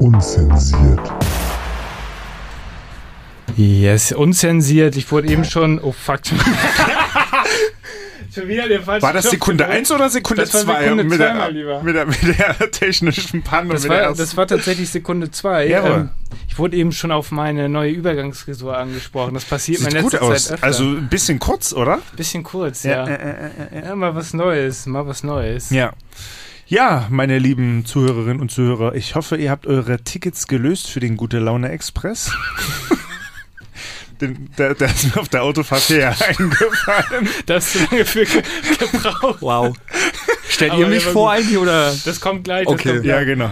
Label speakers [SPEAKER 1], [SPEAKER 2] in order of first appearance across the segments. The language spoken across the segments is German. [SPEAKER 1] Unzensiert.
[SPEAKER 2] Yes, unzensiert. Ich wurde eben schon. Oh fuck. schon wieder der falsche
[SPEAKER 3] War das
[SPEAKER 2] Knopf
[SPEAKER 3] Sekunde
[SPEAKER 2] gedrückt.
[SPEAKER 3] 1 oder Sekunde
[SPEAKER 2] Das war
[SPEAKER 3] 2?
[SPEAKER 2] Sekunde
[SPEAKER 3] Mit,
[SPEAKER 2] zwei,
[SPEAKER 3] der-
[SPEAKER 2] mein Lieber.
[SPEAKER 3] mit, der- mit der technischen Panne.
[SPEAKER 2] Das
[SPEAKER 3] mit der
[SPEAKER 2] war,
[SPEAKER 3] ersten.
[SPEAKER 2] das war tatsächlich Sekunde 2.
[SPEAKER 3] Jawohl.
[SPEAKER 2] ich wurde eben schon auf meine neue Übergangsfrisur angesprochen. Das passiert mir in
[SPEAKER 3] Sieht
[SPEAKER 2] letzter
[SPEAKER 3] gut aus.
[SPEAKER 2] Zeit öfter.
[SPEAKER 3] Also äh, ein bisschen kurz, oder?
[SPEAKER 2] bisschen kurz, ja. Ja, mal was Neues, mal was Neues.
[SPEAKER 3] Ja. Ja, meine lieben Zuhörerinnen und Zuhörer, ich hoffe, ihr habt eure Tickets gelöst für den Gute Laune Express. Den- der, der ist mir auf der Autofahrt her eingefallen.
[SPEAKER 2] Das ist lange für ge- gebraucht.
[SPEAKER 4] Wow. Stellt
[SPEAKER 2] Aber
[SPEAKER 4] ihr
[SPEAKER 2] der
[SPEAKER 4] mich
[SPEAKER 2] war
[SPEAKER 4] vor
[SPEAKER 2] gut.
[SPEAKER 4] eigentlich oder?
[SPEAKER 2] Das kommt gleich. Das
[SPEAKER 4] Okay.
[SPEAKER 2] kommt
[SPEAKER 3] Ja,
[SPEAKER 2] gleich.
[SPEAKER 3] genau.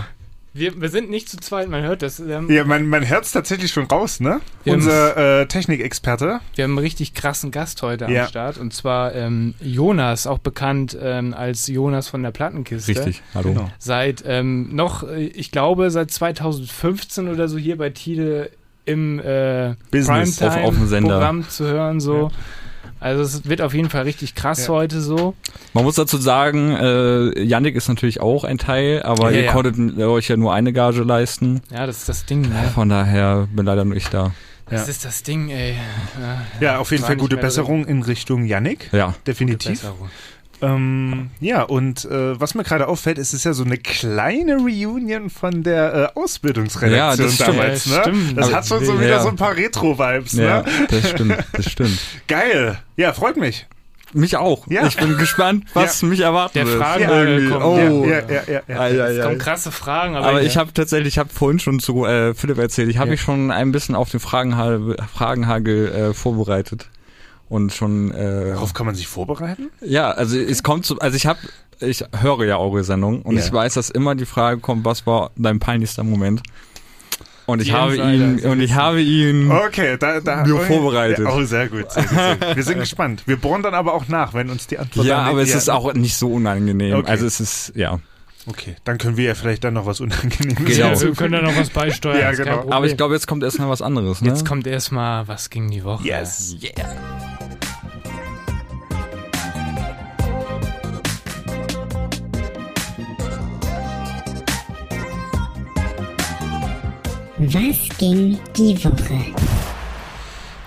[SPEAKER 2] Wir, wir sind nicht zu zweit, man hört das. Wir haben,
[SPEAKER 3] Ja, mein, mein Herz tatsächlich schon raus, ne?
[SPEAKER 2] Ja.
[SPEAKER 3] Unser äh, Technikexperte.
[SPEAKER 2] wir haben einen richtig krassen Gast heute
[SPEAKER 3] Ja.
[SPEAKER 2] am Start. Und zwar ähm, Jonas, auch bekannt ähm, als Jonas von der Plattenkiste.
[SPEAKER 4] Richtig, hallo.
[SPEAKER 3] Genau.
[SPEAKER 2] seit ähm, noch, äh, ich glaube, seit 2015 oder so hier bei Tide im äh,
[SPEAKER 3] Business,
[SPEAKER 4] auf- auf dem Sender.
[SPEAKER 2] Primetime-Programm zu hören. So. Also es wird auf jeden Fall richtig krass
[SPEAKER 3] Ja.
[SPEAKER 2] heute so.
[SPEAKER 4] Man muss dazu sagen, äh, Yannick ist natürlich auch ein Teil, aber
[SPEAKER 2] Ja,
[SPEAKER 4] ihr
[SPEAKER 2] ja.
[SPEAKER 4] konntet euch ja nur eine Gage leisten.
[SPEAKER 2] Ja, das ist das Ding. Ne?
[SPEAKER 4] Von daher bin leider nur ich da.
[SPEAKER 2] Das ist das Ding, ey. Ja,
[SPEAKER 3] Ja, auf jeden
[SPEAKER 2] War
[SPEAKER 3] Fall
[SPEAKER 2] nicht
[SPEAKER 3] gute
[SPEAKER 2] mehr drin.
[SPEAKER 3] Besserung in Richtung Yannick.
[SPEAKER 4] Ja.
[SPEAKER 3] Definitiv.
[SPEAKER 2] Besserung.
[SPEAKER 3] Ähm, ja, und äh, was mir gerade auffällt, es ist ja so eine kleine Reunion von der äh,
[SPEAKER 4] Ja,
[SPEAKER 3] Ausbildungsredaktion
[SPEAKER 4] das stimmt.
[SPEAKER 3] damals.
[SPEAKER 2] Ja,
[SPEAKER 3] ne?
[SPEAKER 2] stimmt.
[SPEAKER 3] Das
[SPEAKER 2] Aber-
[SPEAKER 3] hat schon so wieder
[SPEAKER 4] ja.
[SPEAKER 3] so ein paar Retro-Vibes.
[SPEAKER 4] Ja,
[SPEAKER 3] Ne?
[SPEAKER 4] das stimmt, das stimmt.
[SPEAKER 3] Geil. Ja, freut mich.
[SPEAKER 4] Mich auch.
[SPEAKER 3] Ja.
[SPEAKER 4] Ich bin gespannt, was mich erwarten
[SPEAKER 2] Der
[SPEAKER 4] wird.
[SPEAKER 2] Fragenhagel
[SPEAKER 4] Irgendwie.
[SPEAKER 2] kommt.
[SPEAKER 4] Oh.
[SPEAKER 3] Ja, ja, ja, ja.
[SPEAKER 4] Ei, ei,
[SPEAKER 2] Es
[SPEAKER 4] ei.
[SPEAKER 2] kommen krasse Fragen, aber,
[SPEAKER 4] Aber ich habe tatsächlich, ich habe vorhin schon zu äh, Philipp erzählt, ich habe mich schon ein bisschen auf den Fragenhagel, Fragenhagel äh, vorbereitet und schon äh,
[SPEAKER 3] Darauf kann man sich vorbereiten?
[SPEAKER 4] ja, also es kommt zu, also ich habe, ich höre ja eure Sendung und
[SPEAKER 3] Ja.
[SPEAKER 4] ich weiß, dass immer die Frage kommt, was war dein peinlichster Moment? Und ich
[SPEAKER 2] Die
[SPEAKER 4] habe
[SPEAKER 2] Insider,
[SPEAKER 4] ihn
[SPEAKER 2] sie
[SPEAKER 4] und ich habe ihn.
[SPEAKER 3] Okay, da, da
[SPEAKER 4] Wir
[SPEAKER 3] okay.
[SPEAKER 4] Hm. vorbereitet.
[SPEAKER 3] Ja, oh, sehr gut. Sehr gut, sehr gut. Wir sind gespannt. Wir bohren dann aber auch nach, wenn uns die Antwort
[SPEAKER 4] Ja,
[SPEAKER 3] dann-
[SPEAKER 4] aber es ist auch nicht so unangenehm.
[SPEAKER 3] Okay.
[SPEAKER 4] Also es ist ja.
[SPEAKER 3] Okay, dann können wir ja vielleicht dann noch was Unangenehmes.
[SPEAKER 4] Genau.
[SPEAKER 2] ja, wir können da noch was beisteuern.
[SPEAKER 3] Ja,
[SPEAKER 2] ist kein
[SPEAKER 3] genau.
[SPEAKER 2] Problem.
[SPEAKER 4] Aber ich glaube, jetzt kommt erstmal was anderes. Ne?
[SPEAKER 2] Jetzt kommt erstmal, was ging die Woche?
[SPEAKER 3] Yes.
[SPEAKER 4] Yeah.
[SPEAKER 5] Was ging die Woche?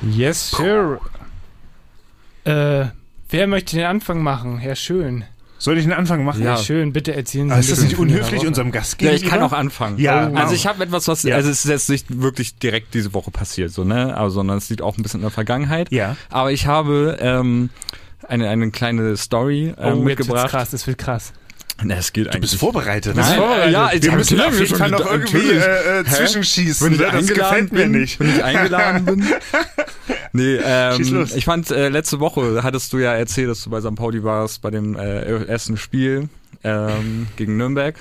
[SPEAKER 2] Yes, sir. Äh, wer möchte den Anfang machen? Herr Schön.
[SPEAKER 3] Soll ich einen Anfang machen?
[SPEAKER 4] Ja.
[SPEAKER 2] Herr Schön, bitte erzählen Sie
[SPEAKER 3] Ah, ist
[SPEAKER 2] ein
[SPEAKER 3] das nicht
[SPEAKER 2] bisschen von Ihrer
[SPEAKER 3] unhöflich
[SPEAKER 2] Woche.
[SPEAKER 3] unserem Gast
[SPEAKER 4] Ja,
[SPEAKER 3] gegenüber?
[SPEAKER 4] ich kann auch anfangen.
[SPEAKER 3] Ja,
[SPEAKER 2] Oh.
[SPEAKER 4] Also ich habe etwas, was
[SPEAKER 3] Ja.
[SPEAKER 4] also es ist jetzt nicht wirklich direkt diese Woche passiert, so ne, aber sondern es liegt auch ein bisschen in der Vergangenheit.
[SPEAKER 3] Ja.
[SPEAKER 4] Aber ich habe ähm, eine eine kleine Story äh,
[SPEAKER 2] Oh, mitgebracht.
[SPEAKER 4] mitgebracht.
[SPEAKER 2] krass, das wird krass.
[SPEAKER 4] Na, es geht
[SPEAKER 3] Du bist vorbereitet. ne?
[SPEAKER 4] Nein,
[SPEAKER 2] vorbereitet.
[SPEAKER 4] äh, ja, ich
[SPEAKER 3] Wir
[SPEAKER 4] hab-
[SPEAKER 3] müssen auf
[SPEAKER 4] natürlich
[SPEAKER 3] jeden Fall
[SPEAKER 4] schon-
[SPEAKER 3] noch irgendwie
[SPEAKER 4] natürlich.
[SPEAKER 3] äh, äh,
[SPEAKER 4] Hä?
[SPEAKER 3] zwischenschießen.
[SPEAKER 4] Wenn ich
[SPEAKER 3] ne? Das
[SPEAKER 4] eingeladen
[SPEAKER 3] gefällt mir
[SPEAKER 4] bin,
[SPEAKER 3] nicht.
[SPEAKER 4] Wenn ich eingeladen bin. Nee,
[SPEAKER 3] Schieß
[SPEAKER 4] ähm,
[SPEAKER 3] los.
[SPEAKER 4] ich fand, äh, letzte Woche hattest du ja erzählt, dass du bei St. Pauli warst, bei dem äh, ersten Spiel ähm, gegen Nürnberg.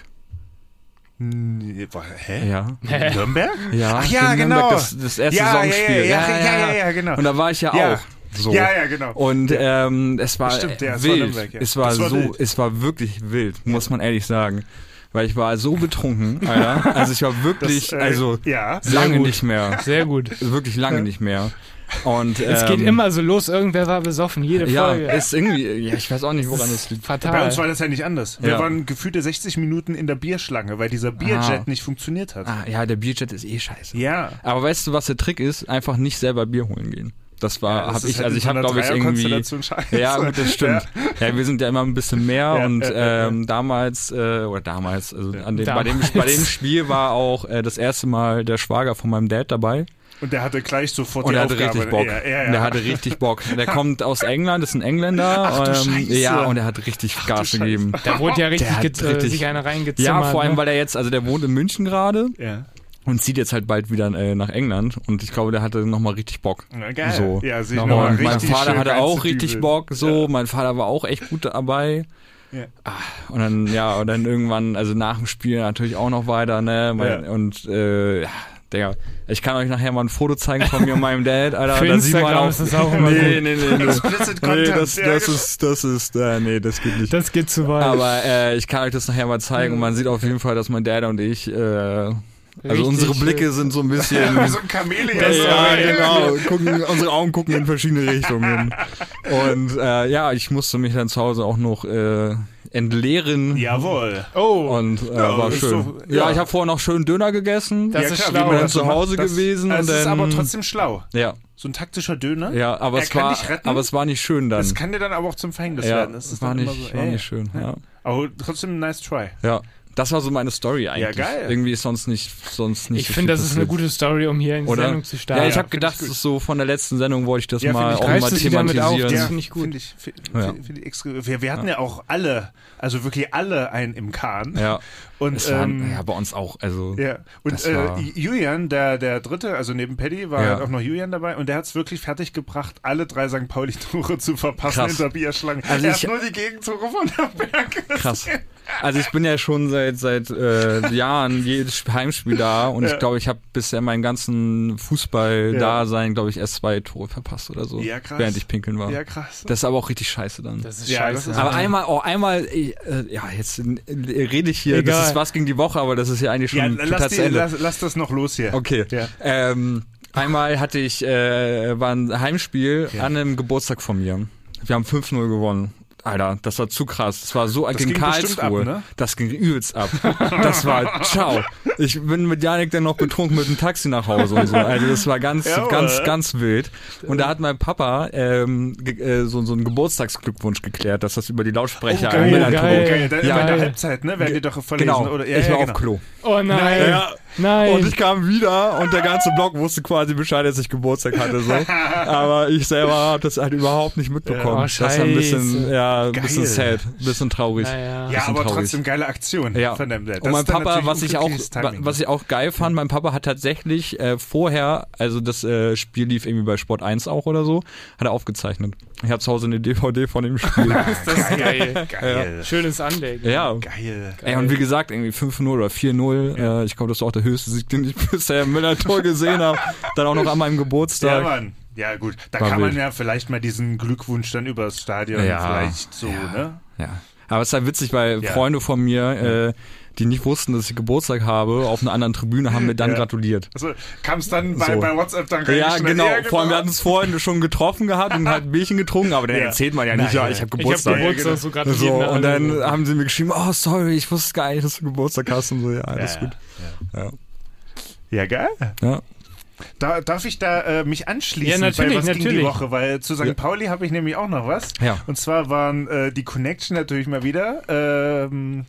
[SPEAKER 3] Nee, wa- Hä?
[SPEAKER 4] Ja.
[SPEAKER 3] Nürnberg?
[SPEAKER 4] Ja,
[SPEAKER 3] Ach ja,
[SPEAKER 4] gegen Nürnberg,
[SPEAKER 3] genau.
[SPEAKER 4] Das, das erste
[SPEAKER 3] Ja, ja, ja,
[SPEAKER 4] Saisonspiel.
[SPEAKER 3] ja, ja, ja, ja, genau.
[SPEAKER 4] Und da war ich ja,
[SPEAKER 3] Ja.
[SPEAKER 4] auch. So.
[SPEAKER 3] Ja, ja, genau.
[SPEAKER 4] Und ähm, es war
[SPEAKER 3] Stimmt, ja, es war
[SPEAKER 4] wild.
[SPEAKER 3] Nürnberg, ja.
[SPEAKER 4] Es war,
[SPEAKER 3] Es war
[SPEAKER 4] so,
[SPEAKER 3] wild.
[SPEAKER 4] es war wirklich wild, muss man ehrlich sagen. Weil ich war so betrunken, Alter. Also ich war wirklich,
[SPEAKER 3] äh,
[SPEAKER 4] also
[SPEAKER 3] ja.
[SPEAKER 4] lange nicht mehr.
[SPEAKER 2] Sehr gut.
[SPEAKER 4] Wirklich lange nicht mehr. Und, ähm,
[SPEAKER 2] Es geht immer so los, irgendwer war besoffen, jede
[SPEAKER 4] Ja,
[SPEAKER 2] Folge.
[SPEAKER 4] ist irgendwie, ja, ich weiß auch nicht, woran es liegt.
[SPEAKER 2] fatal.
[SPEAKER 3] Bei uns war das ja nicht anders. Wir
[SPEAKER 4] Ja.
[SPEAKER 3] waren gefühlte 60 Minuten in der Bierschlange, weil dieser Bierjet
[SPEAKER 4] Ah.
[SPEAKER 3] nicht funktioniert hat.
[SPEAKER 4] Ah, ja, der Bierjet ist eh scheiße.
[SPEAKER 3] Ja.
[SPEAKER 4] Aber weißt du, was der Trick ist? Einfach nicht selber Bier holen gehen. Das war,
[SPEAKER 3] das
[SPEAKER 4] hab
[SPEAKER 3] ist
[SPEAKER 4] ich,
[SPEAKER 3] halt
[SPEAKER 4] also
[SPEAKER 3] in
[SPEAKER 4] ich
[SPEAKER 3] so
[SPEAKER 4] habe
[SPEAKER 3] einer
[SPEAKER 4] glaube ich irgendwie.
[SPEAKER 3] Dreierkonstellation scheiße.
[SPEAKER 4] Ja, gut, das stimmt. Ja. wir sind ja immer ein bisschen mehr
[SPEAKER 3] Ja,
[SPEAKER 4] und
[SPEAKER 3] ja, ja,
[SPEAKER 4] ähm, damals, äh, oder damals, also an dem,
[SPEAKER 2] Damals.
[SPEAKER 4] Bei, dem, bei dem Spiel war auch äh, das erste Mal der Schwager von meinem Dad dabei
[SPEAKER 3] Und der hatte gleich sofort
[SPEAKER 4] und
[SPEAKER 3] die
[SPEAKER 4] er hatte
[SPEAKER 3] Aufgabe.
[SPEAKER 4] richtig Bock.
[SPEAKER 3] Ja, ja, ja.
[SPEAKER 4] Und er hatte richtig Bock. Der kommt aus England, ist ein Engländer.
[SPEAKER 3] Ach du Scheiße.
[SPEAKER 4] ja, und er hat richtig Gas
[SPEAKER 3] Scheiße.
[SPEAKER 4] gegeben.
[SPEAKER 2] da wurde ja
[SPEAKER 4] Der
[SPEAKER 2] richtig,
[SPEAKER 4] hat
[SPEAKER 2] get- äh,
[SPEAKER 4] richtig-
[SPEAKER 2] sich einer reingezimmert.
[SPEAKER 4] Ja, vor allem,
[SPEAKER 2] ne?
[SPEAKER 4] weil er jetzt, also der wohnt in München gerade
[SPEAKER 3] ja.
[SPEAKER 4] und zieht jetzt halt bald wieder äh, nach England und ich glaube, der hatte nochmal richtig Bock.
[SPEAKER 3] Na, geil.
[SPEAKER 4] So.
[SPEAKER 3] Ja, sehe ich
[SPEAKER 2] Nochmal.
[SPEAKER 3] nochmal
[SPEAKER 4] und mein
[SPEAKER 3] richtig
[SPEAKER 4] Vater
[SPEAKER 3] schön
[SPEAKER 4] hatte auch richtig
[SPEAKER 3] reinzudübeln.
[SPEAKER 4] Bock, so, mein Vater war auch echt gut dabei.
[SPEAKER 3] Ja.
[SPEAKER 4] Ah, Und dann, ja, und dann irgendwann, also nach dem Spiel natürlich auch noch weiter, ne? Mein,
[SPEAKER 3] Ja.
[SPEAKER 4] Und äh, ja, Digga, ich kann euch nachher mal ein Foto zeigen von mir und meinem Dad, Alter.
[SPEAKER 2] Für
[SPEAKER 4] da sieht man
[SPEAKER 2] Instagram
[SPEAKER 4] auch,
[SPEAKER 2] ist das auch immer
[SPEAKER 4] nee,
[SPEAKER 2] gut.
[SPEAKER 4] nee, nee, nee.
[SPEAKER 3] Explicit
[SPEAKER 4] Nee,
[SPEAKER 3] Content.
[SPEAKER 4] das,
[SPEAKER 3] ja, genau.
[SPEAKER 4] das ist, das ist, äh, nee, das geht nicht.
[SPEAKER 2] Das geht zu weit.
[SPEAKER 4] Aber äh, ich kann euch das nachher mal zeigen und man sieht auf jeden Fall, dass mein Dad und ich, äh, also
[SPEAKER 2] Richtig,
[SPEAKER 4] unsere
[SPEAKER 2] äh,
[SPEAKER 4] Blicke sind so ein bisschen.
[SPEAKER 3] genau. so ein Chamäleon.
[SPEAKER 4] Ja,
[SPEAKER 3] Ja,
[SPEAKER 4] genau. Gucken, unsere Augen gucken in verschiedene Richtungen. Und äh, ja, ich musste mich dann zu Hause auch noch äh, entleeren.
[SPEAKER 3] Jawohl.
[SPEAKER 2] Oh,
[SPEAKER 4] Und äh,
[SPEAKER 3] Ja,
[SPEAKER 4] war
[SPEAKER 3] ist
[SPEAKER 4] schön.
[SPEAKER 3] so-
[SPEAKER 4] ja.
[SPEAKER 3] ja.
[SPEAKER 4] ich habe vorher noch schön Döner gegessen.
[SPEAKER 2] Das
[SPEAKER 3] ja,
[SPEAKER 2] ist
[SPEAKER 3] klar,
[SPEAKER 2] schlau.
[SPEAKER 3] wie man
[SPEAKER 4] bin dann
[SPEAKER 3] das so
[SPEAKER 4] zu
[SPEAKER 3] macht.
[SPEAKER 4] Hause
[SPEAKER 3] das,
[SPEAKER 4] gewesen
[SPEAKER 3] Das
[SPEAKER 4] und
[SPEAKER 3] ist
[SPEAKER 4] dann-
[SPEAKER 3] aber trotzdem schlau.
[SPEAKER 4] ja,
[SPEAKER 3] So ein taktischer Döner.
[SPEAKER 4] ja, aber
[SPEAKER 3] Er
[SPEAKER 4] es
[SPEAKER 3] kann
[SPEAKER 4] war,
[SPEAKER 3] dich retten.
[SPEAKER 4] aber es war nicht schön dann.
[SPEAKER 3] Das kann dir dann aber auch zum Verhängnis
[SPEAKER 4] ja,
[SPEAKER 3] werden. Das ist
[SPEAKER 4] war
[SPEAKER 3] dann
[SPEAKER 4] nicht,
[SPEAKER 3] immer so,
[SPEAKER 4] war
[SPEAKER 3] ey.
[SPEAKER 4] nicht schön. Ja.
[SPEAKER 3] Aber trotzdem ein nice try.
[SPEAKER 4] ja, das war so meine Story eigentlich.
[SPEAKER 3] geil.
[SPEAKER 4] Irgendwie ist sonst nicht, sonst nicht.
[SPEAKER 2] ich
[SPEAKER 4] so
[SPEAKER 2] finde,
[SPEAKER 4] viel
[SPEAKER 2] das ist eine
[SPEAKER 4] passiert.
[SPEAKER 2] gute Story, um hier in die
[SPEAKER 4] Oder?
[SPEAKER 2] Sendung zu starten.
[SPEAKER 4] Ja, ich
[SPEAKER 3] Ja,
[SPEAKER 4] habe
[SPEAKER 3] find
[SPEAKER 4] gedacht,
[SPEAKER 3] ich
[SPEAKER 4] das
[SPEAKER 3] gut.
[SPEAKER 4] ist so von der letzten Sendung wollte ich das
[SPEAKER 3] Ja,
[SPEAKER 4] mal
[SPEAKER 3] find ich,
[SPEAKER 4] auch
[SPEAKER 2] reißt
[SPEAKER 4] mal
[SPEAKER 2] es wieder mit auf,
[SPEAKER 4] thematisieren.
[SPEAKER 2] Das finde ich gut.
[SPEAKER 3] Find ich, find,
[SPEAKER 4] Ja.
[SPEAKER 3] find, find ich extra, wir, wir hatten ja. auch alle, also wirklich alle einen im Kahn.
[SPEAKER 4] Ja,
[SPEAKER 3] Und,
[SPEAKER 4] es
[SPEAKER 3] ähm,
[SPEAKER 4] waren, ja, bei uns auch. Also
[SPEAKER 3] Ja, und
[SPEAKER 4] Das
[SPEAKER 3] äh,
[SPEAKER 4] war-
[SPEAKER 3] Julian, der, der Dritte, also neben Paddy, war
[SPEAKER 4] Ja.
[SPEAKER 3] halt auch noch Julian dabei und der hat es wirklich fertig gebracht, alle drei St. Pauli-Tore zu verpassen
[SPEAKER 4] Krass.
[SPEAKER 3] hinter Bierschlangen.
[SPEAKER 4] Also
[SPEAKER 3] er
[SPEAKER 4] ich-
[SPEAKER 3] hat nur die Gegentore von der Berg.
[SPEAKER 4] Krass. Also ich bin ja schon seit seit äh, Jahren jedes Sp- Heimspiel da und
[SPEAKER 3] Ja.
[SPEAKER 4] ich glaube, ich habe bisher meinen ganzen Fußball-Dasein, glaube ich, erst zwei Tore verpasst oder so,
[SPEAKER 3] Ja, krass.
[SPEAKER 4] während ich pinkeln war.
[SPEAKER 3] Ja, krass.
[SPEAKER 4] Das ist aber auch richtig scheiße dann.
[SPEAKER 2] das ist
[SPEAKER 3] Ja,
[SPEAKER 2] scheiße.
[SPEAKER 3] das ist- halt-
[SPEAKER 4] aber einmal, oh, einmal, äh, äh, ja, jetzt äh, rede ich hier,
[SPEAKER 2] Egal.
[SPEAKER 4] das ist was gegen die Woche, aber das ist ja eigentlich
[SPEAKER 3] ja,
[SPEAKER 4] schon
[SPEAKER 3] lass, die,
[SPEAKER 4] Platzende.
[SPEAKER 3] lass, lass das noch los hier.
[SPEAKER 4] Okay.
[SPEAKER 3] Ja.
[SPEAKER 4] Ähm, einmal hatte ich, äh, war ein Heimspiel an einem Geburtstag von mir. Wir haben 5-0 gewonnen. Alter, das war zu krass. Das war so das gegen
[SPEAKER 3] ging bestimmt
[SPEAKER 4] Karlsruhe.
[SPEAKER 3] ab, ne?
[SPEAKER 4] Das ging übelst ab. Das war ciao. Ich bin mit Janik dann noch betrunken mit dem Taxi nach Hause und so. Also das war ganz,
[SPEAKER 3] Jawohl.
[SPEAKER 4] ganz, ganz wild. Und da hat mein Papa ähm, ge- äh, so, so einen Geburtstagsglückwunsch geklärt, dass das über die Lautsprecher
[SPEAKER 2] geil,
[SPEAKER 4] mit an-
[SPEAKER 2] geil.
[SPEAKER 3] Oh, geil. Dann
[SPEAKER 4] Ja.
[SPEAKER 3] immer in der Halbzeit, ne? Werden die doch verlesen.
[SPEAKER 4] Genau.
[SPEAKER 3] Oder, ja,
[SPEAKER 4] ich
[SPEAKER 3] ja,
[SPEAKER 4] war
[SPEAKER 3] genau.
[SPEAKER 4] auf Klo.
[SPEAKER 2] Oh nein,
[SPEAKER 4] Ja.
[SPEAKER 3] Oh,
[SPEAKER 2] nein.
[SPEAKER 4] Und ich kam wieder und der ganze Block wusste quasi Bescheid, dass ich Geburtstag hatte. So. Aber ich selber habe das halt überhaupt nicht mitbekommen.
[SPEAKER 2] Ja. Oh,
[SPEAKER 4] das war ein bisschen,
[SPEAKER 2] scheiße.
[SPEAKER 4] ja, ein
[SPEAKER 3] Geil.
[SPEAKER 4] bisschen sad, ein bisschen traurig.
[SPEAKER 2] naja.
[SPEAKER 3] Ja,
[SPEAKER 4] Bisschen
[SPEAKER 3] aber
[SPEAKER 4] traurig.
[SPEAKER 3] trotzdem geile Aktion
[SPEAKER 4] Ja.
[SPEAKER 3] von deinem Dad.
[SPEAKER 4] und
[SPEAKER 3] Das
[SPEAKER 4] mein
[SPEAKER 3] ist dann
[SPEAKER 4] Papa,
[SPEAKER 3] natürlich
[SPEAKER 4] was ich auch,
[SPEAKER 3] unglückliches
[SPEAKER 4] wa-
[SPEAKER 3] Timing. ne?
[SPEAKER 4] was ich auch geil fand, mein Papa hat tatsächlich äh, vorher, also das äh, Spiel lief irgendwie bei Sport 1 auch oder so, hat er aufgezeichnet. Ich habe zu Hause eine DVD von dem Spiel.
[SPEAKER 2] das ist geil.
[SPEAKER 3] geil.
[SPEAKER 2] Schönes Andenken.
[SPEAKER 4] ja.
[SPEAKER 3] Geil.
[SPEAKER 4] Ey, und wie gesagt, irgendwie 5-0 oder 4-0. Äh, ich glaube, das ist auch der höchste Sieg, den ich bisher im Müller-Tor gesehen habe. Dann auch noch an meinem
[SPEAKER 3] Ja,
[SPEAKER 4] Geburtstag.
[SPEAKER 3] Mann. Ja, gut. Da
[SPEAKER 4] War
[SPEAKER 3] kann man
[SPEAKER 4] wild.
[SPEAKER 3] ja vielleicht mal diesen Glückwunsch dann übers Stadion
[SPEAKER 4] Ja.
[SPEAKER 3] vielleicht so, ne?
[SPEAKER 4] Ja. Aber es ist halt witzig, weil
[SPEAKER 3] Ja.
[SPEAKER 4] Freunde von mir, äh, die nicht wussten, dass ich Geburtstag habe, auf einer anderen Tribüne haben mir dann
[SPEAKER 3] Ja.
[SPEAKER 4] gratuliert.
[SPEAKER 3] Also kam es dann bei,
[SPEAKER 4] So.
[SPEAKER 3] bei WhatsApp dann
[SPEAKER 4] Ja,
[SPEAKER 3] reingeschnitten?
[SPEAKER 4] genau. Vor allem, wir hatten es vorhin schon getroffen gehabt und halt ein Bierchen getrunken, aber dann
[SPEAKER 3] Ja.
[SPEAKER 4] erzählt man ja nicht,
[SPEAKER 3] Nein,
[SPEAKER 4] ja,
[SPEAKER 3] nein.
[SPEAKER 4] ich habe
[SPEAKER 2] Ich habe
[SPEAKER 4] Geburtstag.
[SPEAKER 2] Geburtstag so gerade
[SPEAKER 4] so, und dann haben sie mir geschrieben, oh, sorry, ich wusste gar nicht, dass du Geburtstag hast und so, ja, alles
[SPEAKER 3] ja,
[SPEAKER 4] gut. Ja.
[SPEAKER 3] Ja, geil.
[SPEAKER 4] Ja.
[SPEAKER 3] Da, darf ich da äh, mich anschließen
[SPEAKER 2] Ja, natürlich,
[SPEAKER 3] bei was ging die
[SPEAKER 2] natürlich.
[SPEAKER 3] Woche? Weil zu St.
[SPEAKER 4] Ja.
[SPEAKER 3] Pauli habe ich nämlich auch noch was.
[SPEAKER 4] Ja.
[SPEAKER 3] Und zwar waren äh, die Connection natürlich mal wieder. Ähm,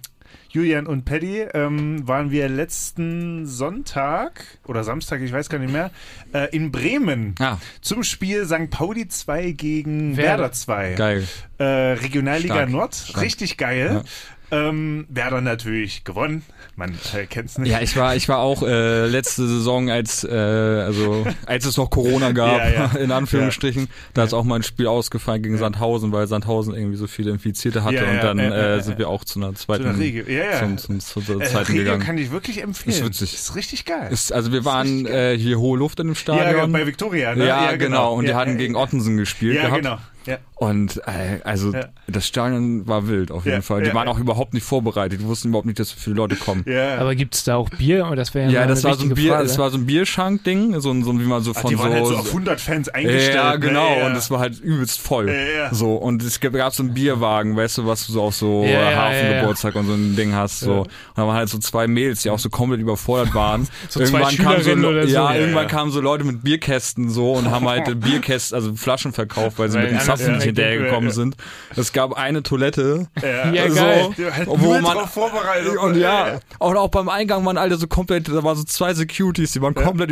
[SPEAKER 3] Julian und Paddy ähm, waren wir letzten Sonntag oder Samstag, ich weiß gar nicht mehr, äh, in Bremen
[SPEAKER 4] Ah,
[SPEAKER 3] zum Spiel St. Pauli 2 gegen
[SPEAKER 2] Werder.
[SPEAKER 3] Werder 2.
[SPEAKER 4] geil.
[SPEAKER 3] äh, Regionalliga
[SPEAKER 4] Stark.
[SPEAKER 3] Nord. Richtig geil. Ähm, Werder natürlich gewonnen. Man äh, kennt's nicht.
[SPEAKER 4] Ja, ich war, ich war auch äh, letzte Saison, als äh, also als es noch Corona gab,
[SPEAKER 3] Ja, ja.
[SPEAKER 4] in Anführungsstrichen, da ist auch mal ein Spiel ausgefallen gegen Sandhausen, weil Sandhausen irgendwie so viele Infizierte hatte
[SPEAKER 3] Ja, ja,
[SPEAKER 4] und dann
[SPEAKER 3] ja, ja,
[SPEAKER 4] äh,
[SPEAKER 3] ja,
[SPEAKER 4] sind wir auch zu einer zweiten,
[SPEAKER 3] einer Regio- ja, ja.
[SPEAKER 4] Zum, zum, zum, zur
[SPEAKER 3] äh,
[SPEAKER 4] zweiten
[SPEAKER 3] Regio
[SPEAKER 4] gegangen.
[SPEAKER 3] kann ich wirklich empfehlen.
[SPEAKER 4] Ist witzig.
[SPEAKER 3] Ist richtig geil.
[SPEAKER 4] Ist, also wir waren äh, hier hohe Luft in dem
[SPEAKER 3] ja, genau,
[SPEAKER 4] Stadion.
[SPEAKER 3] bei Viktoria. Ne?
[SPEAKER 4] ja, genau. Und die
[SPEAKER 3] Ja,
[SPEAKER 4] hatten
[SPEAKER 3] äh,
[SPEAKER 4] gegen Ottensen gespielt
[SPEAKER 3] Ja,
[SPEAKER 4] gehabt.
[SPEAKER 3] genau. Ja.
[SPEAKER 4] Und äh, also
[SPEAKER 3] Ja.
[SPEAKER 4] das Stadion war wild auf jeden
[SPEAKER 3] Ja,
[SPEAKER 4] Fall. Die
[SPEAKER 3] ja,
[SPEAKER 4] waren
[SPEAKER 3] ja.
[SPEAKER 4] auch überhaupt nicht vorbereitet. Die wussten überhaupt nicht, dass so viele Leute kommen.
[SPEAKER 3] Ja.
[SPEAKER 2] Aber gibt's da auch Bier? Und das wäre ja,
[SPEAKER 4] Ja,
[SPEAKER 2] mal
[SPEAKER 4] das
[SPEAKER 2] eine
[SPEAKER 4] war so ein
[SPEAKER 2] wichtige
[SPEAKER 4] Bier,
[SPEAKER 2] Frage.
[SPEAKER 4] es war so ein Bierschank-Ding, so, ein- so ein- wie man so
[SPEAKER 3] Ach,
[SPEAKER 4] von
[SPEAKER 3] die waren
[SPEAKER 4] so,
[SPEAKER 3] halt so auf 100 Fans eingestellt.
[SPEAKER 4] Ja, genau.
[SPEAKER 3] Ne? Ja.
[SPEAKER 4] Und es war halt übelst voll.
[SPEAKER 3] Ja, ja.
[SPEAKER 4] So. Und es gab, gab so einen Bierwagen, weißt du, was du so auf so
[SPEAKER 2] Ja, ja,
[SPEAKER 4] Hafengeburtstag und so ein Ding hast. So. Und da waren halt so zwei Mädels, die auch so komplett überfordert waren.
[SPEAKER 2] So zwei
[SPEAKER 4] kamen so,
[SPEAKER 2] Schülerinnen oder so.
[SPEAKER 4] Ja,
[SPEAKER 2] Ja,
[SPEAKER 4] irgendwann
[SPEAKER 3] ja.
[SPEAKER 4] kamen so Leute mit Bierkästen so und haben halt Bierkästen, also Flaschen verkauft, weil sie
[SPEAKER 2] Weil
[SPEAKER 4] mit den
[SPEAKER 2] die anderen
[SPEAKER 4] Zapfen nicht
[SPEAKER 2] ja,
[SPEAKER 4] hinterhergekommen
[SPEAKER 3] ja.
[SPEAKER 4] sind. Es gab eine Toilette.
[SPEAKER 2] ja,
[SPEAKER 4] so,
[SPEAKER 2] geil.
[SPEAKER 3] Die halt
[SPEAKER 4] wo
[SPEAKER 3] nur
[SPEAKER 4] man
[SPEAKER 3] drauf vorbereitet.
[SPEAKER 4] und
[SPEAKER 3] äh,
[SPEAKER 4] ja, und auch beim Eingang waren alle so komplett, da waren so zwei Securities, die waren komplett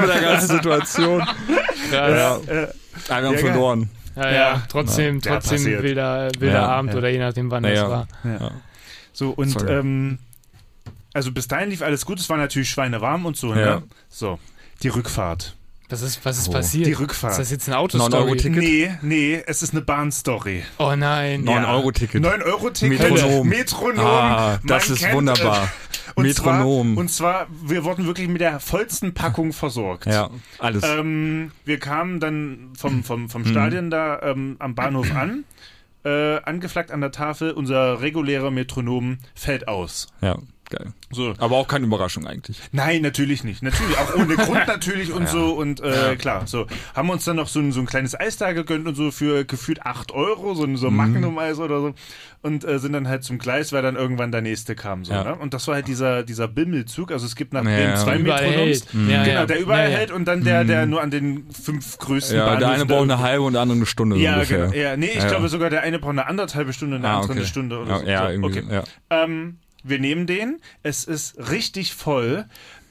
[SPEAKER 4] mit der ganzen Situation.
[SPEAKER 2] Krass.
[SPEAKER 3] Äh, äh,
[SPEAKER 4] Ah, wir haben
[SPEAKER 3] Ja,
[SPEAKER 4] verloren.
[SPEAKER 2] Ja, ja,
[SPEAKER 3] Ja.
[SPEAKER 2] trotzdem,
[SPEAKER 3] Ja,
[SPEAKER 2] trotzdem
[SPEAKER 3] passiert.
[SPEAKER 2] wilder, wilder
[SPEAKER 4] Ja.
[SPEAKER 2] Abend oder je nachdem, wann
[SPEAKER 4] Naja.
[SPEAKER 2] das war.
[SPEAKER 3] so, und
[SPEAKER 4] Sorry.
[SPEAKER 3] ähm, Also bis dahin lief alles gut, es war natürlich schweinewarm und so,
[SPEAKER 4] Ja.
[SPEAKER 3] ne? So, die Rückfahrt.
[SPEAKER 2] Was ist, was ist
[SPEAKER 4] Oh.
[SPEAKER 2] passiert?
[SPEAKER 3] Die
[SPEAKER 2] Ist das
[SPEAKER 3] Rückfahrt.
[SPEAKER 2] jetzt ein auto
[SPEAKER 4] 9 Euro Ticket?
[SPEAKER 3] Nee, nee, es ist eine Bahnstory.
[SPEAKER 2] Oh nein.
[SPEAKER 4] 9-Euro-Ticket.
[SPEAKER 3] 9 Euro Ticket.
[SPEAKER 4] Metronom.
[SPEAKER 3] Metronom.
[SPEAKER 4] Ah, das
[SPEAKER 3] Man
[SPEAKER 4] ist
[SPEAKER 3] kennt
[SPEAKER 4] wunderbar.
[SPEAKER 3] es. Und
[SPEAKER 4] Metronom.
[SPEAKER 3] Zwar, und zwar, wir wurden wirklich mit der vollsten Packung versorgt.
[SPEAKER 4] Ja, alles.
[SPEAKER 3] Ähm, wir kamen dann vom, vom,
[SPEAKER 4] Mhm.
[SPEAKER 3] vom Stadion da ähm, am Bahnhof an. Äh, angeflaggt an der Tafel, unser regulärer Metronom fällt aus.
[SPEAKER 4] ja, geil.
[SPEAKER 3] So.
[SPEAKER 4] Aber auch keine Überraschung eigentlich.
[SPEAKER 3] Nein, natürlich nicht. Natürlich, auch ohne Grund natürlich und so. Und äh, klar, so. Haben wir uns dann noch so ein, so ein kleines Eis da gegönnt und so für gefühlt 8 Euro, so ein
[SPEAKER 4] Mhm.
[SPEAKER 3] so ein Magnum-Eis oder so. Und äh, sind dann halt zum Gleis, weil dann irgendwann der nächste kam. So,
[SPEAKER 4] Ja.
[SPEAKER 3] ne? Und das war halt dieser, dieser Bimmelzug. Also es gibt nach
[SPEAKER 4] Ja,
[SPEAKER 3] Bremen
[SPEAKER 4] ja. Mhm.
[SPEAKER 3] zwei
[SPEAKER 2] Überall hält.
[SPEAKER 3] Metronoms.
[SPEAKER 2] Ja,
[SPEAKER 3] genau,
[SPEAKER 2] ja.
[SPEAKER 3] der überall
[SPEAKER 2] Ja, ja.
[SPEAKER 3] hält und dann der, der nur an den fünf größten
[SPEAKER 4] Ja, der
[SPEAKER 3] Bahnhöfen
[SPEAKER 4] eine
[SPEAKER 3] da
[SPEAKER 4] braucht eine halbe und der andere eine Stunde so
[SPEAKER 3] ja,
[SPEAKER 4] ungefähr.
[SPEAKER 3] Genau. Ja, nee, ich
[SPEAKER 4] Ja. Ah,
[SPEAKER 3] glaube sogar der eine braucht eine anderthalbe Stunde und der andere eine Stunde oder
[SPEAKER 4] ja,
[SPEAKER 3] so.
[SPEAKER 4] Ja,
[SPEAKER 3] So,
[SPEAKER 4] irgendwie.
[SPEAKER 3] okay.
[SPEAKER 4] Ja.
[SPEAKER 3] Ähm, wir nehmen den. Es ist richtig voll.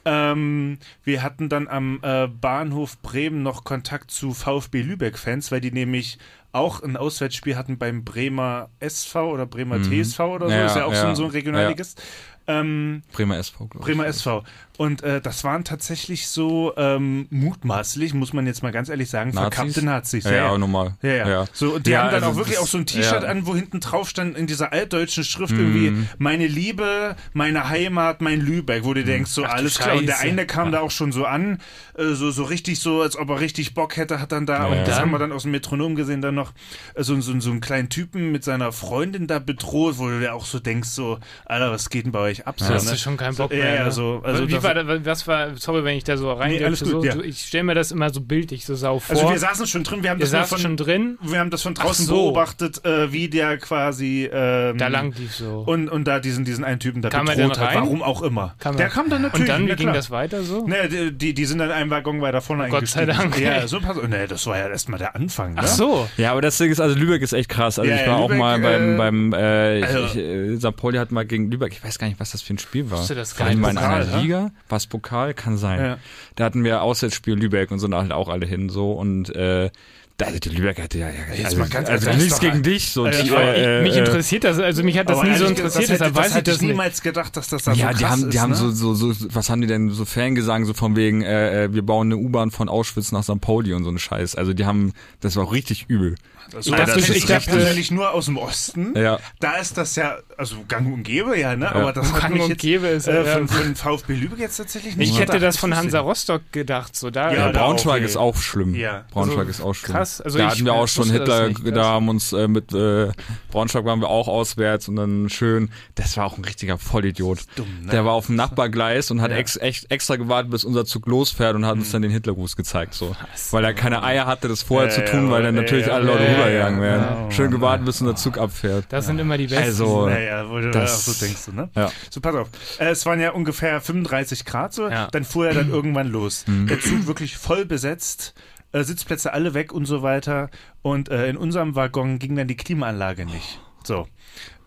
[SPEAKER 3] Ähm, wir hatten dann am äh, Bahnhof Bremen noch Kontakt zu VfB Lübeck-Fans, weil die nämlich auch ein Auswärtsspiel hatten beim Bremer SV oder Bremer TSV oder so.
[SPEAKER 4] Mhm. Ja,
[SPEAKER 3] ist ja auch so,
[SPEAKER 4] ja,
[SPEAKER 3] ein- so ein Regionalligist. Ähm,
[SPEAKER 4] Bremer SV, glaube ich.
[SPEAKER 3] Bremer SV. Und äh, das waren tatsächlich so ähm, mutmaßlich, muss man jetzt mal ganz ehrlich sagen,
[SPEAKER 4] Nazis?
[SPEAKER 3] verkappte Nazis.
[SPEAKER 4] Ja, ja, normal.
[SPEAKER 3] Ja, ja. So, und die
[SPEAKER 4] Ja,
[SPEAKER 3] haben dann
[SPEAKER 4] also
[SPEAKER 3] auch wirklich
[SPEAKER 4] das-
[SPEAKER 3] auch so ein T-Shirt
[SPEAKER 4] ja.
[SPEAKER 3] an, wo hinten drauf stand in dieser altdeutschen Schrift
[SPEAKER 2] Mhm.
[SPEAKER 3] irgendwie meine Liebe, meine Heimat, mein Lübeck, wo du denkst, so
[SPEAKER 2] Ach du
[SPEAKER 3] alles klar. Und der
[SPEAKER 2] Scheiße.
[SPEAKER 3] eine kam da auch schon so an, äh, so, so richtig so, als ob er richtig Bock hätte, hat dann da, und das
[SPEAKER 2] dann?
[SPEAKER 3] haben wir dann aus dem Metronom gesehen, dann noch äh, so, so, so einen kleinen Typen mit seiner Freundin da bedroht, wo du dir auch so denkst, so, Alter, was geht denn bei euch ab?
[SPEAKER 2] Da
[SPEAKER 3] So,
[SPEAKER 2] hast
[SPEAKER 3] ne?
[SPEAKER 2] du schon keinen
[SPEAKER 3] So,
[SPEAKER 2] Bock
[SPEAKER 3] ja,
[SPEAKER 2] mehr.
[SPEAKER 3] ja,
[SPEAKER 2] ne?
[SPEAKER 3] so, also
[SPEAKER 2] Wie
[SPEAKER 3] das-
[SPEAKER 2] war das, was war, sorry, wenn ich da so rein
[SPEAKER 3] alles gut,
[SPEAKER 2] so,
[SPEAKER 3] ja.
[SPEAKER 2] so, Ich stelle mir das immer so bildlich so sau vor.
[SPEAKER 3] Also wir saßen schon drin, wir haben
[SPEAKER 2] Ihr
[SPEAKER 3] das nur
[SPEAKER 2] saßt
[SPEAKER 3] von,
[SPEAKER 2] schon drin,
[SPEAKER 3] wir haben das von draußen
[SPEAKER 2] Ach so.
[SPEAKER 3] beobachtet, äh, wie der quasi ähm,
[SPEAKER 2] da lang lief so.
[SPEAKER 3] Und, und da diesen, diesen einen Typen da
[SPEAKER 2] Kam er
[SPEAKER 3] bedroht
[SPEAKER 2] denn
[SPEAKER 3] hat,
[SPEAKER 2] rein?
[SPEAKER 3] warum auch immer.
[SPEAKER 2] Kam
[SPEAKER 3] der
[SPEAKER 2] er-
[SPEAKER 3] kam dann natürlich.
[SPEAKER 2] Und dann,
[SPEAKER 3] na
[SPEAKER 2] wie ging
[SPEAKER 3] klar.
[SPEAKER 2] das weiter so?
[SPEAKER 3] Naja, die, die- die sind dann einen Waggon weiter vorne
[SPEAKER 2] Gott sei
[SPEAKER 3] eingestiegen.
[SPEAKER 2] Dank.
[SPEAKER 3] Ja, so pass. Naja, das war ja erstmal der Anfang. Ne?
[SPEAKER 2] Ach so.
[SPEAKER 4] Ja, aber das Ding ist, also Lübeck ist echt krass. Also
[SPEAKER 3] Ja,
[SPEAKER 4] ich
[SPEAKER 3] ja,
[SPEAKER 4] war
[SPEAKER 3] Lübeck,
[SPEAKER 4] auch mal beim,
[SPEAKER 3] äh,
[SPEAKER 4] beim äh, ich,
[SPEAKER 3] also-
[SPEAKER 4] ich, äh, St. Pauli hat mal gegen Lübeck, ich weiß gar nicht, was das für ein Spiel war.
[SPEAKER 2] Wusste das
[SPEAKER 4] war
[SPEAKER 2] gar
[SPEAKER 4] die
[SPEAKER 2] nicht.
[SPEAKER 4] mal in einer
[SPEAKER 3] Pokal, ne?
[SPEAKER 4] Liga? Was Pokal? Kann sein.
[SPEAKER 3] Ja.
[SPEAKER 4] Da hatten wir Auswärtsspiel Lübeck und so da halt auch alle hin so und äh, da, also die Lübeck hatte ja, ja also,
[SPEAKER 3] mal ganz-
[SPEAKER 4] also
[SPEAKER 3] das ist
[SPEAKER 4] nichts
[SPEAKER 3] doch
[SPEAKER 4] gegen
[SPEAKER 3] ein-
[SPEAKER 4] dich. So,
[SPEAKER 3] Also
[SPEAKER 4] die,
[SPEAKER 3] ich war-
[SPEAKER 4] äh,
[SPEAKER 2] mich
[SPEAKER 4] äh,
[SPEAKER 2] interessiert das, also mich hat das nie so
[SPEAKER 3] ehrlich gesagt,
[SPEAKER 2] interessiert,
[SPEAKER 3] das hätte,
[SPEAKER 2] deshalb weiß
[SPEAKER 3] das
[SPEAKER 2] ich
[SPEAKER 3] hätte
[SPEAKER 2] das
[SPEAKER 3] ich
[SPEAKER 2] nicht.
[SPEAKER 3] niemals gedacht, dass das da
[SPEAKER 4] Ja,
[SPEAKER 3] so krass
[SPEAKER 4] die haben,
[SPEAKER 3] ist.
[SPEAKER 4] die haben
[SPEAKER 3] ne?
[SPEAKER 4] so, so, so, was haben die denn so Fangesang, so von wegen, äh, äh, wir bauen eine U-Bahn von Auschwitz nach St. Pauli und so einen Scheiß. Also die haben, das war auch richtig übel.
[SPEAKER 3] Also,
[SPEAKER 2] dachte, ich
[SPEAKER 3] das ich ja
[SPEAKER 2] dachte-
[SPEAKER 3] persönlich nur aus dem Osten.
[SPEAKER 4] Ja.
[SPEAKER 3] Da ist das ja, also gang und gäbe ja, ne? Aber das hat
[SPEAKER 2] Gang
[SPEAKER 3] mich
[SPEAKER 2] und
[SPEAKER 3] jetzt,
[SPEAKER 2] gäbe ist,
[SPEAKER 3] äh,
[SPEAKER 2] ja.
[SPEAKER 3] von, von VfB Lübeck jetzt tatsächlich nicht.
[SPEAKER 2] Ich hätte
[SPEAKER 3] gedacht.
[SPEAKER 2] das von Hansa Rostock gedacht, so da.
[SPEAKER 3] Ja,
[SPEAKER 4] Ja,
[SPEAKER 3] da
[SPEAKER 4] Braunschweig
[SPEAKER 3] auch,
[SPEAKER 4] ist
[SPEAKER 3] ey.
[SPEAKER 4] auch schlimm.
[SPEAKER 3] Ja.
[SPEAKER 4] Braunschweig
[SPEAKER 2] Also,
[SPEAKER 4] ist auch schlimm.
[SPEAKER 2] krass. Also
[SPEAKER 4] da
[SPEAKER 2] ich
[SPEAKER 4] hatten wir auch
[SPEAKER 2] wusste
[SPEAKER 4] schon
[SPEAKER 2] das
[SPEAKER 4] Hitler,
[SPEAKER 2] nicht,
[SPEAKER 4] da
[SPEAKER 2] krass.
[SPEAKER 4] haben uns äh, mit äh, Braunschweig waren wir auch auswärts und dann schön, das war auch ein richtiger Vollidiot.
[SPEAKER 3] dumm, ne?
[SPEAKER 4] Der war auf dem Nachbargleis und hat
[SPEAKER 3] Ja. Hm.
[SPEAKER 4] ex, echt extra gewartet, bis unser Zug losfährt und hat uns dann den Hitlergruß gezeigt, so. Weil er keine Eier hatte, das vorher
[SPEAKER 3] Ja,
[SPEAKER 4] zu
[SPEAKER 3] ja,
[SPEAKER 4] tun, weil
[SPEAKER 3] aber-
[SPEAKER 4] dann natürlich
[SPEAKER 3] ja,
[SPEAKER 4] alle Leute
[SPEAKER 2] ja, ja,
[SPEAKER 4] rübergegangen
[SPEAKER 3] ja, genau.
[SPEAKER 4] wären.
[SPEAKER 3] ja.
[SPEAKER 4] schön gewartet, bis unser Zug abfährt.
[SPEAKER 2] Das sind immer die besten.
[SPEAKER 4] Also,
[SPEAKER 3] Naja, wo du
[SPEAKER 4] Das-
[SPEAKER 3] auch so denkst, ne?
[SPEAKER 4] Ja.
[SPEAKER 3] So, pass auf. Äh, es waren ja ungefähr 35 Grad so.
[SPEAKER 2] Ja.
[SPEAKER 3] Dann fuhr er dann irgendwann los.
[SPEAKER 4] Mhm.
[SPEAKER 3] Der Zug wirklich voll besetzt, äh, Sitzplätze alle weg und so weiter. Und äh, in unserem Waggon ging dann die Klimaanlage nicht. So.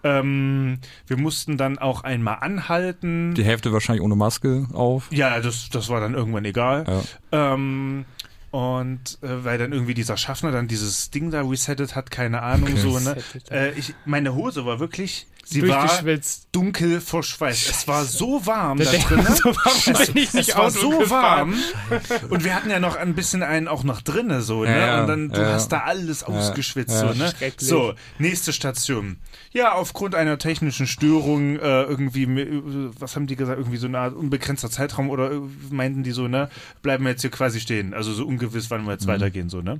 [SPEAKER 3] Ähm, wir mussten dann auch einmal anhalten.
[SPEAKER 4] Die Hälfte wahrscheinlich ohne Maske auf.
[SPEAKER 3] Ja, das, das war dann irgendwann egal.
[SPEAKER 4] Ja.
[SPEAKER 3] Ähm, und äh, weil dann irgendwie dieser Schaffner dann dieses Ding da resettet hat, keine Ahnung, so, ne?
[SPEAKER 2] Resettet.
[SPEAKER 3] Äh, ich, meine Hose war wirklich, sie war
[SPEAKER 2] durchgeschwitzt.
[SPEAKER 3] dunkel vor Schweiß. Es war so warm da
[SPEAKER 2] Da denkt
[SPEAKER 3] drin.
[SPEAKER 2] man so, warum bin ich nicht
[SPEAKER 3] Es war
[SPEAKER 2] Auto
[SPEAKER 3] so
[SPEAKER 2] gefahren?
[SPEAKER 3] warm und wir hatten ja noch ein bisschen einen auch noch drinne so, ne?
[SPEAKER 4] Ja, ja,
[SPEAKER 3] und dann du
[SPEAKER 4] ja.
[SPEAKER 3] hast da alles ausgeschwitzt
[SPEAKER 4] ja.
[SPEAKER 3] so, ne?
[SPEAKER 2] Schrecklich.
[SPEAKER 3] So, nächste Station. Ja, aufgrund einer technischen Störung äh, irgendwie äh, was haben die gesagt, irgendwie so eine Art unbegrenzter Zeitraum oder äh, meinten die so, ne, bleiben wir jetzt hier quasi stehen, also so ungewiss, wann wir jetzt weitergehen so, ne?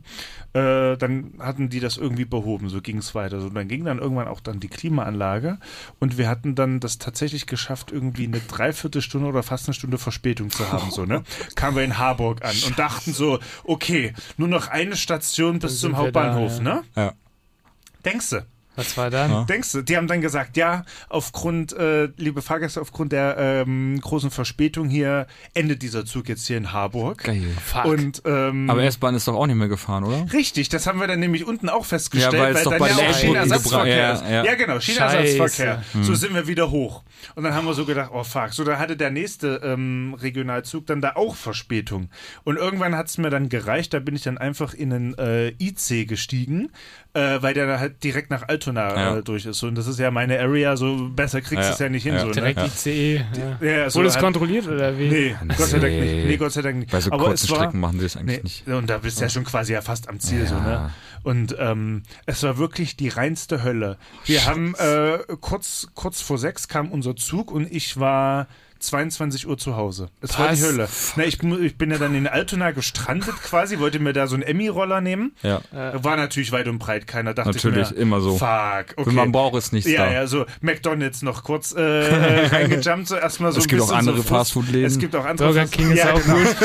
[SPEAKER 3] Äh, dann hatten die das irgendwie behoben, so ging es weiter. So, dann ging dann irgendwann auch dann die Klimaanlage und wir hatten dann das tatsächlich geschafft, irgendwie eine Dreiviertelstunde oder fast eine Stunde Verspätung zu haben. So, ne? Kamen wir in Harburg an und dachten so, okay, nur noch eine Station bis
[SPEAKER 2] Dann sind
[SPEAKER 3] zum
[SPEAKER 2] wir da,
[SPEAKER 3] Hauptbahnhof,
[SPEAKER 2] ja.
[SPEAKER 3] ne?
[SPEAKER 4] Ja.
[SPEAKER 3] Denkst du?
[SPEAKER 2] Was war dann?
[SPEAKER 3] Denkst du, die haben dann gesagt, ja, aufgrund, äh, liebe Fahrgäste, aufgrund der ähm, großen Verspätung hier endet dieser Zug jetzt hier in Harburg.
[SPEAKER 4] Geil.
[SPEAKER 2] Fuck.
[SPEAKER 3] Und ähm,
[SPEAKER 4] Aber S-Bahn ist doch auch nicht mehr gefahren, oder?
[SPEAKER 3] Richtig, das haben wir dann nämlich unten auch festgestellt,
[SPEAKER 4] Ja, weil es doch
[SPEAKER 3] dann
[SPEAKER 4] bei
[SPEAKER 3] ja
[SPEAKER 4] den
[SPEAKER 3] auch
[SPEAKER 2] Ausbrüchen
[SPEAKER 3] Schienenersatzverkehr
[SPEAKER 4] gebra-
[SPEAKER 3] ist.
[SPEAKER 4] ja, Hm.
[SPEAKER 3] Ja,
[SPEAKER 4] ja.
[SPEAKER 3] genau, Schienenersatzverkehr. So sind wir wieder hoch. Und dann haben wir so gedacht, oh fuck. So, da hatte der nächste ähm, Regionalzug dann da auch Verspätung. Und irgendwann hat es mir dann gereicht, da bin ich dann einfach in einen äh, IC gestiegen, äh, weil der da halt direkt nach Altona
[SPEAKER 4] Ja.
[SPEAKER 3] äh, durch ist. Und das ist ja meine Area, so besser kriegst du es
[SPEAKER 4] Ja.
[SPEAKER 3] ja nicht hin.
[SPEAKER 4] Ja.
[SPEAKER 3] So, ne?
[SPEAKER 2] Direkt ICE. Ja.
[SPEAKER 3] Ja, so
[SPEAKER 2] Wurde es
[SPEAKER 3] halt-
[SPEAKER 2] kontrolliert oder wie?
[SPEAKER 3] Nee, Gott sei Dank
[SPEAKER 4] Nee.
[SPEAKER 3] nicht. Nee, Gott sei Dank nicht.
[SPEAKER 4] Bei so
[SPEAKER 3] Aber
[SPEAKER 4] kurzen
[SPEAKER 3] es war,
[SPEAKER 4] Strecken machen sie es eigentlich
[SPEAKER 3] nee,
[SPEAKER 4] nicht.
[SPEAKER 3] und da bist du ja schon quasi ja fast am Ziel. So,
[SPEAKER 4] Ja.
[SPEAKER 3] ne? Und ähm, es war wirklich die reinste Hölle. Wir haben äh, kurz, kurz vor sechs kam unser Zug und ich war 22 Uhr zu Hause. Es war die
[SPEAKER 2] Was?
[SPEAKER 3] Hölle. Na, ich, mu- ich bin ja dann in Altona gestrandet quasi, wollte mir da so einen Emmy-Roller nehmen.
[SPEAKER 4] Ja,
[SPEAKER 3] War natürlich weit und breit keiner, dachte
[SPEAKER 4] Natürlich,
[SPEAKER 3] ich mir.
[SPEAKER 4] immer so.
[SPEAKER 3] Fuck, okay.
[SPEAKER 4] Wenn man braucht, ist nichts
[SPEAKER 3] Ja,
[SPEAKER 4] da.
[SPEAKER 3] ja, so McDonalds noch kurz äh, reingejumpt, so erstmal so
[SPEAKER 4] Es
[SPEAKER 3] ein
[SPEAKER 4] gibt auch
[SPEAKER 3] bisschen
[SPEAKER 4] andere
[SPEAKER 3] so Frust.
[SPEAKER 4] Fastfood-Läden.
[SPEAKER 3] Es gibt auch andere
[SPEAKER 2] Burger
[SPEAKER 3] Fast-
[SPEAKER 2] King ist
[SPEAKER 3] ja,
[SPEAKER 2] auch
[SPEAKER 3] genau.
[SPEAKER 2] gut.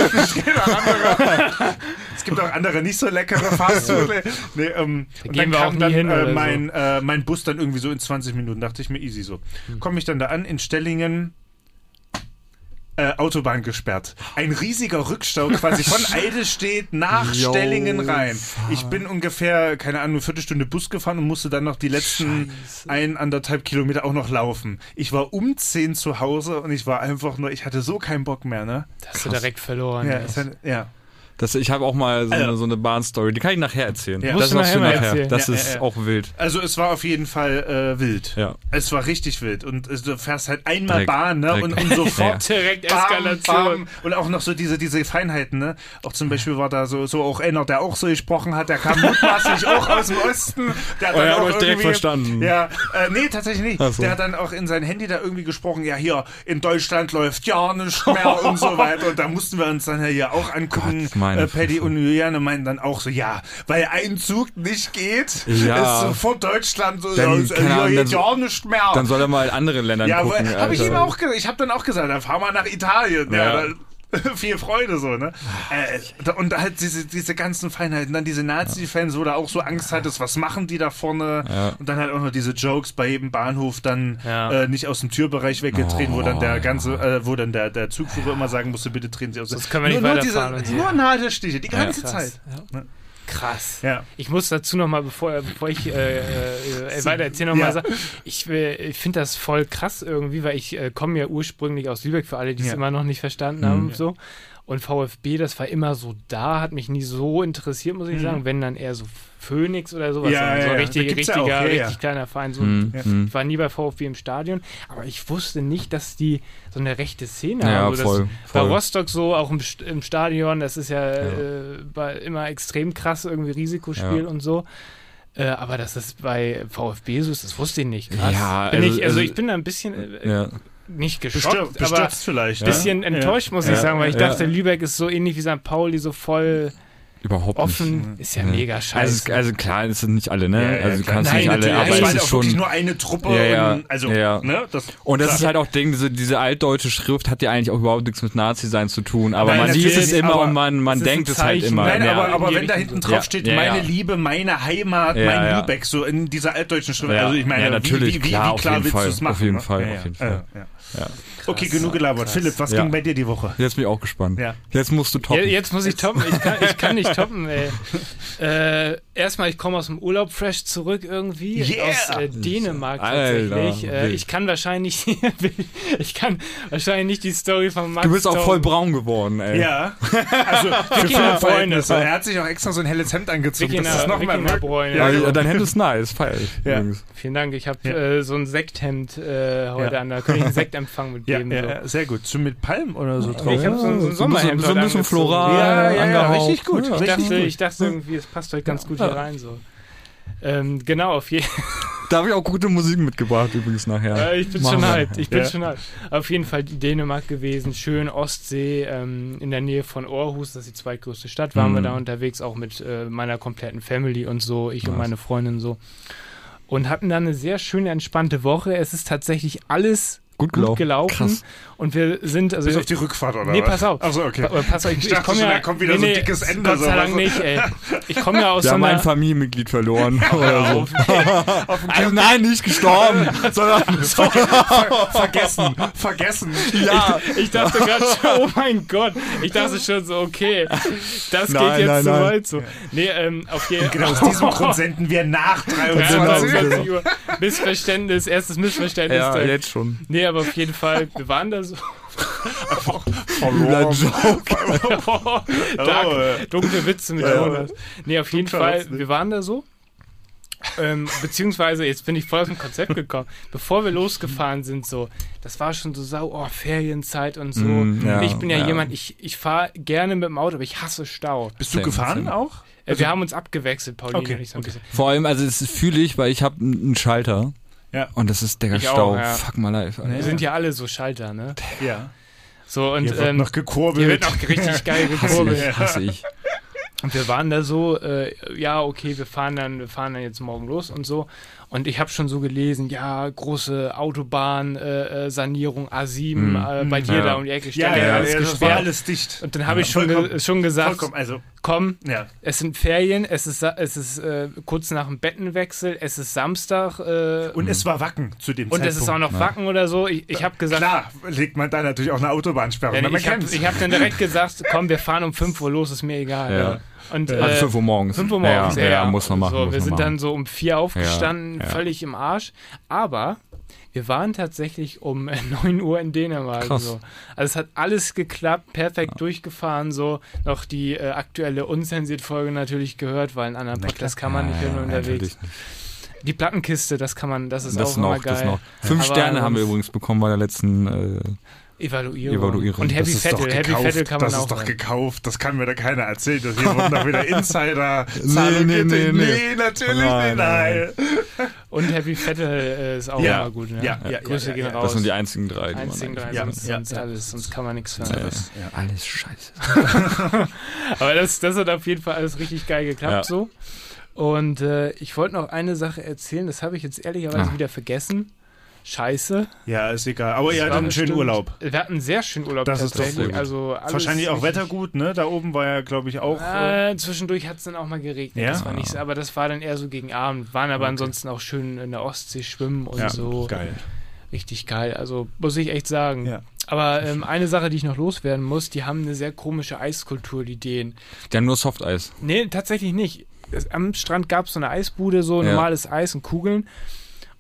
[SPEAKER 3] Es gibt auch andere nicht so leckere Fastfood. nee, ähm, und
[SPEAKER 2] gehen
[SPEAKER 3] dann
[SPEAKER 2] wir
[SPEAKER 3] kam
[SPEAKER 2] auch nie
[SPEAKER 3] dann
[SPEAKER 2] hin oder
[SPEAKER 3] äh,
[SPEAKER 2] so.
[SPEAKER 3] mein, äh, mein Bus dann irgendwie so in 20 Minuten, dachte ich mir easy so.
[SPEAKER 2] Hm.
[SPEAKER 3] Komme ich dann da an in Stellingen. Äh, Autobahn gesperrt. Ein riesiger Rückstau quasi von Eidelstedt nach
[SPEAKER 4] Yo,
[SPEAKER 3] Stellingen rein. Ich bin ungefähr, keine Ahnung, eine Viertelstunde Bus gefahren und musste dann noch die letzten ein, anderthalb Kilometer auch noch laufen. Ich war um 10 zu Hause und ich war einfach nur, ich hatte so keinen Bock mehr, ne?
[SPEAKER 2] Das hast du direkt verloren.
[SPEAKER 3] Ja,
[SPEAKER 2] ey.
[SPEAKER 3] es hat, ja.
[SPEAKER 4] Das, ich habe auch mal so eine, so eine Bahnstory, die kann ich nachher erzählen.
[SPEAKER 3] Also Ja.
[SPEAKER 2] Musst
[SPEAKER 4] Das ist
[SPEAKER 2] du
[SPEAKER 4] was für
[SPEAKER 2] nachher mal
[SPEAKER 4] nachher.
[SPEAKER 2] erzählen.
[SPEAKER 4] Das
[SPEAKER 3] Ja, ja,
[SPEAKER 4] ist
[SPEAKER 3] ja.
[SPEAKER 4] auch wild.
[SPEAKER 3] Also es war auf jeden Fall äh, wild.
[SPEAKER 4] Ja.
[SPEAKER 3] Es war richtig wild. Und es- du fährst halt einmal
[SPEAKER 4] Direkt,
[SPEAKER 3] Bahn, ne?
[SPEAKER 4] direkt.
[SPEAKER 3] Und, und sofort.
[SPEAKER 2] Direkt
[SPEAKER 3] Bam,
[SPEAKER 2] Eskalation.
[SPEAKER 3] bam. Und auch noch so diese, diese Feinheiten, ne? Auch zum Beispiel war da so, so auch einer, der auch so gesprochen hat, der kam mutmaßlich auch aus dem Osten. Der hat
[SPEAKER 4] Oh,
[SPEAKER 3] dann
[SPEAKER 4] ihr habt
[SPEAKER 3] auch
[SPEAKER 4] euch direkt
[SPEAKER 3] irgendwie-
[SPEAKER 4] verstanden.
[SPEAKER 3] Ja, äh, nee, tatsächlich nicht.
[SPEAKER 4] Ach so.
[SPEAKER 3] Der hat dann auch in sein Handy da irgendwie gesprochen, ja hier, in Deutschland läuft ja nichts mehr und so weiter. Und da mussten wir uns dann ja hier auch angucken.
[SPEAKER 4] Gott, meine
[SPEAKER 3] äh, Paddy
[SPEAKER 4] Fresse.
[SPEAKER 3] und Juliane meinen dann auch so, ja, weil ein Zug nicht geht,
[SPEAKER 4] Ja.
[SPEAKER 3] ist sofort Deutschland so
[SPEAKER 4] Dann,
[SPEAKER 3] ja,
[SPEAKER 4] keine Ahnung,
[SPEAKER 3] ja,
[SPEAKER 4] dann-
[SPEAKER 3] ja, nicht mehr.
[SPEAKER 4] Dann soll er mal in andere Länder
[SPEAKER 3] ja,
[SPEAKER 4] gucken.
[SPEAKER 3] habe ich
[SPEAKER 4] Alter.
[SPEAKER 3] ihm auch gesagt. Ich habe dann auch gesagt, dann fahr mal nach Italien.
[SPEAKER 4] Ja.
[SPEAKER 3] Ja. dann- viel Freude so, ne? Äh, da- und halt diese, diese ganzen Feinheiten, dann diese Nazi-Fans, wo du auch so Angst hattest, was machen die da vorne?
[SPEAKER 4] Ja.
[SPEAKER 3] Und dann halt auch noch diese Jokes bei jedem Bahnhof dann
[SPEAKER 2] Ja. Oh.
[SPEAKER 3] äh, nicht aus dem Türbereich weggetreten, wo dann der ganze, äh, wo dann der, der Zugführer immer sagen musste, bitte treten Sie aus.
[SPEAKER 2] Sonst können wir nicht
[SPEAKER 3] nur, nur,
[SPEAKER 2] weiterfahren und so.
[SPEAKER 3] nur Nadelstiche, die ganze
[SPEAKER 2] Krass.
[SPEAKER 3] Zeit.
[SPEAKER 2] Krass.
[SPEAKER 3] Ja.
[SPEAKER 2] Ich muss dazu nochmal, bevor, bevor ich äh, äh, äh, weiter erzähle, nochmal
[SPEAKER 3] Ja.
[SPEAKER 2] sagen, ich, äh, ich finde das voll krass irgendwie, weil ich äh, komme ja ursprünglich aus Lübeck, für alle, die es
[SPEAKER 3] Ja. Mhm.
[SPEAKER 2] immer noch nicht verstanden haben. und So. Und VfB, das war immer so da, hat mich nie so interessiert, muss ich sagen. Wenn dann eher so Phoenix oder sowas.
[SPEAKER 3] Mhm. Ja,
[SPEAKER 2] so
[SPEAKER 3] ja, ja.
[SPEAKER 2] richtig,
[SPEAKER 3] Gibt's ja
[SPEAKER 2] richtiger,
[SPEAKER 3] auch, ja, ja.
[SPEAKER 2] richtig kleiner Verein. So.
[SPEAKER 4] Mhm.
[SPEAKER 3] Ja.
[SPEAKER 4] Mhm.
[SPEAKER 2] Ich war nie bei VfB im Stadion, aber ich wusste nicht, dass die so eine rechte Szene
[SPEAKER 4] Ja,
[SPEAKER 2] haben. So, dass
[SPEAKER 4] voll,
[SPEAKER 2] Bei
[SPEAKER 4] voll.
[SPEAKER 2] Rostock so, auch im, St- im Stadion, das ist ja, Äh, bei, immer extrem krass, irgendwie Risikospiel
[SPEAKER 4] Ja.
[SPEAKER 2] und so. Äh, aber dass das bei VfB so ist, das wusste ich nicht. Krass.
[SPEAKER 4] Ja,
[SPEAKER 2] bin
[SPEAKER 4] also-
[SPEAKER 2] ich, also
[SPEAKER 4] also-
[SPEAKER 2] ich bin da ein bisschen äh,
[SPEAKER 4] Ja.
[SPEAKER 2] nicht
[SPEAKER 3] Bestür-
[SPEAKER 2] geschockt, aber ein
[SPEAKER 3] Bestürzt vielleicht. ne?
[SPEAKER 2] bisschen enttäuscht, muss ich
[SPEAKER 3] Ja.
[SPEAKER 2] sagen, weil ich
[SPEAKER 4] Ja.
[SPEAKER 2] dachte, Lübeck ist so ähnlich wie St. Pauli, so voll
[SPEAKER 4] Überhaupt nicht.
[SPEAKER 2] offen. Ist ja
[SPEAKER 4] Nee.
[SPEAKER 2] mega scheiße.
[SPEAKER 4] Mhm. Also, also klar, es sind nicht alle, ne?
[SPEAKER 3] Ja, ja,
[SPEAKER 4] also du
[SPEAKER 3] klar.
[SPEAKER 4] kannst
[SPEAKER 3] Nein,
[SPEAKER 4] nicht alle,
[SPEAKER 3] natürlich,
[SPEAKER 4] aber
[SPEAKER 3] es war
[SPEAKER 4] es
[SPEAKER 3] halt
[SPEAKER 4] ist
[SPEAKER 3] auch wirklich
[SPEAKER 4] schon.
[SPEAKER 3] nur eine Truppe.
[SPEAKER 4] Ja, ja.
[SPEAKER 3] Und, also,
[SPEAKER 4] Ja.
[SPEAKER 3] Ne, das,
[SPEAKER 4] Und das
[SPEAKER 3] klar.
[SPEAKER 4] ist halt auch Ding, diese, diese altdeutsche Schrift hat ja eigentlich auch überhaupt nichts mit Nazi-Sein zu tun, aber
[SPEAKER 3] Nein,
[SPEAKER 4] man sieht es
[SPEAKER 3] natürlich,
[SPEAKER 4] immer
[SPEAKER 3] aber
[SPEAKER 4] und man, man
[SPEAKER 2] es ist ein
[SPEAKER 4] denkt es halt
[SPEAKER 2] Zeichen.
[SPEAKER 4] immer.
[SPEAKER 3] Nein,
[SPEAKER 4] ja.
[SPEAKER 3] aber, aber
[SPEAKER 2] in die
[SPEAKER 3] wenn da
[SPEAKER 2] Richtung
[SPEAKER 3] hinten
[SPEAKER 2] so.
[SPEAKER 3] drauf
[SPEAKER 4] Ja,
[SPEAKER 3] steht,
[SPEAKER 4] ja,
[SPEAKER 3] meine
[SPEAKER 4] ja.
[SPEAKER 3] Liebe, meine Heimat,
[SPEAKER 4] Ja,
[SPEAKER 3] mein
[SPEAKER 4] ja.
[SPEAKER 3] Lübeck, so in dieser altdeutschen Schrift.
[SPEAKER 4] Ja,
[SPEAKER 3] Also ich meine,
[SPEAKER 4] ja, natürlich,
[SPEAKER 3] wie, wie, wie,
[SPEAKER 4] klar,
[SPEAKER 3] wie
[SPEAKER 4] auf
[SPEAKER 3] klar
[SPEAKER 4] jeden
[SPEAKER 3] willst
[SPEAKER 4] Fall,
[SPEAKER 3] du es machen?
[SPEAKER 4] auf jeden
[SPEAKER 3] ne?
[SPEAKER 4] Fall, auf jeden Fall.
[SPEAKER 3] Ja, ja. Okay, genug gelabert. Philipp, was
[SPEAKER 4] Ja.
[SPEAKER 3] ging bei dir die Woche?
[SPEAKER 4] Jetzt bin ich auch gespannt.
[SPEAKER 3] Ja.
[SPEAKER 4] Jetzt musst du
[SPEAKER 2] Ja,
[SPEAKER 4] toppen.
[SPEAKER 2] jetzt muss ich toppen. Ich kann, ich kann nicht toppen, ey. Äh, erstmal, ich komme aus dem Urlaub fresh zurück irgendwie.
[SPEAKER 3] Yeah!
[SPEAKER 2] Aus äh, Dänemark
[SPEAKER 4] Alter,
[SPEAKER 2] tatsächlich. Äh,
[SPEAKER 4] wild.
[SPEAKER 2] ich kann wahrscheinlich ich kann wahrscheinlich nicht die Story von Max.
[SPEAKER 4] du bist auch
[SPEAKER 2] toppen.
[SPEAKER 4] voll braun geworden, ey.
[SPEAKER 3] Ja, also für
[SPEAKER 2] gehen nach
[SPEAKER 3] viele Freunde.
[SPEAKER 2] Freunde.
[SPEAKER 3] Er hat sich auch extra so ein helles Hemd angezogen. Das ist
[SPEAKER 2] Wikinger,
[SPEAKER 3] noch mal
[SPEAKER 2] Wikingerbräune.
[SPEAKER 4] Ja,
[SPEAKER 3] Ja, genau.
[SPEAKER 4] Also, Dein Hemd ist nice, feier ich
[SPEAKER 3] Ja.
[SPEAKER 4] übrigens.
[SPEAKER 2] Vielen Dank. Ich habe
[SPEAKER 3] Ja.
[SPEAKER 2] äh, so ein Sekthemd äh, heute
[SPEAKER 3] Ja.
[SPEAKER 2] an. Da kann ich einen Sektempfang
[SPEAKER 3] ja,
[SPEAKER 2] mitgeben.
[SPEAKER 3] ja,
[SPEAKER 2] so.
[SPEAKER 3] ja, sehr gut. So mit Palm oder so drauf.
[SPEAKER 2] Ich hab so ein- so ein Sommerhemd
[SPEAKER 4] So ein
[SPEAKER 2] heute
[SPEAKER 4] bisschen
[SPEAKER 2] angezogen.
[SPEAKER 4] floral.
[SPEAKER 3] Ja, ja, ja,
[SPEAKER 4] angehaucht.
[SPEAKER 3] richtig gut.
[SPEAKER 4] Ja.
[SPEAKER 2] Ich
[SPEAKER 3] Richtig
[SPEAKER 2] dachte,
[SPEAKER 3] gut.
[SPEAKER 2] ich dachte irgendwie, es passt heute ganz gut hier rein. So. Ähm, genau, auf jeden
[SPEAKER 4] Da habe ich auch gute Musik mitgebracht übrigens nachher.
[SPEAKER 2] Äh, ich bin
[SPEAKER 4] Machen
[SPEAKER 2] schon
[SPEAKER 4] wir.
[SPEAKER 2] hyped. Ich bin
[SPEAKER 3] Ja.
[SPEAKER 2] schon hyped. Auf jeden Fall Dänemark gewesen, schön Ostsee, ähm, in der Nähe von Aarhus, das ist die zweitgrößte Stadt, waren
[SPEAKER 4] Mhm.
[SPEAKER 2] wir da unterwegs, auch mit äh, meiner kompletten Family und so, ich und
[SPEAKER 4] Nice.
[SPEAKER 2] meine Freundin so. Und hatten dann eine sehr schöne, entspannte Woche. Es ist tatsächlich alles
[SPEAKER 4] Gut
[SPEAKER 2] gut
[SPEAKER 4] gelaufen.
[SPEAKER 2] gelaufen.
[SPEAKER 4] Krass.
[SPEAKER 2] Und wir sind, also
[SPEAKER 3] Bis auf die Rückfahrt oder
[SPEAKER 2] Nee,
[SPEAKER 3] was?
[SPEAKER 2] pass auf.
[SPEAKER 3] Achso, okay.
[SPEAKER 2] Pa- Pass auf, ich,
[SPEAKER 3] Ich
[SPEAKER 2] ich,
[SPEAKER 3] dachte
[SPEAKER 2] komme
[SPEAKER 3] schon,
[SPEAKER 2] ja.
[SPEAKER 3] da kommt wieder so ein dickes Ende,
[SPEAKER 2] Gott sei
[SPEAKER 3] so.
[SPEAKER 2] Dank nicht, ey. Ich komme ja aus
[SPEAKER 4] Wir
[SPEAKER 2] so
[SPEAKER 4] haben
[SPEAKER 2] einer.
[SPEAKER 4] ein Familienmitglied verloren oder so. Also nein, nicht gestorben, sondern
[SPEAKER 3] Vergessen, vergessen.
[SPEAKER 4] ja.
[SPEAKER 2] Ich dachte gerade schon, oh mein Gott. Ich dachte schon so, okay, das
[SPEAKER 4] Nein,
[SPEAKER 2] geht jetzt
[SPEAKER 4] nein,
[SPEAKER 2] zu
[SPEAKER 4] nein.
[SPEAKER 2] weit so. Nee, ähm, auf jeden
[SPEAKER 3] Genau aus diesem Grund senden wir genau nach
[SPEAKER 2] genau.
[SPEAKER 3] 23 Uhr.
[SPEAKER 2] 23 Uhr. Missverständnis, erstes Missverständnis.
[SPEAKER 4] Ja,
[SPEAKER 2] dann-
[SPEAKER 4] jetzt schon.
[SPEAKER 2] Nee, aber auf jeden Fall, wir waren da so. Oh,
[SPEAKER 4] Übler Joke.
[SPEAKER 2] Genau.
[SPEAKER 3] Oh, äh,
[SPEAKER 2] Dark, dunkle Witze mit Jonas. Nee, auf jeden
[SPEAKER 3] Schon
[SPEAKER 2] Fall,
[SPEAKER 3] lustig.
[SPEAKER 2] wir waren da so. ähm, beziehungsweise, jetzt bin ich voll aus dem Konzept gekommen. Bevor wir losgefahren sind, so, das war schon so sau, oh, Ferienzeit und so.
[SPEAKER 4] Mm, ja,
[SPEAKER 2] ich bin ja,
[SPEAKER 4] ja.
[SPEAKER 2] jemand, ich, ich fahre gerne mit dem Auto, aber ich hasse Stau.
[SPEAKER 3] Bist
[SPEAKER 4] Same,
[SPEAKER 3] du gefahren
[SPEAKER 4] same.
[SPEAKER 3] auch?
[SPEAKER 2] Äh, wir haben uns abgewechselt, Pauline
[SPEAKER 3] Okay,
[SPEAKER 2] und ich so ein bisschen.
[SPEAKER 4] Vor allem, also es fühle ich, weil ich habe einen Schalter
[SPEAKER 3] Ja.
[SPEAKER 4] und das ist der
[SPEAKER 2] Ich auch,
[SPEAKER 4] Stau.
[SPEAKER 2] ja.
[SPEAKER 4] Fuck my life. Alter.
[SPEAKER 2] Wir sind ja alle so Schalter, ne?
[SPEAKER 3] Ja.
[SPEAKER 2] So, und
[SPEAKER 3] Hier wird
[SPEAKER 2] ähm, hier
[SPEAKER 3] noch
[SPEAKER 2] wird
[SPEAKER 3] gekurbelt.
[SPEAKER 2] noch richtig geil
[SPEAKER 4] hasse
[SPEAKER 2] gekurbelt.
[SPEAKER 4] ich, hasse ich.
[SPEAKER 2] Und wir waren da so, äh, ja, okay, wir fahren dann, wir fahren dann jetzt morgen los und so. Und ich habe schon so gelesen, ja, große Autobahnsanierung äh, A7 äh, bei dir
[SPEAKER 4] Mhm. ja.
[SPEAKER 2] da um die Ecke
[SPEAKER 3] ja,
[SPEAKER 2] stand
[SPEAKER 4] Ja,
[SPEAKER 3] ja,
[SPEAKER 2] alles
[SPEAKER 3] ja, das war
[SPEAKER 2] gesperrt.
[SPEAKER 3] alles dicht.
[SPEAKER 2] Und dann habe ich
[SPEAKER 3] Ja,
[SPEAKER 2] schon,
[SPEAKER 3] vollkommen-
[SPEAKER 2] ge schon gesagt,
[SPEAKER 3] Vollkommen, also,
[SPEAKER 2] komm,
[SPEAKER 3] ja.
[SPEAKER 2] es sind Ferien, es ist, sa- es ist äh, kurz nach dem Bettenwechsel, es ist Samstag äh, und,
[SPEAKER 3] Und es war Wacken zu dem Zeitpunkt.
[SPEAKER 2] es ist auch noch Wacken oder so. Ich, ich habe gesagt,
[SPEAKER 3] Klar, legt man da natürlich auch eine Autobahnsperre.
[SPEAKER 2] Ja,
[SPEAKER 3] Ja, man
[SPEAKER 2] ich habe
[SPEAKER 3] kennt's.
[SPEAKER 2] hab dann direkt gesagt, komm, wir fahren um 5 Uhr los, ist mir egal.
[SPEAKER 4] Ja.
[SPEAKER 2] Und, äh,
[SPEAKER 4] Also 5 Uhr morgens.
[SPEAKER 2] 5 Uhr morgens,
[SPEAKER 4] Ja, ja, muss man machen.
[SPEAKER 2] So,
[SPEAKER 4] muss
[SPEAKER 2] wir
[SPEAKER 4] man
[SPEAKER 2] sind
[SPEAKER 4] machen.
[SPEAKER 2] dann so um 4 aufgestanden,
[SPEAKER 4] Ja, ja.
[SPEAKER 2] völlig im Arsch. Aber wir waren tatsächlich um äh, 9 Uhr in Dänemark.
[SPEAKER 4] Krass.
[SPEAKER 2] So. Also es hat alles geklappt, perfekt durchgefahren. So noch die äh, aktuelle Unzensiert-Folge natürlich gehört, weil einen anderen Podcast kann man nicht hören unterwegs.
[SPEAKER 4] natürlich.
[SPEAKER 2] Die Plattenkiste, das kann man, das ist
[SPEAKER 4] Das
[SPEAKER 2] auch immer
[SPEAKER 4] noch,
[SPEAKER 2] geil.
[SPEAKER 4] das noch. Fünf
[SPEAKER 2] Aber
[SPEAKER 4] Sterne haben wir
[SPEAKER 2] sonst-
[SPEAKER 4] übrigens bekommen bei der letzten. Äh,
[SPEAKER 2] Evaluierung.
[SPEAKER 4] Evaluierung.
[SPEAKER 2] Und
[SPEAKER 3] Das
[SPEAKER 2] Happy
[SPEAKER 3] ist doch
[SPEAKER 2] Vettel, Happy
[SPEAKER 3] gekauft.
[SPEAKER 2] Vettel kann man
[SPEAKER 3] Das
[SPEAKER 2] auch.
[SPEAKER 3] ist doch
[SPEAKER 2] hören.
[SPEAKER 3] gekauft. Das kann mir da keiner erzählen. Das hier wurden doch wieder Insider.
[SPEAKER 4] nee, nee, nee.
[SPEAKER 3] nee, natürlich
[SPEAKER 4] Nein,
[SPEAKER 3] nicht. Nein.
[SPEAKER 2] Und Happy Vettel äh, ist auch
[SPEAKER 3] Ja.
[SPEAKER 2] immer gut. Ne?
[SPEAKER 3] Ja, ja,
[SPEAKER 2] Grüße
[SPEAKER 3] ja,
[SPEAKER 2] gehen
[SPEAKER 3] ja, ja.
[SPEAKER 2] raus.
[SPEAKER 4] das sind die einzigen drei. Die
[SPEAKER 2] einzigen drei,
[SPEAKER 4] man
[SPEAKER 3] Ja,
[SPEAKER 2] sonst,
[SPEAKER 3] ja,
[SPEAKER 2] sonst
[SPEAKER 3] ja.
[SPEAKER 2] alles, sonst kann man nichts
[SPEAKER 4] eigentlich-
[SPEAKER 2] hören.
[SPEAKER 4] Ja. Alles scheiße.
[SPEAKER 2] Aber das, das hat auf jeden Fall alles richtig geil geklappt
[SPEAKER 4] Ja.
[SPEAKER 2] so. Und äh, ich wollte noch eine Sache erzählen, das habe ich jetzt ehrlicherweise
[SPEAKER 4] Ah.
[SPEAKER 2] wieder vergessen. Scheiße.
[SPEAKER 3] Ja, ist egal. Aber ihr
[SPEAKER 2] Das
[SPEAKER 3] hattet
[SPEAKER 2] war
[SPEAKER 3] einen schönen
[SPEAKER 2] bestimmt-
[SPEAKER 3] Urlaub.
[SPEAKER 2] Wir hatten einen sehr schönen Urlaub
[SPEAKER 3] Das ist doch
[SPEAKER 2] tatsächlich.
[SPEAKER 4] sehr gut.
[SPEAKER 2] also alles
[SPEAKER 3] Wahrscheinlich auch
[SPEAKER 2] richtig-
[SPEAKER 3] wettergut, ne? Da oben war ja, glaube ich, auch. äh,
[SPEAKER 2] Äh, zwischendurch hat es dann auch mal geregnet.
[SPEAKER 3] Ja?
[SPEAKER 2] Das war nichts, aber das war dann eher so gegen Abend. Waren aber
[SPEAKER 3] Okay.
[SPEAKER 2] ansonsten auch schön in der Ostsee schwimmen und
[SPEAKER 3] ja,
[SPEAKER 2] so.
[SPEAKER 3] geil.
[SPEAKER 2] Richtig geil. Also muss ich echt sagen.
[SPEAKER 3] Ja.
[SPEAKER 2] Aber ähm, eine Sache, die ich noch loswerden muss, die haben eine sehr komische Eiskultur, die Dänen.
[SPEAKER 4] Die haben nur Softeis.
[SPEAKER 2] Nee, tatsächlich nicht. Es- Am Strand gab es so eine Eisbude, so
[SPEAKER 4] Ja.
[SPEAKER 2] normales Eis und Kugeln.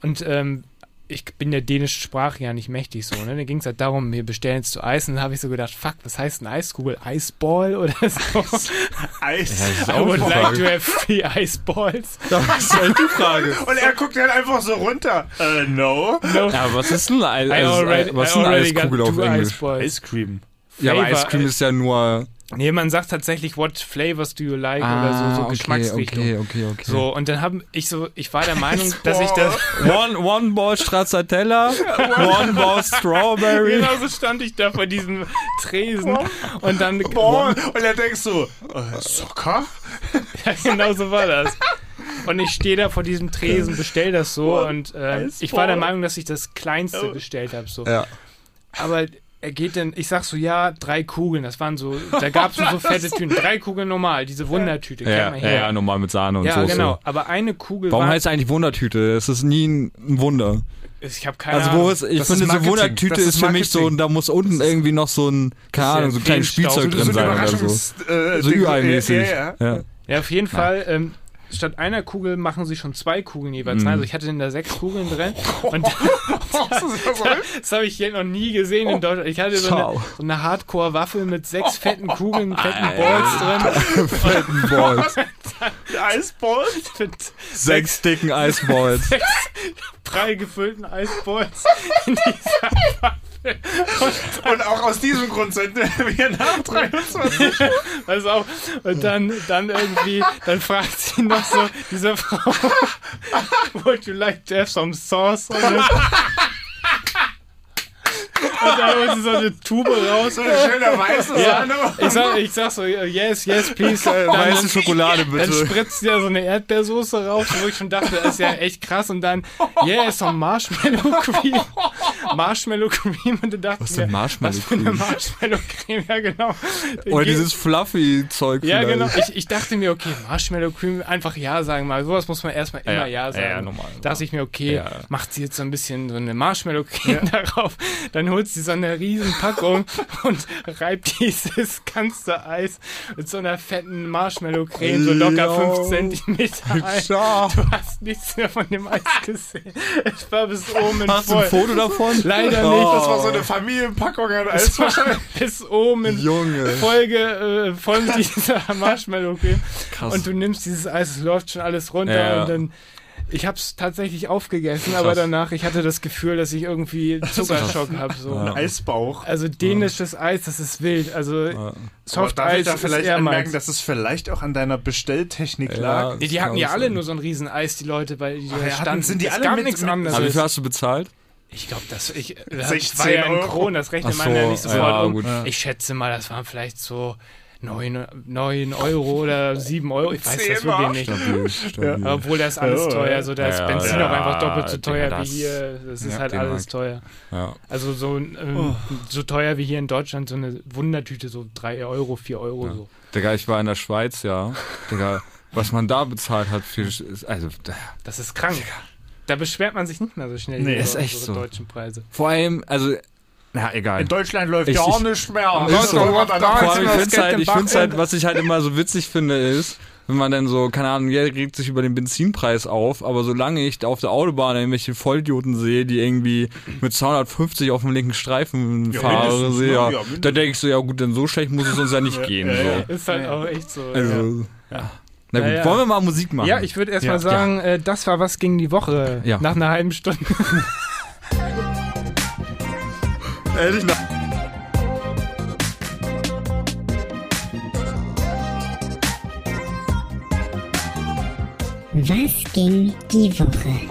[SPEAKER 2] Und ähm, ich bin der dänischen Sprache ja nicht mächtig so. Ne? Da ging es halt darum, wir bestellen jetzt zu Eis. Und dann habe ich so gedacht, fuck, was heißt ein Eiskugel? Eisball oder so?
[SPEAKER 3] Eis.
[SPEAKER 4] ist
[SPEAKER 2] I would like to have three Eisballs.
[SPEAKER 4] Das ist halt die Frage.
[SPEAKER 3] Und er guckt halt einfach so runter. Äh, no.
[SPEAKER 2] No.
[SPEAKER 4] Ja, aber was ist denn ein
[SPEAKER 2] I
[SPEAKER 4] Eis?
[SPEAKER 2] already-
[SPEAKER 4] Also, äh, was ist
[SPEAKER 2] I
[SPEAKER 4] denn
[SPEAKER 2] already got
[SPEAKER 4] Eiskugel auf
[SPEAKER 2] two
[SPEAKER 4] Englisch?
[SPEAKER 2] Iceballs.
[SPEAKER 3] Ice Cream.
[SPEAKER 4] Ja, aber
[SPEAKER 2] Flavor-
[SPEAKER 4] Ice Cream ist ja nur.
[SPEAKER 2] Nee, man sagt tatsächlich, what flavors do you like oder so, so Geschmacksrichtung.
[SPEAKER 4] Ah, okay, okay, okay.
[SPEAKER 2] So, und dann haben ich so, ich war der Meinung, dass ich das.
[SPEAKER 4] One, one Ball Stracciatella, one Ball Strawberry.
[SPEAKER 2] Genau so stand ich da vor diesem Tresen. Und dann.
[SPEAKER 3] Boah. Und er denkt so, äh, Zucker?
[SPEAKER 2] Ja, genau so war das. Und ich stehe da vor diesem Tresen, bestell das so und äh, ich war der Meinung, dass ich das Kleinste bestellt habe. So.
[SPEAKER 4] Ja.
[SPEAKER 2] Aber er geht dann, ich sag so, ja, drei Kugeln, das waren so, da gab es so, so fette Tüten. Drei Kugeln normal, diese Wundertüte, kennt
[SPEAKER 4] Ja,
[SPEAKER 2] man
[SPEAKER 4] ja,
[SPEAKER 2] hier.
[SPEAKER 4] ja,
[SPEAKER 2] Ja,
[SPEAKER 4] normal mit Sahne und Soße.
[SPEAKER 2] genau, aber eine Kugel
[SPEAKER 4] Warum
[SPEAKER 2] war,
[SPEAKER 4] heißt es eigentlich Wundertüte? Es ist nie ein ein Wunder.
[SPEAKER 2] ich habe keine
[SPEAKER 4] Also
[SPEAKER 2] Ahnung.
[SPEAKER 4] wo es, ich
[SPEAKER 3] Das
[SPEAKER 4] finde,
[SPEAKER 3] ist
[SPEAKER 4] so
[SPEAKER 3] Marketing.
[SPEAKER 4] Wundertüte
[SPEAKER 3] Das
[SPEAKER 4] ist,
[SPEAKER 3] ist
[SPEAKER 4] für mich so,
[SPEAKER 3] Marketing.
[SPEAKER 4] und da muss unten irgendwie noch so ein, keine
[SPEAKER 2] ja
[SPEAKER 4] Ahnung, so ein kleines
[SPEAKER 2] Feenstaub.
[SPEAKER 4] Spielzeug
[SPEAKER 3] So, so
[SPEAKER 4] drin sein oder so.
[SPEAKER 3] Überraschungs- äh,
[SPEAKER 4] So
[SPEAKER 3] Ding.
[SPEAKER 4] UI-mäßig.
[SPEAKER 3] Ja, ja, ja.
[SPEAKER 4] Ja.
[SPEAKER 2] Ja, auf jeden Fall, ähm, statt einer Kugel machen sie schon zwei Kugeln jeweils.
[SPEAKER 4] Mhm.
[SPEAKER 2] Also ich hatte denn da sechs Kugeln drin und
[SPEAKER 3] Das ist ja so-
[SPEAKER 2] Das habe ich hier noch nie gesehen in Deutschland. Ich hatte so eine,
[SPEAKER 4] Schau.
[SPEAKER 2] so eine Hardcore-Waffel mit sechs fetten Kugeln, fetten Balls drin.
[SPEAKER 4] Fetten Balls.
[SPEAKER 3] Eisball?
[SPEAKER 2] Mit
[SPEAKER 4] Sechs dicken Eisballs.
[SPEAKER 2] prall gefüllten Eisballs.
[SPEAKER 3] Und auch aus diesem Grund sind wir nach 23.
[SPEAKER 2] Also auch, und dann, dann irgendwie, dann fragt sie noch so, diese Frau, would you like to have some sauce? on it?" Und dann holt sie so eine Tube raus.
[SPEAKER 3] So ein schöner weißer
[SPEAKER 2] Ja,
[SPEAKER 3] Sahne.
[SPEAKER 2] ich sag, ich sag so, yes, yes, please.
[SPEAKER 4] Äh,
[SPEAKER 2] Dann-
[SPEAKER 4] Weiße Schokolade
[SPEAKER 2] Dann
[SPEAKER 4] bitte.
[SPEAKER 2] spritzt ja so eine Erdbeersoße rauf, wo ich schon dachte, das ist ja echt krass. Und dann, yeah, ist so ein Marshmallow Cream. Marshmallow Cream. Und du
[SPEAKER 4] Was
[SPEAKER 2] dachtest
[SPEAKER 4] ist denn
[SPEAKER 2] mir,
[SPEAKER 4] Marshmallow
[SPEAKER 2] was für eine
[SPEAKER 4] Cream?
[SPEAKER 2] Marshmallow Cream, ja genau.
[SPEAKER 4] Oder
[SPEAKER 2] Geht-
[SPEAKER 4] Oh, dieses fluffy Zeug
[SPEAKER 2] ja,
[SPEAKER 4] vielleicht.
[SPEAKER 2] genau. Ich, ich dachte mir, okay, Marshmallow Cream, einfach Ja sagen mal. Sowas muss man erstmal immer
[SPEAKER 4] Ja,
[SPEAKER 2] Ja
[SPEAKER 4] ja,
[SPEAKER 2] sagen.
[SPEAKER 4] ja, normal, normal.
[SPEAKER 2] Dachte ich mir, okay,
[SPEAKER 4] Ja.
[SPEAKER 2] macht sie jetzt so ein bisschen so eine Marshmallow Creme darauf. Dann holt sie so eine riesen Packung und reibt dieses ganze Eis mit so einer fetten Marshmallow Creme so locker
[SPEAKER 4] Yo.
[SPEAKER 2] 5 Zentimeter ein.
[SPEAKER 4] Schau.
[SPEAKER 2] Du hast nichts mehr von dem Eis gesehen. Ich war bis oben in
[SPEAKER 4] Hast du ein
[SPEAKER 2] voll.
[SPEAKER 4] Foto davon?
[SPEAKER 2] Leider
[SPEAKER 4] Oh.
[SPEAKER 2] nicht,
[SPEAKER 3] Das war so eine Familienpackung an Eis.
[SPEAKER 2] bis oben in
[SPEAKER 4] Junge.
[SPEAKER 2] Folge äh, voll mit dieser Marshmallow Creme.
[SPEAKER 4] Krass.
[SPEAKER 2] Und du nimmst dieses Eis, es läuft schon alles runter
[SPEAKER 4] Ja.
[SPEAKER 2] und dann Ich habe es tatsächlich aufgegessen,
[SPEAKER 4] Krass.
[SPEAKER 2] aber danach, ich hatte das Gefühl, dass ich irgendwie Zuckerschock habe. So.
[SPEAKER 4] Ja.
[SPEAKER 3] Eisbauch.
[SPEAKER 2] Also dänisches Eis, das ist wild. Also
[SPEAKER 4] Ja.
[SPEAKER 3] Aber darf ich
[SPEAKER 2] Softeis
[SPEAKER 3] da
[SPEAKER 2] ist
[SPEAKER 3] vielleicht
[SPEAKER 2] eher
[SPEAKER 3] anmerken,
[SPEAKER 2] meins.
[SPEAKER 3] dass es vielleicht auch an deiner Bestelltechnik
[SPEAKER 4] Ja.
[SPEAKER 3] lag?
[SPEAKER 2] Nee, die
[SPEAKER 4] Das
[SPEAKER 2] hatten
[SPEAKER 4] kann
[SPEAKER 2] ja
[SPEAKER 4] sein.
[SPEAKER 2] alle nur so ein Rieseneis, die Leute, weil die da
[SPEAKER 3] ja, hatten-
[SPEAKER 2] standen.
[SPEAKER 3] sind die
[SPEAKER 2] es
[SPEAKER 3] alle
[SPEAKER 2] gab
[SPEAKER 3] mit-
[SPEAKER 2] nichts
[SPEAKER 3] mit-
[SPEAKER 2] anderes.
[SPEAKER 4] Aber wie viel hast du bezahlt?
[SPEAKER 2] Ich glaube, das, ich, das
[SPEAKER 3] 16
[SPEAKER 2] war ja
[SPEAKER 3] Euro.
[SPEAKER 2] ein Kron, das rechnet
[SPEAKER 4] Ach
[SPEAKER 2] man ja
[SPEAKER 4] so,
[SPEAKER 2] nicht sofort
[SPEAKER 4] ja,
[SPEAKER 2] um.
[SPEAKER 4] gut.
[SPEAKER 2] Ich schätze mal, das waren vielleicht so 9, Euro oder 7 Euro. Ich weiß das
[SPEAKER 3] Zehner.
[SPEAKER 2] wirklich nicht.
[SPEAKER 4] Stabil, stabil. Oh.
[SPEAKER 2] Obwohl, da ist alles
[SPEAKER 3] Ja,
[SPEAKER 2] teuer. So, da ist
[SPEAKER 4] ja,
[SPEAKER 2] Benzin
[SPEAKER 4] ja,
[SPEAKER 2] auch einfach doppelt so
[SPEAKER 4] Digga,
[SPEAKER 2] teuer
[SPEAKER 4] das-
[SPEAKER 2] wie hier. Das ist
[SPEAKER 4] ja,
[SPEAKER 2] halt
[SPEAKER 4] den
[SPEAKER 2] alles
[SPEAKER 4] mag-
[SPEAKER 2] teuer.
[SPEAKER 4] Ja.
[SPEAKER 2] Also so,
[SPEAKER 4] Oh.
[SPEAKER 2] ähm, so teuer wie hier in Deutschland, so eine Wundertüte, so 3 Euro, 4 Euro. So.
[SPEAKER 4] Digga, ich war in der Schweiz, ja. Digga, was man da bezahlt hat für. Also,
[SPEAKER 2] Das ist krank. Da beschwert man sich nicht mehr so schnell
[SPEAKER 3] Nee,
[SPEAKER 2] über
[SPEAKER 4] ist echt
[SPEAKER 2] unsere
[SPEAKER 4] so.
[SPEAKER 2] deutschen Preise.
[SPEAKER 4] vor allem, also. Na, egal.
[SPEAKER 3] In Deutschland läuft
[SPEAKER 4] Ich-
[SPEAKER 3] ja auch
[SPEAKER 4] ich-
[SPEAKER 3] nichts mehr.
[SPEAKER 4] Ist so.
[SPEAKER 3] Leute,
[SPEAKER 4] Vor
[SPEAKER 3] hat einer
[SPEAKER 4] allem, ich
[SPEAKER 3] Fußball-
[SPEAKER 4] find's halt, ich find's halt, was ich halt immer so witzig finde, ist, wenn man dann so, keine Ahnung, ja, regt sich über den Benzinpreis auf, aber solange ich da auf der Autobahn irgendwelche Vollidioten sehe, die irgendwie mit 250 auf dem linken Streifen
[SPEAKER 3] Ja,
[SPEAKER 4] fahren,
[SPEAKER 3] mindestens,
[SPEAKER 4] sehe,
[SPEAKER 3] ne?
[SPEAKER 4] ja,
[SPEAKER 3] Ja, mindestens.
[SPEAKER 4] dann denke ich so, ja gut, denn so schlecht muss es uns ja nicht gehen.
[SPEAKER 3] ja, ja.
[SPEAKER 4] So.
[SPEAKER 2] Ist halt auch echt so. ja.
[SPEAKER 4] Also, ja. Na gut,
[SPEAKER 2] Ja, ja.
[SPEAKER 4] wollen wir mal Musik machen?
[SPEAKER 2] Ja, ich würde erstmal
[SPEAKER 3] Ja.
[SPEAKER 2] sagen, Äh, das war was gegen die Woche.
[SPEAKER 4] Ja.
[SPEAKER 2] Nach einer halben Stunde.
[SPEAKER 4] ehrlich nach.
[SPEAKER 5] Was ging die Woche?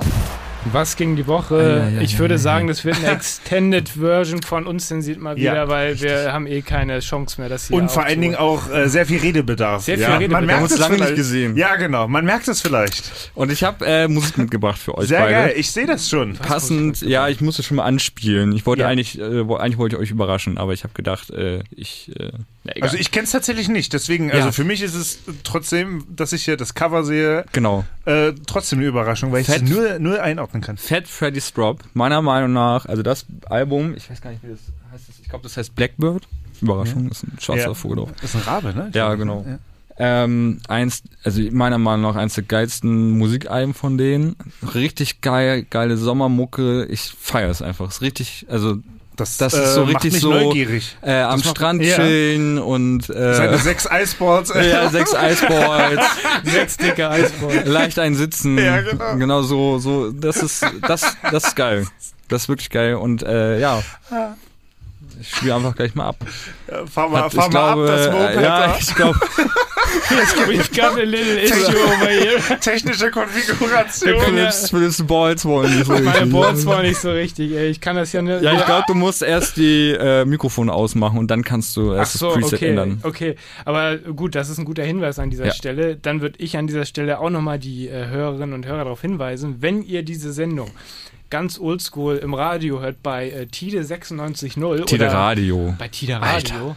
[SPEAKER 2] Was gegen die
[SPEAKER 4] Ja,
[SPEAKER 2] Woche?
[SPEAKER 4] Ah, ja, ja,
[SPEAKER 2] ich würde
[SPEAKER 4] ja, ja.
[SPEAKER 2] sagen, das wird eine Extended Version von uns, den sieht mal
[SPEAKER 3] Ja,
[SPEAKER 2] wieder, weil wir haben eh keine Chance mehr, das hier
[SPEAKER 3] Und vor allen Dingen
[SPEAKER 2] aufzuholen.
[SPEAKER 3] auch äh, sehr viel Redebedarf.
[SPEAKER 2] Sehr viel
[SPEAKER 3] ja. Man
[SPEAKER 2] Redebedarf.
[SPEAKER 4] Wir haben
[SPEAKER 3] merkt
[SPEAKER 4] uns
[SPEAKER 3] es
[SPEAKER 4] lange nicht
[SPEAKER 3] vielleicht.
[SPEAKER 4] gesehen.
[SPEAKER 3] Ja, genau. Man merkt es vielleicht.
[SPEAKER 4] Und ich habe äh, Musik mitgebracht für euch
[SPEAKER 3] Sehr
[SPEAKER 4] beide.
[SPEAKER 3] geil. Ich sehe das schon.
[SPEAKER 4] Passend, ja, ich musste schon mal anspielen. Ich wollte
[SPEAKER 3] Ja.
[SPEAKER 4] eigentlich, äh, wo- eigentlich wollte ich euch überraschen, aber ich habe gedacht, äh, ich, äh, na, egal.
[SPEAKER 3] Also ich kenne es tatsächlich nicht. Deswegen,
[SPEAKER 4] Ja.
[SPEAKER 3] also für mich ist es trotzdem, dass ich hier das Cover sehe,
[SPEAKER 4] genau.
[SPEAKER 3] äh, trotzdem eine Überraschung, weil ich es
[SPEAKER 4] Fett.
[SPEAKER 3] nur, nur einordnen kann.
[SPEAKER 4] Fat Freddy's Drop, meiner Meinung nach, also das Album, ich weiß gar nicht, wie das heißt, ich glaube, das heißt Blackbird. Überraschung, ist ein schwarzer
[SPEAKER 3] Ja.
[SPEAKER 4] Vogel auch.
[SPEAKER 3] Das ist ein Rabe, ne?
[SPEAKER 4] Ja, genau. Ähm, eins, also meiner Meinung nach eins der geilsten Musikalben von denen. Richtig geil, geile Sommermucke. Ich feiere es einfach. Ist richtig, also
[SPEAKER 3] Das,
[SPEAKER 4] Das
[SPEAKER 3] äh,
[SPEAKER 4] ist so richtig
[SPEAKER 3] macht mich
[SPEAKER 4] so-
[SPEAKER 3] neugierig.
[SPEAKER 4] äh, am
[SPEAKER 3] macht-
[SPEAKER 4] Strand
[SPEAKER 3] ja.
[SPEAKER 4] chillen und äh,
[SPEAKER 3] Seine sechs Eisballs. äh,
[SPEAKER 4] ja, sechs Eisballs.
[SPEAKER 2] Sechs dicke Eisbäume.
[SPEAKER 4] leicht einsitzen.
[SPEAKER 3] Ja, genau.
[SPEAKER 4] Genau so, so, das ist, das, das ist geil. Das ist wirklich geil und äh, ja. Ich spiele einfach gleich mal ab.
[SPEAKER 3] Fahr mal,
[SPEAKER 4] Hat-
[SPEAKER 3] fahr
[SPEAKER 4] ich
[SPEAKER 3] mal
[SPEAKER 4] glaube,
[SPEAKER 3] ab, das Moped.
[SPEAKER 4] äh, ja,
[SPEAKER 3] da.
[SPEAKER 4] ich glaube,
[SPEAKER 2] We've got a little issue over here.
[SPEAKER 3] Technische Konfiguration.
[SPEAKER 2] können-
[SPEAKER 4] Philips, Philips Balls wollen nicht so
[SPEAKER 2] Meine
[SPEAKER 4] richtig.
[SPEAKER 2] Boards waren nicht so richtig, ey. Ich kann das ja nicht.
[SPEAKER 4] Ja, ich glaube, du musst erst die äh, Mikrofone ausmachen und dann kannst du
[SPEAKER 2] Ach
[SPEAKER 4] erst
[SPEAKER 2] so,
[SPEAKER 4] das Preset
[SPEAKER 2] okay,
[SPEAKER 4] ändern.
[SPEAKER 2] okay. Aber gut, das ist ein guter Hinweis an dieser
[SPEAKER 4] Ja.
[SPEAKER 2] Stelle. Dann würde ich an dieser Stelle auch nochmal die äh, Hörerinnen und Hörer darauf hinweisen, wenn ihr diese Sendung ganz oldschool im Radio hört bei äh, Tide 96.0
[SPEAKER 4] Tide
[SPEAKER 2] oder
[SPEAKER 4] Radio.
[SPEAKER 2] bei Tide Radio.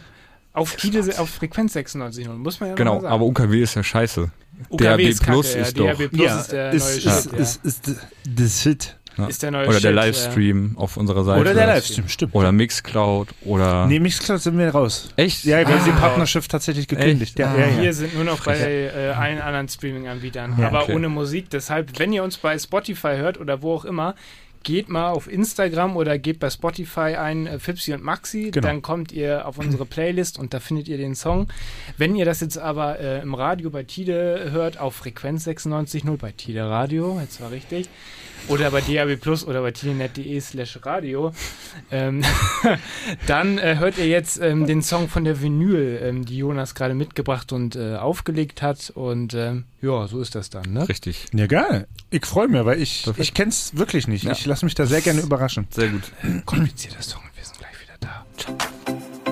[SPEAKER 2] Auf, Tide, auf Frequenz 96.0 muss man ja noch mal
[SPEAKER 4] Genau,
[SPEAKER 2] sagen.
[SPEAKER 4] aber UKW ist ja scheiße.
[SPEAKER 2] UKW
[SPEAKER 4] DAB+
[SPEAKER 2] ist Kacke, ja,
[SPEAKER 4] ist
[SPEAKER 2] DAB+
[SPEAKER 4] doch-
[SPEAKER 2] Plus ist der neue Shit. ja.
[SPEAKER 3] das Hit.
[SPEAKER 4] Ja.
[SPEAKER 2] Ist der neue
[SPEAKER 4] Oder der
[SPEAKER 2] Shit, ja.
[SPEAKER 4] Livestream auf unserer Seite.
[SPEAKER 3] Oder der Livestream, stimmt.
[SPEAKER 4] Oder Mixcloud oder.
[SPEAKER 3] Nee, Mixcloud sind wir raus.
[SPEAKER 4] Echt?
[SPEAKER 3] Ja, wir
[SPEAKER 4] Ah.
[SPEAKER 3] haben die Partnerschaft tatsächlich gekündigt.
[SPEAKER 4] Echt?
[SPEAKER 3] Ja,
[SPEAKER 4] Ah.
[SPEAKER 3] ja, ja.
[SPEAKER 2] Wir sind nur noch bei äh, allen anderen Streaming-Anbietern,
[SPEAKER 3] Ja,
[SPEAKER 2] aber
[SPEAKER 4] okay.
[SPEAKER 2] ohne Musik. Deshalb, wenn ihr uns bei Spotify hört oder wo auch immer, geht mal auf Instagram oder geht bei Spotify ein äh, Fipsi und Maxi.
[SPEAKER 3] Genau.
[SPEAKER 2] Dann kommt ihr auf unsere Playlist und da findet ihr den Song. Wenn ihr das jetzt aber äh, im Radio bei Tide hört, auf Frequenz 96.0 bei Tide Radio, jetzt war richtig, oder bei DAB Plus oder bei tidenet.de E slash Radio, ähm, dann äh, hört ihr jetzt ähm, den Song von der Vinyl, ähm, die Jonas gerade mitgebracht und äh, aufgelegt hat. Und ähm, ja, so ist das dann, ne?
[SPEAKER 4] Richtig.
[SPEAKER 3] Ja, geil. Ich freue mich, weil ich,
[SPEAKER 4] Perfekt.
[SPEAKER 3] ich kenn's wirklich nicht.
[SPEAKER 4] Ja.
[SPEAKER 3] Ich lasse mich da sehr gerne überraschen.
[SPEAKER 4] Sehr gut.
[SPEAKER 2] Komplizierter Song und wir sind gleich wieder da.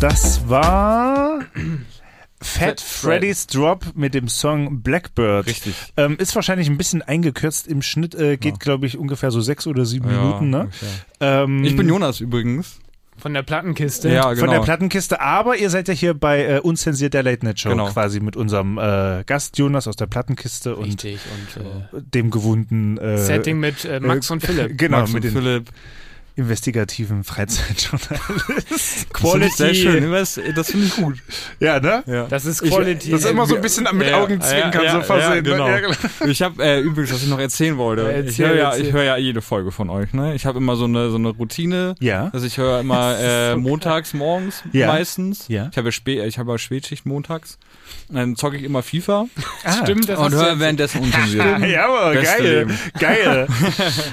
[SPEAKER 3] Das war Fat Freddy's Drop mit dem Song Blackbird.
[SPEAKER 4] Richtig.
[SPEAKER 3] Ähm, ist wahrscheinlich ein bisschen eingekürzt. Im Schnitt äh, geht, glaube ich, ungefähr so sechs oder sieben Minuten.
[SPEAKER 4] Ja,
[SPEAKER 3] Ne?
[SPEAKER 4] ungefähr.
[SPEAKER 3] Ähm,
[SPEAKER 4] Ich bin Jonas übrigens.
[SPEAKER 2] Von der Plattenkiste.
[SPEAKER 4] Ja, genau.
[SPEAKER 3] Von der Plattenkiste, aber ihr seid ja hier bei äh, Unzensiert der Late Night Show
[SPEAKER 4] Genau.
[SPEAKER 3] quasi mit unserem äh, Gast Jonas aus der Plattenkiste und
[SPEAKER 2] Richtig. Und äh,
[SPEAKER 3] dem gewohnten äh,
[SPEAKER 2] Setting mit äh, Max und Philipp.
[SPEAKER 3] Genau,
[SPEAKER 4] Max
[SPEAKER 3] mit
[SPEAKER 4] und
[SPEAKER 3] den
[SPEAKER 4] Philipp.
[SPEAKER 3] investigativen Freizeitjournalist.
[SPEAKER 4] Das finde ich sehr
[SPEAKER 2] Quality.
[SPEAKER 4] schön. Das, das finde ich gut.
[SPEAKER 3] ja, ne?
[SPEAKER 4] Ja.
[SPEAKER 2] Das ist
[SPEAKER 4] Ich-
[SPEAKER 2] Quality.
[SPEAKER 3] Das ist immer so ein bisschen mit
[SPEAKER 4] Ja,
[SPEAKER 3] Augenzwinkern
[SPEAKER 4] ja,
[SPEAKER 3] so
[SPEAKER 4] ja,
[SPEAKER 3] versehen.
[SPEAKER 4] Ja, genau.
[SPEAKER 3] ne? Ja,
[SPEAKER 4] Ich habe äh, übrigens, was ich noch erzählen wollte.
[SPEAKER 2] Ja,
[SPEAKER 4] ich
[SPEAKER 2] erzähl,
[SPEAKER 4] höre ja,
[SPEAKER 2] erzähl.
[SPEAKER 4] ich höre ja jede Folge von euch. Ne? Ich habe immer so eine so eine Routine.
[SPEAKER 3] Ja.
[SPEAKER 4] Also ich höre immer äh, montags morgens
[SPEAKER 3] Ja.
[SPEAKER 4] meistens.
[SPEAKER 3] Ja.
[SPEAKER 4] Ich habe ja spät, ich habe ja Spätschicht montags. Und dann zocke ich immer FIFA
[SPEAKER 2] Stimmt, das
[SPEAKER 4] und
[SPEAKER 2] hast du
[SPEAKER 4] höre
[SPEAKER 2] jetzt-
[SPEAKER 4] währenddessen unzensiert.
[SPEAKER 3] Ah. Ja, aber
[SPEAKER 4] Beste
[SPEAKER 3] geil.
[SPEAKER 4] Leben.
[SPEAKER 3] Geil.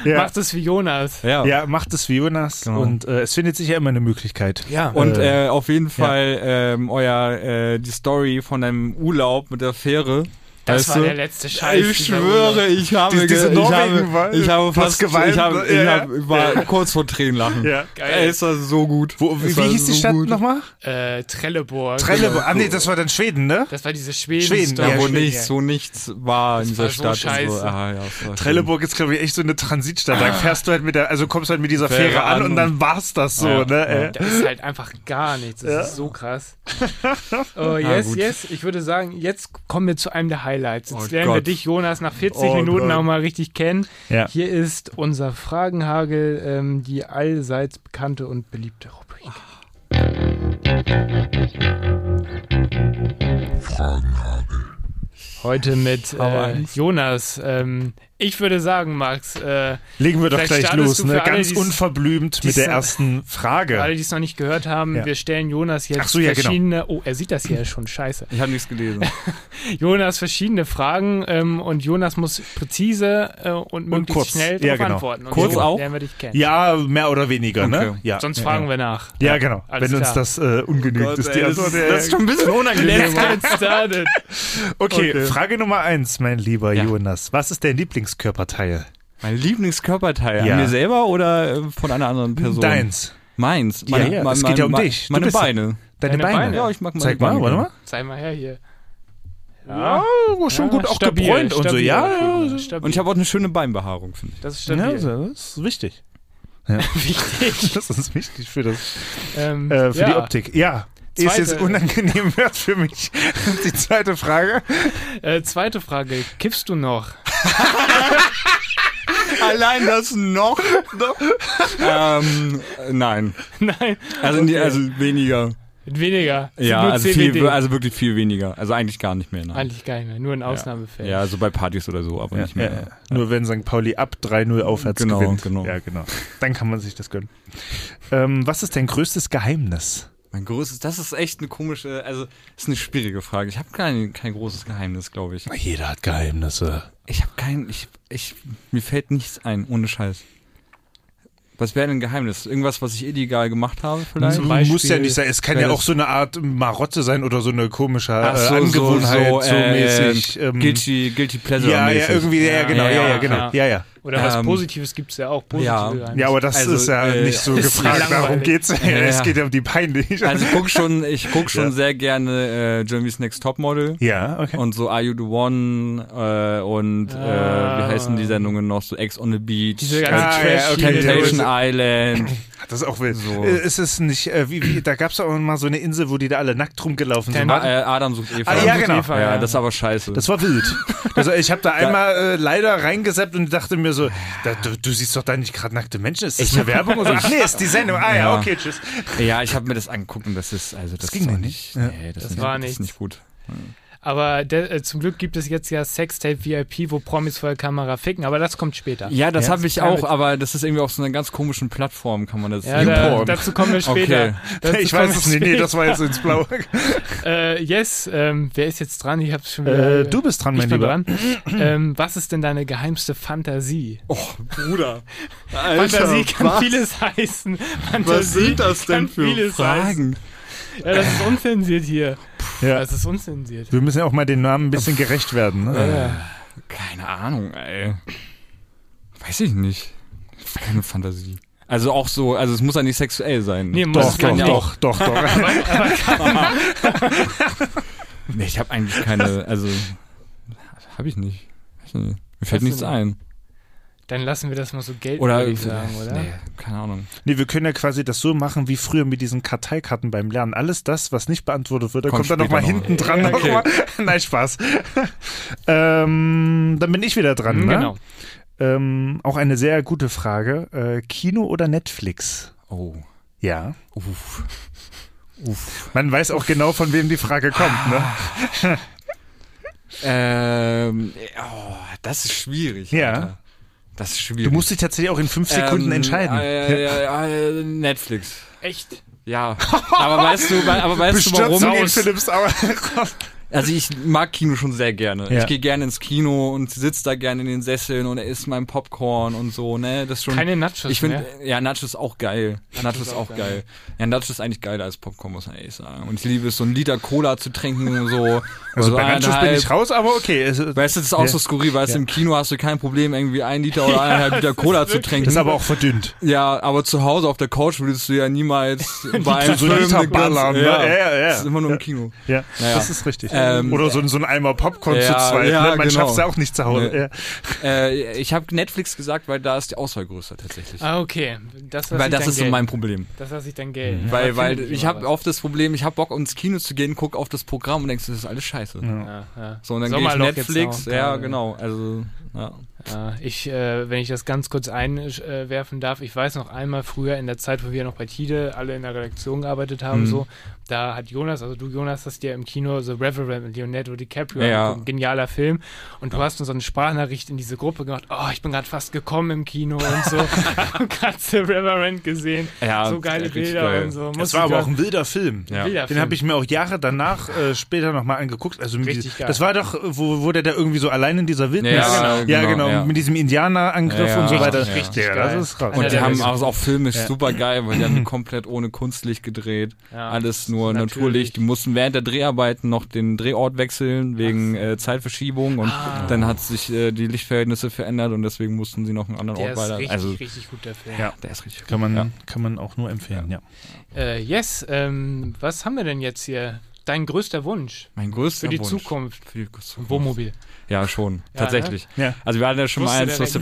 [SPEAKER 3] Ja.
[SPEAKER 2] Macht es wie Jonas.
[SPEAKER 4] Ja.
[SPEAKER 3] ja, macht es wie Jonas.
[SPEAKER 4] Genau.
[SPEAKER 3] Und äh, es findet sich ja immer eine Möglichkeit.
[SPEAKER 2] Ja.
[SPEAKER 4] Und
[SPEAKER 3] Äh,
[SPEAKER 4] äh, auf jeden Fall ähm, euer äh, die Story von deinem Urlaub mit der Fähre.
[SPEAKER 2] das
[SPEAKER 4] weißt
[SPEAKER 2] war
[SPEAKER 4] du?
[SPEAKER 2] der letzte Scheiß.
[SPEAKER 4] Ich schwöre, ich habe,
[SPEAKER 3] Diese- diese
[SPEAKER 4] ge- ich
[SPEAKER 3] Norwegen war-
[SPEAKER 4] habe, ich habe
[SPEAKER 3] fast
[SPEAKER 4] fast,
[SPEAKER 3] geweint,
[SPEAKER 4] ich habe, ich
[SPEAKER 3] ja,
[SPEAKER 4] habe, war kurz vor Tränen lachen.
[SPEAKER 3] Ja.
[SPEAKER 4] Ey, es war so gut.
[SPEAKER 3] Wo, wie,
[SPEAKER 4] Es
[SPEAKER 3] wie
[SPEAKER 4] war
[SPEAKER 3] hieß die
[SPEAKER 4] so
[SPEAKER 3] Stadt
[SPEAKER 4] gut.
[SPEAKER 3] nochmal?
[SPEAKER 2] Äh, Trelleborg.
[SPEAKER 3] Trelleborg. Ah, nee, das war dann Schweden, ne?
[SPEAKER 2] Das war diese Schweden.
[SPEAKER 3] Schweden,
[SPEAKER 4] Da,
[SPEAKER 3] Ja,
[SPEAKER 4] wo
[SPEAKER 3] schön,
[SPEAKER 4] nichts,
[SPEAKER 3] ja.
[SPEAKER 4] wo nichts war in dieser
[SPEAKER 2] war so
[SPEAKER 4] Stadt. und
[SPEAKER 2] scheiße.
[SPEAKER 4] aha, ja, es war
[SPEAKER 3] Trelleborg ist, glaube ich, echt so eine Transitstadt. Da fährst du halt mit der, also kommst halt mit dieser Fähre,
[SPEAKER 4] Fähre
[SPEAKER 3] an,
[SPEAKER 4] an
[SPEAKER 3] und dann war's das so,
[SPEAKER 4] Ja,
[SPEAKER 3] ne? Äh,
[SPEAKER 2] Da ist halt einfach gar nichts. Das ist so krass. Oh, yes,
[SPEAKER 4] gut.
[SPEAKER 2] yes. Ich würde sagen, jetzt kommen wir zu einem der Highlights. Jetzt
[SPEAKER 4] Oh
[SPEAKER 2] lernen wir
[SPEAKER 4] Gott.
[SPEAKER 2] dich, Jonas, nach 40
[SPEAKER 3] Oh
[SPEAKER 2] Minuten
[SPEAKER 3] Gott.
[SPEAKER 2] nochmal richtig kennen.
[SPEAKER 3] Ja.
[SPEAKER 2] Hier ist unser Fragenhagel, ähm, die allseits bekannte und beliebte Rubrik. Heute mit
[SPEAKER 4] habe
[SPEAKER 2] äh,
[SPEAKER 4] Angst.
[SPEAKER 2] Jonas. Ähm, ich würde sagen, Max, äh,
[SPEAKER 3] Legen wir doch
[SPEAKER 2] Vielleicht
[SPEAKER 3] gleich
[SPEAKER 2] startest
[SPEAKER 3] los,
[SPEAKER 2] du
[SPEAKER 3] ne?
[SPEAKER 2] für alle,
[SPEAKER 3] Ganz
[SPEAKER 2] die's-
[SPEAKER 3] unverblümt mit
[SPEAKER 2] die's-
[SPEAKER 3] der ersten
[SPEAKER 2] für alle,
[SPEAKER 3] Frage.
[SPEAKER 2] die es noch nicht gehört haben,
[SPEAKER 3] Ja.
[SPEAKER 2] wir stellen Jonas
[SPEAKER 3] Ach
[SPEAKER 2] jetzt
[SPEAKER 3] so, ja, genau.
[SPEAKER 2] verschiedene. Oh, er sieht das hier schon scheiße.
[SPEAKER 4] schön. Ich habe nichts gelesen.
[SPEAKER 2] Jonas verschiedene Fragen ähm, und Jonas muss präzise äh, und möglichst
[SPEAKER 3] kurz.
[SPEAKER 2] schnell
[SPEAKER 3] Ja,
[SPEAKER 2] darauf
[SPEAKER 3] genau.
[SPEAKER 2] antworten. Und
[SPEAKER 4] Kurz
[SPEAKER 2] so
[SPEAKER 4] auch?
[SPEAKER 2] Lernen wir dich kennen.
[SPEAKER 3] Ja, mehr oder weniger, ne?
[SPEAKER 4] Okay.
[SPEAKER 3] Ja.
[SPEAKER 2] Sonst
[SPEAKER 3] ja,
[SPEAKER 2] fragen
[SPEAKER 3] ja.
[SPEAKER 2] wir nach.
[SPEAKER 3] Ja, genau.
[SPEAKER 2] Alles
[SPEAKER 3] Wenn uns
[SPEAKER 2] klar.
[SPEAKER 3] das äh, ungenügt
[SPEAKER 4] Gott,
[SPEAKER 3] ist, die
[SPEAKER 4] ey, das
[SPEAKER 3] Antwort.
[SPEAKER 4] ist-
[SPEAKER 3] ja,
[SPEAKER 4] das ist
[SPEAKER 3] ja.
[SPEAKER 4] schon ein bisschen
[SPEAKER 2] Let's
[SPEAKER 4] unangenehm.
[SPEAKER 2] get started.
[SPEAKER 3] okay,
[SPEAKER 4] Okay.
[SPEAKER 3] Frage Nummer eins, mein lieber
[SPEAKER 4] Ja.
[SPEAKER 3] Jonas. Was ist dein Lieblingskörperteil?
[SPEAKER 4] mein Lieblingskörperteil.
[SPEAKER 3] Ja.
[SPEAKER 4] An mir selber oder äh, von einer anderen Person?
[SPEAKER 3] Deins.
[SPEAKER 4] Meins.
[SPEAKER 3] Ja, ja, es geht ja um
[SPEAKER 4] mein-
[SPEAKER 3] dich. Du
[SPEAKER 4] Meine
[SPEAKER 3] bist-
[SPEAKER 4] Beine.
[SPEAKER 3] Deine,
[SPEAKER 2] Deine
[SPEAKER 3] Beine.
[SPEAKER 2] Beine.
[SPEAKER 4] Ja, ich mag meine
[SPEAKER 3] Zeig
[SPEAKER 4] Beine.
[SPEAKER 3] mal, warte mal.
[SPEAKER 2] Zeig mal her hier.
[SPEAKER 3] Ja, schon gut auch
[SPEAKER 2] stabil,
[SPEAKER 3] gebräunt und so.
[SPEAKER 2] stabil,
[SPEAKER 3] Ja, ja,
[SPEAKER 2] Stabil.
[SPEAKER 4] Und ich habe auch eine schöne Beinbehaarung, finde ich.
[SPEAKER 2] das ist
[SPEAKER 3] ja,
[SPEAKER 2] stabil.
[SPEAKER 3] das ist wichtig.
[SPEAKER 2] Wichtig.
[SPEAKER 3] Das ist wichtig für, das,
[SPEAKER 2] Ähm,
[SPEAKER 3] äh, für
[SPEAKER 2] ja.
[SPEAKER 3] die Optik. Ja. Ist
[SPEAKER 2] Zweite.
[SPEAKER 3] jetzt unangenehm wird für mich. Die zweite Frage.
[SPEAKER 2] Äh, zweite Frage. Kiffst du noch?
[SPEAKER 4] Allein das noch. ähm, nein.
[SPEAKER 2] Nein.
[SPEAKER 4] Also, nee, also weniger.
[SPEAKER 2] Weniger.
[SPEAKER 4] Ja,
[SPEAKER 2] Nur
[SPEAKER 4] also,
[SPEAKER 2] CBD.
[SPEAKER 4] viel, also wirklich viel weniger. Also eigentlich gar nicht mehr. Nein.
[SPEAKER 2] Eigentlich gar nicht mehr. Nur in Ausnahmefällen.
[SPEAKER 4] Ja, so bei Partys oder so, aber nicht mehr.
[SPEAKER 3] Nur wenn St. Pauli ab 3-0 aufwärts
[SPEAKER 4] Genau,
[SPEAKER 3] gewinnt.
[SPEAKER 4] genau.
[SPEAKER 3] Ja, genau. Dann kann man sich das gönnen. Ähm, was ist dein größtes Geheimnis?
[SPEAKER 4] Mein großes, das ist echt eine komische, also ist eine schwierige Frage. Ich habe kein, kein großes Geheimnis, glaube ich.
[SPEAKER 3] Jeder hat Geheimnisse.
[SPEAKER 4] Ich habe kein, ich, ich, mir fällt nichts ein, ohne Scheiß. Was wäre denn ein Geheimnis? Irgendwas, was ich illegal gemacht habe vielleicht?
[SPEAKER 2] Zum
[SPEAKER 3] Beispiel, muss ja
[SPEAKER 2] Beispiel-
[SPEAKER 3] nicht sein. Es kann
[SPEAKER 4] Ja,
[SPEAKER 3] ja
[SPEAKER 4] das-
[SPEAKER 3] auch so eine Art Marotte sein oder so eine komische
[SPEAKER 4] Ach
[SPEAKER 3] äh,
[SPEAKER 4] so,
[SPEAKER 3] Angewohnheit, so,
[SPEAKER 4] äh,
[SPEAKER 3] mäßig. ähm,
[SPEAKER 4] guilty, guilty Pleasure
[SPEAKER 3] ja, ja,
[SPEAKER 4] mäßig.
[SPEAKER 3] irgendwie, ja, ja, genau, ja,
[SPEAKER 4] Ja,
[SPEAKER 3] ja,
[SPEAKER 4] ja,
[SPEAKER 3] genau,
[SPEAKER 2] klar.
[SPEAKER 3] ja, ja.
[SPEAKER 2] Oder was
[SPEAKER 4] Ähm,
[SPEAKER 2] Positives gibt es ja auch. Positive
[SPEAKER 4] ja.
[SPEAKER 2] Geheimnisse.
[SPEAKER 3] Ja, aber das
[SPEAKER 4] Also,
[SPEAKER 3] ist ja
[SPEAKER 4] äh,
[SPEAKER 3] nicht so
[SPEAKER 2] ist
[SPEAKER 3] gefragt.
[SPEAKER 2] langweilig.
[SPEAKER 3] Darum geht's ja.
[SPEAKER 4] Ja,
[SPEAKER 3] Es
[SPEAKER 4] ja.
[SPEAKER 3] geht ja um die peinlich.
[SPEAKER 4] Also ich guck schon, ich guck schon
[SPEAKER 3] Ja.
[SPEAKER 4] sehr gerne äh, Germany's Next Topmodel
[SPEAKER 3] ja, okay.
[SPEAKER 4] und so Are You the One äh, und äh,
[SPEAKER 2] Ah.
[SPEAKER 4] wie heißen die Sendungen noch? So Ex on the Beach, äh,
[SPEAKER 2] Diese ganze
[SPEAKER 3] Ah, ja,
[SPEAKER 2] trashy
[SPEAKER 3] okay.
[SPEAKER 4] Temptation Island.
[SPEAKER 3] das ist auch wild.
[SPEAKER 4] So.
[SPEAKER 3] Äh, Ist es nicht, äh, wie, wie, da gab's auch mal so eine Insel, wo die da alle nackt rumgelaufen sind.
[SPEAKER 2] Dann-
[SPEAKER 4] Ma- äh, Adam sucht Eva.
[SPEAKER 3] Ah, ja, genau.
[SPEAKER 4] Ja,
[SPEAKER 2] ja.
[SPEAKER 4] das ist aber scheiße.
[SPEAKER 3] Das war wild. Also ich habe da einmal äh, leider reingesappt und dachte mir so, da, du, du siehst doch da nicht gerade nackte Menschen. Ist das eine Werbung? Und so, ach nee, ist die Sendung. Ah ja,
[SPEAKER 4] Ja.
[SPEAKER 3] okay, tschüss.
[SPEAKER 4] ja, ich habe mir das angeguckt und das ist also das,
[SPEAKER 3] ging
[SPEAKER 4] ist auch
[SPEAKER 3] denn
[SPEAKER 4] nicht. Nee, das, ist
[SPEAKER 2] war
[SPEAKER 4] nicht, das ist
[SPEAKER 2] nichts.
[SPEAKER 4] nicht gut.
[SPEAKER 2] Aber der, äh, zum Glück gibt es jetzt ja Sextape VIP, wo Promis vor der Kamera ficken, aber das kommt später.
[SPEAKER 4] Ja, das
[SPEAKER 2] Ja,
[SPEAKER 4] habe ich
[SPEAKER 2] das kann
[SPEAKER 4] auch,
[SPEAKER 2] mit-
[SPEAKER 4] aber das ist irgendwie auf so einer ganz komischen Plattform kann man das.
[SPEAKER 2] Ja, da,
[SPEAKER 4] YouPorn.
[SPEAKER 2] dazu kommen wir später. Dazu
[SPEAKER 3] ich weiß
[SPEAKER 2] kommen
[SPEAKER 3] es
[SPEAKER 2] wir
[SPEAKER 3] nicht. Nee,
[SPEAKER 2] später.
[SPEAKER 3] das war jetzt ins Blaue.
[SPEAKER 2] Äh, yes, ähm, wer ist jetzt dran? Ich hab's schon wieder.
[SPEAKER 3] Äh, du bist dran,
[SPEAKER 2] ich
[SPEAKER 3] mein
[SPEAKER 2] bin
[SPEAKER 3] Lieber.
[SPEAKER 2] dran. ähm, was ist denn deine geheimste Fantasie?
[SPEAKER 4] oh, Bruder.
[SPEAKER 2] Fantasie kann vieles heißen. Fantasie kann vieles heißen. Ja, das ist unzensiert hier.
[SPEAKER 3] Ja.
[SPEAKER 2] Das ist unzensiert.
[SPEAKER 3] Wir müssen ja auch mal den Namen ein bisschen gerecht werden. Ne?
[SPEAKER 2] Also- Ja.
[SPEAKER 4] Keine Ahnung, ey. Weiß ich nicht. Keine Fantasie. Also auch so, also es muss ja nicht sexuell sein.
[SPEAKER 2] Nee,
[SPEAKER 3] Doch,
[SPEAKER 2] muss
[SPEAKER 3] doch,
[SPEAKER 2] man ja auch.
[SPEAKER 3] doch, doch, doch.
[SPEAKER 4] Nee, ich habe eigentlich keine, also habe ich nicht. Weiß nicht. Mir
[SPEAKER 2] Hast
[SPEAKER 4] fällt
[SPEAKER 2] du
[SPEAKER 4] nichts
[SPEAKER 2] nicht?
[SPEAKER 4] ein.
[SPEAKER 2] Dann lassen wir das mal so Geld
[SPEAKER 4] Oder,
[SPEAKER 2] sagen, oder?
[SPEAKER 4] Nee, keine Ahnung.
[SPEAKER 3] Nee, wir können ja quasi das so machen wie früher mit diesen Karteikarten beim Lernen. Alles das, was nicht beantwortet wird, da kommt,
[SPEAKER 4] Kommt
[SPEAKER 3] dann nochmal
[SPEAKER 4] später noch.
[SPEAKER 3] hinten dran.
[SPEAKER 4] Okay.
[SPEAKER 3] Nein, Spaß. ähm, dann bin ich wieder dran.
[SPEAKER 2] Hm,
[SPEAKER 4] Mhm,
[SPEAKER 3] ne?
[SPEAKER 2] Genau.
[SPEAKER 3] Ähm, auch eine sehr gute Frage. Äh, Kino oder Netflix?
[SPEAKER 4] Oh.
[SPEAKER 3] Ja.
[SPEAKER 4] Uff. Uff. Ah,
[SPEAKER 3] Man weiß auch genau, von wem die Frage kommt, ne?
[SPEAKER 4] Ähm, oh, das ist schwierig.
[SPEAKER 3] Ja.
[SPEAKER 4] Alter. Das ist schwierig.
[SPEAKER 3] Du musst dich tatsächlich auch in fünf Sekunden
[SPEAKER 4] Ähm,
[SPEAKER 3] entscheiden.
[SPEAKER 4] Äh, äh, äh, Netflix.
[SPEAKER 2] Echt?
[SPEAKER 4] Ja. Aber weißt du, aber weißt du
[SPEAKER 3] Bestürzung
[SPEAKER 4] warum?
[SPEAKER 3] in Philips Auer.
[SPEAKER 4] Also ich mag Kino schon sehr gerne.
[SPEAKER 3] Ja.
[SPEAKER 4] Ich gehe gerne ins Kino und sitze da gerne in den Sesseln und esse mein Popcorn und so, ne? Das ist schon.
[SPEAKER 2] Keine Nachos
[SPEAKER 4] ich finde,
[SPEAKER 2] mehr?
[SPEAKER 4] ja, Nachos auch geil. Nachos,
[SPEAKER 2] ist auch
[SPEAKER 4] auch geil. Ja, Nachos ist eigentlich geiler als Popcorn, muss man ehrlich sagen. Und ich liebe es, so einen Liter Cola zu trinken und so.
[SPEAKER 3] Also bei Nachos bin
[SPEAKER 4] eineinhalb.
[SPEAKER 3] ich raus, aber okay. Es, das
[SPEAKER 4] Weißt du, das ist auch
[SPEAKER 3] Ja.
[SPEAKER 4] so skurril, weißt du, im Kino hast du kein Problem, irgendwie einen Liter oder eineinhalb Liter Cola zu trinken.
[SPEAKER 3] ist aber auch verdünnt.
[SPEAKER 4] ja, aber zu Hause auf der Couch würdest du ja niemals bei einem
[SPEAKER 3] so
[SPEAKER 4] Film
[SPEAKER 3] Liter
[SPEAKER 4] eine ganze-
[SPEAKER 3] ballern, ne? Ja, ja, ja.
[SPEAKER 4] Das ist immer nur im Kino.
[SPEAKER 3] Ja,
[SPEAKER 4] Naja.
[SPEAKER 3] das ist richtig.
[SPEAKER 4] Ähm,
[SPEAKER 3] Oder so, ein- so ein Eimer Popcorn zu
[SPEAKER 4] ja,
[SPEAKER 3] zweit.
[SPEAKER 4] ja,
[SPEAKER 3] ne? Man
[SPEAKER 4] genau.
[SPEAKER 3] schafft es auch nicht zu Hause.
[SPEAKER 4] Nee.
[SPEAKER 3] Ja.
[SPEAKER 4] Äh, ich habe Netflix gesagt, weil da ist die Auswahl größer tatsächlich.
[SPEAKER 2] Ah, okay. Das, was
[SPEAKER 4] weil
[SPEAKER 2] ich
[SPEAKER 4] das
[SPEAKER 2] dann
[SPEAKER 4] ist so
[SPEAKER 2] Geld.
[SPEAKER 4] mein Problem.
[SPEAKER 2] Das lasse ich dann Geld. Ja,
[SPEAKER 4] Weil,
[SPEAKER 2] da
[SPEAKER 4] weil
[SPEAKER 2] finde
[SPEAKER 4] ich
[SPEAKER 2] immer
[SPEAKER 4] habe
[SPEAKER 2] was.
[SPEAKER 4] oft das Problem, ich habe Bock, ins Kino zu gehen, guck auf das Programm und denkst, das ist alles scheiße.
[SPEAKER 2] Ja, ja.
[SPEAKER 4] So, und dann gehe ich
[SPEAKER 2] Sommerloch jetzt
[SPEAKER 4] Netflix,
[SPEAKER 2] auch,
[SPEAKER 4] ja,
[SPEAKER 2] gerade.
[SPEAKER 4] genau. Also, ja.
[SPEAKER 2] Ja, ich, äh, wenn ich das ganz kurz einwerfen darf, ich weiß noch einmal früher in der Zeit, wo wir noch bei Tide alle in der Redaktion gearbeitet haben,
[SPEAKER 4] Mhm.
[SPEAKER 2] so, da hat Jonas, also du Jonas, hast dir im Kino The Reverend mit Leonardo DiCaprio
[SPEAKER 4] Ja.
[SPEAKER 2] angeguckt, genialer Film und du hast uns so eine Sprachnachricht in diese Gruppe gemacht, oh, ich bin gerade fast gekommen im Kino und so, hab gerade The Reverend gesehen,
[SPEAKER 4] Ja, äh,
[SPEAKER 2] so geile
[SPEAKER 4] richtig
[SPEAKER 2] Bilder
[SPEAKER 4] geil.
[SPEAKER 2] und so.
[SPEAKER 3] Das war aber auch ein wilder Film.
[SPEAKER 4] Ja.
[SPEAKER 3] Den habe ich mir auch Jahre danach äh, später nochmal angeguckt. Also mit
[SPEAKER 2] Richtig
[SPEAKER 3] diesem-
[SPEAKER 2] geil.
[SPEAKER 3] das war doch, äh, wo, wo der da irgendwie so allein in dieser Wildnis.
[SPEAKER 4] Ja, genau.
[SPEAKER 3] ja, genau.
[SPEAKER 4] Ja.
[SPEAKER 3] Mit diesem Indianerangriff
[SPEAKER 4] Ja,
[SPEAKER 3] und so
[SPEAKER 4] richtig,
[SPEAKER 3] weiter.
[SPEAKER 4] ja.
[SPEAKER 2] richtig
[SPEAKER 3] ja,
[SPEAKER 2] geil.
[SPEAKER 3] das ist krass.
[SPEAKER 2] Und
[SPEAKER 4] Und die
[SPEAKER 2] Ja,
[SPEAKER 4] haben
[SPEAKER 2] das-
[SPEAKER 4] auch, auch filmisch super geil, weil die haben die komplett ohne Kunstlicht gedreht.
[SPEAKER 2] Ja.
[SPEAKER 4] Alles nur
[SPEAKER 2] Natürlich.
[SPEAKER 4] Naturlicht. Die mussten während der Dreharbeiten noch den Drehort wechseln wegen äh, Zeitverschiebung und
[SPEAKER 2] Ah.
[SPEAKER 4] dann hat sich äh, die Lichtverhältnisse verändert und deswegen mussten sie noch einen anderen
[SPEAKER 2] der
[SPEAKER 4] Ort
[SPEAKER 2] ist
[SPEAKER 4] weiter.
[SPEAKER 2] richtig,
[SPEAKER 4] also
[SPEAKER 2] richtig gut, der Film.
[SPEAKER 3] ja.
[SPEAKER 4] der ist richtig
[SPEAKER 3] Kann man,
[SPEAKER 4] Ja.
[SPEAKER 3] kann man auch nur empfehlen, ja.
[SPEAKER 2] Äh, yes, ähm, was haben wir denn jetzt hier? Dein größter Wunsch
[SPEAKER 4] mein größter
[SPEAKER 2] für die
[SPEAKER 4] Wunsch.
[SPEAKER 2] Zukunft?
[SPEAKER 4] Für die Zukunft.
[SPEAKER 2] Wohnmobil.
[SPEAKER 4] Ja, schon.
[SPEAKER 2] Ja, ne?
[SPEAKER 4] tatsächlich.
[SPEAKER 3] Ja.
[SPEAKER 4] Also wir hatten ja schon mal
[SPEAKER 2] Wusste
[SPEAKER 4] eins,
[SPEAKER 2] der
[SPEAKER 4] was wir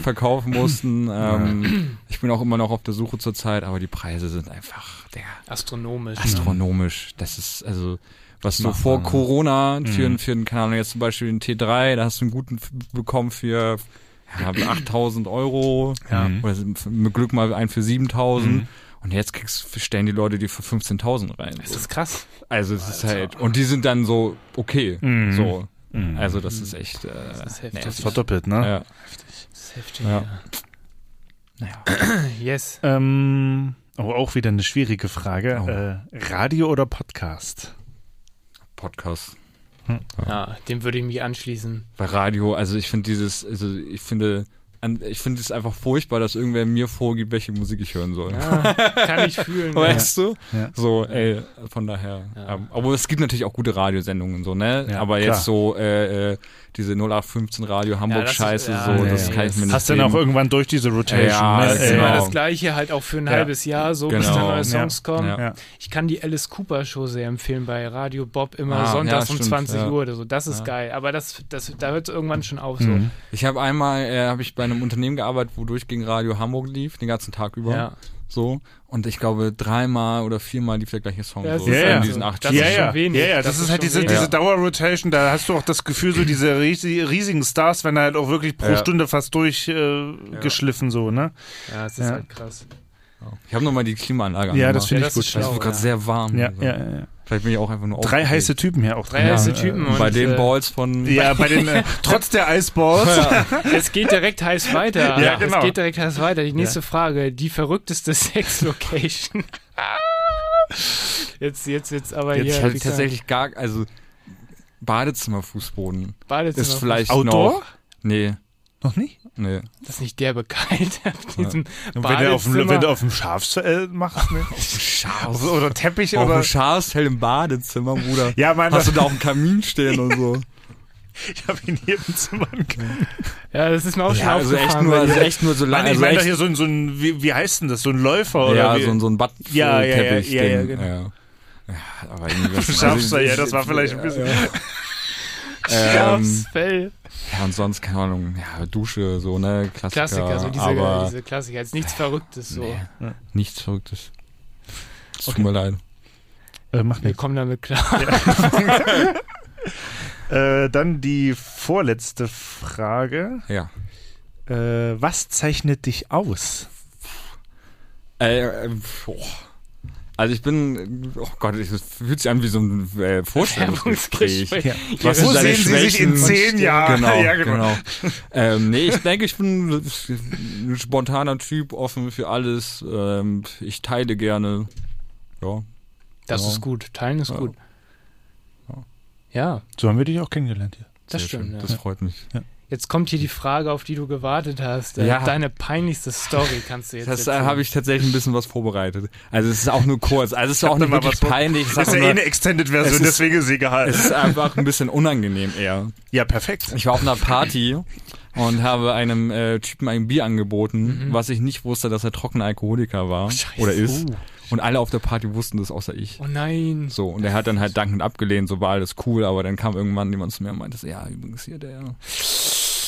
[SPEAKER 4] verkaufen mussten. Ähm, ich bin auch immer noch auf der Suche zurzeit, aber die Preise sind einfach der
[SPEAKER 2] Astronomisch.
[SPEAKER 4] astronomisch. Das ist also was du vor
[SPEAKER 2] Mhm.
[SPEAKER 4] Corona für, einen- für einen, keine Ahnung, jetzt zum Beispiel den T3, da hast du einen guten f- bekommen für ja, 8000 Euro
[SPEAKER 3] Ja.
[SPEAKER 4] oder sind f- mit Glück mal einen für 7000
[SPEAKER 2] Mhm.
[SPEAKER 4] und jetzt kriegst, stellen die Leute die für 15.000 rein.
[SPEAKER 2] Das ist krass.
[SPEAKER 4] Also es ist halt, und die sind dann so, okay,
[SPEAKER 3] Mhm.
[SPEAKER 4] so.
[SPEAKER 3] Mhm.
[SPEAKER 4] Also das ist echt, äh,
[SPEAKER 2] Das ist heftig.
[SPEAKER 4] nee,
[SPEAKER 3] Das verdoppelt, ne?
[SPEAKER 4] ja.
[SPEAKER 2] Das ist heftig.
[SPEAKER 4] Ja.
[SPEAKER 2] Naja. Yes.
[SPEAKER 3] Ähm, oh, auch wieder eine schwierige Frage.
[SPEAKER 4] Oh.
[SPEAKER 3] Äh, Radio oder Podcast?
[SPEAKER 4] Podcast.
[SPEAKER 2] Ja, Ah, dem würde ich mich anschließen.
[SPEAKER 4] Bei Radio, also ich finde dieses, also ich finde, an- ich finde es einfach furchtbar, dass irgendwer mir vorgibt, welche Musik ich hören soll.
[SPEAKER 2] Ja, Ah, kann ich fühlen.
[SPEAKER 4] Weißt du?
[SPEAKER 3] Ja.
[SPEAKER 4] So, ey, von daher.
[SPEAKER 2] Ja.
[SPEAKER 4] Ähm, aber es gibt natürlich auch gute Radiosendungen, so, ne?
[SPEAKER 3] Ja,
[SPEAKER 4] aber
[SPEAKER 3] klar.
[SPEAKER 4] jetzt so, äh, äh, diese 0815 Radio
[SPEAKER 2] das ist-
[SPEAKER 4] Hamburg-Scheiße,
[SPEAKER 2] ja,
[SPEAKER 4] so,
[SPEAKER 2] nee,
[SPEAKER 4] das
[SPEAKER 2] nee,
[SPEAKER 4] kann
[SPEAKER 2] das-
[SPEAKER 4] ich mir nicht
[SPEAKER 3] Hast du dann auch
[SPEAKER 4] geben.
[SPEAKER 3] irgendwann durch diese Rotation?
[SPEAKER 4] Ja,
[SPEAKER 3] ne?
[SPEAKER 2] Das ist
[SPEAKER 4] Äh,
[SPEAKER 2] immer
[SPEAKER 4] genau.
[SPEAKER 2] das Gleiche, halt auch für ein
[SPEAKER 3] Ja.
[SPEAKER 2] halbes Jahr, so bis
[SPEAKER 4] Genau.
[SPEAKER 2] dann neue Songs kommen.
[SPEAKER 4] Ja.
[SPEAKER 3] Ja.
[SPEAKER 2] Ich kann die Alice Cooper Show sehr empfehlen bei Radio Bob immer
[SPEAKER 4] Ah,
[SPEAKER 2] sonntags
[SPEAKER 4] ja,
[SPEAKER 2] um
[SPEAKER 4] stimmt,
[SPEAKER 2] 20
[SPEAKER 4] ja.
[SPEAKER 2] Uhr oder so. Das ist
[SPEAKER 4] Ja.
[SPEAKER 2] geil. Aber das, das, da hört es irgendwann schon auf. So.
[SPEAKER 3] Mhm.
[SPEAKER 4] Ich habe einmal, äh, habe ich bei einem Unternehmen gearbeitet, wo durchgehend Radio Hamburg lief, den ganzen Tag über.
[SPEAKER 2] Ja.
[SPEAKER 4] So. Und ich glaube, dreimal oder viermal lief der gleiche Song.
[SPEAKER 2] Ja,
[SPEAKER 4] so,
[SPEAKER 2] es ist
[SPEAKER 4] in
[SPEAKER 3] halt so.
[SPEAKER 4] diesen acht
[SPEAKER 2] Das
[SPEAKER 3] ja,
[SPEAKER 2] ist schon
[SPEAKER 3] ja.
[SPEAKER 2] wenig.
[SPEAKER 3] ja, ja, das,
[SPEAKER 2] Das
[SPEAKER 3] ist,
[SPEAKER 2] ist
[SPEAKER 3] halt
[SPEAKER 2] schon
[SPEAKER 3] diese,
[SPEAKER 2] wenig.
[SPEAKER 4] Ja.
[SPEAKER 3] diese Dauerrotation, da hast du auch das Gefühl, so diese riesi- riesigen Stars werden halt auch wirklich pro
[SPEAKER 4] Ja.
[SPEAKER 3] Stunde fast durchgeschliffen, äh, geschliffen, so, ne?
[SPEAKER 2] ja, das ist
[SPEAKER 3] Ja.
[SPEAKER 2] halt krass.
[SPEAKER 4] Ich habe nochmal die Klimaanlage
[SPEAKER 3] Ja, das
[SPEAKER 4] angemacht.
[SPEAKER 3] finde
[SPEAKER 2] Ja,
[SPEAKER 3] ich
[SPEAKER 2] das ist
[SPEAKER 3] gut.
[SPEAKER 2] schlau.
[SPEAKER 4] Es wird gerade sehr warm.
[SPEAKER 3] Ja,
[SPEAKER 4] Also,
[SPEAKER 3] ja, ja, ja.
[SPEAKER 4] Vielleicht bin ich auch einfach nur
[SPEAKER 3] Drei
[SPEAKER 4] aufgeregt.
[SPEAKER 3] heiße Typen hier auch
[SPEAKER 2] Drei
[SPEAKER 3] drin.
[SPEAKER 2] heiße
[SPEAKER 3] Ja,
[SPEAKER 2] Typen und
[SPEAKER 4] Bei den
[SPEAKER 2] äh,
[SPEAKER 4] Balls von.
[SPEAKER 3] äh, Ja, bei den, äh, trotz der Eisballs.
[SPEAKER 2] Es geht direkt heiß weiter.
[SPEAKER 3] Ja, genau.
[SPEAKER 2] Es geht direkt heiß weiter. Die nächste Frage, die verrückteste Sex-Location. jetzt, jetzt, jetzt aber
[SPEAKER 4] Jetzt
[SPEAKER 2] hier.
[SPEAKER 4] halt
[SPEAKER 2] wie gesagt,
[SPEAKER 4] tatsächlich gar. Also, Badezimmerfußboden
[SPEAKER 2] Badezimmer.
[SPEAKER 4] ist vielleicht
[SPEAKER 3] Outdoor?
[SPEAKER 4] noch. Nee,
[SPEAKER 3] Noch nicht?
[SPEAKER 4] nee.
[SPEAKER 2] Das ist nicht derbe kalt auf diesem
[SPEAKER 3] Und wenn du auf dem, wenn du
[SPEAKER 2] Badezimmer.
[SPEAKER 3] auf dem Schafsfell machst, ne?
[SPEAKER 4] Scharf.
[SPEAKER 3] Also, oder Teppich
[SPEAKER 4] Auf
[SPEAKER 3] oder.
[SPEAKER 4] dem Schafshell im Badezimmer, Bruder.
[SPEAKER 3] Ja, mein,
[SPEAKER 4] Hast du da auch einen Kamin stehen und so?
[SPEAKER 3] ich habe ihn hier im Zimmer. angeguckt.
[SPEAKER 2] Ja, das ist mir auch schon
[SPEAKER 4] Ja, also echt
[SPEAKER 2] aufgefallen
[SPEAKER 4] nur,
[SPEAKER 2] bei
[SPEAKER 4] also
[SPEAKER 2] dir.
[SPEAKER 4] echt nur so
[SPEAKER 3] Nein,
[SPEAKER 4] lange.
[SPEAKER 3] ich
[SPEAKER 4] Also
[SPEAKER 3] meine doch
[SPEAKER 4] echt,
[SPEAKER 3] hier so ein, so ein wie, wie heißt denn das? So ein Läufer oder
[SPEAKER 4] ja,
[SPEAKER 3] wie?
[SPEAKER 4] so, ein- so ein Bad
[SPEAKER 3] Ja, ja, ja,
[SPEAKER 4] Teppich
[SPEAKER 3] ja, ja,
[SPEAKER 4] Ding.
[SPEAKER 3] genau.
[SPEAKER 4] ja. Ja, aber irgendwie was-
[SPEAKER 3] Schafsfell,
[SPEAKER 4] also,
[SPEAKER 3] ja, das war vielleicht ein bisschen.
[SPEAKER 4] ähm,
[SPEAKER 2] Aufs Fell.
[SPEAKER 4] ja, und sonst, keine Ahnung, ja, Dusche, so, ne, Klassiker.
[SPEAKER 2] Klassiker, so diese,
[SPEAKER 4] aber
[SPEAKER 2] diese Klassiker. Jetzt nichts Verrücktes so.
[SPEAKER 4] Nee.
[SPEAKER 3] Ja.
[SPEAKER 4] nichts Verrücktes. Es Tut mir leid.
[SPEAKER 3] Äh, mach
[SPEAKER 2] Wir kommen damit klar.
[SPEAKER 3] Äh, dann die vorletzte Frage.
[SPEAKER 4] Ja.
[SPEAKER 3] Äh, was zeichnet dich aus?
[SPEAKER 4] Äh, äh, boah. Also ich bin, oh Gott, ich- das fühlt sich an wie so ein äh, Vorstellungsgespräch.
[SPEAKER 2] Werbungsgespräch.
[SPEAKER 3] Ja.
[SPEAKER 4] Was
[SPEAKER 3] Wo
[SPEAKER 4] sind deine
[SPEAKER 3] sehen Sie sich in
[SPEAKER 4] Schwächen?
[SPEAKER 3] zehn Jahren?
[SPEAKER 4] Genau,
[SPEAKER 3] ja, genau.
[SPEAKER 4] genau. ähm, nee, ich denke, ich bin ein spontaner Typ, offen für alles. Ähm, ich teile gerne. Ja.
[SPEAKER 2] Das
[SPEAKER 4] Ja.
[SPEAKER 2] ist gut. Teilen ist
[SPEAKER 4] Ja.
[SPEAKER 2] gut. Ja,
[SPEAKER 3] So haben wir dich auch kennengelernt hier.
[SPEAKER 2] das
[SPEAKER 4] sehr schön.
[SPEAKER 2] stimmt. Ja.
[SPEAKER 4] Das freut mich.
[SPEAKER 2] Jetzt kommt hier die Frage, auf die du gewartet hast. Äh,
[SPEAKER 4] Ja.
[SPEAKER 2] Deine peinlichste Story kannst du jetzt.
[SPEAKER 4] Das äh,
[SPEAKER 2] erzählen.
[SPEAKER 4] habe ich tatsächlich ein bisschen was vorbereitet. Also es ist auch nur kurz. Also es ist auch
[SPEAKER 3] da
[SPEAKER 4] nicht
[SPEAKER 3] mal
[SPEAKER 4] wirklich
[SPEAKER 3] was vor-
[SPEAKER 4] peinlich. Ich
[SPEAKER 3] Das
[SPEAKER 4] sag
[SPEAKER 3] ist ja
[SPEAKER 4] nur,
[SPEAKER 3] eh eine Extended-Version,
[SPEAKER 4] Es ist-
[SPEAKER 3] deswegen ist sie gehalten.
[SPEAKER 4] es ist einfach ein bisschen unangenehm eher.
[SPEAKER 3] ja, perfekt.
[SPEAKER 4] Ich war auf einer Party und habe einem äh, Typen ein Bier angeboten,
[SPEAKER 3] Mhm.
[SPEAKER 4] was ich nicht wusste, dass er trockener Alkoholiker war
[SPEAKER 2] Scheiße.
[SPEAKER 4] oder ist.
[SPEAKER 3] Uh.
[SPEAKER 2] Oh.
[SPEAKER 4] Und alle auf der Party wussten das, außer ich.
[SPEAKER 2] Oh nein.
[SPEAKER 4] So, und er hat dann halt dankend abgelehnt, so war alles cool, aber dann kam irgendwann jemand zu mir und meinte, so, ja, übrigens hier der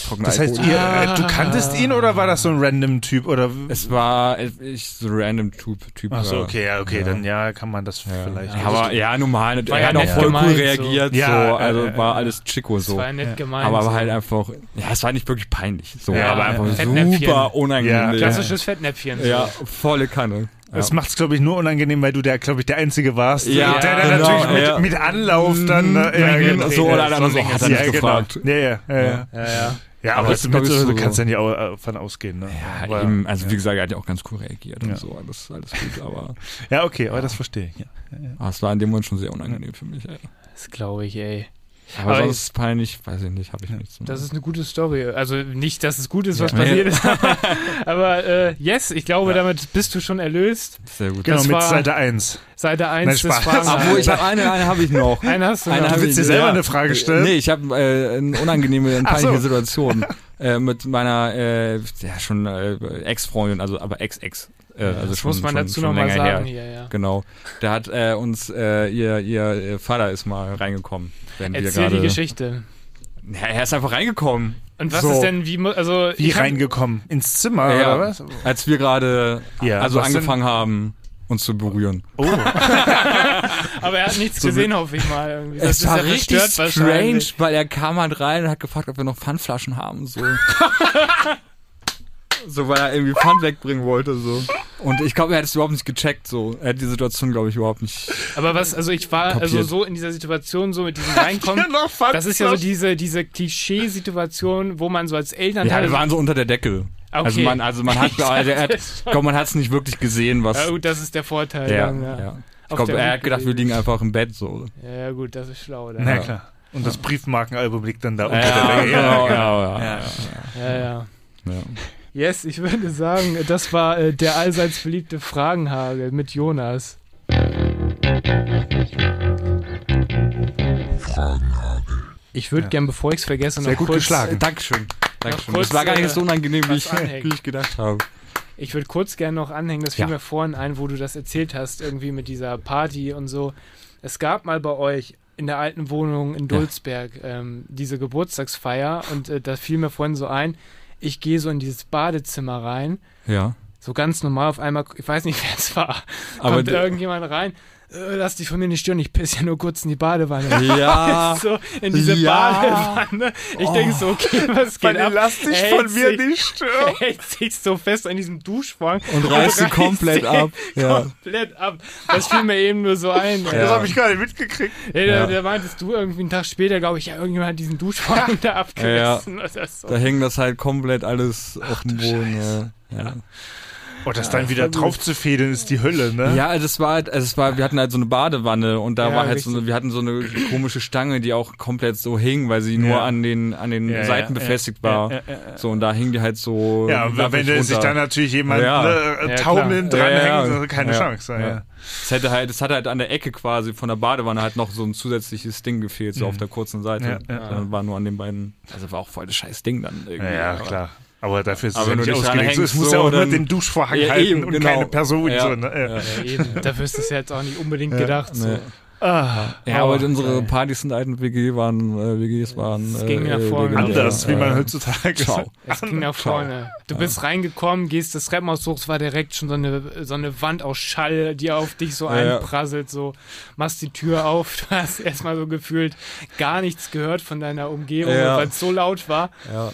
[SPEAKER 4] trockene
[SPEAKER 3] Das heißt,
[SPEAKER 4] Alkoholiker.
[SPEAKER 3] ihr, äh, du kanntest ihn oder war das so ein random Typ? Oder?
[SPEAKER 4] Es war äh, ich, so ein random Typ. typ
[SPEAKER 3] Ach so,
[SPEAKER 4] ja.
[SPEAKER 3] okay, ja, okay,
[SPEAKER 4] Ja.
[SPEAKER 3] dann ja, kann man das
[SPEAKER 4] Ja.
[SPEAKER 3] vielleicht.
[SPEAKER 4] Aber ja, normal.
[SPEAKER 2] War
[SPEAKER 4] er
[SPEAKER 2] ja
[SPEAKER 4] hat auch
[SPEAKER 2] nett
[SPEAKER 4] voll cool
[SPEAKER 2] gemeint, so.
[SPEAKER 4] reagiert, so.
[SPEAKER 3] Ja, äh,
[SPEAKER 4] also
[SPEAKER 3] äh,
[SPEAKER 4] war alles Chico so.
[SPEAKER 2] Das war ja nett gemeint.
[SPEAKER 4] aber
[SPEAKER 2] so.
[SPEAKER 4] war halt einfach, ja, es war nicht wirklich peinlich. So,
[SPEAKER 3] Ja,
[SPEAKER 4] aber
[SPEAKER 3] ja,
[SPEAKER 4] einfach
[SPEAKER 3] ja.
[SPEAKER 2] Fettnäpfchen.
[SPEAKER 4] super unangenehm.
[SPEAKER 3] Ja,
[SPEAKER 2] Klassisches Fettnäpfchen. so.
[SPEAKER 4] äh, Ja, volle Kanne.
[SPEAKER 3] Das
[SPEAKER 4] ja.
[SPEAKER 3] macht's, glaube ich, nur unangenehm, weil du der, glaube ich, der Einzige warst.
[SPEAKER 4] Ja,
[SPEAKER 3] der dann
[SPEAKER 2] genau,
[SPEAKER 3] natürlich mit,
[SPEAKER 4] ja.
[SPEAKER 3] mit Anlauf dann. Ne, ja,
[SPEAKER 4] Mhm,
[SPEAKER 3] genau.
[SPEAKER 4] so oder dann so, hat er nicht
[SPEAKER 3] ja,
[SPEAKER 4] gefragt.
[SPEAKER 3] Genau. Ja, ja, ja, ja.
[SPEAKER 4] Ja.
[SPEAKER 2] Ja, ja.
[SPEAKER 3] ja
[SPEAKER 4] Aber
[SPEAKER 3] aber,
[SPEAKER 4] das
[SPEAKER 3] mit
[SPEAKER 4] glaub ich
[SPEAKER 3] so,
[SPEAKER 4] so-
[SPEAKER 3] du kannst ja nicht au- äh, von ausgehen. Ne?
[SPEAKER 4] Ja,
[SPEAKER 3] aber,
[SPEAKER 4] eben, also wie gesagt, er hat ja auch ganz cool reagiert
[SPEAKER 3] Ja.
[SPEAKER 4] und so, alles, alles gut, aber
[SPEAKER 3] ja okay, aber das verstehe ich. Ja.
[SPEAKER 4] ah, es war in dem Moment schon sehr unangenehm für mich. Ey.
[SPEAKER 2] Das glaube ich, ey.
[SPEAKER 4] Aber,
[SPEAKER 3] Aber
[SPEAKER 4] sonst peinlich, weiß ich nicht, habe ich nichts.
[SPEAKER 2] Das ist eine gute Story. Also nicht, dass es gut ist, was
[SPEAKER 4] Ja.
[SPEAKER 2] passiert ist. aber äh, yes, ich glaube, damit bist du schon erlöst.
[SPEAKER 4] sehr gut.
[SPEAKER 3] Genau,
[SPEAKER 2] Das
[SPEAKER 3] mit
[SPEAKER 2] war-
[SPEAKER 3] Seite 1.
[SPEAKER 2] Seite 1
[SPEAKER 3] Nein,
[SPEAKER 2] des
[SPEAKER 3] Spaß.
[SPEAKER 2] Fragen.
[SPEAKER 4] Obwohl, ich habe eine, eine habe ich noch.
[SPEAKER 2] Einen hast du
[SPEAKER 4] Eine
[SPEAKER 2] noch.
[SPEAKER 4] hab
[SPEAKER 3] Genau. willst
[SPEAKER 4] ich-
[SPEAKER 3] dir selber eine Frage stellen?
[SPEAKER 4] Nee, ich habe äh, eine unangenehme, eine
[SPEAKER 3] Ach so.
[SPEAKER 4] peinliche Situation äh, mit meiner äh, ja, schon äh, Ex-Freundin, also aber Ex-Ex. Äh, also
[SPEAKER 2] das
[SPEAKER 4] schon,
[SPEAKER 2] muss man
[SPEAKER 4] schon,
[SPEAKER 2] dazu
[SPEAKER 4] schon
[SPEAKER 2] nochmal
[SPEAKER 4] länger
[SPEAKER 2] sagen.
[SPEAKER 4] Her.
[SPEAKER 2] Ja, ja.
[SPEAKER 4] Genau. Da hat äh, uns äh, ihr, ihr äh, Vater ist mal reingekommen. Wenn
[SPEAKER 2] Erzähl
[SPEAKER 4] wir
[SPEAKER 2] die
[SPEAKER 4] gerade.
[SPEAKER 2] Geschichte.
[SPEAKER 4] Ja, er ist einfach reingekommen.
[SPEAKER 2] Und was
[SPEAKER 4] So.
[SPEAKER 2] ist denn, wie, mu- also,
[SPEAKER 3] Wie
[SPEAKER 2] ich hab-
[SPEAKER 3] reingekommen? Ins Zimmer
[SPEAKER 4] Ja.
[SPEAKER 3] oder was?
[SPEAKER 4] Als wir gerade
[SPEAKER 3] Ja,
[SPEAKER 4] also
[SPEAKER 3] was denn?
[SPEAKER 4] angefangen haben, uns zu berühren.
[SPEAKER 3] Oh,
[SPEAKER 2] aber er hat nichts
[SPEAKER 3] So
[SPEAKER 2] gesehen, hoffe ich mal. Irgendwie. Das
[SPEAKER 4] es war
[SPEAKER 2] ist ja
[SPEAKER 4] richtig
[SPEAKER 2] verstört
[SPEAKER 4] strange,
[SPEAKER 2] wahrscheinlich.
[SPEAKER 4] weil er kam halt rein und hat gefragt, ob wir noch Pfandflaschen haben. So, so weil er irgendwie Pfand wegbringen wollte. so. Und ich glaube, er hat es überhaupt nicht gecheckt. so. Er hat die Situation, glaube ich, überhaupt nicht.
[SPEAKER 2] Aber was, also ich war also
[SPEAKER 4] Kapiert.
[SPEAKER 2] so in dieser Situation, so mit diesem Reinkommen.
[SPEAKER 3] noch Pfand-
[SPEAKER 2] Das ist ja so diese, diese Klischee-Situation, wo man so als
[SPEAKER 4] Ja,
[SPEAKER 2] Elternteil.
[SPEAKER 4] wir waren so unter der Decke.
[SPEAKER 2] Okay.
[SPEAKER 4] Also man, also man hat, also er hat,
[SPEAKER 2] das
[SPEAKER 4] glaub, man hat es nicht wirklich gesehen, was.
[SPEAKER 2] ja, gut, das ist der Vorteil.
[SPEAKER 4] Ja,
[SPEAKER 2] dann, ja.
[SPEAKER 4] ja. Ich
[SPEAKER 2] Auf
[SPEAKER 4] glaube,
[SPEAKER 2] der
[SPEAKER 4] er
[SPEAKER 2] Welt
[SPEAKER 4] hat gedacht, wir
[SPEAKER 2] gewesen.
[SPEAKER 4] liegen einfach im Bett so.
[SPEAKER 2] Ja, ja, gut, das ist schlau. Dann.
[SPEAKER 3] Na
[SPEAKER 4] Ja.
[SPEAKER 3] klar. Und das Briefmarkenalbum liegt dann da unter der
[SPEAKER 4] Ja,
[SPEAKER 3] Decke.
[SPEAKER 4] genau, ja,
[SPEAKER 3] Ja.
[SPEAKER 4] ja,
[SPEAKER 2] Ja, ja.
[SPEAKER 4] ja.
[SPEAKER 2] Yes, ich würde sagen, das war äh, der allseits beliebte Fragenhagel mit Jonas. Ich würde
[SPEAKER 3] Ja.
[SPEAKER 2] gern, bevor ich es vergesse, noch
[SPEAKER 3] Sehr gut
[SPEAKER 2] kurz,
[SPEAKER 3] geschlagen.
[SPEAKER 4] Dankeschön. Dankeschön.
[SPEAKER 2] kurz,
[SPEAKER 4] Das war gar
[SPEAKER 2] äh,
[SPEAKER 4] nicht so unangenehm, wie
[SPEAKER 2] was
[SPEAKER 4] ich,
[SPEAKER 2] anhängen.
[SPEAKER 4] wie ich gedacht habe.
[SPEAKER 2] Ich würde kurz gerne noch anhängen, das fiel
[SPEAKER 4] Ja.
[SPEAKER 2] mir vorhin ein, wo du das erzählt hast, irgendwie mit dieser Party und so. Es gab mal bei euch in der alten Wohnung in
[SPEAKER 4] Ja.
[SPEAKER 2] Dulzberg ähm, diese Geburtstagsfeier und äh, das fiel mir vorhin so ein, ich gehe so in dieses Badezimmer rein,
[SPEAKER 4] Ja.
[SPEAKER 2] so ganz normal auf einmal, ich weiß nicht, wer es war,
[SPEAKER 4] Aber
[SPEAKER 2] kommt
[SPEAKER 4] d-
[SPEAKER 2] irgendjemand rein, äh, lass dich von mir nicht stören, ich pisse ja nur kurz in die Badewanne.
[SPEAKER 4] Ja.
[SPEAKER 2] So, in diese
[SPEAKER 4] Ja. Oh.
[SPEAKER 2] Badewanne. Ich denke so, okay, was geht
[SPEAKER 3] Weil
[SPEAKER 2] ab?
[SPEAKER 3] lass dich
[SPEAKER 2] Er
[SPEAKER 3] von
[SPEAKER 2] hält
[SPEAKER 3] mir
[SPEAKER 2] sich-
[SPEAKER 3] nicht stören.
[SPEAKER 2] Er hält sich so fest an diesem Duschvorhang
[SPEAKER 4] Und reißt sie komplett
[SPEAKER 2] sie
[SPEAKER 4] ab. Ja.
[SPEAKER 2] komplett ab. Das fiel mir eben nur so ein. ne?
[SPEAKER 3] Das
[SPEAKER 4] Ja.
[SPEAKER 3] habe ich gar nicht mitgekriegt.
[SPEAKER 2] Ey, da,
[SPEAKER 4] Ja.
[SPEAKER 2] da meintest du irgendwie einen Tag später, glaube ich, ja, irgendjemand hat diesen Duschvorhang da abgerissen oder
[SPEAKER 4] Da
[SPEAKER 2] so.
[SPEAKER 4] hing das halt komplett alles auf dem Boden. Ja. Ja.
[SPEAKER 3] Oh, das dann wieder drauf zu fädeln ist die Hölle, ne?
[SPEAKER 4] Ja, also es war halt, also es war, wir hatten halt so eine Badewanne und da
[SPEAKER 2] Ja,
[SPEAKER 4] war halt so
[SPEAKER 2] richtig.
[SPEAKER 4] eine, wir hatten so eine komische Stange, die auch komplett so hing, weil sie nur
[SPEAKER 3] Ja.
[SPEAKER 4] an den, an den
[SPEAKER 3] Ja, ja,
[SPEAKER 4] Seiten
[SPEAKER 3] ja,
[SPEAKER 4] befestigt
[SPEAKER 3] ja,
[SPEAKER 4] war.
[SPEAKER 3] ja, ja,
[SPEAKER 4] So, und da hing die halt so.
[SPEAKER 3] Ja, und wenn
[SPEAKER 4] lappig
[SPEAKER 3] der sich
[SPEAKER 4] runter.
[SPEAKER 3] dann natürlich jemand
[SPEAKER 4] Ja.
[SPEAKER 3] ne,
[SPEAKER 2] Ja,
[SPEAKER 3] taumelnd
[SPEAKER 4] klar.
[SPEAKER 3] dranhängt,
[SPEAKER 4] Ja, ja.
[SPEAKER 3] so, keine
[SPEAKER 4] Ja.
[SPEAKER 3] Chance. Ja. Ja.
[SPEAKER 4] Es hätte halt, es hat halt an der Ecke quasi von der Badewanne halt noch so ein zusätzliches Ding gefehlt, so auf der kurzen Seite.
[SPEAKER 3] Mhm. Ja, ja,
[SPEAKER 4] Dann war nur an den beiden, also war auch voll das scheiß Ding dann irgendwie.
[SPEAKER 3] Ja,
[SPEAKER 4] Aber-
[SPEAKER 3] klar. Aber dafür ist
[SPEAKER 4] Aber
[SPEAKER 3] es ja
[SPEAKER 4] wenn
[SPEAKER 3] nicht
[SPEAKER 4] du dich dran
[SPEAKER 3] ausgelegt. So, Es
[SPEAKER 4] hängst,
[SPEAKER 3] muss
[SPEAKER 4] so,
[SPEAKER 3] ja auch nur
[SPEAKER 4] dann-
[SPEAKER 3] den Duschvorhang
[SPEAKER 4] Ja,
[SPEAKER 3] halten
[SPEAKER 4] eben,
[SPEAKER 3] und
[SPEAKER 4] genau.
[SPEAKER 3] keine Person.
[SPEAKER 4] Ja.
[SPEAKER 3] So, ne? ja.
[SPEAKER 2] Ja, eben. Dafür ist es ja jetzt auch nicht unbedingt gedacht. So.
[SPEAKER 4] Nee.
[SPEAKER 3] Ah,
[SPEAKER 4] Ja, aber
[SPEAKER 2] Aua.
[SPEAKER 4] unsere Partys halt in der alten WG waren, äh, WGs waren.
[SPEAKER 2] Es
[SPEAKER 4] äh,
[SPEAKER 2] ging nach
[SPEAKER 4] äh,
[SPEAKER 2] vorne.
[SPEAKER 4] legendär.
[SPEAKER 3] anders, wie man halt
[SPEAKER 4] Äh,
[SPEAKER 3] heutzutage
[SPEAKER 4] Ciao.
[SPEAKER 2] Es ging nach vorne. Du bist reingekommen, gehst das Treppenhaus hoch, es war direkt schon so eine, so eine Wand aus Schall, die auf dich so
[SPEAKER 4] Ja, ja.
[SPEAKER 2] einprasselt, so machst die Tür auf, du hast erstmal so gefühlt gar nichts gehört von deiner Umgebung,
[SPEAKER 4] Ja.
[SPEAKER 2] weil es so laut war.
[SPEAKER 4] Ja.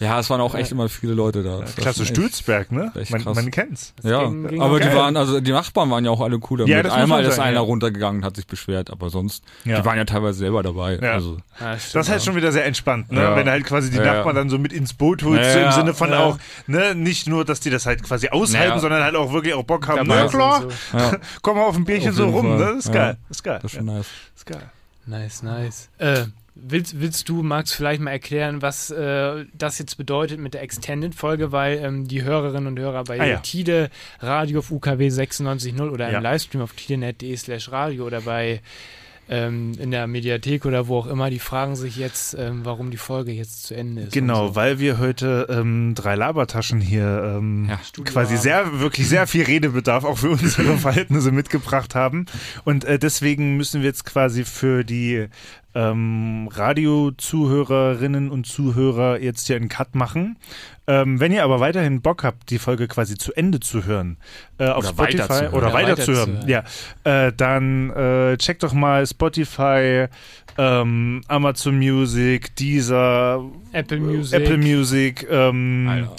[SPEAKER 4] Ja, es waren auch echt immer viele Leute da. Das war
[SPEAKER 3] Klasse
[SPEAKER 4] schon echt-
[SPEAKER 3] Stülzberg, ne?
[SPEAKER 4] echt
[SPEAKER 3] Man,
[SPEAKER 4] krass.
[SPEAKER 3] man kennt's.
[SPEAKER 4] Ja,
[SPEAKER 2] ging- ging
[SPEAKER 4] aber
[SPEAKER 2] auch
[SPEAKER 4] die
[SPEAKER 3] geil.
[SPEAKER 4] waren, also die Nachbarn waren ja auch alle cool damit.
[SPEAKER 3] Ja, das muss
[SPEAKER 4] Einmal
[SPEAKER 3] man
[SPEAKER 4] ist
[SPEAKER 3] sagen,
[SPEAKER 4] einer
[SPEAKER 3] ja.
[SPEAKER 4] runtergegangen und hat sich beschwert, aber sonst,
[SPEAKER 3] Ja.
[SPEAKER 4] die waren ja teilweise selber dabei.
[SPEAKER 3] Ja.
[SPEAKER 4] Also,
[SPEAKER 2] Ja,
[SPEAKER 3] Das
[SPEAKER 2] Ah, stimmt.
[SPEAKER 3] ist halt schon wieder sehr entspannt, ne?
[SPEAKER 4] Ja.
[SPEAKER 3] Wenn du halt quasi die
[SPEAKER 4] Ja, ja.
[SPEAKER 3] Nachbarn dann so mit ins Boot holst, so
[SPEAKER 4] Ja,
[SPEAKER 3] im Sinne von
[SPEAKER 2] ja.
[SPEAKER 3] auch, ne, nicht nur, dass die das halt quasi aushalten,
[SPEAKER 4] Ja.
[SPEAKER 3] sondern halt auch wirklich auch Bock haben.
[SPEAKER 2] Dabei
[SPEAKER 3] Na klar,
[SPEAKER 2] sind so-
[SPEAKER 4] ja,
[SPEAKER 3] komm mal auf ein Bierchen
[SPEAKER 4] Auf
[SPEAKER 3] so
[SPEAKER 4] jeden
[SPEAKER 3] rum,
[SPEAKER 4] Fall.
[SPEAKER 3] ne? Ist
[SPEAKER 4] Ja.
[SPEAKER 3] geil, ist geil.
[SPEAKER 4] das ist schon nice.
[SPEAKER 3] ist geil.
[SPEAKER 2] Nice, nice. Äh, willst, willst du, Max, vielleicht mal erklären, was äh, das jetzt bedeutet mit der Extended-Folge, weil ähm, die Hörerinnen und Hörer bei
[SPEAKER 3] Ah, ja.
[SPEAKER 2] Tide Radio auf UKW 96.0 oder
[SPEAKER 3] Ja.
[SPEAKER 2] im Livestream auf tidenet.de slash radio oder bei ähm, in der Mediathek oder wo auch immer, die fragen sich jetzt, ähm, warum die Folge jetzt zu Ende ist.
[SPEAKER 3] Genau,
[SPEAKER 2] und so.
[SPEAKER 3] weil wir heute ähm, drei Labertaschen hier ähm,
[SPEAKER 4] Ja.
[SPEAKER 3] quasi sehr, wirklich sehr viel Redebedarf auch für unsere Verhältnisse mitgebracht haben. Und äh, deswegen müssen wir jetzt quasi für die ähm, Radio-Zuhörerinnen und Zuhörer jetzt hier einen Cut machen. Ähm, wenn ihr aber weiterhin Bock habt, die Folge quasi zu Ende zu hören, äh, auf
[SPEAKER 4] Oder
[SPEAKER 3] Spotify
[SPEAKER 4] weiterzuhören.
[SPEAKER 3] oder
[SPEAKER 2] Oder
[SPEAKER 3] weiterzuhören, ja, äh, dann äh, checkt doch mal Spotify, ähm, Amazon Music, Deezer,
[SPEAKER 2] Apple Music,
[SPEAKER 3] Apple Music, ähm,
[SPEAKER 4] Alter.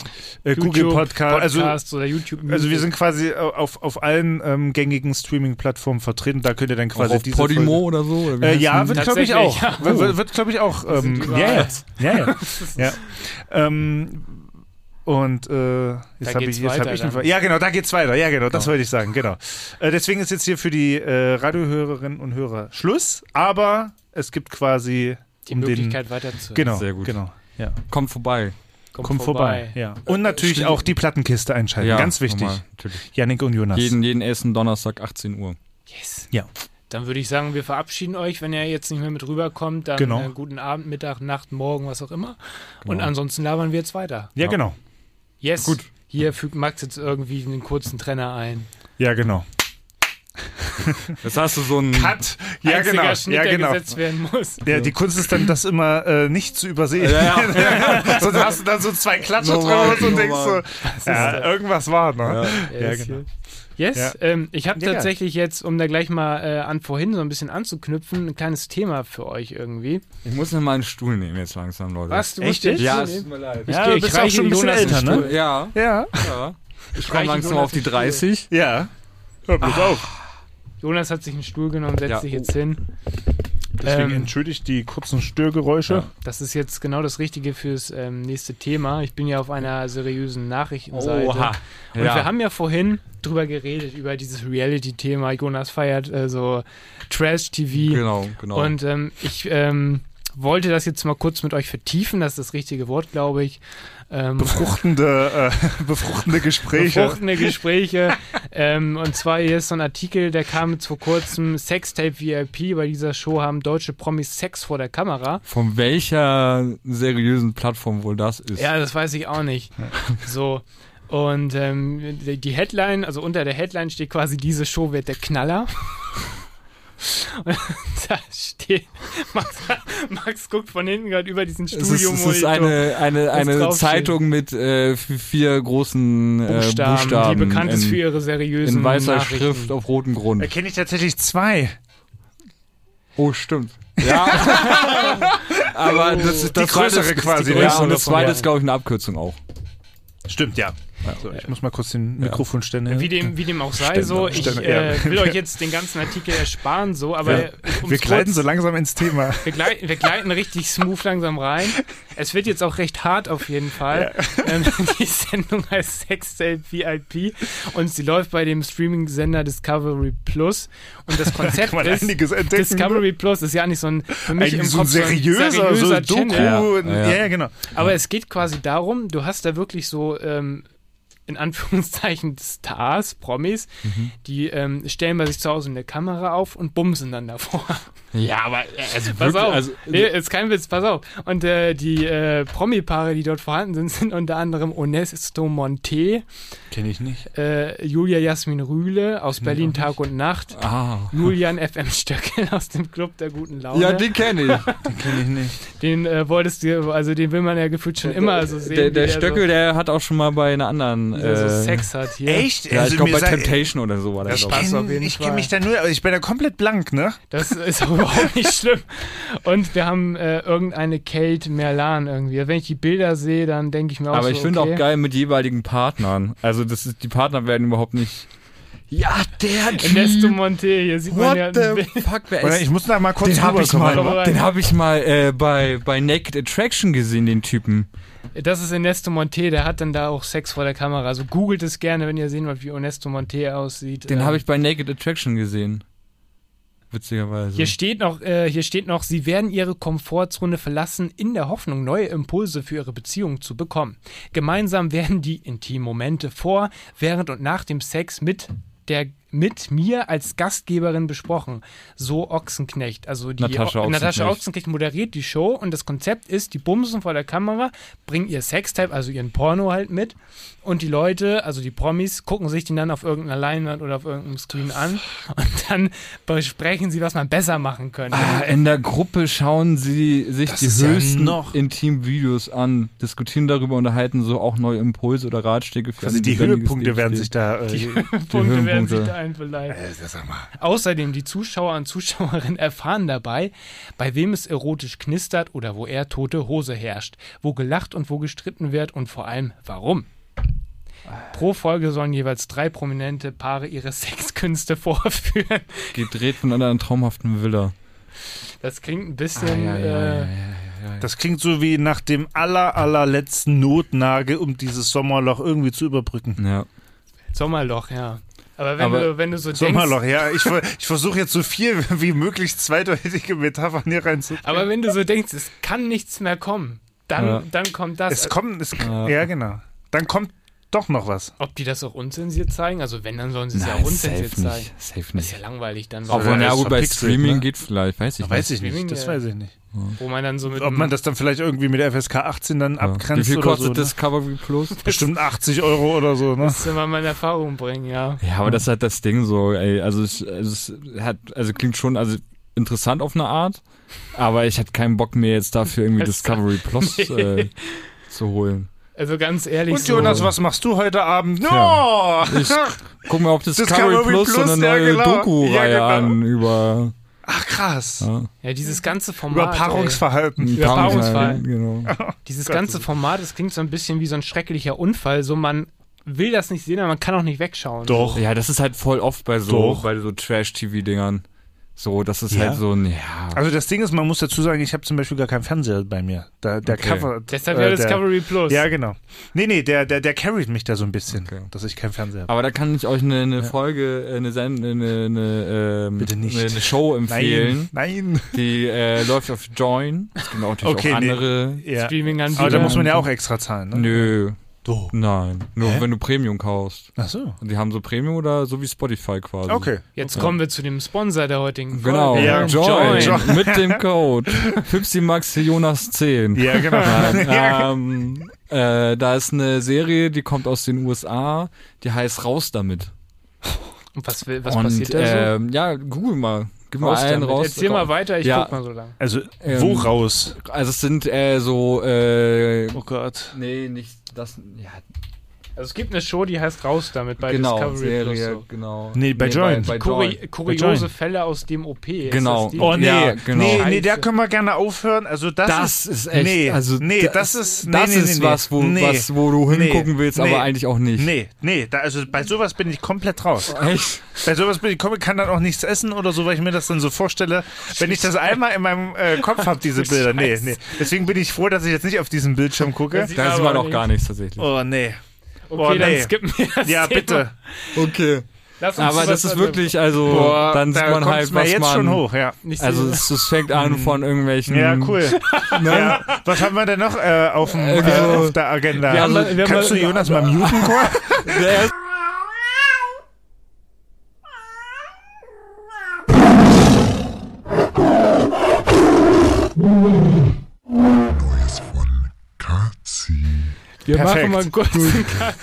[SPEAKER 3] äh, Google
[SPEAKER 2] YouTube,
[SPEAKER 3] Podcast. Also,
[SPEAKER 2] Podcasts oder YouTube Music.
[SPEAKER 3] also wir sind quasi auf, auf allen ähm, gängigen Streaming-Plattformen vertreten. Da könnt ihr dann
[SPEAKER 4] Auch
[SPEAKER 3] quasi
[SPEAKER 4] auf
[SPEAKER 3] diese
[SPEAKER 4] Podimo oder so? Oder wie
[SPEAKER 3] Folge- Äh,
[SPEAKER 4] heißt
[SPEAKER 3] ja,
[SPEAKER 4] die? Uh.
[SPEAKER 3] wird glaube ich auch.
[SPEAKER 2] Tatsächlich,
[SPEAKER 3] Wird- Wird, wird glaube ich auch. Ähm,
[SPEAKER 2] sind
[SPEAKER 3] ja, ja.
[SPEAKER 2] überall.
[SPEAKER 3] ja, ja. ja. Ähm, und äh, jetzt habe
[SPEAKER 2] geht's
[SPEAKER 3] ich, jetzt hab
[SPEAKER 2] weiter
[SPEAKER 3] ich
[SPEAKER 2] dann.
[SPEAKER 3] den Ver- Ja, genau, da geht's weiter. Ja, genau, das wollte ich sagen. Genau. Äh, deswegen ist jetzt hier für die äh, Radiohörerinnen und Hörer Schluss. Aber es gibt quasi
[SPEAKER 2] die
[SPEAKER 3] um den-
[SPEAKER 2] Möglichkeit weiterzuhören.
[SPEAKER 3] genau,
[SPEAKER 4] Sehr gut.
[SPEAKER 3] genau. Ja.
[SPEAKER 4] Kommt vorbei.
[SPEAKER 3] Kommt vorbei. Ja. Und natürlich
[SPEAKER 4] stimmt.
[SPEAKER 3] auch die Plattenkiste einschalten.
[SPEAKER 4] Ja,
[SPEAKER 3] Ganz wichtig.
[SPEAKER 4] nochmal, natürlich.
[SPEAKER 3] Yannick und Jonas.
[SPEAKER 4] Jeden, jeden Essen Donnerstag 18 Uhr.
[SPEAKER 2] Yes.
[SPEAKER 3] Ja.
[SPEAKER 2] Dann würde ich sagen, wir verabschieden euch. Wenn ihr jetzt nicht mehr mit rüberkommt, dann
[SPEAKER 3] Genau.
[SPEAKER 2] äh, guten Abend, Mittag, Nacht, Morgen, was auch immer. Und
[SPEAKER 4] Genau.
[SPEAKER 2] ansonsten labern wir jetzt weiter.
[SPEAKER 3] Ja,
[SPEAKER 4] Ja.
[SPEAKER 3] genau.
[SPEAKER 2] Yes.
[SPEAKER 4] Gut.
[SPEAKER 2] Hier fügt Max jetzt irgendwie einen kurzen Trenner ein.
[SPEAKER 3] Ja, genau.
[SPEAKER 4] Jetzt hast du so einen
[SPEAKER 3] Cut. Ja,
[SPEAKER 2] Einziger
[SPEAKER 3] genau.
[SPEAKER 2] Schnitt,
[SPEAKER 3] Ja,
[SPEAKER 2] der
[SPEAKER 3] genau.
[SPEAKER 2] gesetzt werden muss.
[SPEAKER 3] Der, die Kunst ist dann, das immer äh, nicht zu übersehen.
[SPEAKER 4] Ja,
[SPEAKER 3] Sonst hast du dann so zwei Klatsche
[SPEAKER 4] Normal,
[SPEAKER 3] draus und denkst so,
[SPEAKER 4] normal.
[SPEAKER 2] äh,
[SPEAKER 3] ja, irgendwas war, ne? Ja,
[SPEAKER 2] Yes.
[SPEAKER 3] genau.
[SPEAKER 2] Yes,
[SPEAKER 3] Ja.
[SPEAKER 2] ähm, ich habe
[SPEAKER 3] Ja, ja.
[SPEAKER 2] tatsächlich jetzt, um da gleich mal äh, an vorhin so ein bisschen anzuknüpfen, ein kleines Thema für euch irgendwie.
[SPEAKER 4] Ich muss mir mal einen Stuhl nehmen jetzt langsam, Leute.
[SPEAKER 2] Was? Du musst
[SPEAKER 3] Echt
[SPEAKER 2] jetzt-
[SPEAKER 3] jetzt?
[SPEAKER 4] Ja, es tut mir leid.
[SPEAKER 2] Ich,
[SPEAKER 3] Ja,
[SPEAKER 2] geh-
[SPEAKER 3] du
[SPEAKER 2] ich
[SPEAKER 3] bist auch
[SPEAKER 2] reiche
[SPEAKER 3] schon ein bisschen
[SPEAKER 2] Jonas einen
[SPEAKER 3] älter, ne?
[SPEAKER 2] Stuhl.
[SPEAKER 4] Ja,
[SPEAKER 3] Ja.
[SPEAKER 4] ja. Ich komme
[SPEAKER 2] reiche
[SPEAKER 4] langsam
[SPEAKER 2] Jonas
[SPEAKER 4] auf die
[SPEAKER 2] den Stuhl.
[SPEAKER 4] 30.
[SPEAKER 3] Ja. Hör bloß
[SPEAKER 4] Ah.
[SPEAKER 3] auf.
[SPEAKER 2] Jonas hat sich einen Stuhl genommen, setzt
[SPEAKER 4] Ja.
[SPEAKER 2] sich jetzt hin.
[SPEAKER 3] Deswegen
[SPEAKER 2] Ähm,
[SPEAKER 3] entschuldigt die kurzen Störgeräusche.
[SPEAKER 2] Das ist jetzt genau das Richtige fürs ähm, nächste Thema. Ich bin ja auf einer seriösen Nachrichtenseite.
[SPEAKER 4] Oha.
[SPEAKER 2] Und wir haben ja vorhin drüber geredet, über dieses Reality-Thema. Jonas feiert äh, so Trash-TV.
[SPEAKER 4] genau, genau.
[SPEAKER 2] Und ähm, ich ähm, wollte das jetzt mal kurz mit euch vertiefen. Das ist das richtige Wort, glaube ich. Ähm,
[SPEAKER 3] Befruchtende, äh, befruchtende Gespräche.
[SPEAKER 2] befruchtende Gespräche. ähm, und zwar hier ist so ein Artikel, der kam jetzt vor kurzem. Sextape VIP. Bei dieser Show haben deutsche Promis Sex vor der Kamera.
[SPEAKER 4] Von welcher seriösen Plattform wohl das ist?
[SPEAKER 2] Ja, das weiß ich auch nicht. So. Und ähm, die die Headline, also unter der Headline steht quasi, diese Show wird der Knaller. Und da steht, Max, Max guckt von hinten gerade über diesen
[SPEAKER 4] Es ist,
[SPEAKER 2] Studio
[SPEAKER 4] es ist eine, eine, eine
[SPEAKER 2] draufsteht.
[SPEAKER 4] Zeitung mit äh, f- vier großen äh,
[SPEAKER 2] Buchstaben,
[SPEAKER 4] Buchstaben,
[SPEAKER 2] die bekannt
[SPEAKER 4] in,
[SPEAKER 2] ist für ihre seriösen
[SPEAKER 4] in weißer
[SPEAKER 2] Nachrichten.
[SPEAKER 4] Schrift auf rotem Grund.
[SPEAKER 3] Erkenne ich tatsächlich zwei.
[SPEAKER 4] Oh, stimmt. Ja.
[SPEAKER 2] Oh,
[SPEAKER 4] Aber das ist das
[SPEAKER 3] Die größere
[SPEAKER 4] zweite ist-
[SPEAKER 3] quasi,
[SPEAKER 4] Ja,
[SPEAKER 3] größere
[SPEAKER 4] und das
[SPEAKER 3] von-
[SPEAKER 4] zweite
[SPEAKER 3] ja.
[SPEAKER 4] ist, glaube ich, eine Abkürzung auch.
[SPEAKER 3] Stimmt, ja. So, ich muss mal kurz den Mikrofonständer.
[SPEAKER 2] Wie dem, wie dem auch sei,
[SPEAKER 4] Ständer,
[SPEAKER 2] so, ich
[SPEAKER 3] Ständer,
[SPEAKER 2] äh,
[SPEAKER 3] ja.
[SPEAKER 2] will euch jetzt den ganzen Artikel ersparen, so, aber
[SPEAKER 3] Ja.
[SPEAKER 2] um's
[SPEAKER 3] Wir gleiten
[SPEAKER 2] kurz-
[SPEAKER 3] so langsam ins Thema.
[SPEAKER 2] Wir gleiten, wir gleiten richtig smooth langsam rein. Es wird jetzt auch recht hart auf jeden Fall. Ähm, die Sendung heißt Sextape VIP und sie läuft bei dem Streaming-Sender Discovery Plus. Und das Konzept
[SPEAKER 3] Man
[SPEAKER 2] ist,
[SPEAKER 3] einiges entdecken.
[SPEAKER 2] Discovery Plus ist ja nicht so ein, für mich im
[SPEAKER 3] Eigentlich so ein
[SPEAKER 2] Kopf
[SPEAKER 3] seriöser, so ein Doku.
[SPEAKER 2] Channel.
[SPEAKER 4] Ja,
[SPEAKER 3] Ja,
[SPEAKER 4] ja.
[SPEAKER 3] ja. genau.
[SPEAKER 2] Aber es geht quasi darum, du hast da wirklich so ähm, in Anführungszeichen Stars, Promis,
[SPEAKER 4] Mhm.
[SPEAKER 2] die ähm, stellen bei sich zu Hause eine Kamera auf und bumsen dann davor.
[SPEAKER 4] Ja, aber also
[SPEAKER 2] Pass auf,
[SPEAKER 4] also,
[SPEAKER 2] nee, ist kein Witz, pass auf. Und äh, die äh, Promi-Paare, die dort vorhanden sind, sind unter anderem Onesto Monte,
[SPEAKER 3] Kenne ich nicht.
[SPEAKER 2] äh, Julia Jasmin Rühle aus Berlin Tag und Nacht,
[SPEAKER 4] ah.
[SPEAKER 2] Julian FM Stöckel aus dem Club der guten Laune.
[SPEAKER 4] Ja, den kenne ich.
[SPEAKER 3] Kenne ich nicht.
[SPEAKER 2] den äh, wolltest du, also den will man ja gefühlt schon immer so sehen.
[SPEAKER 4] der
[SPEAKER 2] wie
[SPEAKER 4] der Stöckel, der hat auch schon mal bei einer anderen.
[SPEAKER 2] so, der so
[SPEAKER 4] äh,
[SPEAKER 2] Sex hat hier.
[SPEAKER 3] Echt?
[SPEAKER 4] Ja, ich glaube
[SPEAKER 3] Also mir
[SPEAKER 4] bei
[SPEAKER 3] sei-
[SPEAKER 4] Temptation oder so war der,
[SPEAKER 3] Ich
[SPEAKER 4] glaube ich.
[SPEAKER 2] passt auf
[SPEAKER 3] kenne
[SPEAKER 2] jeden
[SPEAKER 3] ich
[SPEAKER 2] Fall.
[SPEAKER 3] kenn mich da nur, aber ich bin da komplett blank, ne?
[SPEAKER 2] Das ist auf überhaupt nicht schlimm. Und wir haben äh, irgendeine Kate Merlan irgendwie. Wenn ich die Bilder sehe, dann denke ich mir auch
[SPEAKER 4] Aber
[SPEAKER 2] so,
[SPEAKER 4] ich finde
[SPEAKER 2] okay.
[SPEAKER 4] auch geil mit jeweiligen Partnern. Also das ist, die Partner werden überhaupt nicht. Ja, der
[SPEAKER 2] Ernesto
[SPEAKER 4] Typ.
[SPEAKER 2] Monte, hier sieht
[SPEAKER 4] What
[SPEAKER 2] man ja ein
[SPEAKER 4] the
[SPEAKER 2] Bild.
[SPEAKER 4] fuck, wer
[SPEAKER 3] Oder ich
[SPEAKER 4] ist?
[SPEAKER 3] muss da mal kurz
[SPEAKER 4] Den habe
[SPEAKER 3] drüber
[SPEAKER 4] ich
[SPEAKER 3] kommen.
[SPEAKER 2] Komm mal
[SPEAKER 4] mal,
[SPEAKER 2] rein.
[SPEAKER 4] den hab ich mal äh, bei, bei Naked Attraction gesehen, den Typen.
[SPEAKER 2] Das ist Ernesto Monte, der hat dann da auch Sex vor der Kamera. Also googelt es gerne, wenn ihr sehen wollt, wie Ernesto Monte aussieht.
[SPEAKER 4] Den
[SPEAKER 2] Ähm,
[SPEAKER 4] habe ich bei Naked Attraction gesehen. Witzigerweise.
[SPEAKER 2] Hier steht, noch, äh, hier steht noch, sie werden ihre Komfortzone verlassen, in der Hoffnung, neue Impulse für ihre Beziehung zu bekommen. Gemeinsam werden die intimen Momente vor, während und nach dem Sex mit der mit mir als Gastgeberin besprochen. So Ochsenknecht. Also die
[SPEAKER 4] Natascha Ochsenknecht.
[SPEAKER 2] Natascha Ochsenknecht moderiert die Show und das Konzept ist, die bumsen vor der Kamera, bringen ihr Sextape, also ihren Porno halt mit und die Leute, also die Promis, gucken sich den dann auf irgendeiner Leinwand oder auf irgendeinem Screen an und dann besprechen sie, was man besser machen könnte.
[SPEAKER 4] Ah, in der Gruppe schauen sie sich
[SPEAKER 3] Das
[SPEAKER 4] die
[SPEAKER 3] ist ja
[SPEAKER 4] höchsten
[SPEAKER 3] noch-
[SPEAKER 4] intimen Videos an, diskutieren darüber, unterhalten so auch neue Impulse oder Ratschläge für
[SPEAKER 3] Also
[SPEAKER 4] ein
[SPEAKER 3] die
[SPEAKER 4] lebendiges
[SPEAKER 3] Höhepunkte werden sich
[SPEAKER 4] Lebensstil.
[SPEAKER 3] da. Äh,
[SPEAKER 2] Punkte werden sich
[SPEAKER 4] Höhenpunkte.
[SPEAKER 2] da einverleiben.
[SPEAKER 3] äh, sag mal.
[SPEAKER 2] Außerdem, die Zuschauer und Zuschauerinnen erfahren dabei, bei wem es erotisch knistert oder wo eher tote Hose herrscht, wo gelacht und wo gestritten wird und vor allem warum. Pro Folge sollen jeweils drei prominente Paare ihre Sexkünste vorführen.
[SPEAKER 4] gedreht von einer traumhaften Villa.
[SPEAKER 2] Das klingt ein bisschen.
[SPEAKER 3] Ah,
[SPEAKER 2] äh,
[SPEAKER 3] Das klingt so wie nach dem aller, allerletzten Notnagel, um dieses Sommerloch irgendwie zu überbrücken.
[SPEAKER 4] Ja.
[SPEAKER 2] Sommerloch, ja. Aber wenn,
[SPEAKER 4] Aber
[SPEAKER 2] du, wenn du so
[SPEAKER 3] Sommerloch,
[SPEAKER 2] denkst.
[SPEAKER 3] ja. Ich, ver- ich versuche jetzt so viel wie möglich zweideutige Metaphern hier reinzubringen.
[SPEAKER 2] Aber wenn du so denkst, es kann nichts mehr kommen, dann,
[SPEAKER 4] Ja.
[SPEAKER 2] dann kommt das.
[SPEAKER 3] es kommt, es,
[SPEAKER 4] Ja.
[SPEAKER 3] ja genau. Dann kommt doch noch was.
[SPEAKER 2] Ob die das auch unzensiert zeigen? Also wenn, dann sollen sie es ja unzensiert zeigen.
[SPEAKER 4] Safe
[SPEAKER 2] Das ist ja langweilig dann.
[SPEAKER 3] Auf
[SPEAKER 4] Obwohl,
[SPEAKER 3] Ja,
[SPEAKER 4] ja
[SPEAKER 3] ist
[SPEAKER 4] gut, bei
[SPEAKER 3] verpixelt,
[SPEAKER 4] Streaming
[SPEAKER 3] ne?
[SPEAKER 4] geht vielleicht, weiß ich nicht.
[SPEAKER 3] Weiß ich
[SPEAKER 2] Streaming,
[SPEAKER 3] nicht, das
[SPEAKER 2] ja.
[SPEAKER 3] weiß ich nicht.
[SPEAKER 2] wo man dann so mit
[SPEAKER 3] Ob man das dann vielleicht irgendwie mit FSK 18 dann
[SPEAKER 4] Ja.
[SPEAKER 3] abgrenzt
[SPEAKER 4] Wie viel
[SPEAKER 3] oder
[SPEAKER 4] kostet
[SPEAKER 3] so. Ne?
[SPEAKER 4] Discovery Plus?
[SPEAKER 3] Bestimmt 80 Euro oder so, ne?
[SPEAKER 2] das immer mal in Erfahrung bringen, ja.
[SPEAKER 4] Ja, aber das ist halt das Ding so, ey. Also es, also es hat, also klingt schon, also interessant auf eine Art, aber ich hatte keinen Bock mehr jetzt dafür irgendwie
[SPEAKER 2] Das-
[SPEAKER 4] Discovery Plus äh, zu holen.
[SPEAKER 2] Also ganz ehrlich.
[SPEAKER 3] Und
[SPEAKER 2] so,
[SPEAKER 3] Jonas, was machst du heute Abend? No!
[SPEAKER 4] Tja. Ich guck mal auf Discovery,
[SPEAKER 3] Discovery
[SPEAKER 4] Plus, so
[SPEAKER 3] Plus,
[SPEAKER 4] eine
[SPEAKER 3] ja,
[SPEAKER 4] neue
[SPEAKER 3] genau.
[SPEAKER 4] Doku-Reihe
[SPEAKER 3] Ja, genau.
[SPEAKER 4] an über
[SPEAKER 3] Ach krass.
[SPEAKER 4] ja,
[SPEAKER 2] Ja, dieses ganze Format.
[SPEAKER 3] Über Paarungsverhalten.
[SPEAKER 4] einen
[SPEAKER 2] Ja,
[SPEAKER 4] Paarungsfall,
[SPEAKER 2] Paarungsfall.
[SPEAKER 4] Genau.
[SPEAKER 2] Ey, dieses ganze Format, das klingt so ein bisschen wie so ein schrecklicher Unfall. So, man will das nicht sehen, aber man kann auch nicht wegschauen.
[SPEAKER 3] Doch.
[SPEAKER 4] Ja, das ist halt voll oft bei so,
[SPEAKER 3] Doch.
[SPEAKER 4] bei so Trash-TV-Dingern. So, das ist
[SPEAKER 3] Ja.
[SPEAKER 4] halt so ein, ja.
[SPEAKER 3] Also das Ding ist, man muss dazu sagen, ich habe zum Beispiel gar keinen Fernseher bei mir. Da, der
[SPEAKER 4] Okay.
[SPEAKER 3] Cover.
[SPEAKER 2] Deshalb ja
[SPEAKER 3] äh, der-
[SPEAKER 2] Discovery Plus.
[SPEAKER 3] Ja, genau. Nee, nee, der, der, der carried mich da so ein bisschen,
[SPEAKER 4] Okay.
[SPEAKER 3] dass ich keinen Fernseher habe.
[SPEAKER 4] Aber da kann ich euch eine, eine Folge, äh, eine, Send- eine, eine, ähm,
[SPEAKER 3] Bitte nicht.
[SPEAKER 4] eine, eine Show empfehlen.
[SPEAKER 3] Nein.
[SPEAKER 4] Die äh, läuft auf Join. Es gibt auch natürlich
[SPEAKER 3] Okay,
[SPEAKER 4] auch
[SPEAKER 3] nee.
[SPEAKER 4] andere.
[SPEAKER 3] Ja.
[SPEAKER 2] Streaming-Anbieter.
[SPEAKER 3] Aber da muss man ja auch extra zahlen, ne?
[SPEAKER 4] Nö,
[SPEAKER 3] Doch.
[SPEAKER 4] nein. Nur
[SPEAKER 3] Hä?
[SPEAKER 4] wenn du Premium kaufst.
[SPEAKER 3] Ach so.
[SPEAKER 4] Und die haben so Premium oder so wie Spotify quasi.
[SPEAKER 3] Okay.
[SPEAKER 2] Jetzt kommen wir zu dem Sponsor der heutigen Folge.
[SPEAKER 4] Genau.
[SPEAKER 3] Ja,
[SPEAKER 4] Join.
[SPEAKER 3] Join.
[SPEAKER 4] Mit dem Code Fipsimaxionas10.
[SPEAKER 3] Ja, genau.
[SPEAKER 4] ähm, äh, da ist eine Serie, die kommt aus den USA, die heißt Raus damit.
[SPEAKER 2] Und was, will- was
[SPEAKER 4] Und,
[SPEAKER 2] passiert da so?
[SPEAKER 4] ähm, ja, google mal. Gib mal
[SPEAKER 2] Raus
[SPEAKER 4] einen
[SPEAKER 2] damit.
[SPEAKER 4] raus.
[SPEAKER 2] Erzähl mal weiter, ich
[SPEAKER 4] Ja.
[SPEAKER 2] guck mal so lange.
[SPEAKER 3] Also,
[SPEAKER 4] Ähm,
[SPEAKER 3] woraus?
[SPEAKER 4] Also es sind äh, so äh,
[SPEAKER 3] Oh Gott.
[SPEAKER 4] nee, nicht das ja,
[SPEAKER 2] Also es gibt eine Show, die heißt Raus damit bei
[SPEAKER 4] genau,
[SPEAKER 2] Discovery Plus.
[SPEAKER 4] Serie,
[SPEAKER 2] So.
[SPEAKER 4] genau.
[SPEAKER 3] Nee, bei Join.
[SPEAKER 4] Bei, bei Join.
[SPEAKER 2] Kuri kuriose Fälle aus dem OP. Ist
[SPEAKER 4] Genau.
[SPEAKER 2] das die?
[SPEAKER 3] Oh nee,
[SPEAKER 4] Ja, genau.
[SPEAKER 3] nee, nee, da
[SPEAKER 2] Scheiße.
[SPEAKER 3] können wir gerne aufhören. Also das,
[SPEAKER 4] Das ist echt,
[SPEAKER 3] nee,
[SPEAKER 4] also
[SPEAKER 3] nee,
[SPEAKER 4] da-
[SPEAKER 3] das ist, nee,
[SPEAKER 4] das
[SPEAKER 3] nee,
[SPEAKER 4] ist
[SPEAKER 3] nee,
[SPEAKER 4] was, wo,
[SPEAKER 3] nee,
[SPEAKER 4] was, wo du
[SPEAKER 3] nee,
[SPEAKER 4] hingucken willst,
[SPEAKER 3] nee,
[SPEAKER 4] aber eigentlich auch nicht.
[SPEAKER 3] nee, nee, da, also bei sowas bin ich komplett raus.
[SPEAKER 4] Echt?
[SPEAKER 3] Bei sowas bin ich komplett, kann dann auch nichts essen oder so, weil ich mir das dann so vorstelle, wenn ich das einmal in meinem äh, Kopf habe, diese Bilder. Nee, nee. Deswegen bin ich froh, dass ich jetzt nicht auf diesen Bildschirm gucke.
[SPEAKER 2] Das sieht
[SPEAKER 4] Da sieht man
[SPEAKER 2] aber
[SPEAKER 4] auch gar nichts tatsächlich.
[SPEAKER 3] Oh nee.
[SPEAKER 2] Okay,
[SPEAKER 3] oh,
[SPEAKER 2] dann
[SPEAKER 3] nee.
[SPEAKER 2] skippen wir das
[SPEAKER 3] Ja,
[SPEAKER 2] Thema.
[SPEAKER 3] bitte.
[SPEAKER 4] Okay.
[SPEAKER 2] Lass uns
[SPEAKER 4] Aber
[SPEAKER 2] was
[SPEAKER 4] das ist
[SPEAKER 2] anderes-
[SPEAKER 4] wirklich, also
[SPEAKER 3] Boah,
[SPEAKER 4] dann sieht
[SPEAKER 3] da
[SPEAKER 4] man
[SPEAKER 3] kommt's
[SPEAKER 4] halt,
[SPEAKER 3] mir
[SPEAKER 4] was
[SPEAKER 3] jetzt
[SPEAKER 4] man.
[SPEAKER 3] schon hoch, ja.
[SPEAKER 2] Nicht
[SPEAKER 4] Also
[SPEAKER 2] also,
[SPEAKER 4] es, es fängt an von irgendwelchen.
[SPEAKER 3] Ja, cool.
[SPEAKER 4] Ne?
[SPEAKER 3] Ja. Was haben wir denn noch äh, auf, dem, äh,
[SPEAKER 4] Also,
[SPEAKER 3] auf der Agenda?
[SPEAKER 4] wir haben-
[SPEAKER 2] wir haben-
[SPEAKER 3] Kannst du Jonas mal muten, Cor?
[SPEAKER 4] Der ist-
[SPEAKER 2] wir
[SPEAKER 3] perfekt.
[SPEAKER 2] machen mal einen kurzen Cut.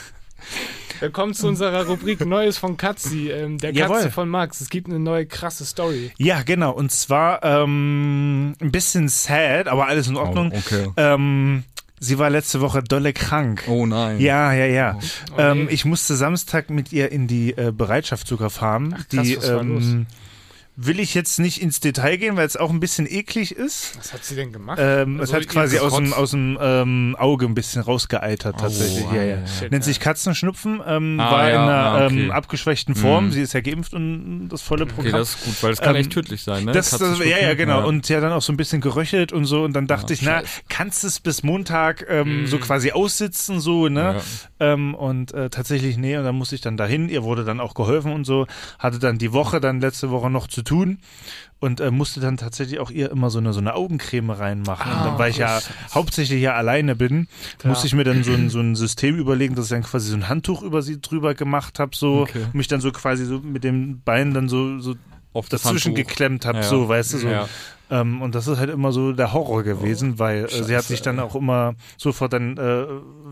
[SPEAKER 2] Willkommen zu unserer Rubrik Neues von Katzi, ähm, der
[SPEAKER 3] Jawohl.
[SPEAKER 2] Katze von Max. Es gibt eine neue krasse Story.
[SPEAKER 3] Ja, genau. Und zwar ähm, ein bisschen sad, aber alles in Ordnung.
[SPEAKER 4] Oh, okay.
[SPEAKER 3] ähm, sie war letzte Woche dolle krank.
[SPEAKER 4] Oh nein.
[SPEAKER 3] Ja, ja, ja. Ähm,
[SPEAKER 2] Oh, nee.
[SPEAKER 3] ich musste Samstag mit ihr in die äh, Bereitschaftszuckerfarm.
[SPEAKER 2] krass,
[SPEAKER 3] die,
[SPEAKER 2] was war los?
[SPEAKER 3] ähm, will ich jetzt nicht ins Detail gehen, weil es auch ein bisschen eklig ist.
[SPEAKER 2] Was hat sie denn gemacht?
[SPEAKER 3] Ähm,
[SPEAKER 2] Also
[SPEAKER 3] es hat
[SPEAKER 2] ihr
[SPEAKER 3] quasi aus dem,
[SPEAKER 2] Gerotz.
[SPEAKER 3] aus dem ähm, Auge ein bisschen
[SPEAKER 4] Oh,
[SPEAKER 3] rausgeeitert tatsächlich. ja, ja.
[SPEAKER 2] Shit,
[SPEAKER 3] Nennt
[SPEAKER 2] ja.
[SPEAKER 3] sich Katzenschnupfen, ähm,
[SPEAKER 4] Ah,
[SPEAKER 3] war
[SPEAKER 4] ja,
[SPEAKER 3] in einer
[SPEAKER 4] ah, okay.
[SPEAKER 3] ähm, abgeschwächten Form.
[SPEAKER 4] Mhm.
[SPEAKER 3] Sie ist ja geimpft und das volle Programm.
[SPEAKER 4] Okay, das ist gut, weil es kann
[SPEAKER 3] Ähm,
[SPEAKER 4] echt tödlich sein, ne?
[SPEAKER 3] Das, das,
[SPEAKER 4] Katzenschnupfen.
[SPEAKER 3] ja, ja, genau. Und ja, dann auch so ein bisschen geröchelt und so. Und dann
[SPEAKER 4] Ah,
[SPEAKER 3] dachte ich, na, kannst es bis Montag ähm,
[SPEAKER 4] Mhm.
[SPEAKER 3] so quasi aussitzen, so, ne? Ähm, und äh, tatsächlich, nee. Und dann musste ich dann dahin. Ihr wurde dann auch geholfen und so. Hatte dann die Woche, dann letzte Woche noch zu tun. Und äh, musste dann tatsächlich auch ihr immer so eine, so eine Augencreme reinmachen. und
[SPEAKER 4] Ah,
[SPEAKER 3] dann, weil ich ja hauptsächlich ja alleine bin, musste ich mir dann so ein, so ein System überlegen, dass ich dann quasi so ein Handtuch über sie drüber gemacht habe, so.
[SPEAKER 4] Okay.
[SPEAKER 3] Und mich dann so quasi so mit den Beinen dann so, so
[SPEAKER 4] auf das
[SPEAKER 3] dazwischen
[SPEAKER 4] Handtuch.
[SPEAKER 3] geklemmt habe,
[SPEAKER 4] Ja.
[SPEAKER 3] so, weißt du, so.
[SPEAKER 4] Ja. Oh,
[SPEAKER 3] Ähm, und das ist halt immer so der Horror gewesen, weil äh, sie hat
[SPEAKER 4] Scheiße,
[SPEAKER 3] sich dann auch immer sofort dann äh,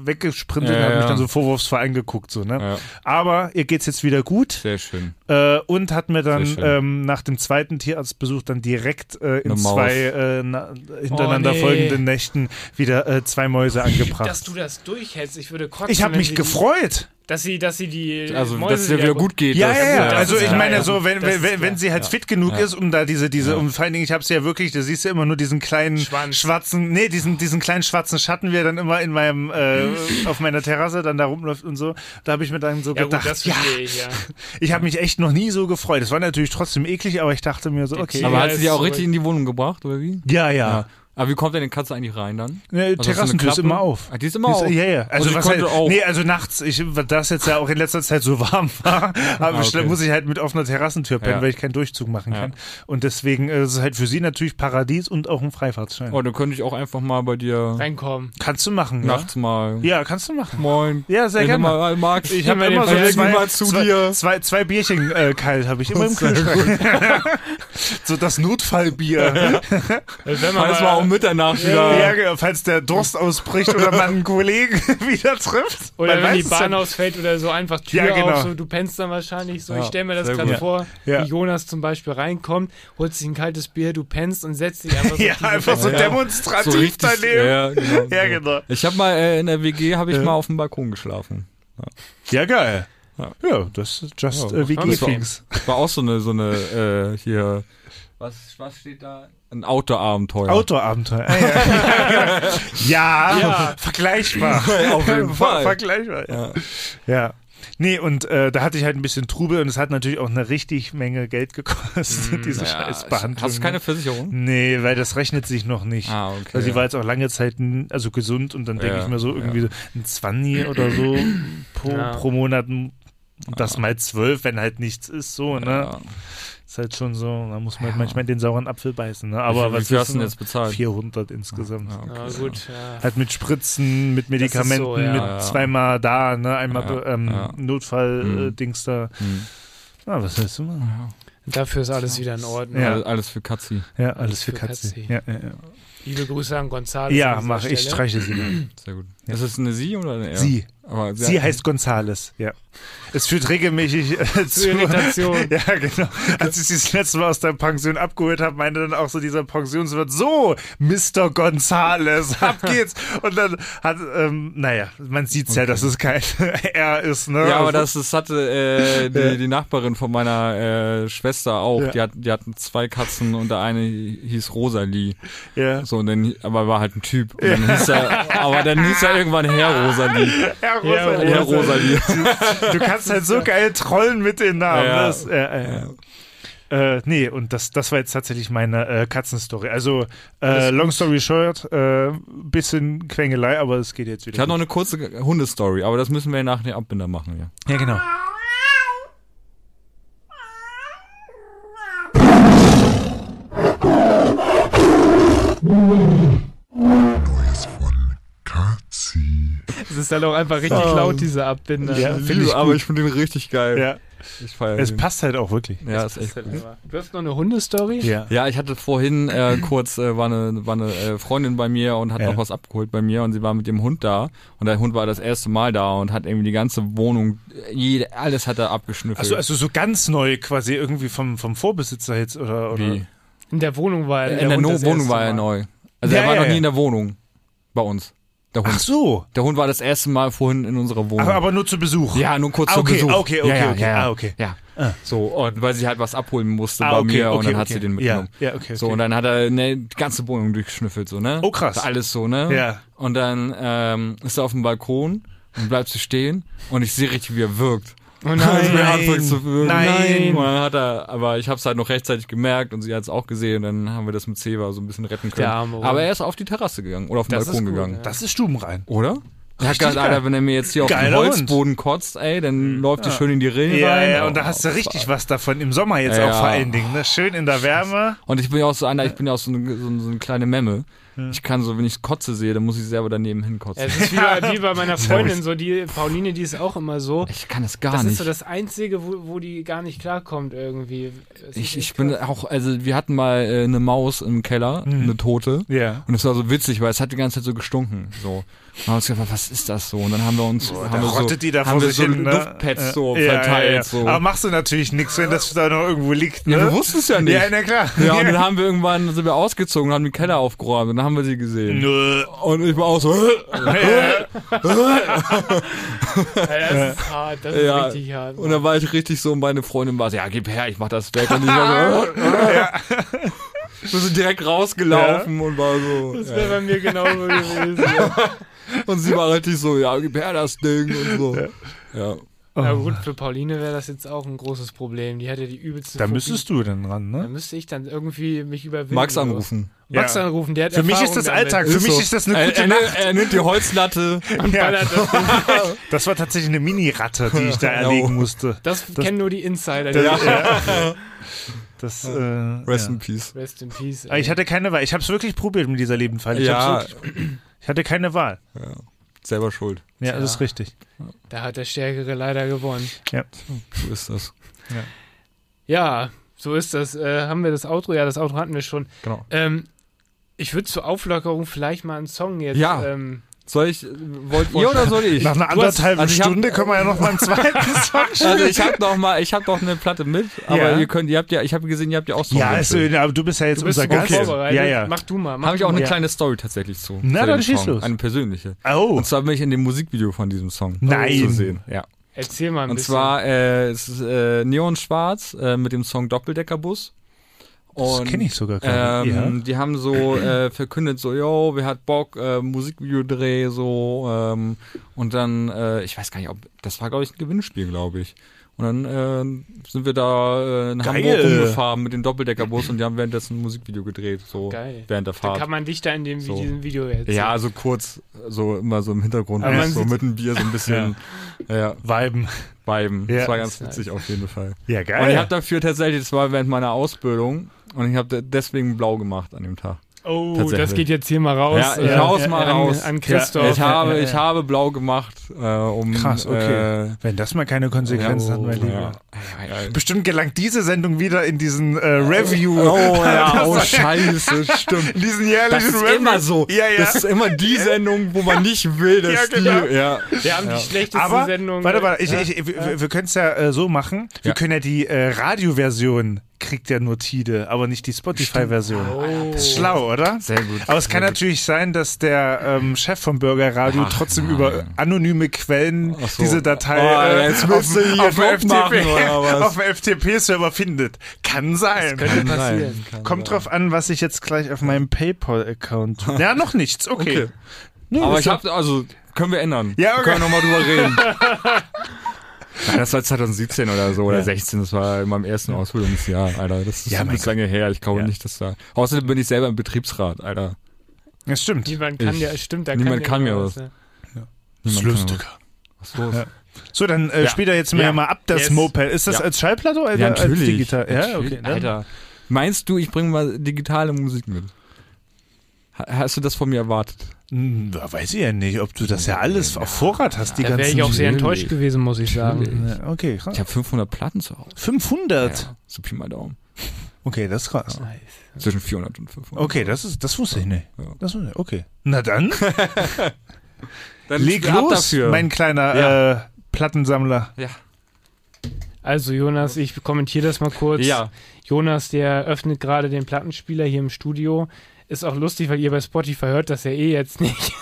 [SPEAKER 3] weggesprintet
[SPEAKER 4] Ja,
[SPEAKER 3] und hat
[SPEAKER 4] ja.
[SPEAKER 3] mich dann so vorwurfsvoll angeguckt, so, ne?
[SPEAKER 4] Ja,
[SPEAKER 3] Aber ihr geht's jetzt wieder gut
[SPEAKER 4] sehr schön.
[SPEAKER 3] äh, und hat mir dann
[SPEAKER 4] Sehr schön.
[SPEAKER 3] ähm, nach dem zweiten Tierarztbesuch dann direkt äh, in
[SPEAKER 4] Eine Maus.
[SPEAKER 3] zwei äh, na, hintereinander
[SPEAKER 2] Oh, nee.
[SPEAKER 3] folgenden Nächten wieder äh, zwei Mäuse
[SPEAKER 2] Dass
[SPEAKER 3] angebracht.
[SPEAKER 2] du das durchhältst, ich würde kotzen.
[SPEAKER 3] Ich habe
[SPEAKER 2] wenn
[SPEAKER 3] mich
[SPEAKER 2] sie
[SPEAKER 3] gefreut.
[SPEAKER 2] Die, dass sie, dass sie die
[SPEAKER 4] Also,
[SPEAKER 2] Mäuse
[SPEAKER 4] dass es dir wieder gut geht.
[SPEAKER 3] Ja,
[SPEAKER 4] das-
[SPEAKER 3] ja, ja.
[SPEAKER 2] das
[SPEAKER 3] Also
[SPEAKER 2] ist
[SPEAKER 3] ich
[SPEAKER 2] klar,
[SPEAKER 3] meine
[SPEAKER 2] ja.
[SPEAKER 3] so, wenn,
[SPEAKER 2] Das
[SPEAKER 3] wenn,
[SPEAKER 2] ist
[SPEAKER 3] wenn, wenn
[SPEAKER 2] klar,
[SPEAKER 3] sie halt
[SPEAKER 4] ja.
[SPEAKER 3] fit genug
[SPEAKER 4] Ja.
[SPEAKER 3] ist, um da diese, diese,
[SPEAKER 4] Ja.
[SPEAKER 3] und vor allen Dingen, ich habe sie ja wirklich, da siehst du immer nur diesen kleinen
[SPEAKER 2] Schwanz.
[SPEAKER 3] schwarzen, nee, diesen, diesen kleinen schwarzen Schatten, wie er dann immer in meinem, äh, auf meiner Terrasse dann da rumläuft und so. Da habe ich mir dann so
[SPEAKER 2] Ja, gut,
[SPEAKER 3] gedacht,
[SPEAKER 2] das
[SPEAKER 3] ja,
[SPEAKER 2] verstehe ich, ja.
[SPEAKER 3] ich habe mich echt noch nie so gefreut. Es war natürlich trotzdem eklig, aber ich dachte mir so, okay.
[SPEAKER 4] Aber
[SPEAKER 2] Ja,
[SPEAKER 4] hat sie die auch
[SPEAKER 2] zurück.
[SPEAKER 4] richtig in die Wohnung gebracht, oder wie?
[SPEAKER 3] ja, ja.
[SPEAKER 4] Aber wie kommt denn die Katze eigentlich rein dann?
[SPEAKER 3] Ne,
[SPEAKER 4] Also hast du eine
[SPEAKER 3] Terrassentür ist
[SPEAKER 4] Klappe?
[SPEAKER 3] immer auf.
[SPEAKER 4] Ah, die ist immer auf.
[SPEAKER 3] Ja, ja. Also,
[SPEAKER 4] sie
[SPEAKER 3] was halt,
[SPEAKER 4] konnte auch.
[SPEAKER 3] Nee, also nachts, ich, weil das jetzt ja auch in letzter Zeit so warm war, aber
[SPEAKER 4] Ah, okay.
[SPEAKER 3] muss ich halt mit offener Terrassentür pennen,
[SPEAKER 4] Ja.
[SPEAKER 3] weil ich keinen Durchzug machen
[SPEAKER 4] Ja.
[SPEAKER 3] kann. Und deswegen äh, ist es halt für sie natürlich Paradies und auch ein Freifahrtsschein.
[SPEAKER 4] Oh, dann könnte ich auch einfach mal bei dir
[SPEAKER 2] Reinkommen.
[SPEAKER 3] kannst du machen,
[SPEAKER 4] nachts mal.
[SPEAKER 3] ja? Ja, kannst du machen.
[SPEAKER 4] Moin.
[SPEAKER 3] Ja, sehr
[SPEAKER 4] Wenn du
[SPEAKER 3] gerne.
[SPEAKER 4] Mal, Max,
[SPEAKER 3] Ich habe
[SPEAKER 4] wenn
[SPEAKER 3] immer
[SPEAKER 4] du
[SPEAKER 3] so
[SPEAKER 4] mal-
[SPEAKER 3] zwei,
[SPEAKER 4] mal zu
[SPEAKER 3] zwei,
[SPEAKER 4] dir.
[SPEAKER 3] Zwei, zwei Bierchen äh, kalt habe ich immer im
[SPEAKER 4] Sehr
[SPEAKER 3] Kühlschrank. so das Notfallbier.
[SPEAKER 2] Wenn
[SPEAKER 4] Alles mal um Mitternacht wieder.
[SPEAKER 3] ja, genau, falls der Durst ausbricht oder man einen Kollegen wieder trifft.
[SPEAKER 2] Oder
[SPEAKER 3] Man
[SPEAKER 2] wenn die
[SPEAKER 3] weiß es ja
[SPEAKER 2] Bahn ausfällt oder so, einfach Tür
[SPEAKER 3] Ja, genau.
[SPEAKER 2] auf, so, du pennst dann wahrscheinlich so.
[SPEAKER 4] Ja,
[SPEAKER 2] ich stelle mir das
[SPEAKER 4] sehr
[SPEAKER 2] gerade
[SPEAKER 4] gut.
[SPEAKER 2] vor,
[SPEAKER 3] Ja.
[SPEAKER 2] wie Jonas zum Beispiel reinkommt, holt sich ein kaltes Bier, du pennst und setzt dich einfach so.
[SPEAKER 3] Ja,
[SPEAKER 2] auf diese
[SPEAKER 3] einfach so
[SPEAKER 2] Bank.
[SPEAKER 3] demonstrativ
[SPEAKER 4] so richtig,
[SPEAKER 3] daneben. Ja,
[SPEAKER 4] Ja, genau.
[SPEAKER 3] ja,
[SPEAKER 4] so.
[SPEAKER 3] genau.
[SPEAKER 4] Ich habe mal äh, in der WG habe ich
[SPEAKER 3] Ja.
[SPEAKER 4] mal auf dem Balkon geschlafen.
[SPEAKER 3] Ja, geil.
[SPEAKER 4] Ja.
[SPEAKER 3] Ja, das ist just
[SPEAKER 4] Ja,
[SPEAKER 3] äh, wie
[SPEAKER 2] das war-
[SPEAKER 3] Gefings.
[SPEAKER 4] War auch so eine so eine äh, hier was was steht da? Ein Outdoor Abenteuer.
[SPEAKER 3] Outdoor-Abenteuer. Ah, ja. ja, vergleichbar.
[SPEAKER 4] auf jeden
[SPEAKER 3] Ver
[SPEAKER 4] Fall.
[SPEAKER 3] vergleichbar, ja. ja. Nee, und äh, da hatte ich halt ein bisschen Trubel und es hat natürlich auch eine richtig Menge Geld gekostet, diese
[SPEAKER 4] Hm, Ja, ich-
[SPEAKER 3] Scheißbehandlung.
[SPEAKER 4] Hast du keine Versicherung?
[SPEAKER 3] Nee, weil das rechnet sich noch nicht.
[SPEAKER 4] Ah, okay.
[SPEAKER 3] Weil Also sie war jetzt auch lange Zeit n- also gesund und dann denke
[SPEAKER 4] Ja,
[SPEAKER 3] ich mir so irgendwie so ein 20 oder so pro,
[SPEAKER 2] Ja.
[SPEAKER 3] pro Monat. Das mal zwölf, wenn halt nichts ist, so, ne?
[SPEAKER 4] Ja.
[SPEAKER 3] Ist halt schon so, da muss man halt manchmal den sauren Apfel beißen, ne? Aber
[SPEAKER 4] wie
[SPEAKER 3] was
[SPEAKER 4] viel hast du denn
[SPEAKER 3] denn
[SPEAKER 4] jetzt bezahlt?
[SPEAKER 3] 400 insgesamt.
[SPEAKER 4] Ja, okay.
[SPEAKER 2] Ja, gut, ja.
[SPEAKER 3] Halt mit Spritzen, mit Medikamenten,
[SPEAKER 2] so, ja.
[SPEAKER 3] mit
[SPEAKER 4] Ja.
[SPEAKER 3] zweimal da, ne? Einmal
[SPEAKER 4] Ja,
[SPEAKER 3] ähm,
[SPEAKER 4] ja. Mhm.
[SPEAKER 3] Notfall-Dings da.
[SPEAKER 4] Hm.
[SPEAKER 3] Ah, was heißt immer?
[SPEAKER 2] Dafür ist alles wieder in Ordnung.
[SPEAKER 3] Ja.
[SPEAKER 4] Alles- Alles für Katzi.
[SPEAKER 3] Ja, alles für
[SPEAKER 2] für
[SPEAKER 3] Katze.
[SPEAKER 2] Katzi.
[SPEAKER 3] Ja, ja, ja.
[SPEAKER 2] Liebe Grüße an Gonzales. an
[SPEAKER 3] ja
[SPEAKER 2] dieser
[SPEAKER 3] mach ich,
[SPEAKER 2] Stelle.
[SPEAKER 3] streiche sie. mal.
[SPEAKER 4] Sehr gut. Ist es eine Sie oder eine Er?
[SPEAKER 3] Sie.
[SPEAKER 4] Aber
[SPEAKER 3] Sie heißt Gonzales, ja. Es führt regelmäßig äh,
[SPEAKER 2] Zu
[SPEAKER 3] zu.
[SPEAKER 2] Irritation.
[SPEAKER 3] Ja, genau. Als ich sie das letzte Mal aus der Pension abgeholt habe, meinte dann auch so dieser Pensionswirt, so, Mr. Gonzales, ab geht's. Und dann hat, ähm, naja, man sieht's ja, dass es kein R ist, ne?
[SPEAKER 4] Ja, aber das, das hatte äh, die, die Nachbarin von meiner äh, Schwester auch.
[SPEAKER 3] Ja.
[SPEAKER 4] Die, hat, die hatten zwei Katzen und der eine hieß Rosalie.
[SPEAKER 3] Ja.
[SPEAKER 4] So, und dann, aber war halt ein Typ. Und dann hieß er, aber dann hieß er irgendwann Herr Rosalie.
[SPEAKER 3] Herr Rosalie.
[SPEAKER 4] Herr Rosalie.
[SPEAKER 3] Du kannst halt so geil trollen mit den Namen.
[SPEAKER 4] Ja.
[SPEAKER 3] Das, äh, äh, Äh, nee, und das, das war jetzt tatsächlich meine äh, Katzenstory. Also, äh, long story short, äh, bisschen Quengelei, aber es geht jetzt wieder.
[SPEAKER 4] Ich hatte noch eine kurze Hundestory, aber das müssen wir nach dem Abbinder machen, ja.
[SPEAKER 3] ja, genau.
[SPEAKER 2] Es ist halt auch einfach richtig laut, diese Abbinder.
[SPEAKER 3] Ja,
[SPEAKER 4] Liebe,
[SPEAKER 3] finde ich
[SPEAKER 4] aber
[SPEAKER 3] gut.
[SPEAKER 4] ich finde den richtig geil.
[SPEAKER 3] Ja,
[SPEAKER 4] Ich feier
[SPEAKER 3] es
[SPEAKER 4] den.
[SPEAKER 3] passt halt auch wirklich.
[SPEAKER 4] Ja, ist
[SPEAKER 2] Das
[SPEAKER 4] echt
[SPEAKER 2] ist
[SPEAKER 4] gut.
[SPEAKER 2] halt aber- Du hast noch eine Hundestory?
[SPEAKER 3] Ja.
[SPEAKER 4] Ja, ich hatte vorhin äh, kurz, äh, war eine, war eine äh, Freundin bei mir und hat
[SPEAKER 3] Ja.
[SPEAKER 4] noch was abgeholt bei mir und sie war mit dem Hund da und der Hund war das erste Mal da und hat irgendwie die ganze Wohnung, jede, alles hat er abgeschnüffelt.
[SPEAKER 3] Achso, also so ganz neu quasi irgendwie vom, vom Vorbesitzer jetzt oder. oder?
[SPEAKER 4] Wie?
[SPEAKER 2] In der Wohnung war er.
[SPEAKER 4] In äh, der,
[SPEAKER 2] Hund
[SPEAKER 4] No
[SPEAKER 2] das
[SPEAKER 4] Wohnung
[SPEAKER 2] erste
[SPEAKER 4] war
[SPEAKER 2] Mal.
[SPEAKER 4] er neu. Also
[SPEAKER 3] Ja,
[SPEAKER 4] er war
[SPEAKER 3] ja,
[SPEAKER 4] noch nie
[SPEAKER 3] ja.
[SPEAKER 4] in der Wohnung bei uns. Der Hund,
[SPEAKER 3] Ach so.
[SPEAKER 4] der Hund war das erste Mal vorhin in unserer Wohnung.
[SPEAKER 3] Aber, aber nur zu Besuch.
[SPEAKER 4] ja, nur kurz
[SPEAKER 3] Ah,
[SPEAKER 4] zu
[SPEAKER 3] okay,
[SPEAKER 4] Besuch.
[SPEAKER 3] okay, okay,
[SPEAKER 4] ja, ja,
[SPEAKER 3] okay.
[SPEAKER 4] Ja, ja.
[SPEAKER 3] Ah, okay.
[SPEAKER 4] Ja. So, und weil sie halt was abholen musste
[SPEAKER 3] Ah,
[SPEAKER 4] bei
[SPEAKER 3] okay,
[SPEAKER 4] mir und
[SPEAKER 3] okay,
[SPEAKER 4] dann hat
[SPEAKER 3] okay.
[SPEAKER 4] sie den
[SPEAKER 3] Ja,
[SPEAKER 4] mitgenommen.
[SPEAKER 3] ja, okay, okay.
[SPEAKER 4] So, und dann hat er ne, die ganze Wohnung durchgeschnüffelt, so, ne?
[SPEAKER 3] Oh, krass.
[SPEAKER 4] Alles so, ne?
[SPEAKER 3] Ja.
[SPEAKER 4] Und dann ähm, ist er auf dem Balkon und bleibt so stehen und ich sehe richtig, wie er wirkt.
[SPEAKER 2] Oh
[SPEAKER 4] Also
[SPEAKER 2] nein.
[SPEAKER 4] mir anfängt zu wirken.
[SPEAKER 3] Nein.
[SPEAKER 4] Und dann hat er, aber ich habe es halt noch rechtzeitig gemerkt und sie hat es auch gesehen. Dann haben wir das mit Seva so ein bisschen retten können.
[SPEAKER 2] Der arme Hund.
[SPEAKER 4] aber er ist auf die Terrasse gegangen oder auf den
[SPEAKER 2] Das
[SPEAKER 4] Balkon
[SPEAKER 2] ist gut,
[SPEAKER 4] gegangen.
[SPEAKER 2] ja.
[SPEAKER 3] Das ist stubenrein.
[SPEAKER 4] Oder? Er hat gesagt,
[SPEAKER 3] geil.
[SPEAKER 4] Alter, wenn er mir jetzt hier auf den
[SPEAKER 3] Geiler Hund.
[SPEAKER 4] Holzboden kotzt, ey, dann läuft die schön in die Rinne
[SPEAKER 3] Ja,
[SPEAKER 4] rein.
[SPEAKER 3] ja, und da
[SPEAKER 4] Oh,
[SPEAKER 3] hast du richtig
[SPEAKER 4] fuck.
[SPEAKER 3] was davon im Sommer jetzt
[SPEAKER 4] Ja.
[SPEAKER 3] auch vor allen Dingen. Ne? Schön in der Wärme.
[SPEAKER 4] Und ich bin ja auch so einer, ich bin ja auch so eine, so, so eine kleine Memme. Ich kann so, wenn ich Kotze sehe, dann muss ich selber daneben hinkotzen.
[SPEAKER 2] Es ist wie bei, wie bei meiner Freundin, so die Pauline, die ist auch immer so.
[SPEAKER 4] ich kann das gar
[SPEAKER 2] Das
[SPEAKER 4] nicht.
[SPEAKER 2] ist so das Einzige, wo, wo die gar nicht klarkommt irgendwie. Es ist
[SPEAKER 4] ich, ich
[SPEAKER 2] echt
[SPEAKER 4] bin
[SPEAKER 2] krass.
[SPEAKER 4] auch, also wir hatten mal äh, eine Maus im Keller,
[SPEAKER 3] Mhm.
[SPEAKER 4] eine Tote.
[SPEAKER 3] Ja.
[SPEAKER 4] Und es war so witzig, weil es hat die ganze Zeit so gestunken. So. Und dann haben wir uns gefragt, was ist das so? Und dann haben wir uns
[SPEAKER 3] Da
[SPEAKER 4] haben wir so,
[SPEAKER 3] rottet die da vor
[SPEAKER 4] haben wir
[SPEAKER 3] sich
[SPEAKER 4] so
[SPEAKER 3] hin. Ne?
[SPEAKER 4] Duftpads
[SPEAKER 3] Äh,
[SPEAKER 4] so
[SPEAKER 3] ja,
[SPEAKER 4] verteilt.
[SPEAKER 3] ja, ja.
[SPEAKER 4] So.
[SPEAKER 3] Aber machst du natürlich nichts, wenn das da noch irgendwo liegt. Ne?
[SPEAKER 4] ja, wir wussten es ja nicht.
[SPEAKER 3] Ja, na klar.
[SPEAKER 4] Ja, und dann haben wir irgendwann sind wir ausgezogen und haben den Keller aufgeräumt und dann haben wir sie gesehen.
[SPEAKER 3] Nö.
[SPEAKER 4] Und ich war auch so,
[SPEAKER 3] Ja.
[SPEAKER 2] Ja, das ist hart, das ist
[SPEAKER 4] ja.
[SPEAKER 2] richtig hart.
[SPEAKER 4] Und dann war ich richtig so, und meine Freundin war so, ja, gib her, ich mach das weg. Und ich war so, wir sind direkt rausgelaufen und war so.
[SPEAKER 2] das
[SPEAKER 4] Ja.
[SPEAKER 2] wäre bei mir genauso gewesen. Ja.
[SPEAKER 4] Und sie war richtig so, ja, gib her das Ding und so. Ja.
[SPEAKER 3] Oh.
[SPEAKER 2] Na gut, für Pauline wäre das jetzt auch ein großes Problem. Die hatte die übelste.
[SPEAKER 3] Da
[SPEAKER 2] Phobie.
[SPEAKER 3] müsstest du dann ran,
[SPEAKER 2] Da
[SPEAKER 3] ne?
[SPEAKER 2] müsste ich dann irgendwie mich überwinden.
[SPEAKER 4] Max
[SPEAKER 2] oder was.
[SPEAKER 4] anrufen.
[SPEAKER 2] Max
[SPEAKER 3] Ja.
[SPEAKER 2] anrufen, der hat
[SPEAKER 3] Für mich
[SPEAKER 2] Erfahrung
[SPEAKER 3] ist das
[SPEAKER 2] damit.
[SPEAKER 3] Alltag. Für mich
[SPEAKER 4] so.
[SPEAKER 3] ist das eine
[SPEAKER 4] er,
[SPEAKER 3] gute
[SPEAKER 4] er,
[SPEAKER 3] Nacht.
[SPEAKER 4] Er nimmt die Holzlatte.
[SPEAKER 3] Ja.
[SPEAKER 2] Ballert das-
[SPEAKER 3] Das war tatsächlich eine Mini-Ratte, die ich da
[SPEAKER 4] Ja.
[SPEAKER 3] erlegen musste.
[SPEAKER 2] Das, kennen nur die Insider. Die
[SPEAKER 3] Das, ja. das äh,
[SPEAKER 4] Rest
[SPEAKER 3] ja.
[SPEAKER 4] in peace.
[SPEAKER 2] Rest in Peace.
[SPEAKER 3] Aber ich hatte keine Wahl. Ich habe es wirklich probiert mit dieser Lebenfalle. Ich,
[SPEAKER 4] Ja.
[SPEAKER 3] hab's wirklich, ich hatte keine Wahl.
[SPEAKER 4] Selber schuld.
[SPEAKER 3] Ja, das
[SPEAKER 2] Tja.
[SPEAKER 3] ist richtig.
[SPEAKER 2] Da hat der Stärkere leider gewonnen.
[SPEAKER 4] So ist das.
[SPEAKER 2] Ja, so ist das. Äh, haben wir das Outro? Ja, das Outro hatten wir schon.
[SPEAKER 4] Genau.
[SPEAKER 2] Ähm, ich würde zur Auflockerung vielleicht mal einen Song jetzt.
[SPEAKER 4] Ja.
[SPEAKER 2] Ähm,
[SPEAKER 4] Soll ich, wollt ihr oder soll ich?
[SPEAKER 3] Nach einer
[SPEAKER 4] Du hast-
[SPEAKER 3] anderthalben
[SPEAKER 4] also ich hab-
[SPEAKER 3] Stunde können wir ja noch mal einen zweiten Song spielen.
[SPEAKER 4] Also ich habe noch mal, ich habe noch eine Platte mit, aber
[SPEAKER 3] Ja.
[SPEAKER 4] ihr könnt, ihr habt ja, ich habe gesehen, ihr habt ja auch Songs.
[SPEAKER 3] Ja, ist, äh, aber du bist ja jetzt
[SPEAKER 2] du bist
[SPEAKER 3] unser
[SPEAKER 2] gut
[SPEAKER 3] Gast.
[SPEAKER 2] vorbereitet.
[SPEAKER 3] Ja, ja.
[SPEAKER 2] Mach du mal. Mach
[SPEAKER 4] Habe ich auch
[SPEAKER 2] du
[SPEAKER 4] eine
[SPEAKER 2] mal.
[SPEAKER 4] kleine Story tatsächlich zu.
[SPEAKER 3] Na,
[SPEAKER 4] zu
[SPEAKER 3] dann
[SPEAKER 4] dem
[SPEAKER 3] schieß
[SPEAKER 4] Song.
[SPEAKER 3] los.
[SPEAKER 4] Eine persönliche.
[SPEAKER 3] Oh,
[SPEAKER 4] Und zwar bin ich in dem Musikvideo von diesem Song
[SPEAKER 3] Nein.
[SPEAKER 4] zu sehen. Ja.
[SPEAKER 2] Erzähl mal ein
[SPEAKER 4] Und
[SPEAKER 2] bisschen.
[SPEAKER 4] zwar äh, es ist äh, Neon Schwarz äh, mit dem Song Doppeldeckerbus.
[SPEAKER 3] das
[SPEAKER 4] Und,
[SPEAKER 3] kenne ich sogar gerade.
[SPEAKER 4] Ähm, Die haben so äh, verkündet, so, yo, wer hat Bock, äh, Musikvideodreh, so. Ähm, und dann, äh, ich weiß gar nicht, ob, das war, glaube ich, ein Gewinnspiel, glaube ich. Und dann äh, sind wir da äh, in
[SPEAKER 3] Geil.
[SPEAKER 4] Hamburg rumgefahren mit dem Doppeldeckerbus und die haben währenddessen ein Musikvideo gedreht, so
[SPEAKER 2] Geil.
[SPEAKER 4] während der
[SPEAKER 2] da kann
[SPEAKER 4] Fahrt.
[SPEAKER 2] man dich da in dem
[SPEAKER 4] So.
[SPEAKER 2] diesem Video erzählen.
[SPEAKER 4] Ja, also so kurz, so immer so im Hintergrund,
[SPEAKER 2] Aber man
[SPEAKER 4] so
[SPEAKER 2] sieht-
[SPEAKER 4] mit einem Bier so ein bisschen ja. Ja,
[SPEAKER 3] Ja. Weiben.
[SPEAKER 4] viben.
[SPEAKER 3] Ja.
[SPEAKER 4] Das war ganz
[SPEAKER 2] Ist nice.
[SPEAKER 4] witzig auf jeden Fall.
[SPEAKER 3] Ja,
[SPEAKER 4] Und ich
[SPEAKER 3] geil.
[SPEAKER 4] habe dafür tatsächlich, das war während meiner Ausbildung und ich habe deswegen blau gemacht an dem Tag.
[SPEAKER 2] oh,
[SPEAKER 4] tatsächlich.
[SPEAKER 2] das geht jetzt hier mal raus.
[SPEAKER 4] Ja, ich
[SPEAKER 2] äh,
[SPEAKER 4] hau's mal
[SPEAKER 2] an,
[SPEAKER 4] raus.
[SPEAKER 2] An Christoph.
[SPEAKER 4] Ich habe,
[SPEAKER 3] ja, ja.
[SPEAKER 4] ich habe blau gemacht, äh, um.
[SPEAKER 3] Krass, okay.
[SPEAKER 4] Äh,
[SPEAKER 3] Wenn das mal keine Konsequenzen hat, mein Lieber.
[SPEAKER 4] ja. Ja, ja.
[SPEAKER 3] Bestimmt gelangt diese Sendung wieder in diesen äh, Review.
[SPEAKER 4] Oh ja, oh scheiße, stimmt.
[SPEAKER 3] In diesen
[SPEAKER 4] Das
[SPEAKER 3] jährlichen
[SPEAKER 4] ist
[SPEAKER 3] Review.
[SPEAKER 4] immer so.
[SPEAKER 3] Ja, ja.
[SPEAKER 4] Das ist immer die Sendung, wo man nicht will, dass
[SPEAKER 3] Ja, genau.
[SPEAKER 4] die. Ja.
[SPEAKER 2] Wir haben die schlechteste
[SPEAKER 3] aber,
[SPEAKER 2] Sendung. äh,
[SPEAKER 3] warte, warte, ich,
[SPEAKER 2] Ja.
[SPEAKER 3] ich, wir, wir können es ja äh, so machen. Wir
[SPEAKER 4] Ja.
[SPEAKER 3] können ja die äh, Radioversion kriegt ja nur Tide, aber nicht die Spotify-Version.
[SPEAKER 2] oh.
[SPEAKER 3] Ist schlau, oder?
[SPEAKER 4] Sehr gut.
[SPEAKER 3] Aber es kann
[SPEAKER 4] Sehr
[SPEAKER 3] natürlich sein, dass der ähm, Chef vom Burger Radio
[SPEAKER 4] Ach,
[SPEAKER 3] trotzdem
[SPEAKER 4] nein.
[SPEAKER 3] über anonyme Quellen
[SPEAKER 4] Ach so.
[SPEAKER 3] diese Datei
[SPEAKER 4] Oh,
[SPEAKER 3] äh,
[SPEAKER 4] jetzt
[SPEAKER 3] auf,
[SPEAKER 4] willst du hier
[SPEAKER 3] auf, dem
[SPEAKER 4] Druck machen,
[SPEAKER 3] FTP
[SPEAKER 4] oder was?
[SPEAKER 3] auf dem FTP-Server findet. Kann sein.
[SPEAKER 2] könnte
[SPEAKER 4] gut. Kann
[SPEAKER 2] passieren.
[SPEAKER 4] sein, kann
[SPEAKER 3] Kommt
[SPEAKER 4] sein.
[SPEAKER 3] drauf an, was ich jetzt gleich auf meinem PayPal-Account. Ja, noch nichts. Okay.
[SPEAKER 4] Okay.
[SPEAKER 3] Nö,
[SPEAKER 4] Aber
[SPEAKER 3] ist
[SPEAKER 4] ich
[SPEAKER 3] ja-
[SPEAKER 4] hab, also, können wir ändern.
[SPEAKER 3] Ja,
[SPEAKER 4] Wir
[SPEAKER 3] okay.
[SPEAKER 4] Können wir nochmal drüber reden. Nein, das war 2017 oder so, oder 16, das war in meinem ersten Ausbildungsjahr, Alter. Das ist
[SPEAKER 3] Ja,
[SPEAKER 4] ja,
[SPEAKER 3] mein
[SPEAKER 4] bis lange her, ich glaube
[SPEAKER 3] Ja.
[SPEAKER 4] nicht, dass da... Außerdem bin ich selber im Betriebsrat, Alter.
[SPEAKER 3] Das stimmt.
[SPEAKER 2] Niemand kann
[SPEAKER 4] Ich-
[SPEAKER 2] ja, stimmt, da
[SPEAKER 4] niemand
[SPEAKER 2] kann,
[SPEAKER 4] kann
[SPEAKER 2] ja
[SPEAKER 4] mir
[SPEAKER 2] Ne?
[SPEAKER 4] Niemand kann Was ist los?
[SPEAKER 3] Ja. So, dann äh,
[SPEAKER 4] Ja.
[SPEAKER 3] spielt er jetzt mal,
[SPEAKER 2] Ja.
[SPEAKER 3] mal ab das
[SPEAKER 2] Yes.
[SPEAKER 3] Moped. Ist das
[SPEAKER 4] Ja.
[SPEAKER 3] als Schallplatte oder
[SPEAKER 4] Ja,
[SPEAKER 3] als
[SPEAKER 4] natürlich.
[SPEAKER 3] digital? Ja,
[SPEAKER 4] Natürlich,
[SPEAKER 3] okay. dann-
[SPEAKER 4] Alter. Meinst du, ich bringe mal digitale Musik mit? Ha- Hast du das von mir erwartet?
[SPEAKER 3] Hm, da weiß ich ja nicht, ob du das ja alles auf Vorrat hast, die
[SPEAKER 2] Da wäre
[SPEAKER 3] ganzen.
[SPEAKER 2] ich auch sehr
[SPEAKER 4] Natürlich.
[SPEAKER 2] enttäuscht gewesen, muss ich sagen.
[SPEAKER 4] Natürlich.
[SPEAKER 3] Ja, okay, krass.
[SPEAKER 4] Ich habe 500 Platten zu Hause.
[SPEAKER 3] 500.
[SPEAKER 4] Ja, so Pi mal Daumen.
[SPEAKER 3] Okay, das ist krass.
[SPEAKER 4] Zwischen 400 und 500.
[SPEAKER 3] Okay, das ist, das wusste ich nicht.
[SPEAKER 4] Ja.
[SPEAKER 3] Das wusste ich. Okay. Na dann,
[SPEAKER 4] Dann
[SPEAKER 3] leg
[SPEAKER 4] ab
[SPEAKER 3] los,
[SPEAKER 4] dafür.
[SPEAKER 3] mein kleiner
[SPEAKER 4] Ja.
[SPEAKER 3] äh, Plattensammler.
[SPEAKER 4] ja.
[SPEAKER 2] Also Jonas, ich kommentiere das mal kurz.
[SPEAKER 4] ja,
[SPEAKER 2] Jonas, der öffnet gerade den Plattenspieler hier im Studio. Ist auch lustig, weil ihr bei Spotify hört das ja eh jetzt nicht.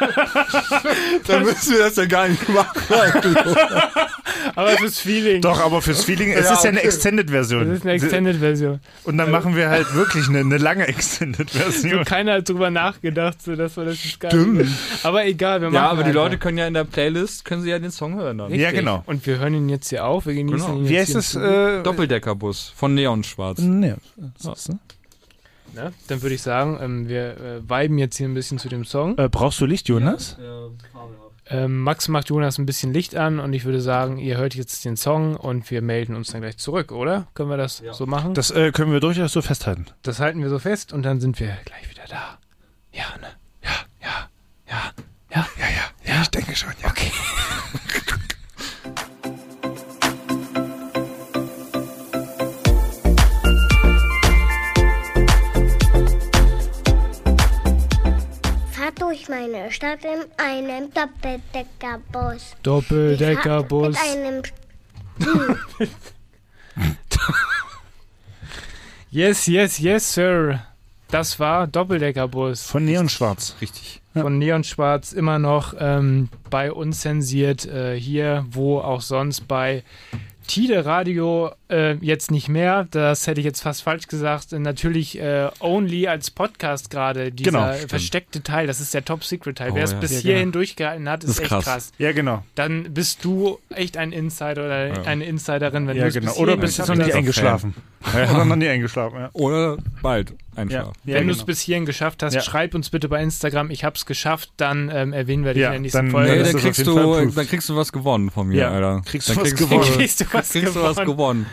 [SPEAKER 4] Dann müssen wir das ja gar nicht machen.
[SPEAKER 2] Aber fürs Feeling.
[SPEAKER 3] Doch, aber fürs Feeling, es
[SPEAKER 4] Ja,
[SPEAKER 3] ist ja eine
[SPEAKER 4] okay.
[SPEAKER 3] Extended-Version.
[SPEAKER 2] Das ist eine Extended-Version.
[SPEAKER 3] Und dann machen wir halt wirklich eine, eine lange Extended-Version.
[SPEAKER 2] Keiner hat drüber nachgedacht, so dass wir das jetzt gar
[SPEAKER 4] Stimmt.
[SPEAKER 2] nicht. Aber egal, wir machen
[SPEAKER 4] Ja, aber die
[SPEAKER 2] einfach.
[SPEAKER 4] Leute können ja in der Playlist, können sie ja den Song hören dann.
[SPEAKER 2] Richtig.
[SPEAKER 3] Ja, genau.
[SPEAKER 2] Und wir hören ihn jetzt hier auf. Wir genießen
[SPEAKER 4] Genau.
[SPEAKER 2] ihn jetzt
[SPEAKER 3] Wie heißt
[SPEAKER 2] hier
[SPEAKER 3] das?
[SPEAKER 2] im Studio,
[SPEAKER 3] Äh,
[SPEAKER 4] Doppeldeckerbus von Neon Schwarz.
[SPEAKER 3] Nee.
[SPEAKER 2] ne? Dann würde ich sagen, ähm, wir äh, viben jetzt hier ein bisschen zu dem Song.
[SPEAKER 3] Äh, brauchst du Licht, Jonas?
[SPEAKER 2] Ähm, Max macht Jonas ein bisschen Licht an und ich würde sagen, ihr hört jetzt den Song und wir melden uns dann gleich zurück, oder? Können wir das so machen?
[SPEAKER 3] Das äh, können wir durchaus so festhalten.
[SPEAKER 2] Das halten wir so fest und dann sind wir gleich wieder da. Ja, ne? Ja, ja, ja, ja, ja, ja.
[SPEAKER 3] Ja, ich denke schon, ja.
[SPEAKER 2] Okay.
[SPEAKER 1] Fahrt durch meine Stadt in einem Doppeldeckerbus.
[SPEAKER 2] Doppeldeckerbus.
[SPEAKER 1] Fahrt Mit einem
[SPEAKER 2] Yes, yes, yes, sir. Das war Doppeldeckerbus
[SPEAKER 3] Von Neon Schwarz.
[SPEAKER 4] Richtig.
[SPEAKER 2] von Neon Schwarz immer noch ähm, bei uns zensiert äh, hier, wo auch sonst bei Tide Radio äh, jetzt nicht mehr. Das hätte ich jetzt fast falsch gesagt. Äh, Natürlich äh, only als Podcast gerade dieser
[SPEAKER 3] Genau, stimmt.
[SPEAKER 2] versteckte Teil. Das ist der Top Secret Teil.
[SPEAKER 4] Oh,
[SPEAKER 2] Wer es
[SPEAKER 4] ja.
[SPEAKER 2] bis
[SPEAKER 3] Ja,
[SPEAKER 2] hierhin
[SPEAKER 3] genau.
[SPEAKER 2] durchgehalten hat, ist,
[SPEAKER 4] Das ist
[SPEAKER 2] echt krass.
[SPEAKER 4] krass.
[SPEAKER 3] Ja, genau.
[SPEAKER 2] Dann bist du echt ein Insider oder
[SPEAKER 4] Ja.
[SPEAKER 2] eine Insiderin, wenn
[SPEAKER 3] Ja,
[SPEAKER 2] du es
[SPEAKER 3] genau.
[SPEAKER 2] bis
[SPEAKER 3] Oder
[SPEAKER 2] hierhin
[SPEAKER 3] bist jetzt
[SPEAKER 2] geschafft
[SPEAKER 3] noch nicht
[SPEAKER 2] hast.
[SPEAKER 3] eingeschlafen. Oder noch nie eingeschlafen, ja.
[SPEAKER 4] Oder bald einfach.
[SPEAKER 3] ja.
[SPEAKER 4] Ja.
[SPEAKER 3] ja
[SPEAKER 2] Wenn du
[SPEAKER 3] genau.
[SPEAKER 2] es bis hierhin geschafft hast,
[SPEAKER 3] Ja.
[SPEAKER 2] schreib uns bitte bei Instagram, ich hab's geschafft, dann ähm, erwähnen wir dich
[SPEAKER 3] Ja,
[SPEAKER 2] in der nächsten
[SPEAKER 3] dann-
[SPEAKER 2] Folge.
[SPEAKER 3] Ja,
[SPEAKER 4] Nee,
[SPEAKER 3] das
[SPEAKER 4] dann
[SPEAKER 3] ist
[SPEAKER 4] kriegst,
[SPEAKER 3] auf jeden Fall
[SPEAKER 4] du,
[SPEAKER 3] proof.
[SPEAKER 4] dann kriegst du was gewonnen von mir,
[SPEAKER 3] Ja.
[SPEAKER 4] Alter.
[SPEAKER 3] Kriegst du
[SPEAKER 4] dann
[SPEAKER 3] was gewonnen.
[SPEAKER 2] Kriegst du was
[SPEAKER 4] kriegst du was
[SPEAKER 2] gewonnen.
[SPEAKER 4] gewonnen.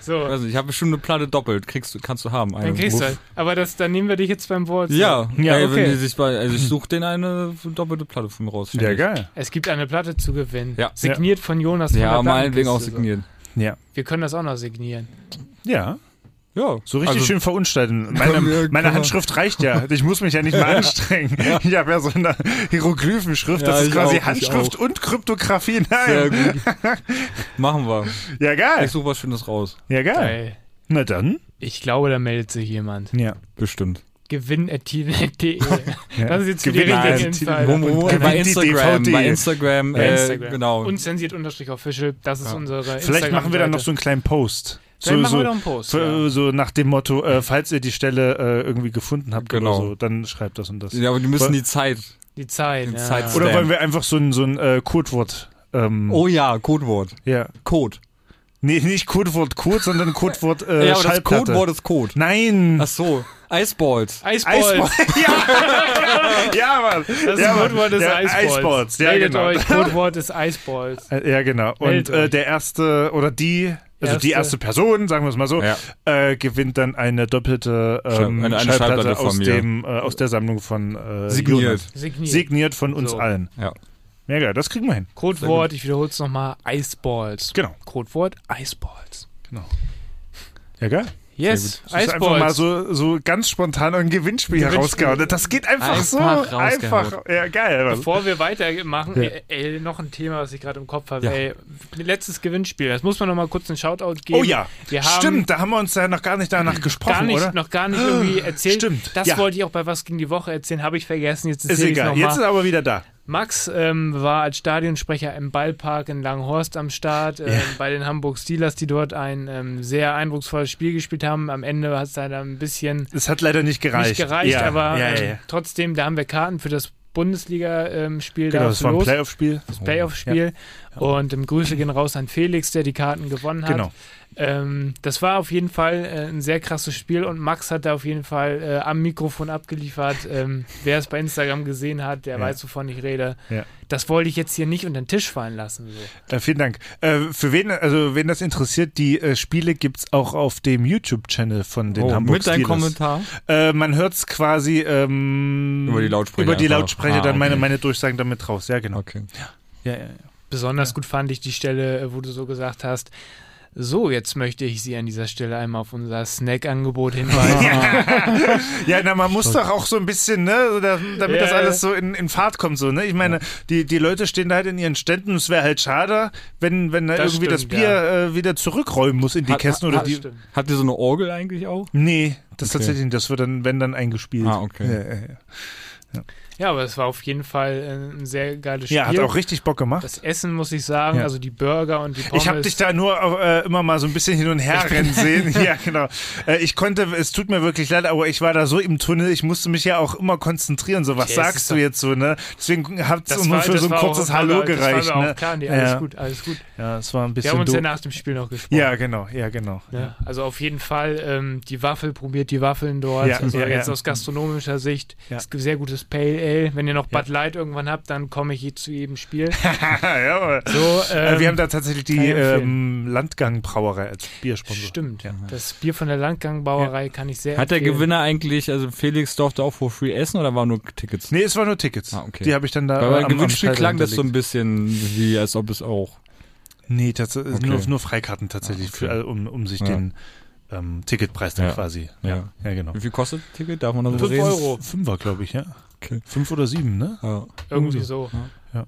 [SPEAKER 4] Ich
[SPEAKER 3] Also,
[SPEAKER 2] So,
[SPEAKER 4] weiß nicht, ich habe bestimmt eine Platte doppelt. Kriegst du, kannst du haben.
[SPEAKER 2] dann
[SPEAKER 4] Eine.
[SPEAKER 2] kriegst du halt. Aber das, dann nehmen wir dich jetzt beim Wort.
[SPEAKER 4] Ja,
[SPEAKER 3] Ja,
[SPEAKER 4] ja ey,
[SPEAKER 2] okay.
[SPEAKER 4] wenn die sich bei, also ich suche denen eine doppelte Platte von mir raus.
[SPEAKER 3] Ja, geil.
[SPEAKER 2] Es gibt eine Platte zu gewinnen.
[SPEAKER 4] Ja.
[SPEAKER 2] Signiert von Jonas. von
[SPEAKER 4] Ja,
[SPEAKER 2] der
[SPEAKER 4] meinetwegen auch
[SPEAKER 2] Plattenkiste.
[SPEAKER 4] signiert.
[SPEAKER 3] Ja.
[SPEAKER 2] So. Wir können das auch noch signieren.
[SPEAKER 3] Ja.
[SPEAKER 4] Ja,
[SPEAKER 3] So richtig
[SPEAKER 4] also,
[SPEAKER 3] schön verunstalten. Meine,
[SPEAKER 4] wir- können
[SPEAKER 3] meine
[SPEAKER 4] wir-
[SPEAKER 3] Handschrift reicht ja. Ich muss mich ja nicht mal anstrengen. Ich habe ja so eine Hieroglyphenschrift.
[SPEAKER 4] Ja,
[SPEAKER 3] das ist
[SPEAKER 4] ich
[SPEAKER 3] quasi
[SPEAKER 4] auch, ich
[SPEAKER 3] Handschrift und Kryptografie.
[SPEAKER 4] Sehr
[SPEAKER 3] Nein.
[SPEAKER 4] gut. Machen wir.
[SPEAKER 3] Ja, geil.
[SPEAKER 4] Ich suche was Schönes raus.
[SPEAKER 3] Ja, geil.
[SPEAKER 2] Geil.
[SPEAKER 3] Na dann.
[SPEAKER 2] Ich glaube, da meldet sich jemand.
[SPEAKER 3] Ja.
[SPEAKER 4] Bestimmt.
[SPEAKER 2] Gewinn.de. Das ist jetzt für die
[SPEAKER 3] Gewinn-
[SPEAKER 2] richtigen
[SPEAKER 3] Nein,
[SPEAKER 4] Wo, wo,
[SPEAKER 2] Insider.
[SPEAKER 4] wo,
[SPEAKER 3] gewinnt
[SPEAKER 4] bei
[SPEAKER 3] die
[SPEAKER 4] Instagram.
[SPEAKER 3] DVD.
[SPEAKER 4] Bei Instagram.
[SPEAKER 2] Bei
[SPEAKER 4] äh,
[SPEAKER 2] Instagram.
[SPEAKER 4] Genau.
[SPEAKER 2] Unzensiert unterstrich official. Das ist
[SPEAKER 4] Ja.
[SPEAKER 2] unsere
[SPEAKER 3] Vielleicht machen wir dann noch
[SPEAKER 2] Instagram-Seite.
[SPEAKER 3] so einen kleinen Post. So,
[SPEAKER 2] Vielleicht machen
[SPEAKER 3] so,
[SPEAKER 2] wir noch einen Post.
[SPEAKER 3] so,
[SPEAKER 2] ja.
[SPEAKER 3] so nach dem Motto, äh, falls ihr die Stelle äh, irgendwie gefunden habt
[SPEAKER 4] Genau.
[SPEAKER 3] oder so, dann schreibt das und das.
[SPEAKER 4] ja, aber die müssen die Zeit.
[SPEAKER 2] Die Zeit.
[SPEAKER 4] Die
[SPEAKER 2] ja.
[SPEAKER 4] Zeit-
[SPEAKER 3] Oder
[SPEAKER 4] Stamp.
[SPEAKER 3] wollen wir einfach so ein, so ein äh, Codewort? Ähm,
[SPEAKER 4] Oh ja, Codewort.
[SPEAKER 3] Ja.
[SPEAKER 4] Code.
[SPEAKER 3] Nee, nicht Codewort Code, sondern Codewort äh,
[SPEAKER 4] ja, aber das
[SPEAKER 3] Schallplatte. Hm.
[SPEAKER 4] Codewort ist Code.
[SPEAKER 3] Nein.
[SPEAKER 4] Ach so. Iceballs.
[SPEAKER 2] Eisball.
[SPEAKER 3] Eisball. ja. ja, Mann.
[SPEAKER 2] Das
[SPEAKER 3] ja, Mann.
[SPEAKER 2] Codewort ist
[SPEAKER 3] ja,
[SPEAKER 2] Eisballs.
[SPEAKER 3] Eisballs. Ja,
[SPEAKER 2] Meldet
[SPEAKER 3] genau.
[SPEAKER 2] euch, Codewort ist Eisballs.
[SPEAKER 3] Äh, Ja, genau. Und
[SPEAKER 2] Meldet
[SPEAKER 3] äh,
[SPEAKER 2] euch.
[SPEAKER 3] der erste oder die, also
[SPEAKER 2] Erste.
[SPEAKER 3] die erste Person, sagen wir es mal so,
[SPEAKER 4] Ja.
[SPEAKER 3] äh, gewinnt dann eine doppelte ähm,
[SPEAKER 4] Eine- eine
[SPEAKER 3] Schallplatte,
[SPEAKER 4] Schallplatte von
[SPEAKER 3] aus,
[SPEAKER 4] mir.
[SPEAKER 3] dem, äh, aus der Sammlung von äh,
[SPEAKER 4] Signiert.
[SPEAKER 3] Jonas.
[SPEAKER 2] Signiert.
[SPEAKER 3] Signiert von uns
[SPEAKER 2] So.
[SPEAKER 3] allen.
[SPEAKER 4] Ja.
[SPEAKER 3] Ja, geil, das kriegen wir hin.
[SPEAKER 2] Codewort, ich wiederhole es nochmal, Eisballs.
[SPEAKER 3] Genau.
[SPEAKER 2] Codewort Eisballs.
[SPEAKER 3] Ja, geil.
[SPEAKER 2] Yes,
[SPEAKER 3] Das ist einfach mal
[SPEAKER 2] Eisballs.
[SPEAKER 3] so, so ganz spontan ein Gewinnspiel,
[SPEAKER 2] Gewinnspiel.
[SPEAKER 3] herausgehauen. Das geht einfach, so.
[SPEAKER 4] Einfach rausgehauen.
[SPEAKER 3] Einfach. Ja, geil. Mann.
[SPEAKER 2] Bevor wir weitermachen,
[SPEAKER 3] Ja.
[SPEAKER 2] ey, ey, noch ein Thema, was ich gerade im Kopf habe.
[SPEAKER 4] Ja.
[SPEAKER 2] Ey, letztes Gewinnspiel, das muss man nochmal kurz einen Shoutout geben.
[SPEAKER 3] Oh ja,
[SPEAKER 2] Wir haben
[SPEAKER 3] stimmt, da haben wir uns ja noch gar nicht danach gesprochen,
[SPEAKER 2] Gar nicht,
[SPEAKER 3] oder? Ah,
[SPEAKER 2] noch gar nicht irgendwie erzählt.
[SPEAKER 3] Stimmt,
[SPEAKER 2] Das
[SPEAKER 3] ja.
[SPEAKER 2] wollte ich auch bei Was ging die Woche erzählen, habe ich vergessen. Jetzt
[SPEAKER 3] ist
[SPEAKER 2] erzähl ich's
[SPEAKER 3] egal,
[SPEAKER 2] nochmal.
[SPEAKER 3] jetzt ist er aber wieder da.
[SPEAKER 2] Max ähm, war als Stadionsprecher im Ballpark in Langhorst am Start, ähm, bei den Hamburg Steelers, die dort ein ähm, sehr eindrucksvolles Spiel gespielt haben. Am Ende hat es leider ein bisschen
[SPEAKER 3] Es hat leider nicht gereicht.
[SPEAKER 2] nicht gereicht,
[SPEAKER 3] ja,
[SPEAKER 2] aber
[SPEAKER 3] ja, ja,
[SPEAKER 2] ähm,
[SPEAKER 3] ja.
[SPEAKER 2] trotzdem, da haben wir Karten für das Bundesliga-Spiel
[SPEAKER 3] Genau,
[SPEAKER 2] da
[SPEAKER 3] das war ein
[SPEAKER 2] los,
[SPEAKER 3] Playoff-Spiel.
[SPEAKER 2] das Playoff-Spiel. Und ähm, Grüße gehen raus an Felix, der die Karten gewonnen hat.
[SPEAKER 3] Genau.
[SPEAKER 2] Ähm, das war auf jeden Fall äh, ein sehr krasses Spiel und Max hat da auf jeden Fall äh, am Mikrofon abgeliefert. Ähm, wer es bei Instagram gesehen hat, der
[SPEAKER 3] Ja.
[SPEAKER 2] weiß, wovon ich rede.
[SPEAKER 3] Ja.
[SPEAKER 2] Das wollte ich jetzt hier nicht unter den Tisch fallen lassen. So.
[SPEAKER 3] Äh, vielen Dank. Äh, für wen, also wen das interessiert, die äh, Spiele gibt's auch auf dem YouTube-Channel von den
[SPEAKER 4] Oh,
[SPEAKER 3] Hamburg
[SPEAKER 4] mit deinem
[SPEAKER 3] Steelers.
[SPEAKER 4] Kommentar.
[SPEAKER 3] Äh, man hört's quasi ähm,
[SPEAKER 4] Über die Lautsprecher
[SPEAKER 3] Über die
[SPEAKER 4] einfach.
[SPEAKER 3] Lautsprecher
[SPEAKER 4] Ah,
[SPEAKER 3] dann meine,
[SPEAKER 4] okay.
[SPEAKER 3] meine Durchsagen damit raus. Ja, genau.
[SPEAKER 4] Okay.
[SPEAKER 3] Ja, ja, ja.
[SPEAKER 2] Besonders gut fand ich die Stelle, äh, wo du so gesagt hast, so, jetzt möchte ich Sie an dieser Stelle einmal auf unser Snack-Angebot hinweisen.
[SPEAKER 3] Ja, na, man muss doch auch so ein bisschen, ne, so da, damit
[SPEAKER 2] Ja,
[SPEAKER 3] das alles so in, in Fahrt kommt, so, ne? Ich meine, die, die Leute stehen da halt in ihren Ständen. Es wäre halt schade, wenn, wenn da
[SPEAKER 2] Das
[SPEAKER 3] irgendwie das
[SPEAKER 2] stimmt,
[SPEAKER 3] Bier äh, wieder zurückräumen muss in die
[SPEAKER 4] Hat-
[SPEAKER 3] Kästen
[SPEAKER 4] hat-
[SPEAKER 3] oder
[SPEAKER 2] Das
[SPEAKER 3] die.
[SPEAKER 2] Ah, stimmt.
[SPEAKER 4] Habt ihr so eine Orgel eigentlich auch?
[SPEAKER 3] Nee, das
[SPEAKER 4] Okay.
[SPEAKER 3] tatsächlich nicht. Das wird dann, wenn dann eingespielt.
[SPEAKER 4] Ah, okay.
[SPEAKER 3] Ja, ja, ja.
[SPEAKER 2] Ja, aber es war auf jeden Fall äh, ein sehr geiles Spiel.
[SPEAKER 3] Ja, hat auch richtig Bock gemacht.
[SPEAKER 2] das Essen muss ich sagen,
[SPEAKER 3] Ja.
[SPEAKER 2] also die Burger und die Pommes.
[SPEAKER 3] Ich habe dich da nur äh, immer mal so ein bisschen hin und her rennen sehen. Ja, genau. Äh, ich konnte, es tut mir wirklich leid, aber ich war da so im Tunnel, ich musste mich ja auch immer konzentrieren. So, was
[SPEAKER 2] Ja, es ist
[SPEAKER 3] sagst du
[SPEAKER 2] doch-
[SPEAKER 3] jetzt so, ne? Deswegen hat
[SPEAKER 2] das
[SPEAKER 3] es nur
[SPEAKER 2] war-
[SPEAKER 3] für
[SPEAKER 2] das
[SPEAKER 3] so ein
[SPEAKER 2] war
[SPEAKER 3] kurzes
[SPEAKER 2] auch,
[SPEAKER 3] Hallo
[SPEAKER 2] das war
[SPEAKER 3] gereicht.
[SPEAKER 2] mir
[SPEAKER 3] Ne?
[SPEAKER 2] Auch klar, nee, alles
[SPEAKER 3] Ja.
[SPEAKER 2] gut, alles gut.
[SPEAKER 3] Ja, es war ein
[SPEAKER 2] Wir
[SPEAKER 3] bisschen
[SPEAKER 2] haben uns
[SPEAKER 3] doof.
[SPEAKER 2] ja nach dem Spiel noch gesprochen.
[SPEAKER 3] Ja, genau, ja, genau.
[SPEAKER 2] Ne? Also auf jeden Fall ähm, die Waffel, probiert die Waffeln dort.
[SPEAKER 3] Ja,
[SPEAKER 2] also
[SPEAKER 3] ja,
[SPEAKER 2] jetzt
[SPEAKER 3] ja.
[SPEAKER 2] aus gastronomischer Sicht
[SPEAKER 3] Ja.
[SPEAKER 2] ist sehr gutes Pale Ale. Wenn ihr noch Bud Light irgendwann habt, dann komme ich zu jedem Spiel.
[SPEAKER 3] Jawohl.
[SPEAKER 2] So, ähm,
[SPEAKER 3] Äh, wir haben da tatsächlich die
[SPEAKER 2] kann ich empfehlen.
[SPEAKER 3] ähm, Landgang-Brauerei als Biersponsor.
[SPEAKER 2] Stimmt. Das Bier von der Landgang-Brauerei kann ich sehr
[SPEAKER 4] Hat der
[SPEAKER 2] empfehlen.
[SPEAKER 4] Gewinner eigentlich, also Felix durfte auch for free essen oder waren nur Tickets?
[SPEAKER 3] Nee, es waren nur Tickets.
[SPEAKER 4] Ah, okay.
[SPEAKER 3] Die habe ich dann da.
[SPEAKER 4] Weil
[SPEAKER 3] äh,
[SPEAKER 4] beim
[SPEAKER 3] am-
[SPEAKER 4] Gewinnspiel
[SPEAKER 3] am Scheidel
[SPEAKER 4] klang das so ein
[SPEAKER 3] hinterlegt.
[SPEAKER 4] bisschen wie, als ob es auch.
[SPEAKER 3] Nee, tatsächlich nur,
[SPEAKER 4] Okay.
[SPEAKER 3] nur Freikarten tatsächlich,
[SPEAKER 4] Ah, okay.
[SPEAKER 3] für, alle, um, um sich
[SPEAKER 4] Ja.
[SPEAKER 3] den ähm, Ticketpreis dann
[SPEAKER 4] Ja.
[SPEAKER 3] quasi.
[SPEAKER 4] Ja.
[SPEAKER 3] ja genau.
[SPEAKER 4] Wie viel kostet ein Ticket? Darf man da so
[SPEAKER 2] Fünf
[SPEAKER 4] reden?
[SPEAKER 2] Euro.
[SPEAKER 3] Also Fünfer, glaube ich, ja.
[SPEAKER 4] Okay.
[SPEAKER 3] Fünf oder sieben, ne?
[SPEAKER 4] Ja.
[SPEAKER 2] Irgendwie so.
[SPEAKER 3] Ja.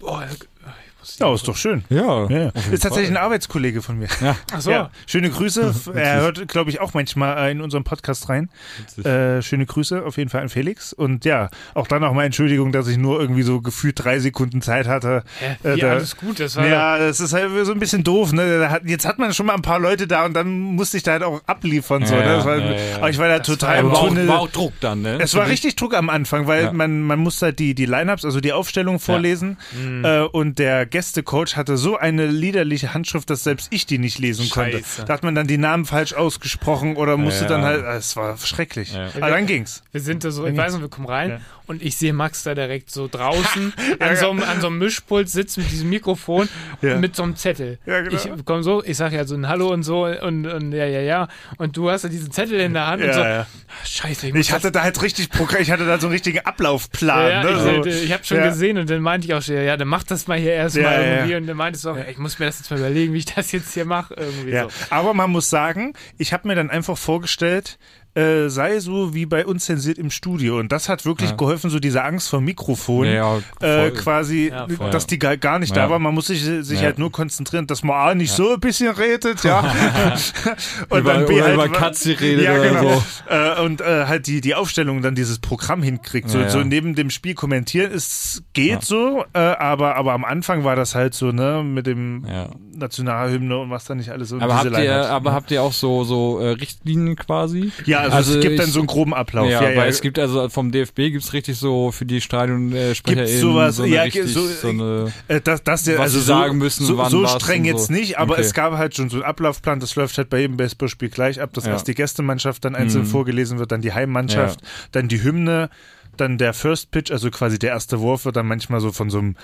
[SPEAKER 2] Boah, ich muss die-
[SPEAKER 3] Ja, ist doch schön.
[SPEAKER 4] Ja.
[SPEAKER 3] Ja, ja.
[SPEAKER 4] Auf jeden
[SPEAKER 3] Ist tatsächlich ein
[SPEAKER 4] Fall.
[SPEAKER 3] Arbeitskollege von mir.
[SPEAKER 2] Ach so.
[SPEAKER 3] Ja. Schöne Grüße. F- Er hört, glaube ich, auch manchmal äh, in unserem Podcast rein.
[SPEAKER 4] Witzig.
[SPEAKER 3] Äh, schöne Grüße auf jeden Fall an Felix. Und ja, auch dann nochmal Entschuldigung, dass ich nur irgendwie so gefühlt drei Sekunden Zeit hatte.
[SPEAKER 2] Hä?
[SPEAKER 3] Äh,
[SPEAKER 2] Wie,
[SPEAKER 3] da-
[SPEAKER 2] alles gut, das war
[SPEAKER 3] Ja, das ist halt so ein bisschen doof. Ne? Da hat- Jetzt hat man schon mal ein paar Leute da und dann musste ich da halt auch abliefern. So,
[SPEAKER 4] Ja,
[SPEAKER 3] ne? das war,
[SPEAKER 4] ja, ja, ja.
[SPEAKER 3] Aber ich war da
[SPEAKER 2] Das
[SPEAKER 3] total
[SPEAKER 2] war
[SPEAKER 3] im
[SPEAKER 4] Aber war auch,
[SPEAKER 3] Tunnel.
[SPEAKER 4] war auch Druck dann, ne?
[SPEAKER 3] Es war richtig Druck am Anfang, weil
[SPEAKER 4] Ja.
[SPEAKER 3] man, man musste halt die, die Lineups, also die Aufstellung vorlesen.
[SPEAKER 2] Mhm.
[SPEAKER 3] Äh, und der Gästecoach hatte so eine liederliche Handschrift, dass selbst ich die nicht lesen
[SPEAKER 2] Scheiße.
[SPEAKER 3] konnte. Da hat man dann die Namen falsch ausgesprochen oder musste
[SPEAKER 4] Ja.
[SPEAKER 3] dann halt. ah, Es war schrecklich.
[SPEAKER 4] Ja.
[SPEAKER 3] Aber dann ging's.
[SPEAKER 2] Wir sind da so, ich weiß nicht, wir kommen rein
[SPEAKER 3] Ja.
[SPEAKER 2] und ich sehe Max da direkt so draußen an, so einem, an so einem Mischpult sitzt mit diesem Mikrofon
[SPEAKER 3] Ja.
[SPEAKER 2] und mit so einem Zettel.
[SPEAKER 3] Ja, genau.
[SPEAKER 2] Ich komme so, ich sage ja so ein Hallo und so und, und ja, ja, ja. Und du hast ja diesen Zettel in der Hand und so, "Ah,
[SPEAKER 3] Ja, ja.
[SPEAKER 2] scheiße, ich muss
[SPEAKER 3] Also, Ich hatte da halt richtig Programm, ich hatte da so einen richtigen Ablaufplan.
[SPEAKER 2] Ja,
[SPEAKER 3] ne?
[SPEAKER 2] ich,
[SPEAKER 3] so.
[SPEAKER 2] halt, äh, ich habe schon
[SPEAKER 3] Ja.
[SPEAKER 2] gesehen und dann meinte ich auch schon, ja, dann mach das mal hier erstmal
[SPEAKER 3] Ja, ja,
[SPEAKER 2] irgendwie.
[SPEAKER 3] ja.
[SPEAKER 2] Und dann meintest du auch, ich muss mir das jetzt mal überlegen, wie ich das jetzt hier mache. Irgendwie
[SPEAKER 3] Ja,
[SPEAKER 2] so.
[SPEAKER 3] aber man muss sagen, ich habe mir dann einfach vorgestellt, äh, sei so wie bei uns zensiert im Studio. Und das hat wirklich geholfen, so diese Angst vor Mikrofon.
[SPEAKER 4] Ja,
[SPEAKER 3] äh,
[SPEAKER 4] voll.
[SPEAKER 3] quasi,
[SPEAKER 2] Ja,
[SPEAKER 4] voll.
[SPEAKER 3] dass die gar, gar nicht da
[SPEAKER 4] Ja.
[SPEAKER 3] war. Man muss sich, sich
[SPEAKER 4] Ja.
[SPEAKER 3] halt nur konzentrieren, dass man A nicht so ein bisschen redet, ja. und
[SPEAKER 4] Über-
[SPEAKER 3] dann B
[SPEAKER 4] oder
[SPEAKER 3] halt,
[SPEAKER 4] über Katzi redet
[SPEAKER 3] ja,
[SPEAKER 4] oder
[SPEAKER 3] genau. Äh, und äh, halt die, die Aufstellung dann dieses Programm hinkriegt. So,
[SPEAKER 4] Ja, ja.
[SPEAKER 3] so neben dem Spiel kommentieren, es geht so, äh, aber, aber am Anfang war das halt so, ne, mit dem
[SPEAKER 4] Ja.
[SPEAKER 3] Nationalhymne und was da nicht alles so
[SPEAKER 4] Aber habt, ihr,
[SPEAKER 3] Line-Ups.
[SPEAKER 4] aber habt ihr auch so, so äh, Richtlinien quasi?
[SPEAKER 3] ja, also, es gibt dann so einen groben Ablauf.
[SPEAKER 4] ja,
[SPEAKER 3] Ja, ja,
[SPEAKER 4] weil es gibt also vom DFB gibt's richtig so für die Stadion äh, SprecherInnen
[SPEAKER 3] sowas?
[SPEAKER 4] so eine
[SPEAKER 3] Ja,
[SPEAKER 4] richtig,
[SPEAKER 3] so-
[SPEAKER 4] so, eine
[SPEAKER 3] Äh, das, das der,
[SPEAKER 4] Was
[SPEAKER 3] also
[SPEAKER 4] sie
[SPEAKER 3] so,
[SPEAKER 4] sagen müssen,
[SPEAKER 3] so,
[SPEAKER 4] wann
[SPEAKER 3] so
[SPEAKER 4] was
[SPEAKER 3] streng
[SPEAKER 4] und so.
[SPEAKER 3] jetzt nicht, aber
[SPEAKER 4] Okay.
[SPEAKER 3] es gab halt schon so einen Ablaufplan, das läuft halt bei jedem Baseballspiel gleich ab, dass
[SPEAKER 4] Ja. Mhm.
[SPEAKER 3] erst die Gästemannschaft dann einzeln vorgelesen wird, dann die Heimmannschaft, dann die Hymne, dann der First Pitch, also quasi der erste Wurf wird dann manchmal so von so einem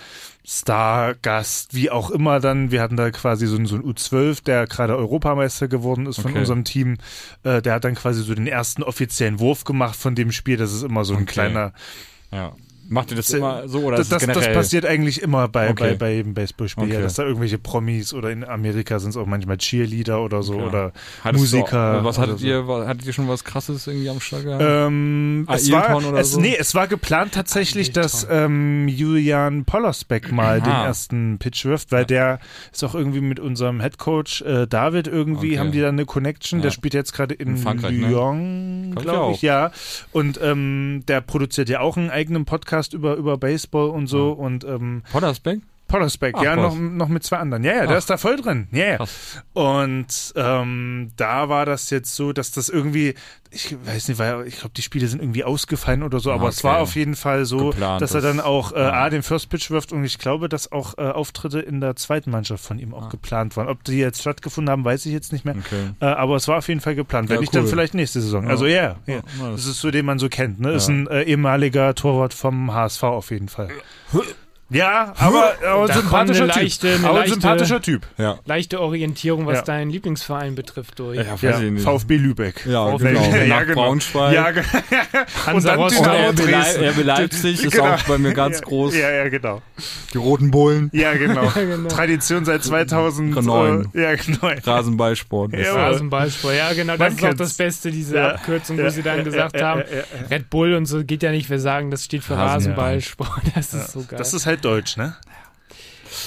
[SPEAKER 3] Stargast, wie auch immer dann, wir hatten da quasi so einen, so einen U12, der gerade Europameister geworden ist von
[SPEAKER 4] Okay.
[SPEAKER 3] unserem Team, äh, der hat dann quasi so den ersten offiziellen Wurf gemacht von dem Spiel, das ist immer so ein
[SPEAKER 4] Okay.
[SPEAKER 3] kleiner,
[SPEAKER 4] ja. Macht ihr das
[SPEAKER 3] das-
[SPEAKER 4] immer so oder
[SPEAKER 3] das,
[SPEAKER 4] ist es
[SPEAKER 3] das, das
[SPEAKER 4] generell?
[SPEAKER 3] passiert eigentlich immer bei,
[SPEAKER 4] Okay.
[SPEAKER 3] bei, bei jedem Baseballspiel, ja,
[SPEAKER 4] Okay.
[SPEAKER 3] dass da irgendwelche Promis oder in Amerika sind es auch manchmal Cheerleader oder so
[SPEAKER 4] Okay.
[SPEAKER 3] oder
[SPEAKER 4] Hattest du- äh,
[SPEAKER 3] Musiker.
[SPEAKER 4] was
[SPEAKER 3] oder
[SPEAKER 4] hattet
[SPEAKER 3] so.
[SPEAKER 4] ihr? wa- Hattet ihr schon was krasses irgendwie am Start gehabt?
[SPEAKER 3] Ähm,
[SPEAKER 4] Ah,
[SPEAKER 3] es war,
[SPEAKER 4] Ailton oder
[SPEAKER 3] es,
[SPEAKER 4] so?
[SPEAKER 3] nee, es war geplant tatsächlich, dass ähm, Julian Pollersbeck mal
[SPEAKER 4] Aha.
[SPEAKER 3] den ersten Pitch wirft, weil der ist auch irgendwie mit unserem Headcoach äh, David irgendwie,
[SPEAKER 4] Okay.
[SPEAKER 3] haben die da eine Connection,
[SPEAKER 4] Ja.
[SPEAKER 3] der spielt jetzt gerade in,
[SPEAKER 4] In Frankreich, ne?
[SPEAKER 3] Lyon,
[SPEAKER 4] Glaub ich
[SPEAKER 3] glaube
[SPEAKER 4] auch.
[SPEAKER 3] ich, ja. Und ähm, der produziert ja auch einen eigenen Podcast über, über Baseball und so und ähm,
[SPEAKER 4] Pottersbeck?
[SPEAKER 3] Pollersbeck,
[SPEAKER 4] Ach,
[SPEAKER 3] ja,
[SPEAKER 4] was.
[SPEAKER 3] noch, noch mit zwei anderen. Ja, ja, der
[SPEAKER 4] Ach.
[SPEAKER 3] ist da voll drin. Ja, ja. Und ähm, da war das jetzt so, dass das irgendwie, ich weiß nicht, weil ich glaube, die Spiele sind irgendwie ausgefallen oder so, aber es
[SPEAKER 4] okay.
[SPEAKER 3] war auf jeden Fall so,
[SPEAKER 4] Geplant,
[SPEAKER 3] dass er
[SPEAKER 4] das-
[SPEAKER 3] dann auch äh,
[SPEAKER 4] ja.
[SPEAKER 3] A, den First Pitch wirft und ich glaube, dass auch äh, Auftritte in der zweiten Mannschaft von ihm auch geplant waren. Ob die jetzt stattgefunden haben, weiß ich jetzt nicht mehr.
[SPEAKER 4] Ah. Okay.
[SPEAKER 3] Äh, aber es war auf jeden Fall geplant. Wenn
[SPEAKER 4] Ja,
[SPEAKER 3] nicht, dann
[SPEAKER 4] cool.
[SPEAKER 3] vielleicht nächste Saison. Also ja, ja.
[SPEAKER 4] Ja, nice.
[SPEAKER 3] das ist so, den man so kennt. Ne? Ist ein äh, ehemaliger Torwart vom HSV auf jeden Fall. Ja, aber, aber
[SPEAKER 2] Da
[SPEAKER 3] ein sympathischer
[SPEAKER 2] kommt eine leichte-
[SPEAKER 3] Typ.
[SPEAKER 2] eine
[SPEAKER 3] aber ein
[SPEAKER 2] leichte-
[SPEAKER 3] sympathischer Typ.
[SPEAKER 4] Ja.
[SPEAKER 2] Leichte Orientierung, was
[SPEAKER 3] Ja.
[SPEAKER 2] deinen Lieblingsverein betrifft, durch.
[SPEAKER 4] Ja, weiß
[SPEAKER 3] Ja,
[SPEAKER 4] ich nicht.
[SPEAKER 3] VfB Lübeck.
[SPEAKER 4] ja,
[SPEAKER 2] VfB.
[SPEAKER 4] genau.
[SPEAKER 3] Ja,
[SPEAKER 4] Nach
[SPEAKER 3] genau.
[SPEAKER 4] Braunschweig.
[SPEAKER 3] Ja, ge- und dann
[SPEAKER 2] Rostock.
[SPEAKER 3] Dynamo
[SPEAKER 4] Oder RB, Leip-
[SPEAKER 3] Dresden.
[SPEAKER 4] RB Leipzig ist
[SPEAKER 3] Genau.
[SPEAKER 4] auch bei mir ganz
[SPEAKER 3] Ja,
[SPEAKER 4] groß.
[SPEAKER 3] Ja, ja, genau.
[SPEAKER 4] Die roten Bullen,
[SPEAKER 3] Ja, genau.
[SPEAKER 2] genau.
[SPEAKER 3] Tradition seit 2000.
[SPEAKER 4] Neun.
[SPEAKER 3] äh, Ja, genau.
[SPEAKER 4] Rasenballsport.
[SPEAKER 3] Ja,
[SPEAKER 2] Ja,
[SPEAKER 3] aber-
[SPEAKER 2] zum Beispiel. Ja, genau,
[SPEAKER 3] Man
[SPEAKER 2] das ist auch
[SPEAKER 3] kennt's.
[SPEAKER 2] das Beste, diese
[SPEAKER 3] Ja.
[SPEAKER 2] Abkürzung, wo
[SPEAKER 3] Ja,
[SPEAKER 2] sie dann
[SPEAKER 3] ja,
[SPEAKER 2] gesagt
[SPEAKER 3] ja, ja,
[SPEAKER 2] haben,
[SPEAKER 3] ja, ja.
[SPEAKER 2] Red Bull und so geht ja nicht, wir sagen, das steht für
[SPEAKER 4] Rasenball.
[SPEAKER 2] Rasenballsport. Das ist so geil.
[SPEAKER 3] Das ist halt deutsch, ne?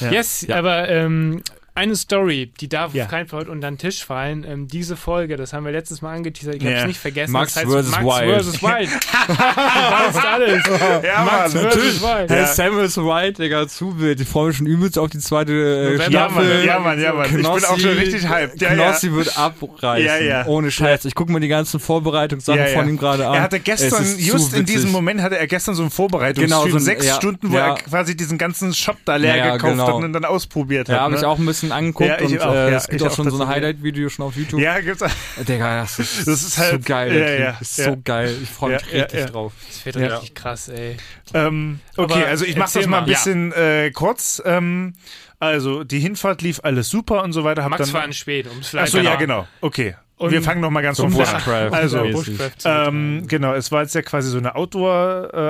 [SPEAKER 3] ja.
[SPEAKER 2] yes,
[SPEAKER 4] Ja.
[SPEAKER 2] aber ähm, eine Story, die darf
[SPEAKER 3] Ja.
[SPEAKER 2] auf keinen Fall heute unter den Tisch fallen. Ähm, diese Folge, das haben wir letztes Mal angeteasert, ich habe es
[SPEAKER 3] Ja.
[SPEAKER 2] nicht vergessen.
[SPEAKER 4] Max
[SPEAKER 2] das heißt
[SPEAKER 4] versus
[SPEAKER 2] Max
[SPEAKER 4] Wild.
[SPEAKER 2] vs. Wild. Du weißt alles.
[SPEAKER 3] Ja,
[SPEAKER 2] Max
[SPEAKER 3] Mann.
[SPEAKER 2] vs. Wild.
[SPEAKER 4] Hey, Samuel White, Digga, zu wild. Ich freue mich schon übelst auf die zweite äh,
[SPEAKER 2] November,
[SPEAKER 3] Ja, Mann,
[SPEAKER 4] Staffel.
[SPEAKER 3] ja, Mann, ja, Mann. Ich bin auch schon
[SPEAKER 4] Knossi-
[SPEAKER 3] richtig hyped. Ja, ja.
[SPEAKER 4] Knossi wird abreißen.
[SPEAKER 3] Ja, ja.
[SPEAKER 4] Ohne Scheiß. Ich gucke mir die ganzen Vorbereitungssachen
[SPEAKER 3] Ja, ja.
[SPEAKER 4] von ihm gerade an.
[SPEAKER 3] Er hatte
[SPEAKER 4] Es
[SPEAKER 3] gestern,
[SPEAKER 4] ist
[SPEAKER 3] just
[SPEAKER 4] zu
[SPEAKER 3] in diesem
[SPEAKER 4] witzig.
[SPEAKER 3] Moment, hatte er gestern so einen Vorbereitungsstream,
[SPEAKER 4] Genau, so ein-
[SPEAKER 3] sechs
[SPEAKER 4] ja,
[SPEAKER 3] Stunden, wo
[SPEAKER 4] ja.
[SPEAKER 3] er quasi diesen ganzen Shop da leer
[SPEAKER 4] Ja,
[SPEAKER 3] gekauft
[SPEAKER 4] genau.
[SPEAKER 3] hat und dann ausprobiert
[SPEAKER 4] Ja,
[SPEAKER 3] hat.
[SPEAKER 4] habe
[SPEAKER 3] ne?
[SPEAKER 4] ich auch ein bisschen angeguckt
[SPEAKER 3] Ja, ich
[SPEAKER 4] und
[SPEAKER 3] auch,
[SPEAKER 4] äh,
[SPEAKER 3] ja,
[SPEAKER 4] es gibt
[SPEAKER 3] ich
[SPEAKER 4] auch
[SPEAKER 3] auch
[SPEAKER 4] schon so ein
[SPEAKER 3] tatsächlich.
[SPEAKER 4] Highlight-Video schon auf YouTube.
[SPEAKER 3] Ja, gibt's.
[SPEAKER 4] Digga, das ist,
[SPEAKER 3] Das ist halt-
[SPEAKER 4] so geil.
[SPEAKER 3] ja,
[SPEAKER 4] der
[SPEAKER 3] ja,
[SPEAKER 4] Typ ist
[SPEAKER 3] ja.
[SPEAKER 4] so geil. Ich freue mich
[SPEAKER 3] Ja, ja,
[SPEAKER 4] richtig
[SPEAKER 3] ja.
[SPEAKER 4] drauf.
[SPEAKER 2] Das wird
[SPEAKER 3] Ja.
[SPEAKER 2] richtig krass, ey.
[SPEAKER 3] Ähm, okay,
[SPEAKER 2] Aber
[SPEAKER 3] also ich mache
[SPEAKER 2] erzähl
[SPEAKER 3] das mal ein
[SPEAKER 2] mal. Ja.
[SPEAKER 3] bisschen äh, kurz. Ähm, also die Hinfahrt lief alles super und so weiter. Hab
[SPEAKER 2] Max
[SPEAKER 3] dann,
[SPEAKER 2] war an spät, um es vielleicht
[SPEAKER 3] Achso, ja, genau. Okay.
[SPEAKER 2] Und-
[SPEAKER 3] wir fangen nochmal ganz von vorne an.
[SPEAKER 4] Bushcraft.
[SPEAKER 3] Also,
[SPEAKER 2] Bushcraft zu betreiben.
[SPEAKER 3] Ähm, genau, es war jetzt ja quasi so eine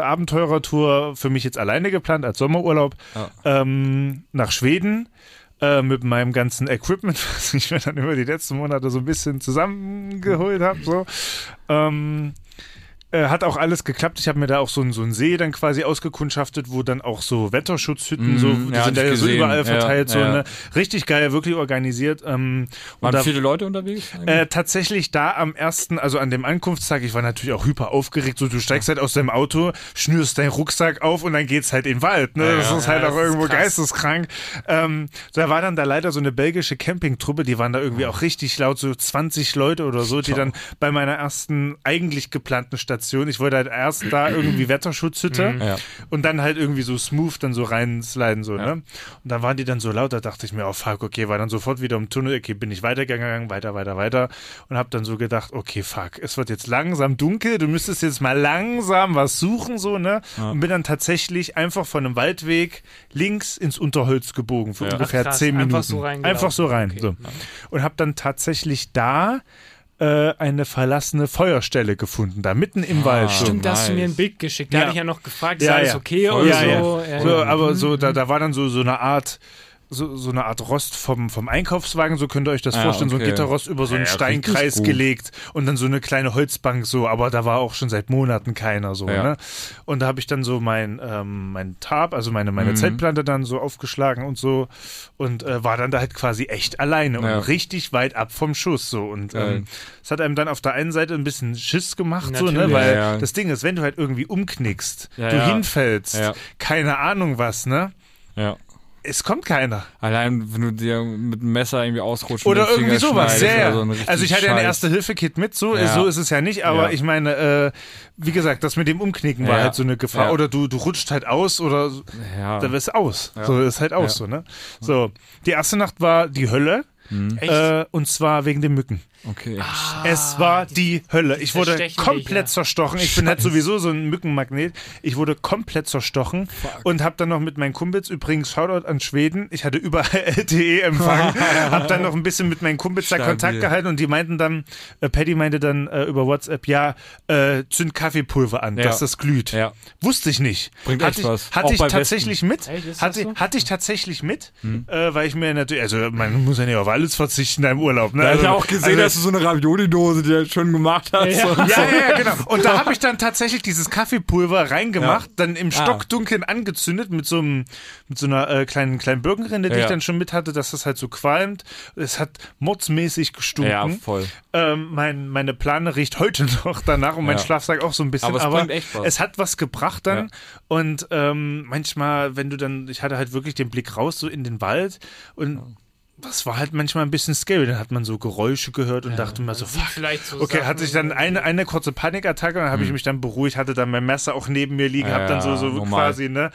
[SPEAKER 3] Outdoor-Abenteurertour, für mich jetzt alleine geplant als Sommerurlaub, ähm, nach Schweden äh, mit meinem ganzen Equipment, was ich mir dann über die letzten Monate so ein bisschen zusammengeholt habe. So. Ähm, äh, hat auch alles geklappt. Ich habe mir da auch so einen, so einen See dann quasi ausgekundschaftet, wo dann auch so Wetterschutzhütten,
[SPEAKER 4] Mhm,
[SPEAKER 3] so,
[SPEAKER 4] ja,
[SPEAKER 3] die
[SPEAKER 4] hab
[SPEAKER 3] sind da
[SPEAKER 4] ich
[SPEAKER 3] ja so
[SPEAKER 4] gesehen.
[SPEAKER 3] überall
[SPEAKER 4] Ja,
[SPEAKER 3] verteilt. so
[SPEAKER 4] ja.
[SPEAKER 3] eine, richtig geil, wirklich organisiert. Ähm, und
[SPEAKER 4] Waren
[SPEAKER 3] da-
[SPEAKER 4] viele Leute unterwegs? eigentlich?
[SPEAKER 3] äh, tatsächlich da am ersten, also an dem Ankunftstag, ich war natürlich auch hyper aufgeregt, so du steigst halt aus deinem Auto, schnürst deinen Rucksack auf und dann geht's halt in den Wald. Ne? das
[SPEAKER 4] ja,
[SPEAKER 3] ist halt
[SPEAKER 2] ja,
[SPEAKER 3] auch
[SPEAKER 2] das ist
[SPEAKER 3] irgendwo
[SPEAKER 2] krass.
[SPEAKER 3] geisteskrank. Ähm, da war dann da leider so eine belgische Campingtruppe, die waren da irgendwie auch richtig laut, so 20 Leute oder so, die dann bei meiner ersten eigentlich geplanten Station, ich wollte halt erst da irgendwie Wetterschutzhütte
[SPEAKER 2] Mhm,
[SPEAKER 4] Ja.
[SPEAKER 3] und dann halt irgendwie so smooth dann so reinsliden so, ne? Und dann waren die dann so laut, da dachte ich mir, oh fuck, okay, war dann sofort wieder im Tunnel, okay, bin ich weitergegangen, weiter, weiter, weiter und habe dann so gedacht, okay, fuck, es wird jetzt langsam dunkel, du müsstest jetzt mal langsam was suchen so, ne? Und bin dann tatsächlich einfach von einem Waldweg links ins Unterholz gebogen für
[SPEAKER 4] Ja.
[SPEAKER 3] ungefähr
[SPEAKER 2] Ach, krass,
[SPEAKER 3] zehn Minuten.
[SPEAKER 2] einfach so reingelaufen.
[SPEAKER 3] Einfach so rein,
[SPEAKER 2] Okay.
[SPEAKER 3] so. Und habe dann tatsächlich da äh, eine verlassene Feuerstelle gefunden, da mitten im Wald. so.
[SPEAKER 2] Stimmt, da hast du
[SPEAKER 4] nice.
[SPEAKER 2] mir ein Bild geschickt. Da
[SPEAKER 3] Ja.
[SPEAKER 2] hatte ich ja noch gefragt, ist
[SPEAKER 3] Ja,
[SPEAKER 2] alles
[SPEAKER 3] ja.
[SPEAKER 2] okay
[SPEAKER 4] Voll
[SPEAKER 2] oder
[SPEAKER 3] ja, ja.
[SPEAKER 2] so.
[SPEAKER 3] so,
[SPEAKER 2] ja.
[SPEAKER 3] aber so, da, da war dann so, so eine Art. So, so eine Art Rost vom, vom Einkaufswagen, so könnt ihr euch das
[SPEAKER 4] Ah,
[SPEAKER 3] vorstellen, so ein
[SPEAKER 4] okay.
[SPEAKER 3] Gitterrost über so einen
[SPEAKER 4] Ja,
[SPEAKER 3] Steinkreis
[SPEAKER 4] richtig gut.
[SPEAKER 3] gelegt und dann so eine kleine Holzbank so, aber da war auch schon seit Monaten keiner so.
[SPEAKER 4] Ja.
[SPEAKER 3] Ne? Und da habe ich dann so mein, ähm, mein Tarp, also meine, meine
[SPEAKER 4] Mhm.
[SPEAKER 3] Zeltplante dann so aufgeschlagen und so und äh, war dann da halt quasi echt alleine
[SPEAKER 4] Ja.
[SPEAKER 3] und richtig weit ab vom Schuss so. Und
[SPEAKER 4] Geil.
[SPEAKER 3] ähm, es hat einem dann auf der einen Seite ein bisschen Schiss gemacht, so, ne?
[SPEAKER 2] Natürlich.
[SPEAKER 3] weil
[SPEAKER 4] Ja, ja.
[SPEAKER 3] das Ding ist, wenn du halt irgendwie umknickst,
[SPEAKER 4] Ja,
[SPEAKER 3] du
[SPEAKER 4] ja.
[SPEAKER 3] hinfällst,
[SPEAKER 4] Ja.
[SPEAKER 3] keine Ahnung was, ne?
[SPEAKER 4] ja.
[SPEAKER 3] Es kommt keiner.
[SPEAKER 4] Allein, wenn du dir mit einem Messer irgendwie ausrutscht. und
[SPEAKER 3] Oder
[SPEAKER 4] den Finger
[SPEAKER 3] irgendwie sowas.
[SPEAKER 4] schneidest
[SPEAKER 3] Ja, ja.
[SPEAKER 4] oder so einen richtigen
[SPEAKER 3] also ich hatte ein
[SPEAKER 4] Scheiß.
[SPEAKER 3] Erste-Hilfe-Kit mit, so,
[SPEAKER 4] Ja.
[SPEAKER 3] so ist es ja nicht, aber
[SPEAKER 4] Ja.
[SPEAKER 3] ich meine, äh, wie gesagt, das mit dem Umknicken war
[SPEAKER 4] Ja.
[SPEAKER 3] halt so eine Gefahr.
[SPEAKER 4] Ja.
[SPEAKER 3] Oder du, du rutscht halt aus oder so-
[SPEAKER 4] Ja.
[SPEAKER 3] da ist aus. So ist halt aus, so,
[SPEAKER 4] Ja.
[SPEAKER 3] ne? So. Die erste Nacht war die Hölle.
[SPEAKER 2] Echt? Ah,
[SPEAKER 3] Äh, und zwar wegen den Mücken.
[SPEAKER 4] Okay.
[SPEAKER 3] Ah, Es
[SPEAKER 4] Ah,
[SPEAKER 3] war die Hölle. Ich wurde
[SPEAKER 2] zerstechen dich,
[SPEAKER 3] komplett
[SPEAKER 2] ja.
[SPEAKER 3] zerstochen. Ich bin halt sowieso so ein Mückenmagnet. Ich wurde komplett zerstochen und habe dann noch mit meinen Kumpels, übrigens Shoutout an Schweden, ich hatte überall LTE-Empfang, habe dann noch ein bisschen mit meinen Kumpels da
[SPEAKER 4] Stabil.
[SPEAKER 3] Kontakt gehalten und die meinten dann, äh, Paddy meinte dann äh, über WhatsApp, ja, äh, zünd Kaffeepulver an,
[SPEAKER 4] Ja.
[SPEAKER 3] dass das glüht.
[SPEAKER 4] Ja.
[SPEAKER 3] Wusste ich nicht.
[SPEAKER 4] Bringt
[SPEAKER 3] hatte
[SPEAKER 4] echt
[SPEAKER 3] ich,
[SPEAKER 4] was.
[SPEAKER 3] Hatte
[SPEAKER 4] Auch
[SPEAKER 3] ich
[SPEAKER 4] bei
[SPEAKER 3] tatsächlich mit.
[SPEAKER 2] Echt, ist das
[SPEAKER 3] hatte,
[SPEAKER 2] so?
[SPEAKER 3] hatte ich tatsächlich mit,
[SPEAKER 4] Hm.
[SPEAKER 3] äh, weil ich mir natürlich, also man muss ja nicht auf alles verzichten in einem Urlaub. Ne?
[SPEAKER 4] Da hab
[SPEAKER 3] also,
[SPEAKER 4] ich auch gesehen,
[SPEAKER 3] also,
[SPEAKER 4] dass du so eine Ravioli-Dose dir halt schon gemacht hast.
[SPEAKER 2] Ja.
[SPEAKER 4] Und
[SPEAKER 3] ja, ja, ja, genau. Und da habe ich dann tatsächlich dieses Kaffeepulver reingemacht,
[SPEAKER 4] Ja. Ah.
[SPEAKER 3] dann im Stockdunkeln angezündet mit so, einem, mit so einer äh, kleinen, kleinen Birkenrinde, die
[SPEAKER 4] Ja.
[SPEAKER 3] ich dann schon mit hatte, dass das halt so qualmt. Es hat mordsmäßig gestunken.
[SPEAKER 4] Ja, voll.
[SPEAKER 3] Ähm, mein, meine Plane riecht heute noch danach und mein
[SPEAKER 4] Ja.
[SPEAKER 3] Schlafsack auch so ein bisschen.
[SPEAKER 4] Aber
[SPEAKER 3] Aber
[SPEAKER 4] es
[SPEAKER 3] es,
[SPEAKER 4] bringt echt was.
[SPEAKER 3] hat was gebracht dann. Und ähm, manchmal, wenn du dann, ich hatte halt wirklich den Blick raus, so in den Wald und das war halt manchmal ein bisschen scary. Dann hat man so Geräusche gehört und dachte mir so,
[SPEAKER 2] Sieht
[SPEAKER 3] fuck,
[SPEAKER 2] vielleicht so
[SPEAKER 3] Okay,
[SPEAKER 2] Sachen
[SPEAKER 3] hatte ich dann eine, eine kurze Panikattacke, dann habe ich mich dann beruhigt, hatte dann mein Messer auch neben mir liegen, habe dann so, so
[SPEAKER 4] Hm. Ja, normal.
[SPEAKER 3] quasi, ne?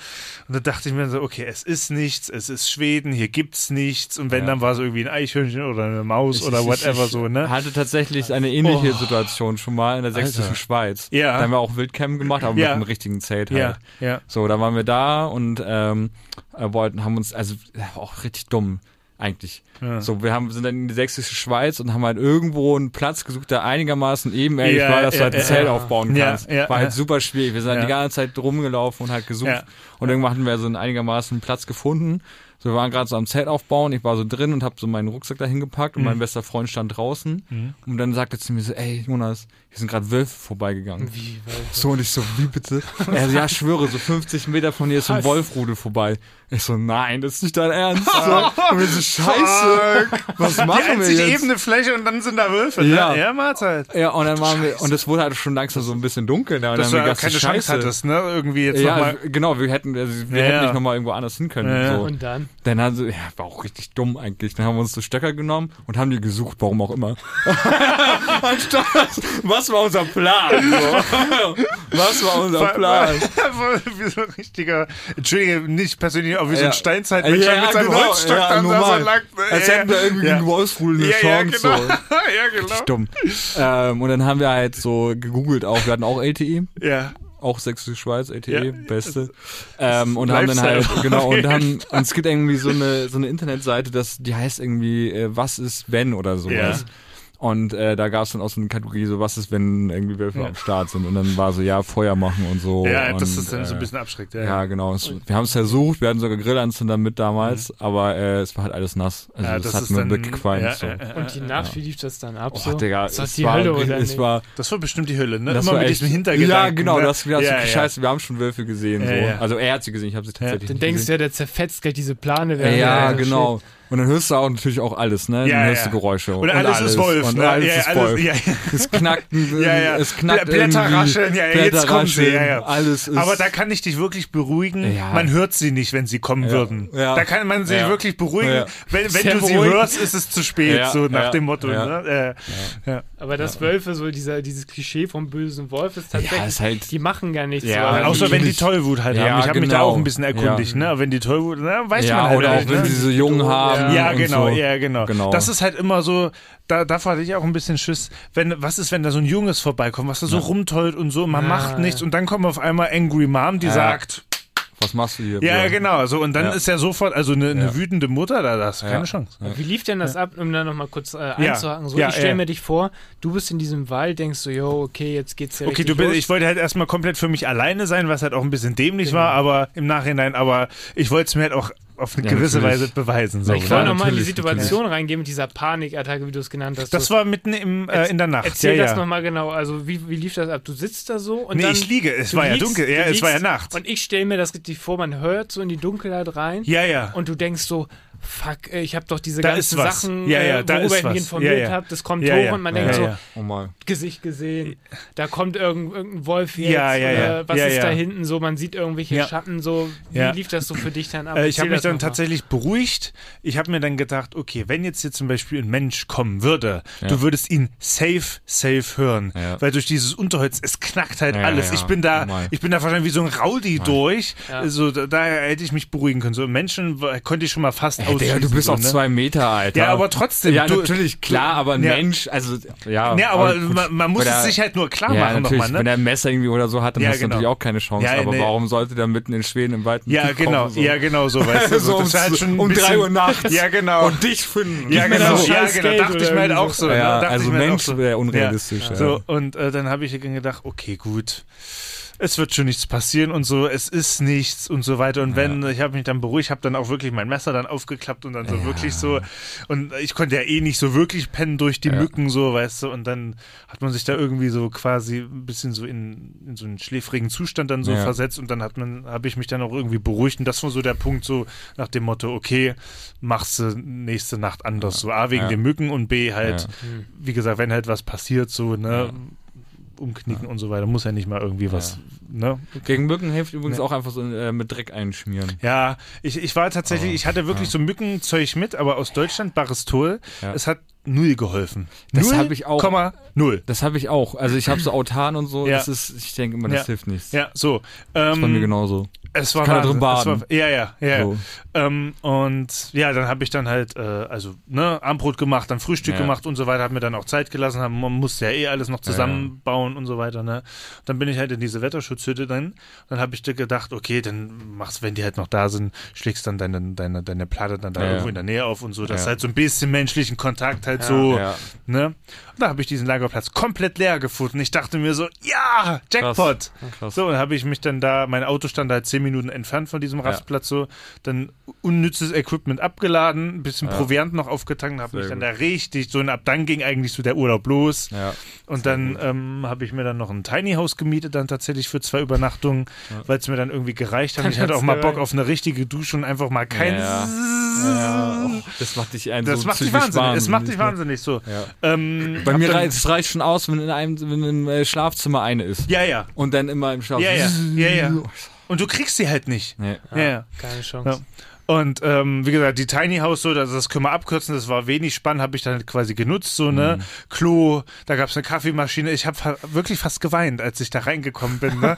[SPEAKER 3] Und dann dachte ich mir so, okay, es ist nichts, es ist Schweden, hier gibt's nichts. Und wenn, dann war es irgendwie ein Eichhörnchen oder eine Maus oder whatever so,
[SPEAKER 4] Ich
[SPEAKER 3] ne? Oh.
[SPEAKER 4] hatte tatsächlich eine ähnliche Situation schon mal in der sächsischen Schweiz.
[SPEAKER 3] Ja.
[SPEAKER 4] Da haben wir auch Wildcamp gemacht, aber
[SPEAKER 3] Ja.
[SPEAKER 4] mit einem richtigen Zelt
[SPEAKER 3] Ja,
[SPEAKER 4] halt.
[SPEAKER 3] ja.
[SPEAKER 4] So, da waren wir da und ähm, äh, wollten, haben uns, also äh, auch richtig dumm eigentlich. So, wir haben, sind dann in die sächsische Schweiz und haben halt irgendwo einen Platz gesucht, der einigermaßen ebenerdig
[SPEAKER 3] Ja,
[SPEAKER 4] war, dass
[SPEAKER 3] ja,
[SPEAKER 4] du halt ein
[SPEAKER 3] ja,
[SPEAKER 4] Zelt
[SPEAKER 3] ja.
[SPEAKER 4] aufbauen
[SPEAKER 3] Ja,
[SPEAKER 4] kannst.
[SPEAKER 3] ja,
[SPEAKER 4] war
[SPEAKER 3] ja.
[SPEAKER 4] halt super schwierig. Wir sind halt
[SPEAKER 3] Ja.
[SPEAKER 4] die ganze Zeit rumgelaufen und halt gesucht.
[SPEAKER 3] Ja.
[SPEAKER 4] Und irgendwann hatten wir so einen einigermaßen Platz gefunden. So, wir waren gerade so am Zelt aufbauen, ich war so drin und habe so meinen Rucksack dahin gepackt und mein
[SPEAKER 3] Mhm.
[SPEAKER 4] bester Freund stand draußen und dann sagte er zu mir so, ey Jonas, hier sind gerade Wölfe vorbeigegangen.
[SPEAKER 2] Wie,
[SPEAKER 4] So und ich so, wie bitte? er so, Also, ja, ich schwöre, so 50 Meter von hier ist so ein
[SPEAKER 2] Was?
[SPEAKER 4] Wolfrudel vorbei. Ich so, nein, das ist nicht dein Ernst. So, und wir so, scheiße, was
[SPEAKER 3] Die
[SPEAKER 4] Ah, machen wir
[SPEAKER 3] einzig
[SPEAKER 4] jetzt?
[SPEAKER 3] ebene Fläche und dann sind da Wölfe,
[SPEAKER 4] Ja.
[SPEAKER 3] ne? Ja, macht's halt.
[SPEAKER 4] Ja, und dann waren wir, und es wurde halt schon langsam so ein bisschen dunkel. Da, und
[SPEAKER 3] Dass du
[SPEAKER 4] dann haben wir
[SPEAKER 3] keine
[SPEAKER 4] gedacht, so,
[SPEAKER 3] Chance
[SPEAKER 4] Scheiße.
[SPEAKER 3] hattest, ne? Irgendwie jetzt
[SPEAKER 4] Ja,
[SPEAKER 3] nochmal.
[SPEAKER 4] genau, wir hätten, also wir
[SPEAKER 3] Ja,
[SPEAKER 4] hätten
[SPEAKER 3] ja.
[SPEAKER 4] nicht nochmal irgendwo anders hin können.
[SPEAKER 3] Ja, ja.
[SPEAKER 4] So.
[SPEAKER 2] Und dann?
[SPEAKER 4] Dann haben sie, ja, war auch richtig dumm eigentlich. Dann haben wir uns so Stöcker genommen und haben die gesucht, warum auch immer. Anstatt, was war unser Plan? So. Was war unser Plan?
[SPEAKER 3] wie so ein richtiger, entschuldige, nicht persönlich, aber wie so
[SPEAKER 4] Ja. genau.
[SPEAKER 3] ein Steinzeitmensch der mit seinem Holzstock
[SPEAKER 4] ja,
[SPEAKER 3] dann da
[SPEAKER 4] normal.
[SPEAKER 3] so lang.
[SPEAKER 4] Als hätten wir irgendwie
[SPEAKER 3] ja.
[SPEAKER 4] gegen Wolfsrudel eine
[SPEAKER 3] ja, ja,
[SPEAKER 4] Chance.
[SPEAKER 3] genau. ja,
[SPEAKER 4] So.
[SPEAKER 3] genau.
[SPEAKER 4] Richtig dumm. Ähm, und dann haben wir halt so gegoogelt auch. Wir hatten auch LTE.
[SPEAKER 3] Ja.
[SPEAKER 4] auch Sächsische Schweiz, LTE,
[SPEAKER 3] Ja.
[SPEAKER 4] beste. Ähm, und haben dann halt,
[SPEAKER 3] Lifestyle.
[SPEAKER 4] genau,
[SPEAKER 3] Auf
[SPEAKER 4] und
[SPEAKER 3] jeden
[SPEAKER 4] haben, und es gibt irgendwie so eine, so eine Internetseite, das, die heißt irgendwie, äh, was ist wenn oder sowas.
[SPEAKER 3] Ja.
[SPEAKER 4] Und äh, da gab es dann auch so eine Kategorie, so was ist, wenn irgendwie Wölfe am Start sind. Und dann war so, ja, Feuer machen und so.
[SPEAKER 3] Ja,
[SPEAKER 4] und,
[SPEAKER 3] dass das dann so
[SPEAKER 4] äh,
[SPEAKER 3] ein bisschen abschreckt. Ja,
[SPEAKER 4] Ja, genau. Es, wir haben es versucht, wir hatten sogar Grillanzünder mit damals, aber äh, es war halt alles nass. Also
[SPEAKER 3] Mhm. Ja,
[SPEAKER 4] das,
[SPEAKER 3] das
[SPEAKER 4] hat
[SPEAKER 3] ist
[SPEAKER 4] nur
[SPEAKER 3] dann-
[SPEAKER 4] mitgequalmt.
[SPEAKER 3] ja,
[SPEAKER 4] so.
[SPEAKER 3] ja, ja. Oh,
[SPEAKER 2] Und die Nacht, wie lief das dann ab?
[SPEAKER 4] Och,
[SPEAKER 2] so?
[SPEAKER 4] Digga,
[SPEAKER 2] ist das
[SPEAKER 4] es
[SPEAKER 2] die
[SPEAKER 4] war,
[SPEAKER 2] Hölle oder
[SPEAKER 4] es
[SPEAKER 2] nicht?
[SPEAKER 4] war
[SPEAKER 3] Das war bestimmt die Hölle, ne?
[SPEAKER 4] das
[SPEAKER 3] Immer
[SPEAKER 4] war
[SPEAKER 3] mit
[SPEAKER 4] echt-
[SPEAKER 3] diesem Hintergedanken.
[SPEAKER 4] Ja, genau,
[SPEAKER 3] ne?
[SPEAKER 4] das wäre
[SPEAKER 3] ja,
[SPEAKER 4] so,
[SPEAKER 3] ja.
[SPEAKER 4] scheiße, wir haben schon Wölfe gesehen.
[SPEAKER 3] Ja,
[SPEAKER 4] so.
[SPEAKER 3] ja.
[SPEAKER 4] Also er hat sie gesehen, ich habe sie tatsächlich
[SPEAKER 2] dann
[SPEAKER 4] nicht
[SPEAKER 2] denkst du
[SPEAKER 4] gesehen.
[SPEAKER 2] ja, der zerfetzt gleich diese Plane.
[SPEAKER 4] ja,
[SPEAKER 2] während er da so
[SPEAKER 4] genau.
[SPEAKER 2] steht.
[SPEAKER 4] Und dann hörst du auch natürlich auch alles, ne?
[SPEAKER 3] Ja,
[SPEAKER 4] dann hörst
[SPEAKER 3] ja.
[SPEAKER 4] du Geräusche.
[SPEAKER 3] Und alles, ist Wolf,
[SPEAKER 4] Und
[SPEAKER 3] ne?
[SPEAKER 4] alles
[SPEAKER 3] ja,
[SPEAKER 4] ist
[SPEAKER 3] alles,
[SPEAKER 4] Wolf.
[SPEAKER 3] Ja, ja.
[SPEAKER 4] Es knackt,
[SPEAKER 3] Ja, ja.
[SPEAKER 4] es knackt
[SPEAKER 3] Bl- Blätter
[SPEAKER 4] irgendwie,
[SPEAKER 3] rascheln, ja, ja, jetzt
[SPEAKER 4] Blätter
[SPEAKER 3] kommen sie, ja,
[SPEAKER 4] rascheln,
[SPEAKER 3] ja.
[SPEAKER 4] Alles ist,
[SPEAKER 3] Aber da kann ich dich wirklich beruhigen.
[SPEAKER 4] Ja.
[SPEAKER 3] Man hört sie nicht, wenn sie kommen würden.
[SPEAKER 4] Ja.
[SPEAKER 3] Da kann man sich
[SPEAKER 4] Ja.
[SPEAKER 3] wirklich beruhigen.
[SPEAKER 4] Ja.
[SPEAKER 3] Wenn, wenn
[SPEAKER 2] Sehr
[SPEAKER 3] du sie
[SPEAKER 2] beruhigend.
[SPEAKER 3] hörst, ist es zu spät,
[SPEAKER 4] Ja,
[SPEAKER 3] so nach
[SPEAKER 4] ja,
[SPEAKER 3] dem Motto.
[SPEAKER 4] ja.
[SPEAKER 3] Ne? Äh, ja.
[SPEAKER 2] Aber das Wölfe, so dieser, dieses Klischee vom bösen Wolf ist tatsächlich,
[SPEAKER 4] Ja, ist halt-
[SPEAKER 2] die machen gar nichts.
[SPEAKER 4] Ja,
[SPEAKER 2] so.
[SPEAKER 3] Äh, Außer wenn die Tollwut halt
[SPEAKER 4] Ja,
[SPEAKER 3] haben. Ich habe mich da
[SPEAKER 4] genau.
[SPEAKER 3] auch ein bisschen erkundigt.
[SPEAKER 4] Ja.
[SPEAKER 3] Ne? Aber Wenn die Tollwut, na, weiß man
[SPEAKER 4] ja,
[SPEAKER 3] halt
[SPEAKER 4] oder auch
[SPEAKER 3] nicht,
[SPEAKER 4] wenn
[SPEAKER 3] ne?
[SPEAKER 4] sie so jung haben.
[SPEAKER 3] Ja,
[SPEAKER 4] und
[SPEAKER 3] genau,
[SPEAKER 4] so.
[SPEAKER 3] ja, genau,
[SPEAKER 4] Genau.
[SPEAKER 3] Das ist halt immer so, da, davor hatte ich auch ein bisschen Schiss. Wenn, was ist, wenn da so ein Junges vorbeikommt, was da so rumtollt und so, man
[SPEAKER 2] Ja.
[SPEAKER 3] macht nichts und dann kommt auf einmal Angry Mom, die
[SPEAKER 4] Ja.
[SPEAKER 3] sagt,
[SPEAKER 4] Was machst du hier?
[SPEAKER 3] ja,
[SPEAKER 4] Bro?
[SPEAKER 3] genau, so und dann
[SPEAKER 4] Ja.
[SPEAKER 3] ist ja sofort, also eine, eine
[SPEAKER 4] Ja.
[SPEAKER 3] wütende Mutter, da da hast du keine Chance.
[SPEAKER 4] Ja.
[SPEAKER 2] Wie lief denn das ab, um da nochmal kurz äh, einzuhaken? So,
[SPEAKER 3] Ja,
[SPEAKER 2] ich stelle
[SPEAKER 3] ja.
[SPEAKER 2] mir dich vor, du bist in diesem Wald, denkst du, yo, okay, jetzt geht's ja
[SPEAKER 3] Okay,
[SPEAKER 2] richtig
[SPEAKER 3] du bist,
[SPEAKER 2] los.
[SPEAKER 3] ich wollte halt erstmal komplett für mich alleine sein, was halt auch ein bisschen dämlich
[SPEAKER 4] Genau.
[SPEAKER 3] war, aber im Nachhinein, aber ich wollte es mir halt auch auf eine
[SPEAKER 4] Ja,
[SPEAKER 3] gewisse
[SPEAKER 4] natürlich.
[SPEAKER 3] Weise beweisen. So,
[SPEAKER 2] ich
[SPEAKER 3] ne?
[SPEAKER 2] wollte nochmal in die
[SPEAKER 4] natürlich,
[SPEAKER 2] Situation reingehen mit dieser Panikattacke, wie du es genannt hast.
[SPEAKER 3] Das
[SPEAKER 2] So,
[SPEAKER 3] war mitten im, äh, in der Nacht.
[SPEAKER 2] Erzähl
[SPEAKER 3] ja,
[SPEAKER 2] das
[SPEAKER 3] ja.
[SPEAKER 2] nochmal genau. Also, wie, wie lief das ab? Du sitzt da so und
[SPEAKER 3] Nee,
[SPEAKER 2] dann.
[SPEAKER 3] ich liege, es
[SPEAKER 2] du
[SPEAKER 3] war ja
[SPEAKER 2] liegst-
[SPEAKER 3] dunkel, ja,
[SPEAKER 2] du
[SPEAKER 3] es war ja
[SPEAKER 2] liegst
[SPEAKER 3] Nacht.
[SPEAKER 2] Und ich stelle mir das richtig vor, man hört so in die Dunkelheit rein.
[SPEAKER 3] Ja, ja.
[SPEAKER 2] Und du denkst so, fuck, äh, ich habe doch diese
[SPEAKER 3] Da
[SPEAKER 2] ganzen
[SPEAKER 3] ist was.
[SPEAKER 2] Sachen,
[SPEAKER 3] Ja, ja,
[SPEAKER 2] äh,
[SPEAKER 3] da
[SPEAKER 2] worüber
[SPEAKER 3] ist
[SPEAKER 2] ich
[SPEAKER 3] was.
[SPEAKER 2] mich informiert
[SPEAKER 3] Ja, ja.
[SPEAKER 2] habe, das kommt
[SPEAKER 3] Ja,
[SPEAKER 2] hoch
[SPEAKER 3] ja.
[SPEAKER 2] und man
[SPEAKER 4] Ja,
[SPEAKER 2] denkt so,
[SPEAKER 3] Also,
[SPEAKER 4] ja. Oh mal.
[SPEAKER 2] Gesicht gesehen, da kommt irgend, irgendein Wolf jetzt,
[SPEAKER 3] Ja, ja,
[SPEAKER 2] oder
[SPEAKER 3] ja.
[SPEAKER 2] was
[SPEAKER 3] Ja,
[SPEAKER 2] ist
[SPEAKER 3] ja.
[SPEAKER 2] da hinten so, man sieht irgendwelche
[SPEAKER 3] Ja.
[SPEAKER 2] Schatten so, wie
[SPEAKER 3] Ja.
[SPEAKER 2] lief das so für dich dann ab?
[SPEAKER 3] Äh, ich
[SPEAKER 2] Erzähl
[SPEAKER 3] habe mich
[SPEAKER 2] das
[SPEAKER 3] dann
[SPEAKER 2] noch mal.
[SPEAKER 3] tatsächlich beruhigt. Ich habe mir dann gedacht, okay, wenn jetzt hier zum Beispiel ein Mensch kommen würde, du würdest ihn safe, safe hören.
[SPEAKER 4] Ja.
[SPEAKER 3] Weil durch dieses Unterholz, es knackt halt
[SPEAKER 4] Ja,
[SPEAKER 3] alles.
[SPEAKER 4] ja,
[SPEAKER 3] ich bin da,
[SPEAKER 4] normal.
[SPEAKER 3] ich bin da wahrscheinlich wie so ein Rowdy durch.
[SPEAKER 2] Ja.
[SPEAKER 3] So, da, daher hätte ich mich beruhigen können. So Menschen w- konnte ich schon mal fast
[SPEAKER 4] Ey,
[SPEAKER 3] ausschließen.
[SPEAKER 4] Digga, du bist
[SPEAKER 3] so,
[SPEAKER 4] auch
[SPEAKER 3] ne?
[SPEAKER 4] zwei Meter, Alter.
[SPEAKER 3] Ja, aber trotzdem,
[SPEAKER 4] Ja,
[SPEAKER 3] du-
[SPEAKER 4] natürlich, klar, aber ein
[SPEAKER 3] Ja.
[SPEAKER 4] Mensch, also, ja.
[SPEAKER 3] Ja, aber
[SPEAKER 4] gut.
[SPEAKER 3] man, man muss
[SPEAKER 4] Wenn
[SPEAKER 3] es
[SPEAKER 4] er-
[SPEAKER 3] sich halt nur klar
[SPEAKER 4] ja,
[SPEAKER 3] machen
[SPEAKER 4] natürlich,
[SPEAKER 3] nochmal, ne?
[SPEAKER 4] Wenn er ein Messer irgendwie oder so hat, dann
[SPEAKER 3] Ja,
[SPEAKER 4] hast du
[SPEAKER 3] genau.
[SPEAKER 4] natürlich auch keine Chance.
[SPEAKER 3] Ja,
[SPEAKER 4] aber
[SPEAKER 3] nee.
[SPEAKER 4] warum sollte der mitten in Schweden im Wald ein
[SPEAKER 3] Ja,
[SPEAKER 4] Typ
[SPEAKER 3] genau,
[SPEAKER 4] kommen, so?
[SPEAKER 3] ja, genau so, weißt du.
[SPEAKER 4] So um,
[SPEAKER 3] das ist halt schon ein
[SPEAKER 4] um
[SPEAKER 3] bisschen-
[SPEAKER 4] 3 Uhr nachts.
[SPEAKER 3] Ja, genau.
[SPEAKER 4] Und dich finden.
[SPEAKER 3] Ja,
[SPEAKER 4] Gib mir
[SPEAKER 3] genau,
[SPEAKER 4] das
[SPEAKER 3] ja,
[SPEAKER 2] scheiß
[SPEAKER 3] genau.
[SPEAKER 2] Geld
[SPEAKER 3] dachte ich
[SPEAKER 2] oder
[SPEAKER 3] mir halt
[SPEAKER 2] irgendwie
[SPEAKER 3] auch
[SPEAKER 2] so.
[SPEAKER 3] so. ne?
[SPEAKER 4] Ja,
[SPEAKER 3] dachte
[SPEAKER 4] also
[SPEAKER 3] ich mir halt auch
[SPEAKER 4] Mensch wäre unrealistisch,
[SPEAKER 3] Ja.
[SPEAKER 4] ja.
[SPEAKER 3] So, und äh, dann habe ich gedacht, okay, gut, es wird schon nichts passieren und so, es ist nichts und so weiter. Und wenn, ich habe mich dann beruhigt, habe dann auch wirklich mein Messer dann aufgeklappt und dann so wirklich so, und ich konnte ja eh nicht so wirklich pennen durch die Mücken, so, weißt du, und dann hat man sich da irgendwie so quasi ein bisschen so in, in so einen schläfrigen Zustand dann so
[SPEAKER 4] Ja.
[SPEAKER 3] versetzt und dann hat man, habe ich mich dann auch irgendwie beruhigt und das war so der Punkt, so nach dem Motto, okay, machst du nächste Nacht anders, so A, wegen
[SPEAKER 4] Ja.
[SPEAKER 3] den Mücken und B, halt,
[SPEAKER 4] Ja.
[SPEAKER 3] wie gesagt, wenn halt was passiert, so, ne, umknicken und so weiter, muss ja nicht mal irgendwie was, ne?
[SPEAKER 4] Gegen Mücken hilft übrigens auch einfach so äh, mit Dreck einschmieren.
[SPEAKER 3] Ja, ich, ich war
[SPEAKER 4] Oh.
[SPEAKER 3] tatsächlich, ich hatte wirklich so Mückenzeug mit, aber aus Deutschland, Baristol,
[SPEAKER 4] Ja.
[SPEAKER 3] es hat null geholfen.
[SPEAKER 4] Das
[SPEAKER 3] null,
[SPEAKER 4] hab ich auch.
[SPEAKER 3] Komma, null.
[SPEAKER 4] Das habe ich auch. Also ich habe so Autan und so.
[SPEAKER 3] Ja.
[SPEAKER 4] Das ist, ich denke immer, das
[SPEAKER 3] Ja.
[SPEAKER 4] hilft nichts.
[SPEAKER 3] Ja, so.
[SPEAKER 4] Bei mir
[SPEAKER 3] Ähm,
[SPEAKER 4] genauso.
[SPEAKER 3] es war
[SPEAKER 4] kann da
[SPEAKER 3] Wahnsinn.
[SPEAKER 4] drin baden.
[SPEAKER 3] Es war, ja, ja, ja.
[SPEAKER 4] So.
[SPEAKER 3] Ähm, und ja, dann habe ich dann halt, äh, also, ne, Armbrot gemacht, dann Frühstück
[SPEAKER 4] Ja.
[SPEAKER 3] gemacht und so weiter, hat mir dann auch Zeit gelassen, hab- man musste ja eh alles noch zusammenbauen und so weiter, ne. Dann bin ich halt in diese Wetterschutzhütte dann, dann habe ich dir gedacht, okay, dann machst, wenn die halt noch da sind, schlägst dann deine, deine, deine Platte dann da
[SPEAKER 4] Ja.
[SPEAKER 3] irgendwo in der Nähe auf und so, dass
[SPEAKER 4] Ja.
[SPEAKER 3] halt so ein bisschen menschlichen Kontakt halt
[SPEAKER 2] Ja,
[SPEAKER 3] so,
[SPEAKER 4] ja.
[SPEAKER 3] ne? Und da habe ich diesen Lagerplatz komplett leer gefunden. Ich dachte mir so, ja, Jackpot.
[SPEAKER 4] Krass.
[SPEAKER 3] So, und habe ich mich dann da, mein Auto stand halt zehn Minuten entfernt von diesem Rastplatz, so, dann unnützes Equipment abgeladen, ein bisschen Proviant noch aufgetankt, habe
[SPEAKER 4] Sehr
[SPEAKER 3] mich dann
[SPEAKER 4] gut.
[SPEAKER 3] da richtig, so und ab dann ging eigentlich so der Urlaub los.
[SPEAKER 4] Ja.
[SPEAKER 3] Und dann ähm, habe ich mir dann noch ein Tiny House gemietet, dann tatsächlich für zwei Übernachtungen, weil es mir dann irgendwie gereicht hat.
[SPEAKER 2] Dann
[SPEAKER 3] ich hatte auch
[SPEAKER 2] hat's
[SPEAKER 3] mal
[SPEAKER 2] gereicht.
[SPEAKER 3] Bock auf eine richtige Dusche und einfach mal kein.
[SPEAKER 4] Ja. Ja, oh, das macht dich einen
[SPEAKER 3] Ah. Das
[SPEAKER 4] so
[SPEAKER 3] macht dich
[SPEAKER 4] psychisch
[SPEAKER 3] wahnsinnig. Es macht dich
[SPEAKER 4] wahnsinnig.
[SPEAKER 3] wahnsinnig so.
[SPEAKER 4] Ja.
[SPEAKER 3] Ähm,
[SPEAKER 4] Bei
[SPEAKER 3] hab
[SPEAKER 4] mir
[SPEAKER 3] dann-
[SPEAKER 4] reicht es reicht schon aus, wenn in einem wenn im äh, Schlafzimmer eine ist.
[SPEAKER 3] Ja, ja.
[SPEAKER 4] Und dann immer im
[SPEAKER 3] Ja,
[SPEAKER 4] Schlafzimmer.
[SPEAKER 3] ja. Ja, ja. Und du kriegst sie halt nicht.
[SPEAKER 4] Nee.
[SPEAKER 3] Ja, ja.
[SPEAKER 2] Keine Chance.
[SPEAKER 3] Und ähm, wie gesagt, die Tiny House, so, das, das können wir abkürzen, das war wenig spannend, habe ich dann quasi genutzt, so, ne?
[SPEAKER 4] Mhm.
[SPEAKER 3] Klo, da gab es eine Kaffeemaschine. Ich habe fa wirklich fast geweint, als ich da reingekommen bin, ne?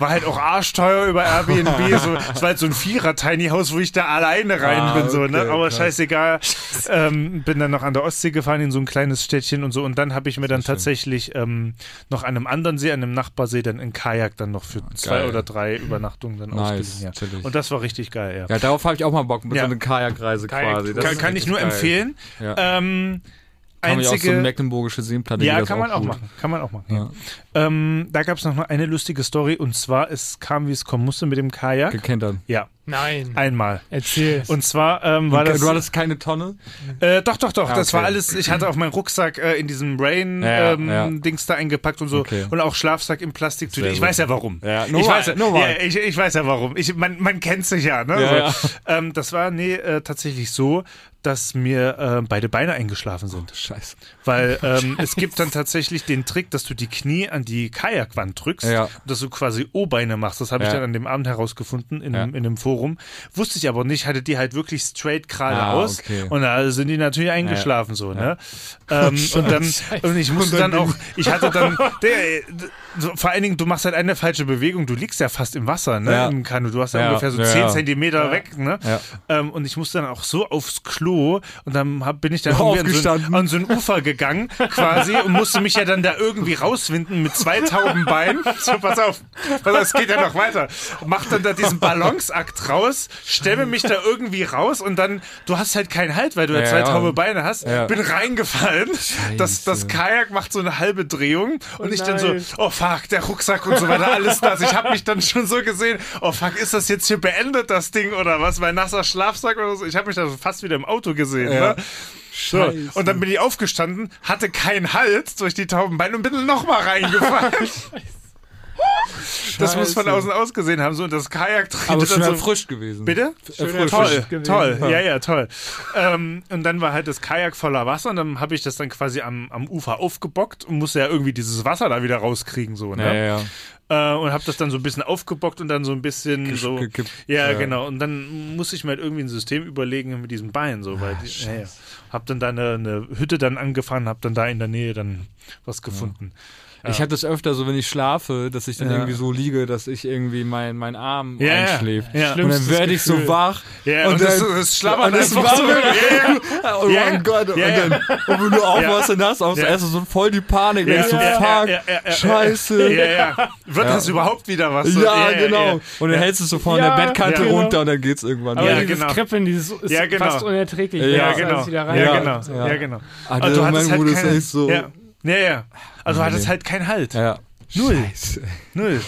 [SPEAKER 3] War halt auch arschteuer über Airbnb. so, es war halt so ein Vierer-Tiny House, wo ich da alleine rein
[SPEAKER 4] Ah,
[SPEAKER 3] bin, so, ne?
[SPEAKER 4] okay,
[SPEAKER 3] Aber
[SPEAKER 4] krass.
[SPEAKER 3] scheißegal. Ähm, bin dann noch an der Ostsee gefahren, in so ein kleines Städtchen und so. Und dann habe ich mir dann tatsächlich ähm, noch an einem anderen See, an einem Nachbarsee, dann in Kajak dann noch für zwei
[SPEAKER 4] geil.
[SPEAKER 3] oder drei Übernachtungen dann
[SPEAKER 4] Nice.
[SPEAKER 3] ausgeliehen. Ja.
[SPEAKER 4] natürlich.
[SPEAKER 3] Und das war richtig geil, ja.
[SPEAKER 4] Ja, darauf habe ich auch mal Bock, mit
[SPEAKER 3] Ja.
[SPEAKER 4] so einer Kajakreise
[SPEAKER 2] Kajak-
[SPEAKER 4] quasi. Das
[SPEAKER 3] Kann,
[SPEAKER 4] ist
[SPEAKER 3] kann ich
[SPEAKER 4] richtig
[SPEAKER 3] nur
[SPEAKER 4] geil.
[SPEAKER 3] empfehlen.
[SPEAKER 4] Ja.
[SPEAKER 3] Ähm,
[SPEAKER 4] kann man ja auch so eine
[SPEAKER 3] einzige.
[SPEAKER 4] mecklenburgische Seenplatte
[SPEAKER 3] ja,
[SPEAKER 4] geht das
[SPEAKER 3] kann man auch
[SPEAKER 4] gut.
[SPEAKER 3] machen. Kann man auch machen. Ja.
[SPEAKER 4] Ja.
[SPEAKER 3] Ähm, da gab es noch mal eine lustige Story und zwar, es kam, wie es kommen musste mit dem Kajak.
[SPEAKER 4] Gekentert.
[SPEAKER 3] Ja,
[SPEAKER 2] Nein.
[SPEAKER 3] einmal.
[SPEAKER 2] Erzähl.
[SPEAKER 3] Und zwar ähm, war das.
[SPEAKER 4] du hattest keine Tonne?
[SPEAKER 3] Äh, doch, doch, doch.
[SPEAKER 4] Ah,
[SPEAKER 3] Das
[SPEAKER 4] okay.
[SPEAKER 3] war alles. Ich hatte auf meinen Rucksack äh, in diesem Brain-Dings
[SPEAKER 4] Ja,
[SPEAKER 3] ähm,
[SPEAKER 4] ja.
[SPEAKER 3] Dings da eingepackt und so.
[SPEAKER 4] Okay.
[SPEAKER 3] Und auch Schlafsack im Plastiktüte.
[SPEAKER 4] Sehr
[SPEAKER 3] Ich
[SPEAKER 4] gut.
[SPEAKER 3] weiß ja warum.
[SPEAKER 4] Ja,
[SPEAKER 3] ich,
[SPEAKER 4] normal,
[SPEAKER 3] weiß, ja-
[SPEAKER 4] normal.
[SPEAKER 3] Ja, ich, ich weiß ja warum. Ich, man, man kennt sich ja. Ne?
[SPEAKER 4] Ja,
[SPEAKER 3] so. Ähm, das war, nee, äh, tatsächlich so, dass mir äh, beide Beine eingeschlafen sind.
[SPEAKER 4] Scheiße.
[SPEAKER 3] Weil ähm, es gibt dann tatsächlich den Trick, dass du die Knie an die Kajakwand drückst
[SPEAKER 4] Ja.
[SPEAKER 3] und dass du quasi O-Beine machst. Das habe ich
[SPEAKER 4] Ja.
[SPEAKER 3] dann an dem Abend herausgefunden in,
[SPEAKER 4] Ja.
[SPEAKER 3] einem, in einem Forum. Wusste ich aber nicht, hatte die halt wirklich straight geradeaus.
[SPEAKER 4] Ah, okay.
[SPEAKER 3] Und da sind die natürlich eingeschlafen so, ne? Ähm, und dann, und ich musste dann auch, ich hatte dann, der, so, vor allen Dingen, du machst halt eine falsche Bewegung, du liegst ja fast im Wasser, ne?
[SPEAKER 4] Ja.
[SPEAKER 3] Im Kanu. Du hast ja,
[SPEAKER 4] Ja,
[SPEAKER 3] ungefähr so
[SPEAKER 4] ja,
[SPEAKER 3] 10
[SPEAKER 4] ja.
[SPEAKER 3] Zentimeter weg, ne?
[SPEAKER 4] Ja.
[SPEAKER 3] Ähm, und ich musste dann auch so aufs Klo und dann hab, bin ich dann irgendwie an so, ein,
[SPEAKER 4] Aufgestanden.
[SPEAKER 3] an so ein Ufer gegangen quasi und musste mich ja dann da irgendwie rauswinden mit zwei tauben Beinen. So, pass auf, pass auf, es geht ja noch weiter. Mach dann da diesen Balanceakt raus, stemme mich da irgendwie raus und dann, du hast halt keinen Halt, weil du ja,
[SPEAKER 4] Ja,
[SPEAKER 3] zwei
[SPEAKER 4] ja.
[SPEAKER 3] taube Beine hast.
[SPEAKER 4] Ja.
[SPEAKER 3] Bin reingefallen, das, das Kajak macht so eine halbe Drehung und ich dann so,
[SPEAKER 2] nein.
[SPEAKER 3] oh fuck, der Rucksack und so weiter, alles das. Ich habe mich dann schon so gesehen, oh fuck, ist das jetzt hier beendet, das Ding oder was? Mein nasser Schlafsack oder so. Ich habe mich da so fast wieder im Auto gesehen. Ne? So, und dann bin ich aufgestanden, hatte keinen Halt durch die tauben Beine und bin nochmal reingefallen. das muss von
[SPEAKER 4] Scheiße.
[SPEAKER 3] außen ausgesehen haben, so und das Kajak
[SPEAKER 4] Aber
[SPEAKER 3] drehte
[SPEAKER 4] schon
[SPEAKER 3] dann so.
[SPEAKER 4] frisch gewesen.
[SPEAKER 3] Bitte?
[SPEAKER 4] Schön
[SPEAKER 3] toll,
[SPEAKER 4] erfrischt
[SPEAKER 2] gewesen.
[SPEAKER 3] toll, ja, ja, toll. Ähm, und dann war halt das Kajak voller Wasser und dann habe ich das dann quasi am, am Ufer aufgebockt und musste ja irgendwie dieses Wasser da wieder rauskriegen, so, ne?
[SPEAKER 4] Ja, ja, ja.
[SPEAKER 3] äh, und habe das dann so ein bisschen aufgebockt und dann so ein bisschen so.
[SPEAKER 4] gekippt.
[SPEAKER 3] Ja,
[SPEAKER 4] Ja.
[SPEAKER 3] genau. Und dann muss ich mir halt irgendwie ein System überlegen mit diesen Beinen so,
[SPEAKER 4] Ah,
[SPEAKER 3] weil ich ja, ja. habe dann da eine, eine Hütte dann angefahren, habe dann da in der Nähe dann was gefunden.
[SPEAKER 4] Ich habe das öfter so, wenn ich schlafe, dass ich dann
[SPEAKER 3] Ja.
[SPEAKER 4] irgendwie so liege, dass ich irgendwie mein, mein Arm
[SPEAKER 3] Ja, ja.
[SPEAKER 4] einschläft.
[SPEAKER 3] Ja.
[SPEAKER 4] Und dann
[SPEAKER 2] Schlimmstes
[SPEAKER 4] werde ich so
[SPEAKER 2] Gefühl.
[SPEAKER 4] wach.
[SPEAKER 3] Ja, und das-
[SPEAKER 4] dann-
[SPEAKER 3] das schlabbert
[SPEAKER 4] und das
[SPEAKER 3] einfach so.
[SPEAKER 4] war- Oh
[SPEAKER 3] Ja, ja.
[SPEAKER 4] mein Gott. Und,
[SPEAKER 3] Ja, ja.
[SPEAKER 4] dann, und wenn du aufwachst, dann hast du auch
[SPEAKER 3] Ja.
[SPEAKER 4] erst so voll die Panik. Denkst du, fuck,
[SPEAKER 3] Ja,
[SPEAKER 4] scheiße.
[SPEAKER 3] ja, ja. Wird das überhaupt wieder was? So,
[SPEAKER 4] Ja, genau. Und dann hältst du es so von
[SPEAKER 2] Ja,
[SPEAKER 4] der Bettkante
[SPEAKER 3] ja. genau.
[SPEAKER 4] runter und dann geht's irgendwann.
[SPEAKER 2] Aber
[SPEAKER 3] Ja,
[SPEAKER 2] dieses
[SPEAKER 3] genau.
[SPEAKER 2] Kreppeln, dieses ist
[SPEAKER 3] Ja, genau.
[SPEAKER 2] fast unerträglich.
[SPEAKER 4] Ja,
[SPEAKER 3] Ja,
[SPEAKER 2] Alles
[SPEAKER 3] genau.
[SPEAKER 2] wieder
[SPEAKER 3] Ja,
[SPEAKER 2] rein.
[SPEAKER 3] genau.
[SPEAKER 4] Ja.
[SPEAKER 3] Ja, genau.
[SPEAKER 4] Ah,
[SPEAKER 3] Aber
[SPEAKER 4] der
[SPEAKER 3] du
[SPEAKER 4] Moment,
[SPEAKER 3] hattest
[SPEAKER 4] wo
[SPEAKER 3] halt
[SPEAKER 4] das
[SPEAKER 3] keinen,
[SPEAKER 4] echt so-
[SPEAKER 3] ja, ja, ja. Also du hattest halt keinen Halt.
[SPEAKER 4] Ja.
[SPEAKER 3] Null.
[SPEAKER 4] Scheiße.
[SPEAKER 3] Null.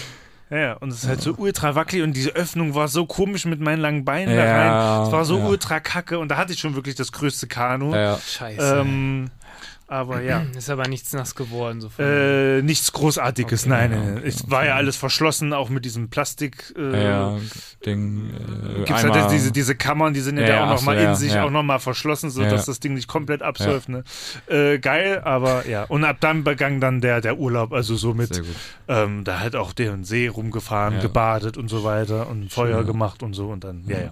[SPEAKER 3] Ja, Ja, und es ist halt so ultra wackelig und diese Öffnung war so komisch mit meinen langen Beinen da
[SPEAKER 4] Ja,
[SPEAKER 3] rein. Es war so
[SPEAKER 4] ja.
[SPEAKER 3] ultra kacke und da hatte ich schon wirklich das größte Kanu.
[SPEAKER 4] Ja, ja.
[SPEAKER 2] Scheiße.
[SPEAKER 3] Ähm, aber ja,
[SPEAKER 2] Ist aber nichts nass geworden. So von-
[SPEAKER 3] äh, nichts Großartiges,
[SPEAKER 2] Okay.
[SPEAKER 3] nein. nein, nein. es war ja alles verschlossen, auch mit diesem Plastik. Äh,
[SPEAKER 4] ja, Ding. Äh,
[SPEAKER 3] Gibt es
[SPEAKER 4] einmal-
[SPEAKER 3] halt diese, diese Kammern, die sind ja,
[SPEAKER 4] Ja,
[SPEAKER 3] da auch
[SPEAKER 4] ja, ach so,
[SPEAKER 3] nochmal in
[SPEAKER 4] ja,
[SPEAKER 3] sich,
[SPEAKER 4] ja.
[SPEAKER 3] auch nochmal verschlossen, sodass
[SPEAKER 4] Ja, ja.
[SPEAKER 3] das Ding nicht komplett absäuft. Ne? Äh, geil, aber ja. Und ab dann begann dann der, der Urlaub, also so mit
[SPEAKER 4] Sehr gut.
[SPEAKER 3] ähm, da halt auch den See rumgefahren,
[SPEAKER 4] Ja.
[SPEAKER 3] gebadet und so weiter und Feuer gemacht und so und dann, ja, ja.
[SPEAKER 4] Mhm.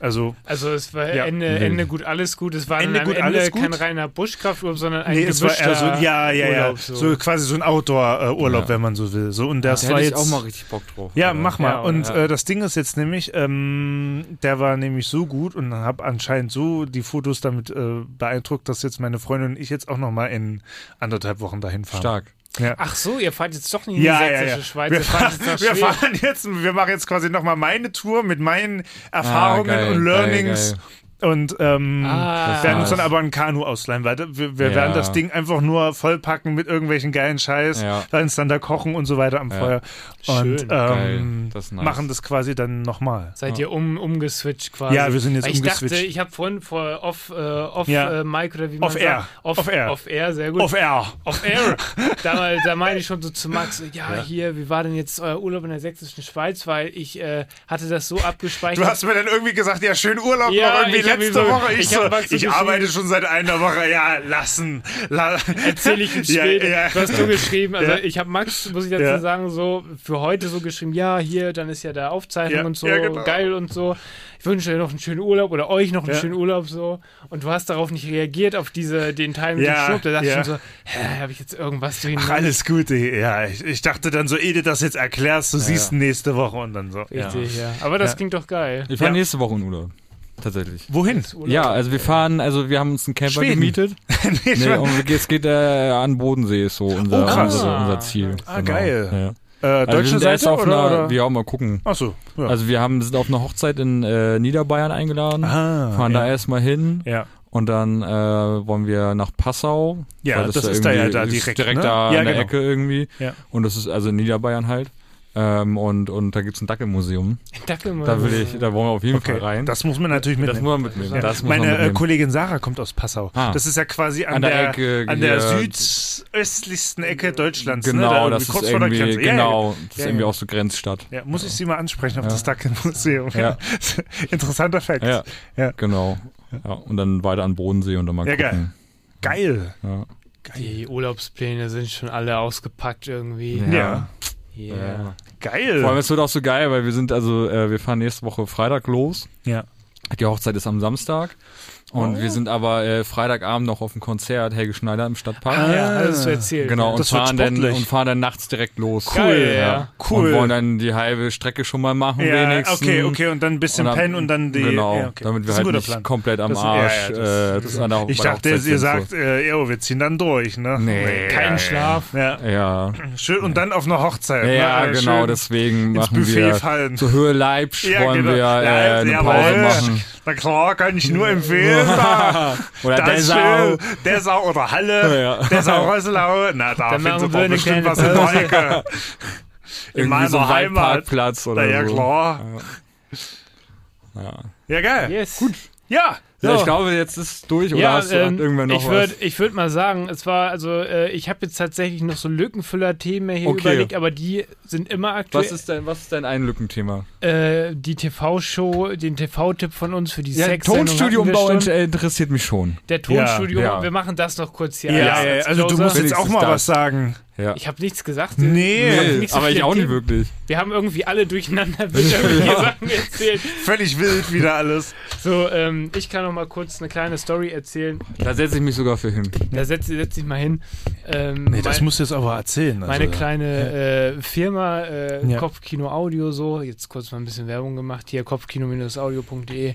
[SPEAKER 3] Also,
[SPEAKER 2] Also es war
[SPEAKER 3] Ja.
[SPEAKER 2] Ende,
[SPEAKER 4] Nee.
[SPEAKER 2] Ende gut, alles gut. Es war
[SPEAKER 3] Ende
[SPEAKER 2] Ende am
[SPEAKER 3] gut,
[SPEAKER 2] Ende
[SPEAKER 3] alles gut?
[SPEAKER 2] kein reiner Buschkrafturlaub, sondern ein
[SPEAKER 3] nee, es war
[SPEAKER 2] gemischter
[SPEAKER 3] eher so, ja, ja, ja,
[SPEAKER 2] Urlaub,
[SPEAKER 3] so. quasi so ein Outdoor-Urlaub,
[SPEAKER 4] Ja.
[SPEAKER 3] wenn man so will. So, und das
[SPEAKER 4] Da
[SPEAKER 3] war
[SPEAKER 4] hätte ich
[SPEAKER 3] jetzt.
[SPEAKER 4] auch mal richtig Bock drauf.
[SPEAKER 3] ja,
[SPEAKER 4] Alter.
[SPEAKER 3] mach mal.
[SPEAKER 2] Ja,
[SPEAKER 3] und
[SPEAKER 4] ja.
[SPEAKER 3] Äh, das Ding ist jetzt nämlich, ähm, der war nämlich so gut und habe anscheinend so die Fotos damit äh, beeindruckt, dass jetzt meine Freundin und ich jetzt auch nochmal in anderthalb Wochen dahin fahren.
[SPEAKER 4] Stark.
[SPEAKER 3] Ja.
[SPEAKER 2] Ach so, ihr fahrt jetzt doch nicht in die
[SPEAKER 3] Ja, ja,
[SPEAKER 2] sächsische
[SPEAKER 3] ja.
[SPEAKER 2] Schweiz,
[SPEAKER 3] wir,
[SPEAKER 2] ihr fahrt
[SPEAKER 3] fahren,
[SPEAKER 2] jetzt nach
[SPEAKER 3] wir
[SPEAKER 2] Schweden.
[SPEAKER 3] fahren jetzt, wir machen jetzt quasi nochmal meine Tour mit meinen Erfahrungen
[SPEAKER 4] geil,
[SPEAKER 3] und
[SPEAKER 4] geil,
[SPEAKER 3] Learnings und ähm,
[SPEAKER 2] Ah.
[SPEAKER 3] werden uns dann aber ein Kanu ausleihen. Weiter. Wir, wir
[SPEAKER 4] Ja.
[SPEAKER 3] werden das Ding einfach nur vollpacken mit irgendwelchen geilen Scheiß,
[SPEAKER 4] Ja.
[SPEAKER 3] werden es dann da kochen und so weiter am Feuer.
[SPEAKER 2] Schön,
[SPEAKER 3] Und ähm,
[SPEAKER 4] geil. Das ist nice.
[SPEAKER 3] machen das quasi dann nochmal.
[SPEAKER 2] Seid ihr um, umgeswitcht quasi?
[SPEAKER 3] Ja, wir sind jetzt
[SPEAKER 2] Weil ich Dachte,
[SPEAKER 3] umgeswitcht.
[SPEAKER 2] ich habe vorhin vor off, äh, off
[SPEAKER 3] Ja.
[SPEAKER 2] äh, Mic oder wie man
[SPEAKER 3] Off
[SPEAKER 2] sagt.
[SPEAKER 3] air.
[SPEAKER 2] Off,
[SPEAKER 3] Off air.
[SPEAKER 2] Off Air, sehr gut.
[SPEAKER 3] Auf R.
[SPEAKER 2] Off Air. da, da meine ich schon so zu Max, so, ja, hier, wie war denn jetzt euer Urlaub in der sächsischen Schweiz? Weil ich äh, hatte das so
[SPEAKER 3] Du
[SPEAKER 2] abgespeichert.
[SPEAKER 3] hast mir dann irgendwie gesagt, ja, schönen Urlaub
[SPEAKER 2] Ja,
[SPEAKER 3] noch irgendwie
[SPEAKER 2] ich hab
[SPEAKER 3] letzte
[SPEAKER 2] ihm so-
[SPEAKER 3] Woche. Ich,
[SPEAKER 2] ich
[SPEAKER 3] so,
[SPEAKER 2] hab Max so
[SPEAKER 3] ich
[SPEAKER 2] geschrieben.
[SPEAKER 3] arbeite schon seit einer Woche. Ja, lassen. La
[SPEAKER 2] Erzähl ich ihm später.
[SPEAKER 3] Ja, ja.
[SPEAKER 2] Du hast du geschrieben. Also
[SPEAKER 3] Ja.
[SPEAKER 2] ich habe Max, muss ich dazu
[SPEAKER 3] Ja.
[SPEAKER 2] sagen, so für heute so geschrieben, ja, hier, dann ist ja da Aufzeichnung
[SPEAKER 3] Ja,
[SPEAKER 2] und so,
[SPEAKER 3] ja, genau.
[SPEAKER 2] geil und so. Ich wünsche dir noch einen schönen Urlaub oder euch noch einen
[SPEAKER 3] Ja.
[SPEAKER 2] schönen Urlaub so. Und du hast darauf nicht reagiert, auf diese, den Teil mit
[SPEAKER 3] Ja,
[SPEAKER 2] dem Schub. Da dachte ich
[SPEAKER 3] ja.
[SPEAKER 2] schon so, hä, habe ich jetzt irgendwas drin?
[SPEAKER 3] Ach, alles Gute. Ja, ich, ich dachte dann so, ehe du das jetzt erklärst, du siehst ihn nächste Woche und dann so.
[SPEAKER 2] Richtig, ja. Aber das
[SPEAKER 3] Ja.
[SPEAKER 2] klingt doch geil.
[SPEAKER 4] Ich fahre
[SPEAKER 3] Ja.
[SPEAKER 4] nächste Woche in Urlaub. Tatsächlich.
[SPEAKER 3] Wohin?
[SPEAKER 2] Urlaub.
[SPEAKER 4] Ja, also wir fahren, also wir haben uns einen Camper
[SPEAKER 3] Schweden.
[SPEAKER 4] gemietet.
[SPEAKER 3] nee, ich
[SPEAKER 4] Nee,
[SPEAKER 3] mein,
[SPEAKER 4] und es geht äh, an Bodensee ist so unser,
[SPEAKER 3] Oh, krass.
[SPEAKER 4] unser, unser Ziel. Genau.
[SPEAKER 3] Ah, geil.
[SPEAKER 4] Ja.
[SPEAKER 3] äh,
[SPEAKER 4] Also wir
[SPEAKER 3] deutsche
[SPEAKER 4] sind erst
[SPEAKER 3] Seite
[SPEAKER 4] auf
[SPEAKER 3] oder?
[SPEAKER 4] einer,
[SPEAKER 3] oder?
[SPEAKER 4] ja, mal gucken.
[SPEAKER 3] Ach so. Ja.
[SPEAKER 4] Also wir haben, sind auf einer Hochzeit in äh, Niederbayern eingeladen.
[SPEAKER 3] ah,
[SPEAKER 4] fahren
[SPEAKER 3] ja.
[SPEAKER 4] da erstmal hin
[SPEAKER 3] Ja.
[SPEAKER 4] und dann äh, wollen wir nach Passau.
[SPEAKER 3] Ja,
[SPEAKER 4] weil
[SPEAKER 3] das ist da
[SPEAKER 4] irgendwie-
[SPEAKER 3] ja da
[SPEAKER 4] ist
[SPEAKER 3] direkt,
[SPEAKER 4] direkt
[SPEAKER 3] ne?
[SPEAKER 4] da
[SPEAKER 3] Ja,
[SPEAKER 4] an der
[SPEAKER 3] genau.
[SPEAKER 4] Ecke irgendwie.
[SPEAKER 3] Ja.
[SPEAKER 4] Und das ist also in Niederbayern halt. Ähm, und, und da gibt's ein Dackelmuseum.
[SPEAKER 2] Dackelmann.
[SPEAKER 4] Da will ich, da wollen wir auf jeden
[SPEAKER 3] Okay.
[SPEAKER 4] Fall rein.
[SPEAKER 3] Das muss man natürlich
[SPEAKER 4] das
[SPEAKER 3] mitnehmen.
[SPEAKER 4] muss man mitnehmen. Das muss man
[SPEAKER 3] Meine äh,
[SPEAKER 4] mitnehmen.
[SPEAKER 3] Kollegin Sarah kommt aus Passau.
[SPEAKER 4] Ah.
[SPEAKER 3] Das ist ja quasi an,
[SPEAKER 4] An der
[SPEAKER 3] der,
[SPEAKER 4] Ecke
[SPEAKER 3] an der
[SPEAKER 4] hier.
[SPEAKER 3] südöstlichsten Ecke Deutschlands. ne? da
[SPEAKER 4] Genau,
[SPEAKER 3] irgendwie
[SPEAKER 4] das ist
[SPEAKER 3] kurz vor der
[SPEAKER 4] irgendwie,
[SPEAKER 3] Grenze. Ja, ja,
[SPEAKER 4] genau, das
[SPEAKER 3] Ja,
[SPEAKER 4] ist irgendwie
[SPEAKER 3] ja.
[SPEAKER 4] auch so Grenzstadt.
[SPEAKER 3] Ja, muss ich sie mal ansprechen auf das Dackelmuseum.
[SPEAKER 4] Ja.
[SPEAKER 3] Interessanter Fact.
[SPEAKER 4] Ja,
[SPEAKER 3] Ja.
[SPEAKER 4] genau. Ja, und dann weiter an Bodensee und dann mal
[SPEAKER 3] Ja,
[SPEAKER 4] gucken.
[SPEAKER 3] Geil.
[SPEAKER 4] Ja.
[SPEAKER 2] Die Urlaubspläne sind schon alle ausgepackt irgendwie.
[SPEAKER 3] Ja.
[SPEAKER 2] Yeah.
[SPEAKER 3] Geil.
[SPEAKER 4] Vor allem, es wird auch so geil, weil wir sind also, äh, wir fahren nächste Woche Freitag los.
[SPEAKER 3] ja.
[SPEAKER 4] Die Hochzeit ist am Samstag. Und
[SPEAKER 3] Oh.
[SPEAKER 4] wir sind aber äh, Freitagabend noch auf dem Konzert Helge Schneider im Stadtpark.
[SPEAKER 2] Ah, ja, hast du erzählt.
[SPEAKER 4] Genau, und
[SPEAKER 3] Das wird
[SPEAKER 4] fahren, dann,
[SPEAKER 3] sportlich.
[SPEAKER 4] und fahren dann nachts direkt los.
[SPEAKER 2] Cool. Geil, ja.
[SPEAKER 3] Cool.
[SPEAKER 4] Und wollen dann die halbe Strecke schon mal machen,
[SPEAKER 3] Ja,
[SPEAKER 4] wenigstens.
[SPEAKER 3] okay, okay, und dann ein bisschen
[SPEAKER 4] dann-
[SPEAKER 3] pennen und dann die.
[SPEAKER 4] Genau,
[SPEAKER 3] ja, okay.
[SPEAKER 4] damit wir
[SPEAKER 3] Das ist ein
[SPEAKER 4] halt
[SPEAKER 3] guter
[SPEAKER 4] nicht
[SPEAKER 3] Plan.
[SPEAKER 4] komplett am
[SPEAKER 3] Das ist- ja, ja,
[SPEAKER 4] Arsch.
[SPEAKER 3] das-
[SPEAKER 4] äh, das ist an der-
[SPEAKER 3] Ich
[SPEAKER 4] bei der
[SPEAKER 3] dachte,
[SPEAKER 4] Hochzeit
[SPEAKER 3] ihr
[SPEAKER 4] sind,
[SPEAKER 3] sagt, äh, jo, wir ziehen dann durch, ne?
[SPEAKER 4] Nee.
[SPEAKER 2] Kein
[SPEAKER 4] Ja,
[SPEAKER 2] Schlaf.
[SPEAKER 3] Ja.
[SPEAKER 4] So. Ja,
[SPEAKER 3] Schön, und dann auf einer Hochzeit.
[SPEAKER 4] ja,
[SPEAKER 3] ne?
[SPEAKER 4] genau,
[SPEAKER 3] Schön
[SPEAKER 4] deswegen
[SPEAKER 3] ins
[SPEAKER 4] machen
[SPEAKER 3] Buffet
[SPEAKER 4] wir
[SPEAKER 3] fallen.
[SPEAKER 4] zur Höhe Leipzig
[SPEAKER 3] Ja,
[SPEAKER 4] wollen
[SPEAKER 3] genau.
[SPEAKER 4] wir
[SPEAKER 3] Ja,
[SPEAKER 4] äh, eine
[SPEAKER 3] jawohl.
[SPEAKER 4] Pause machen.
[SPEAKER 3] Na klar, kann ich nur empfehlen. da.
[SPEAKER 4] Oder
[SPEAKER 3] das ist
[SPEAKER 4] Dessau.
[SPEAKER 3] schön. Dessau oder Halle.
[SPEAKER 4] Ja.
[SPEAKER 3] Dessau-Rosselau. Na, da
[SPEAKER 2] Dann machen
[SPEAKER 3] findest du
[SPEAKER 2] wir
[SPEAKER 3] doch
[SPEAKER 2] eine
[SPEAKER 3] bestimmt was in
[SPEAKER 2] kleine
[SPEAKER 3] der Ecke. In
[SPEAKER 4] Irgendwie
[SPEAKER 3] meiner
[SPEAKER 4] so ein
[SPEAKER 3] Heimat.
[SPEAKER 4] Waldparkplatz
[SPEAKER 3] Na
[SPEAKER 4] oder
[SPEAKER 3] ja,
[SPEAKER 4] so.
[SPEAKER 3] klar.
[SPEAKER 4] Ja.
[SPEAKER 3] Ja, geil.
[SPEAKER 2] Yes. Gut.
[SPEAKER 3] Ja.
[SPEAKER 4] Ja,
[SPEAKER 2] So.
[SPEAKER 4] ich glaube, jetzt ist durch. Oder
[SPEAKER 2] Ja,
[SPEAKER 4] hast du
[SPEAKER 2] ähm,
[SPEAKER 4] irgendwann noch
[SPEAKER 2] ich
[SPEAKER 4] was?
[SPEAKER 2] würde ich würd mal sagen, es war, also äh, ich habe jetzt tatsächlich noch so Lückenfüller-Themen hier
[SPEAKER 4] Okay.
[SPEAKER 2] überlegt, aber die sind immer aktuell.
[SPEAKER 4] Was ist dein, was ist dein ein Lückenthema?
[SPEAKER 2] äh, die TV-Show, den TV-Tipp von uns für die
[SPEAKER 4] Ja,
[SPEAKER 2] Sex-Sendung
[SPEAKER 4] Tonstudioumbau
[SPEAKER 2] hatten wir äh, schon.
[SPEAKER 4] interessiert mich schon.
[SPEAKER 2] Der Tonstudio,
[SPEAKER 4] Ja, ja.
[SPEAKER 2] wir machen das noch kurz hier.
[SPEAKER 3] Ja,
[SPEAKER 2] als-
[SPEAKER 3] ja,
[SPEAKER 2] als
[SPEAKER 3] also du
[SPEAKER 2] Closer.
[SPEAKER 3] musst jetzt auch
[SPEAKER 4] Wenigstens
[SPEAKER 3] mal
[SPEAKER 4] das.
[SPEAKER 3] was sagen.
[SPEAKER 4] Ja.
[SPEAKER 2] Ich habe nichts gesagt.
[SPEAKER 3] Nee.
[SPEAKER 2] hab
[SPEAKER 4] Nee,
[SPEAKER 2] nicht so
[SPEAKER 4] aber ich
[SPEAKER 2] viele
[SPEAKER 4] auch nicht
[SPEAKER 2] Themen.
[SPEAKER 4] wirklich.
[SPEAKER 2] Wir haben irgendwie alle durcheinander mit irgendwelchen Sachen erzählt.
[SPEAKER 3] Völlig wild wieder alles.
[SPEAKER 2] So, ähm, ich kann noch mal kurz eine kleine Story erzählen.
[SPEAKER 4] Da setze ich mich sogar für hin.
[SPEAKER 2] Da setze setz ich mal hin. Ähm, mein-
[SPEAKER 3] musst du jetzt aber erzählen. also.
[SPEAKER 2] Meine kleine äh, Firma, äh,
[SPEAKER 3] Ja.
[SPEAKER 2] Kopfkino Audio, so, jetzt kurz mal ein bisschen Werbung gemacht, hier kopfkino-audio.de.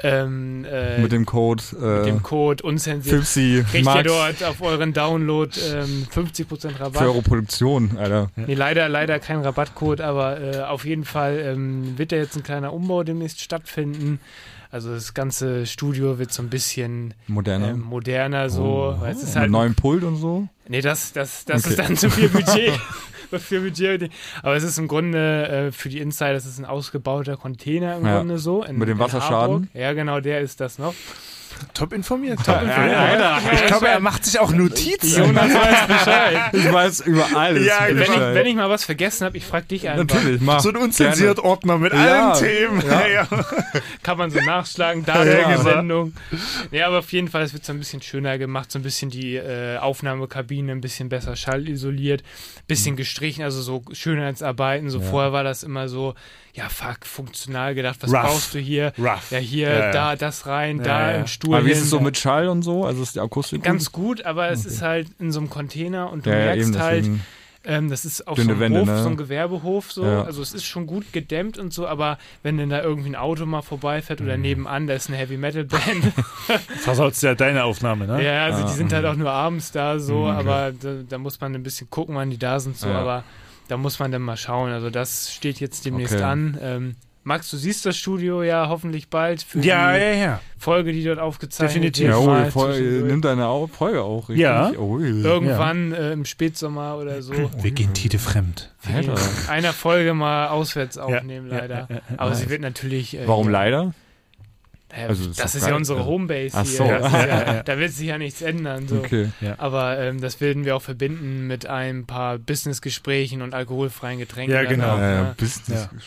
[SPEAKER 2] Ähm, äh,
[SPEAKER 4] Mit dem Code
[SPEAKER 2] mit
[SPEAKER 4] äh,
[SPEAKER 2] dem Code unzensiert.
[SPEAKER 4] Fipsi
[SPEAKER 2] Kriegt ihr
[SPEAKER 4] Max
[SPEAKER 2] dort auf euren Download ähm, 50%
[SPEAKER 4] für
[SPEAKER 2] Rabatt.
[SPEAKER 4] eure Produktion, Alter.
[SPEAKER 2] Nee, leider, leider kein Rabattcode, aber äh, auf jeden Fall ähm, wird da jetzt ein kleiner Umbau demnächst stattfinden. Also das ganze Studio wird so ein bisschen
[SPEAKER 4] Moderner.
[SPEAKER 2] ähm, moderner, so. weil es ist
[SPEAKER 4] Oh. Mit
[SPEAKER 2] halt
[SPEAKER 4] neuem Pult und so.
[SPEAKER 2] Nee, das, das, das
[SPEAKER 4] Okay.
[SPEAKER 2] ist dann zu viel Budget. Zu viel Budget. Aber es ist im Grunde äh, für die Insider, das ist ein ausgebauter Container im
[SPEAKER 4] Ja.
[SPEAKER 2] Grunde so. In,
[SPEAKER 4] Mit
[SPEAKER 2] in
[SPEAKER 4] dem Wasserschaden.
[SPEAKER 2] Harburg. Ja, genau, der ist das noch.
[SPEAKER 3] Top informiert. Top informiert.
[SPEAKER 2] Alter,
[SPEAKER 3] Ich glaube, er macht sich auch Notizen.
[SPEAKER 2] Jonas weiß Bescheid.
[SPEAKER 4] Ich weiß über alles.
[SPEAKER 3] Ja,
[SPEAKER 2] Wenn ich,
[SPEAKER 4] Bescheid.
[SPEAKER 2] wenn ich mal was vergessen habe, ich frage dich einfach.
[SPEAKER 4] Natürlich, mach.
[SPEAKER 3] So ein unzensiert Ordner mit
[SPEAKER 4] Ja.
[SPEAKER 3] allen Themen. Ja.
[SPEAKER 2] Kann man so nachschlagen, Datum,
[SPEAKER 3] Ja,
[SPEAKER 2] der
[SPEAKER 3] genau.
[SPEAKER 2] Sendung. Nee, aber auf jeden Fall, es wird so ein bisschen schöner gemacht, so ein bisschen die äh, Aufnahmekabine ein bisschen besser schallisoliert, bisschen
[SPEAKER 4] Mhm.
[SPEAKER 2] gestrichen, also so Schönheitsarbeiten. So vorher war das immer so, ja fuck, funktional gedacht, was
[SPEAKER 3] Rough.
[SPEAKER 2] brauchst du hier?
[SPEAKER 3] Rough.
[SPEAKER 2] Ja, hier,
[SPEAKER 3] Ja, ja.
[SPEAKER 2] da, das rein,
[SPEAKER 3] Ja,
[SPEAKER 2] da
[SPEAKER 3] ja.
[SPEAKER 2] im Stuhl.
[SPEAKER 4] Aber wie ist
[SPEAKER 2] hin.
[SPEAKER 4] es so mit Schall und so? Also ist die Akustik
[SPEAKER 2] Ganz gut, aber es ist halt in so einem Container und du
[SPEAKER 4] gut? Ja, ja,
[SPEAKER 2] merkst
[SPEAKER 4] eben
[SPEAKER 2] halt,
[SPEAKER 4] deswegen.
[SPEAKER 2] ähm, das ist auf
[SPEAKER 4] Dünne
[SPEAKER 2] so einem
[SPEAKER 4] Wände,
[SPEAKER 2] Hof,
[SPEAKER 4] ne?
[SPEAKER 2] so einem Gewerbehof so.
[SPEAKER 4] Ja.
[SPEAKER 2] Also es ist schon gut gedämmt und so, aber wenn denn da irgendwie ein Auto mal vorbeifährt
[SPEAKER 4] Mhm.
[SPEAKER 2] oder nebenan, da ist eine Heavy Metal Band.
[SPEAKER 3] Versaut ja deine Aufnahme, ne?
[SPEAKER 2] ja, also die sind halt auch nur abends da so, aber da, da muss man ein bisschen gucken, wann die da sind so,
[SPEAKER 4] Mhm, Ja.
[SPEAKER 2] aber da muss man dann mal schauen. Also das steht jetzt demnächst
[SPEAKER 4] Okay.
[SPEAKER 2] an. Ähm, Max, du siehst das Studio ja hoffentlich bald für
[SPEAKER 3] Ja,
[SPEAKER 2] die
[SPEAKER 3] ja, ja.
[SPEAKER 2] Folge, die dort aufgezeichnet
[SPEAKER 3] Definitiv.
[SPEAKER 2] wird.
[SPEAKER 4] Ja, oh,
[SPEAKER 2] Mal
[SPEAKER 4] die Folge,
[SPEAKER 2] zwischendurch.
[SPEAKER 4] nimmt deine Au- Folge auch richtig.
[SPEAKER 3] Ja.
[SPEAKER 4] Oh,
[SPEAKER 2] Irgendwann äh, im Spätsommer oder so.
[SPEAKER 3] Wir gehen Tide fremd.
[SPEAKER 2] in
[SPEAKER 4] Alter.
[SPEAKER 2] einer Folge mal auswärts
[SPEAKER 3] ja,
[SPEAKER 2] aufnehmen,
[SPEAKER 3] ja,
[SPEAKER 2] leider. Aber sie wird natürlich. Äh,
[SPEAKER 4] Warum leider?
[SPEAKER 2] Naja,
[SPEAKER 4] Also, das ist
[SPEAKER 2] das
[SPEAKER 4] doch
[SPEAKER 2] ist ja
[SPEAKER 4] geil.
[SPEAKER 2] unsere Homebase
[SPEAKER 4] Ach
[SPEAKER 2] hier.
[SPEAKER 4] so.
[SPEAKER 2] Das ist ja, da wird sich ja nichts ändern. So.
[SPEAKER 4] Okay.
[SPEAKER 2] Aber ähm, das werden wir auch verbinden mit ein paar Businessgesprächen und alkoholfreien Getränken.
[SPEAKER 3] Ja,
[SPEAKER 2] dann
[SPEAKER 3] genau.
[SPEAKER 2] auch,
[SPEAKER 4] Ja, ja,
[SPEAKER 2] ne?
[SPEAKER 4] Business
[SPEAKER 3] Ja.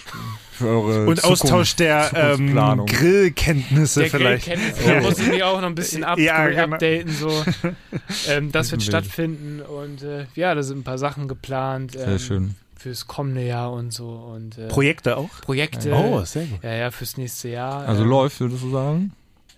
[SPEAKER 4] für eure
[SPEAKER 3] Und Austausch der ähm,
[SPEAKER 4] Zukunftsplanung.
[SPEAKER 3] Grillkenntnisse
[SPEAKER 2] Der
[SPEAKER 3] vielleicht. Oh.
[SPEAKER 2] Grillkenntnis, da muss ich mich auch noch ein bisschen up
[SPEAKER 3] Ja, genau.
[SPEAKER 2] updaten. So. Ähm, das wird
[SPEAKER 4] Wild.
[SPEAKER 2] stattfinden und äh, ja, da sind ein paar Sachen geplant ähm,
[SPEAKER 4] Sehr schön.
[SPEAKER 2] fürs kommende Jahr und so und äh,
[SPEAKER 3] Projekte auch?
[SPEAKER 2] Projekte.
[SPEAKER 3] Oh, sehr gut.
[SPEAKER 2] Ja, ja, fürs nächste Jahr.
[SPEAKER 4] Also
[SPEAKER 2] Ähm,
[SPEAKER 4] läuft, würdest du sagen?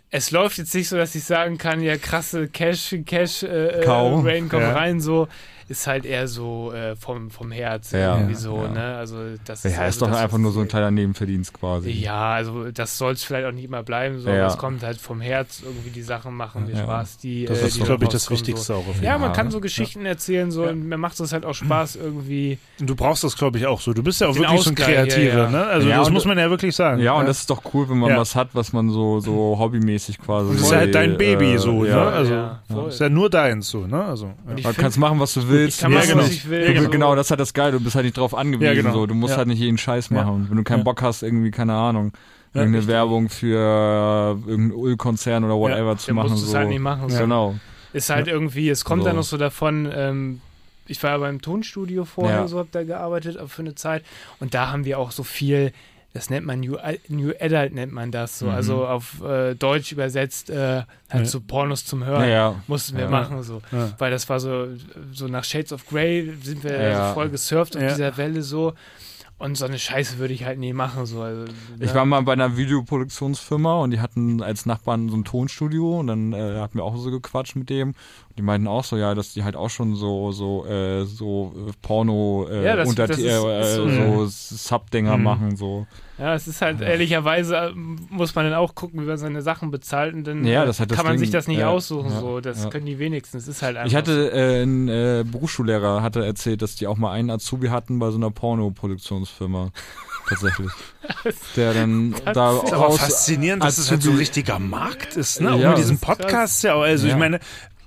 [SPEAKER 2] es läuft jetzt nicht so, dass ich sagen kann, ja krasse Cash, Cash, äh, äh,
[SPEAKER 4] Kau,
[SPEAKER 2] Rain, komm
[SPEAKER 3] ja.
[SPEAKER 2] rein, so. Ist halt eher so äh, vom, vom Herz
[SPEAKER 4] Ja,
[SPEAKER 2] irgendwie
[SPEAKER 4] ja,
[SPEAKER 2] so,
[SPEAKER 4] ja.
[SPEAKER 2] ne? Also das ist,
[SPEAKER 4] Ja, ist
[SPEAKER 2] also
[SPEAKER 4] doch
[SPEAKER 2] das,
[SPEAKER 4] einfach
[SPEAKER 2] was-
[SPEAKER 4] nur so ein kleiner Nebenverdienst quasi.
[SPEAKER 2] Ja, also das soll es vielleicht auch nicht immer bleiben, so.
[SPEAKER 4] Ja, ja.
[SPEAKER 2] Es kommt halt vom Herz, irgendwie die Sachen machen mir
[SPEAKER 4] Ja.
[SPEAKER 2] Spaß, die
[SPEAKER 4] Das
[SPEAKER 2] äh,
[SPEAKER 4] ist,
[SPEAKER 2] die
[SPEAKER 4] glaub
[SPEAKER 2] da
[SPEAKER 4] ich,
[SPEAKER 3] glaube ich, das
[SPEAKER 2] rauskommen,
[SPEAKER 3] Wichtigste auch auf
[SPEAKER 2] So.
[SPEAKER 3] jeden
[SPEAKER 2] Ja,
[SPEAKER 3] Fall.
[SPEAKER 2] man
[SPEAKER 4] Ja.
[SPEAKER 2] kann so Geschichten erzählen so und mir macht es halt auch Spaß irgendwie.
[SPEAKER 3] Und du brauchst das, glaube ich, auch so. Du bist ja auch
[SPEAKER 2] Den
[SPEAKER 3] wirklich so ein
[SPEAKER 2] Ausgleich, ja,
[SPEAKER 3] Kreativer,
[SPEAKER 2] ja.
[SPEAKER 3] ne? Also
[SPEAKER 4] Ja,
[SPEAKER 3] das
[SPEAKER 4] und-
[SPEAKER 3] muss man ja wirklich sagen.
[SPEAKER 4] Ja, und das ist doch cool, wenn man
[SPEAKER 3] ne? Ja.
[SPEAKER 4] was hat, was man so, so hobbymäßig quasi.
[SPEAKER 3] Und das ist halt dein Baby
[SPEAKER 4] äh,
[SPEAKER 3] so,
[SPEAKER 4] ja.
[SPEAKER 3] ne? Also
[SPEAKER 2] Ja, voll.
[SPEAKER 3] ist ja nur deins so, ne? Also, ja.
[SPEAKER 2] Und ich
[SPEAKER 4] Man
[SPEAKER 2] find-
[SPEAKER 4] kannst machen, was du willst.
[SPEAKER 2] Ich kann
[SPEAKER 4] du
[SPEAKER 3] machen,
[SPEAKER 4] bist
[SPEAKER 3] was
[SPEAKER 4] nicht-
[SPEAKER 2] ich will,
[SPEAKER 4] du bist-
[SPEAKER 2] so.
[SPEAKER 4] Genau, das ist halt das Geil. Du bist halt nicht drauf angewiesen.
[SPEAKER 3] Ja, genau.
[SPEAKER 4] so. Du musst
[SPEAKER 3] Ja.
[SPEAKER 4] halt nicht jeden Scheiß
[SPEAKER 3] Ja.
[SPEAKER 4] machen. Wenn du keinen
[SPEAKER 3] Ja.
[SPEAKER 4] Bock hast, irgendwie, keine Ahnung,
[SPEAKER 3] Ja,
[SPEAKER 4] irgendeine
[SPEAKER 3] richtig.
[SPEAKER 4] Werbung für äh, irgendeinen Ölkonzern oder whatever zu
[SPEAKER 2] Dann
[SPEAKER 4] machen.
[SPEAKER 2] musst du es
[SPEAKER 4] so.
[SPEAKER 2] halt nicht machen, so.
[SPEAKER 4] Genau.
[SPEAKER 2] Ist halt irgendwie, es kommt
[SPEAKER 4] So.
[SPEAKER 2] dann noch so davon, ähm, ich war ja beim Tonstudio vorher,
[SPEAKER 4] Ja.
[SPEAKER 2] so hab da gearbeitet äh, für eine Zeit und da haben wir auch so viel, das nennt man New, Al- New Adult, nennt man das
[SPEAKER 4] Mhm.
[SPEAKER 2] so, also auf äh, Deutsch übersetzt, äh, halt so Pornos zum Hören.
[SPEAKER 4] Naja.
[SPEAKER 2] Mussten wir
[SPEAKER 4] Ja.
[SPEAKER 2] machen so.
[SPEAKER 3] Ja.
[SPEAKER 2] Weil das war so, so nach Shades of Grey sind wir
[SPEAKER 4] Ja.
[SPEAKER 2] so voll gesurft auf
[SPEAKER 3] Ja.
[SPEAKER 2] dieser Welle so. Und so eine Scheiße würde ich halt nie machen. So. Also,
[SPEAKER 4] Ich
[SPEAKER 2] ne?
[SPEAKER 4] war mal bei einer Videoproduktionsfirma und die hatten als Nachbarn so ein Tonstudio und dann äh, hatten wir auch so gequatscht mit dem. Und die meinten auch so, ja, dass die halt auch schon so so äh, so äh, Porno äh,
[SPEAKER 2] Ja, das-
[SPEAKER 4] unter
[SPEAKER 2] das ist-
[SPEAKER 4] äh,
[SPEAKER 2] ist so-
[SPEAKER 4] so, Subdinger
[SPEAKER 3] Mhm.
[SPEAKER 4] machen so.
[SPEAKER 2] Ja, es ist halt, ehrlicherweise äh, muss man dann auch gucken, wie man seine Sachen bezahlt und dann
[SPEAKER 4] Ja,
[SPEAKER 2] äh,
[SPEAKER 4] das ist halt das
[SPEAKER 2] kann man
[SPEAKER 4] Ding.
[SPEAKER 2] sich das nicht
[SPEAKER 4] Ja,
[SPEAKER 2] aussuchen.
[SPEAKER 4] ja,
[SPEAKER 2] so. Das
[SPEAKER 4] ja.
[SPEAKER 2] können die wenigsten. Es ist halt einfach
[SPEAKER 4] Ich hatte äh, ein äh, Berufsschullehrer hatte erzählt, dass die auch mal einen Azubi hatten bei so einer Porno-Produktionsfirma. Tatsächlich. Der dann da
[SPEAKER 2] ist
[SPEAKER 3] ist aber
[SPEAKER 4] raus.
[SPEAKER 3] faszinierend, dass es halt so ein
[SPEAKER 4] Azubi-
[SPEAKER 3] richtiger Markt ist, ne? Auch
[SPEAKER 4] Ja.
[SPEAKER 3] mit diesem
[SPEAKER 2] Das ist krass.
[SPEAKER 3] Podcast ja auch. Also ich
[SPEAKER 4] Ja.
[SPEAKER 3] meine,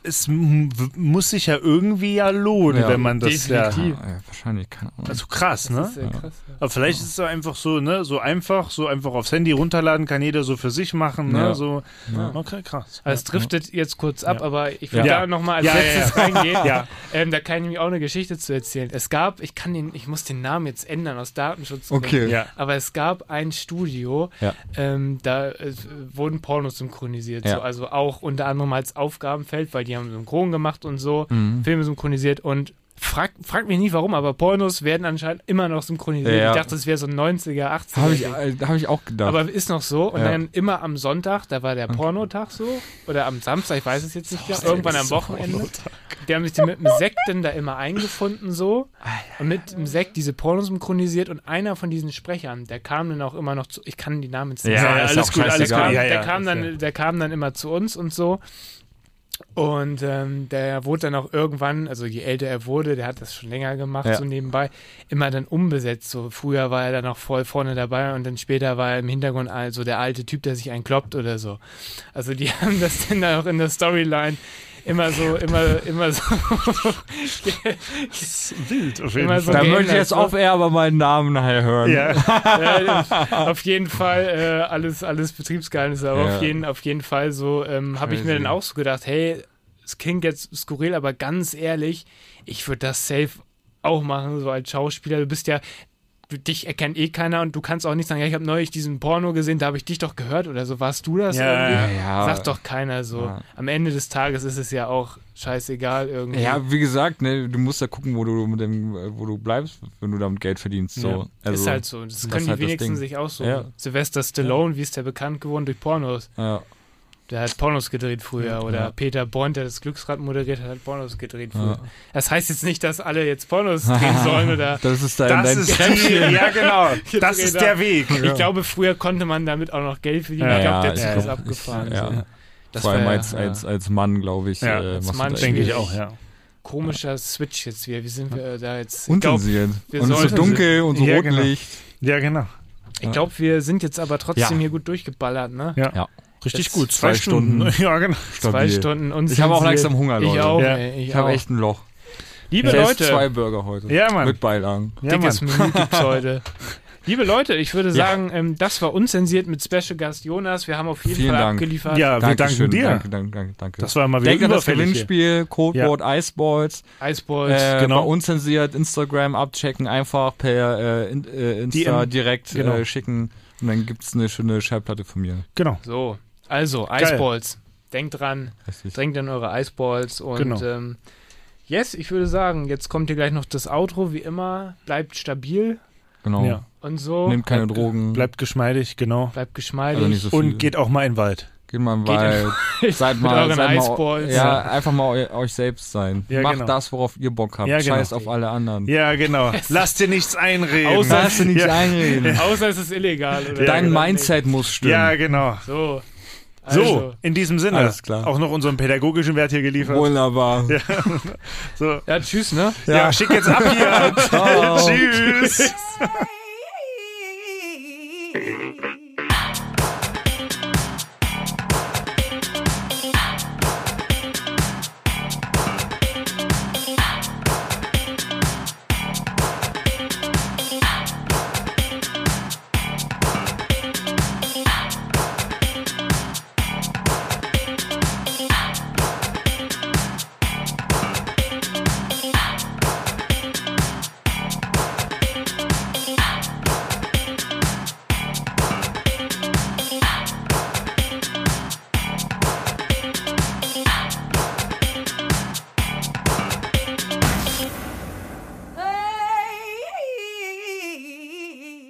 [SPEAKER 3] es m- w- muss sich ja irgendwie ja lohnen,
[SPEAKER 4] Ja.
[SPEAKER 3] wenn man das
[SPEAKER 4] Ja,
[SPEAKER 2] Definitiv.
[SPEAKER 3] ja.
[SPEAKER 4] Ah, ja, wahrscheinlich, keine Ahnung.
[SPEAKER 3] Also krass,
[SPEAKER 2] Das ist
[SPEAKER 3] ne?
[SPEAKER 2] ja krass. ja.
[SPEAKER 3] Aber vielleicht ist es auch einfach so, ne? So einfach, so einfach aufs Handy runterladen, kann jeder so für sich machen, ne?
[SPEAKER 4] Ja.
[SPEAKER 3] So.
[SPEAKER 4] Ja.
[SPEAKER 3] Okay, krass.
[SPEAKER 2] Also es driftet jetzt kurz ab,
[SPEAKER 3] Ja.
[SPEAKER 2] aber ich will
[SPEAKER 3] Ja.
[SPEAKER 2] da nochmal als
[SPEAKER 3] Ja, ja,
[SPEAKER 2] letztes
[SPEAKER 3] ja.
[SPEAKER 2] reingehen.
[SPEAKER 3] Ja.
[SPEAKER 2] Ähm, da kann ich nämlich auch eine Geschichte zu erzählen. Es gab, ich kann den, ich muss den Namen jetzt ändern aus Datenschutzgründen.
[SPEAKER 4] Okay.
[SPEAKER 3] Ja.
[SPEAKER 2] Aber es gab ein Studio,
[SPEAKER 4] Ja.
[SPEAKER 2] ähm, da äh, wurden Pornos synchronisiert.
[SPEAKER 4] Ja.
[SPEAKER 2] So. Also auch unter anderem als Aufgabenfeld, weil die haben Synchron gemacht und so,
[SPEAKER 4] Mhm.
[SPEAKER 2] Filme synchronisiert und frag, frag mich nicht warum, aber Pornos werden anscheinend immer noch synchronisiert.
[SPEAKER 4] Ja.
[SPEAKER 2] Ich dachte, es wäre so ein 90er, 80er.
[SPEAKER 4] Habe ich,
[SPEAKER 2] Ding.
[SPEAKER 4] äh, hab ich auch gedacht.
[SPEAKER 2] aber ist noch so. Und
[SPEAKER 4] Ja.
[SPEAKER 2] dann immer am Sonntag, da war der Pornotag so, oder am Samstag, ich weiß es jetzt nicht, mehr, irgendwann am Wochenende. Die haben sich dann mit dem Sekt dann da immer eingefunden so und mit dem Sekt diese Pornos synchronisiert und einer von diesen Sprechern, der kam dann auch immer noch zu, ich kann die Namen jetzt nicht
[SPEAKER 3] Ja,
[SPEAKER 2] sagen,
[SPEAKER 4] ist
[SPEAKER 3] alles
[SPEAKER 4] auch
[SPEAKER 3] gut, alles
[SPEAKER 4] scheißegal.
[SPEAKER 3] gut.
[SPEAKER 2] kam,
[SPEAKER 3] Ja,
[SPEAKER 2] der,
[SPEAKER 3] ja,
[SPEAKER 2] kam
[SPEAKER 3] ist ja.
[SPEAKER 2] dann, der kam dann immer zu uns und so. Und ähm, der wurde dann auch irgendwann, also je älter er wurde, der hat das schon länger gemacht,
[SPEAKER 4] Ja.
[SPEAKER 2] so nebenbei, immer dann umbesetzt. So früher war er dann noch voll vorne dabei und dann später war er im Hintergrund also der alte Typ, der sich einkloppt oder so. Also die haben das dann auch in der Storyline immer so, immer, immer so,
[SPEAKER 3] Das ist wild, auf jeden
[SPEAKER 2] Immer
[SPEAKER 3] Fall.
[SPEAKER 2] so
[SPEAKER 4] da
[SPEAKER 2] Okay,
[SPEAKER 4] möchte ich jetzt
[SPEAKER 2] also-
[SPEAKER 4] auf Air aber meinen Namen nachher hören.
[SPEAKER 3] ja.
[SPEAKER 2] äh, auf jeden Fall äh, alles, alles Betriebsgeheimnisse, aber
[SPEAKER 4] Ja.
[SPEAKER 2] auf, jeden, auf jeden Fall so ähm, habe ich mir
[SPEAKER 4] Crazy.
[SPEAKER 2] dann auch so gedacht, hey, es klingt jetzt skurril, aber ganz ehrlich, ich würde das safe auch machen, so als Schauspieler. Du bist ja, du, dich erkennt eh keiner und du kannst auch nicht sagen, ja, ich habe neulich diesen Porno gesehen, da habe ich dich doch gehört oder so. Warst du das?
[SPEAKER 3] Ja,
[SPEAKER 2] irgendwie?
[SPEAKER 3] ja,
[SPEAKER 4] ja.
[SPEAKER 2] Sagt doch keiner so.
[SPEAKER 4] Ja.
[SPEAKER 2] Am Ende des Tages ist es ja auch scheißegal irgendwie.
[SPEAKER 4] Ja, wie gesagt, ne, du musst da gucken, wo du mit dem, äh, wo du bleibst, wenn du damit Geld verdienst. So.
[SPEAKER 3] Ja.
[SPEAKER 4] Also,
[SPEAKER 2] ist halt so. Das,
[SPEAKER 4] das
[SPEAKER 2] können
[SPEAKER 4] ist
[SPEAKER 2] die
[SPEAKER 4] halt das
[SPEAKER 2] wenigsten
[SPEAKER 4] Ding.
[SPEAKER 2] sich aussuchen.
[SPEAKER 4] Ja.
[SPEAKER 2] Sylvester Stallone, wie ist der bekannt geworden? Durch Pornos.
[SPEAKER 4] Ja.
[SPEAKER 2] Der hat Pornos gedreht früher. Oder
[SPEAKER 4] Ja.
[SPEAKER 2] Peter Bond, der das Glücksrad moderiert hat, hat Pornos gedreht früher.
[SPEAKER 4] Ja.
[SPEAKER 2] Das heißt jetzt nicht, dass alle jetzt Pornos drehen sollen oder.
[SPEAKER 4] Das ist dein,
[SPEAKER 3] Das
[SPEAKER 4] dein
[SPEAKER 3] ist die, ja genau. Das ist der Weg.
[SPEAKER 2] Ich glaube, früher konnte man damit auch noch Geld verdienen.
[SPEAKER 3] Ja,
[SPEAKER 2] ich glaube, der
[SPEAKER 4] ich
[SPEAKER 2] Zug
[SPEAKER 4] glaub,
[SPEAKER 2] ist abgefahren.
[SPEAKER 4] ich- ja.
[SPEAKER 2] so. Das
[SPEAKER 4] vor allem
[SPEAKER 2] wär
[SPEAKER 4] als,
[SPEAKER 2] ja
[SPEAKER 4] als, als Mann, glaube ich.
[SPEAKER 3] Ja,
[SPEAKER 4] äh,
[SPEAKER 3] als
[SPEAKER 4] machst du
[SPEAKER 2] Mann
[SPEAKER 4] da
[SPEAKER 3] Denke
[SPEAKER 4] irgendwie
[SPEAKER 3] ich auch, ja.
[SPEAKER 2] komischer Switch jetzt wieder. Wie sind wir äh, da jetzt? Ich glaub,
[SPEAKER 4] Untensiert.
[SPEAKER 2] wir
[SPEAKER 4] und es ist so
[SPEAKER 2] sollten-
[SPEAKER 4] dunkel und so
[SPEAKER 3] Ja,
[SPEAKER 4] rot
[SPEAKER 3] genau.
[SPEAKER 4] Licht.
[SPEAKER 3] Ja, genau.
[SPEAKER 2] Ich glaube, wir sind jetzt aber trotzdem
[SPEAKER 4] Ja.
[SPEAKER 2] hier gut durchgeballert, ne?
[SPEAKER 3] Ja.
[SPEAKER 4] Ja. Richtig
[SPEAKER 2] Jetzt
[SPEAKER 4] gut. Zwei Stunden.
[SPEAKER 3] Ja, genau.
[SPEAKER 2] Zwei
[SPEAKER 4] Stabil.
[SPEAKER 2] Stunden und
[SPEAKER 4] Ich habe auch langsam Hunger,
[SPEAKER 2] Ich
[SPEAKER 4] Leute.
[SPEAKER 2] auch,
[SPEAKER 3] Ja.
[SPEAKER 2] ey, ich,
[SPEAKER 4] Ich
[SPEAKER 2] auch.
[SPEAKER 4] habe echt ein Loch.
[SPEAKER 2] Liebe
[SPEAKER 4] Selbst
[SPEAKER 2] Leute,
[SPEAKER 4] zwei Burger heute.
[SPEAKER 3] Ja, Mann.
[SPEAKER 4] Mit Beilagen.
[SPEAKER 3] Ja, Mann.
[SPEAKER 2] dickes Menü gibt's heute. Liebe Leute, ich würde
[SPEAKER 4] Ja.
[SPEAKER 2] sagen, ähm, das war unzensiert mit Special Gast Jonas. Wir haben auf jeden
[SPEAKER 4] Vielen
[SPEAKER 2] Fall
[SPEAKER 4] Dank.
[SPEAKER 2] abgeliefert.
[SPEAKER 3] Ja, wir danken dir.
[SPEAKER 4] Danke, danke, danke. danke.
[SPEAKER 3] Das war mal wieder
[SPEAKER 4] Denkt an das
[SPEAKER 3] überfällig hier.
[SPEAKER 4] Gewinnspiel, Codewort Iceballs.
[SPEAKER 2] Eisballs.
[SPEAKER 4] Äh,
[SPEAKER 3] genau.
[SPEAKER 4] Bei unzensiert Instagram abchecken, einfach per äh, in, äh, Insta
[SPEAKER 3] DM.
[SPEAKER 4] direkt
[SPEAKER 3] Genau.
[SPEAKER 4] äh, schicken. Und dann gibt's eine schöne Schallplatte von mir.
[SPEAKER 3] Genau.
[SPEAKER 2] So, also Eisballs. Denkt dran, trinkt an eure Eisballs und
[SPEAKER 3] Genau.
[SPEAKER 2] ähm, yes, ich würde sagen, jetzt kommt hier gleich noch das Outro, wie immer, bleibt stabil
[SPEAKER 4] Genau.
[SPEAKER 3] Ja.
[SPEAKER 2] und so,
[SPEAKER 4] Nehmt keine
[SPEAKER 3] Bleibt-
[SPEAKER 4] Drogen.
[SPEAKER 3] Bleibt geschmeidig, genau.
[SPEAKER 2] bleibt geschmeidig.
[SPEAKER 4] also nicht so viel.
[SPEAKER 3] Und geht auch mal in den Wald.
[SPEAKER 4] Geht mal in den
[SPEAKER 2] Geht in
[SPEAKER 4] Wald. Seid
[SPEAKER 2] Mit
[SPEAKER 4] mal,
[SPEAKER 2] euren
[SPEAKER 4] seid mal
[SPEAKER 2] Eisballs.
[SPEAKER 4] ja, einfach mal eu, euch selbst sein.
[SPEAKER 3] Ja,
[SPEAKER 4] Macht
[SPEAKER 3] genau.
[SPEAKER 4] das, worauf ihr Bock habt.
[SPEAKER 3] Ja, genau.
[SPEAKER 4] Scheißt auf alle anderen.
[SPEAKER 3] Ja, genau. Lass dir nichts einreden.
[SPEAKER 2] Außer-
[SPEAKER 4] Lass dir nichts
[SPEAKER 3] Ja. genau.
[SPEAKER 4] einreden.
[SPEAKER 2] Außer es ist illegal. Oder
[SPEAKER 4] Dein
[SPEAKER 2] oder
[SPEAKER 4] Mindset muss stimmen.
[SPEAKER 3] ja, genau.
[SPEAKER 2] nicht. So.
[SPEAKER 3] So,
[SPEAKER 2] Also.
[SPEAKER 3] in diesem Sinne.
[SPEAKER 4] Alles klar.
[SPEAKER 3] Auch noch unseren pädagogischen Wert hier geliefert.
[SPEAKER 4] Wunderbar.
[SPEAKER 3] So.
[SPEAKER 2] Ja, tschüss, ne?
[SPEAKER 3] Ja. schick jetzt ab hier. Tschüss.
[SPEAKER 6] Tschüss.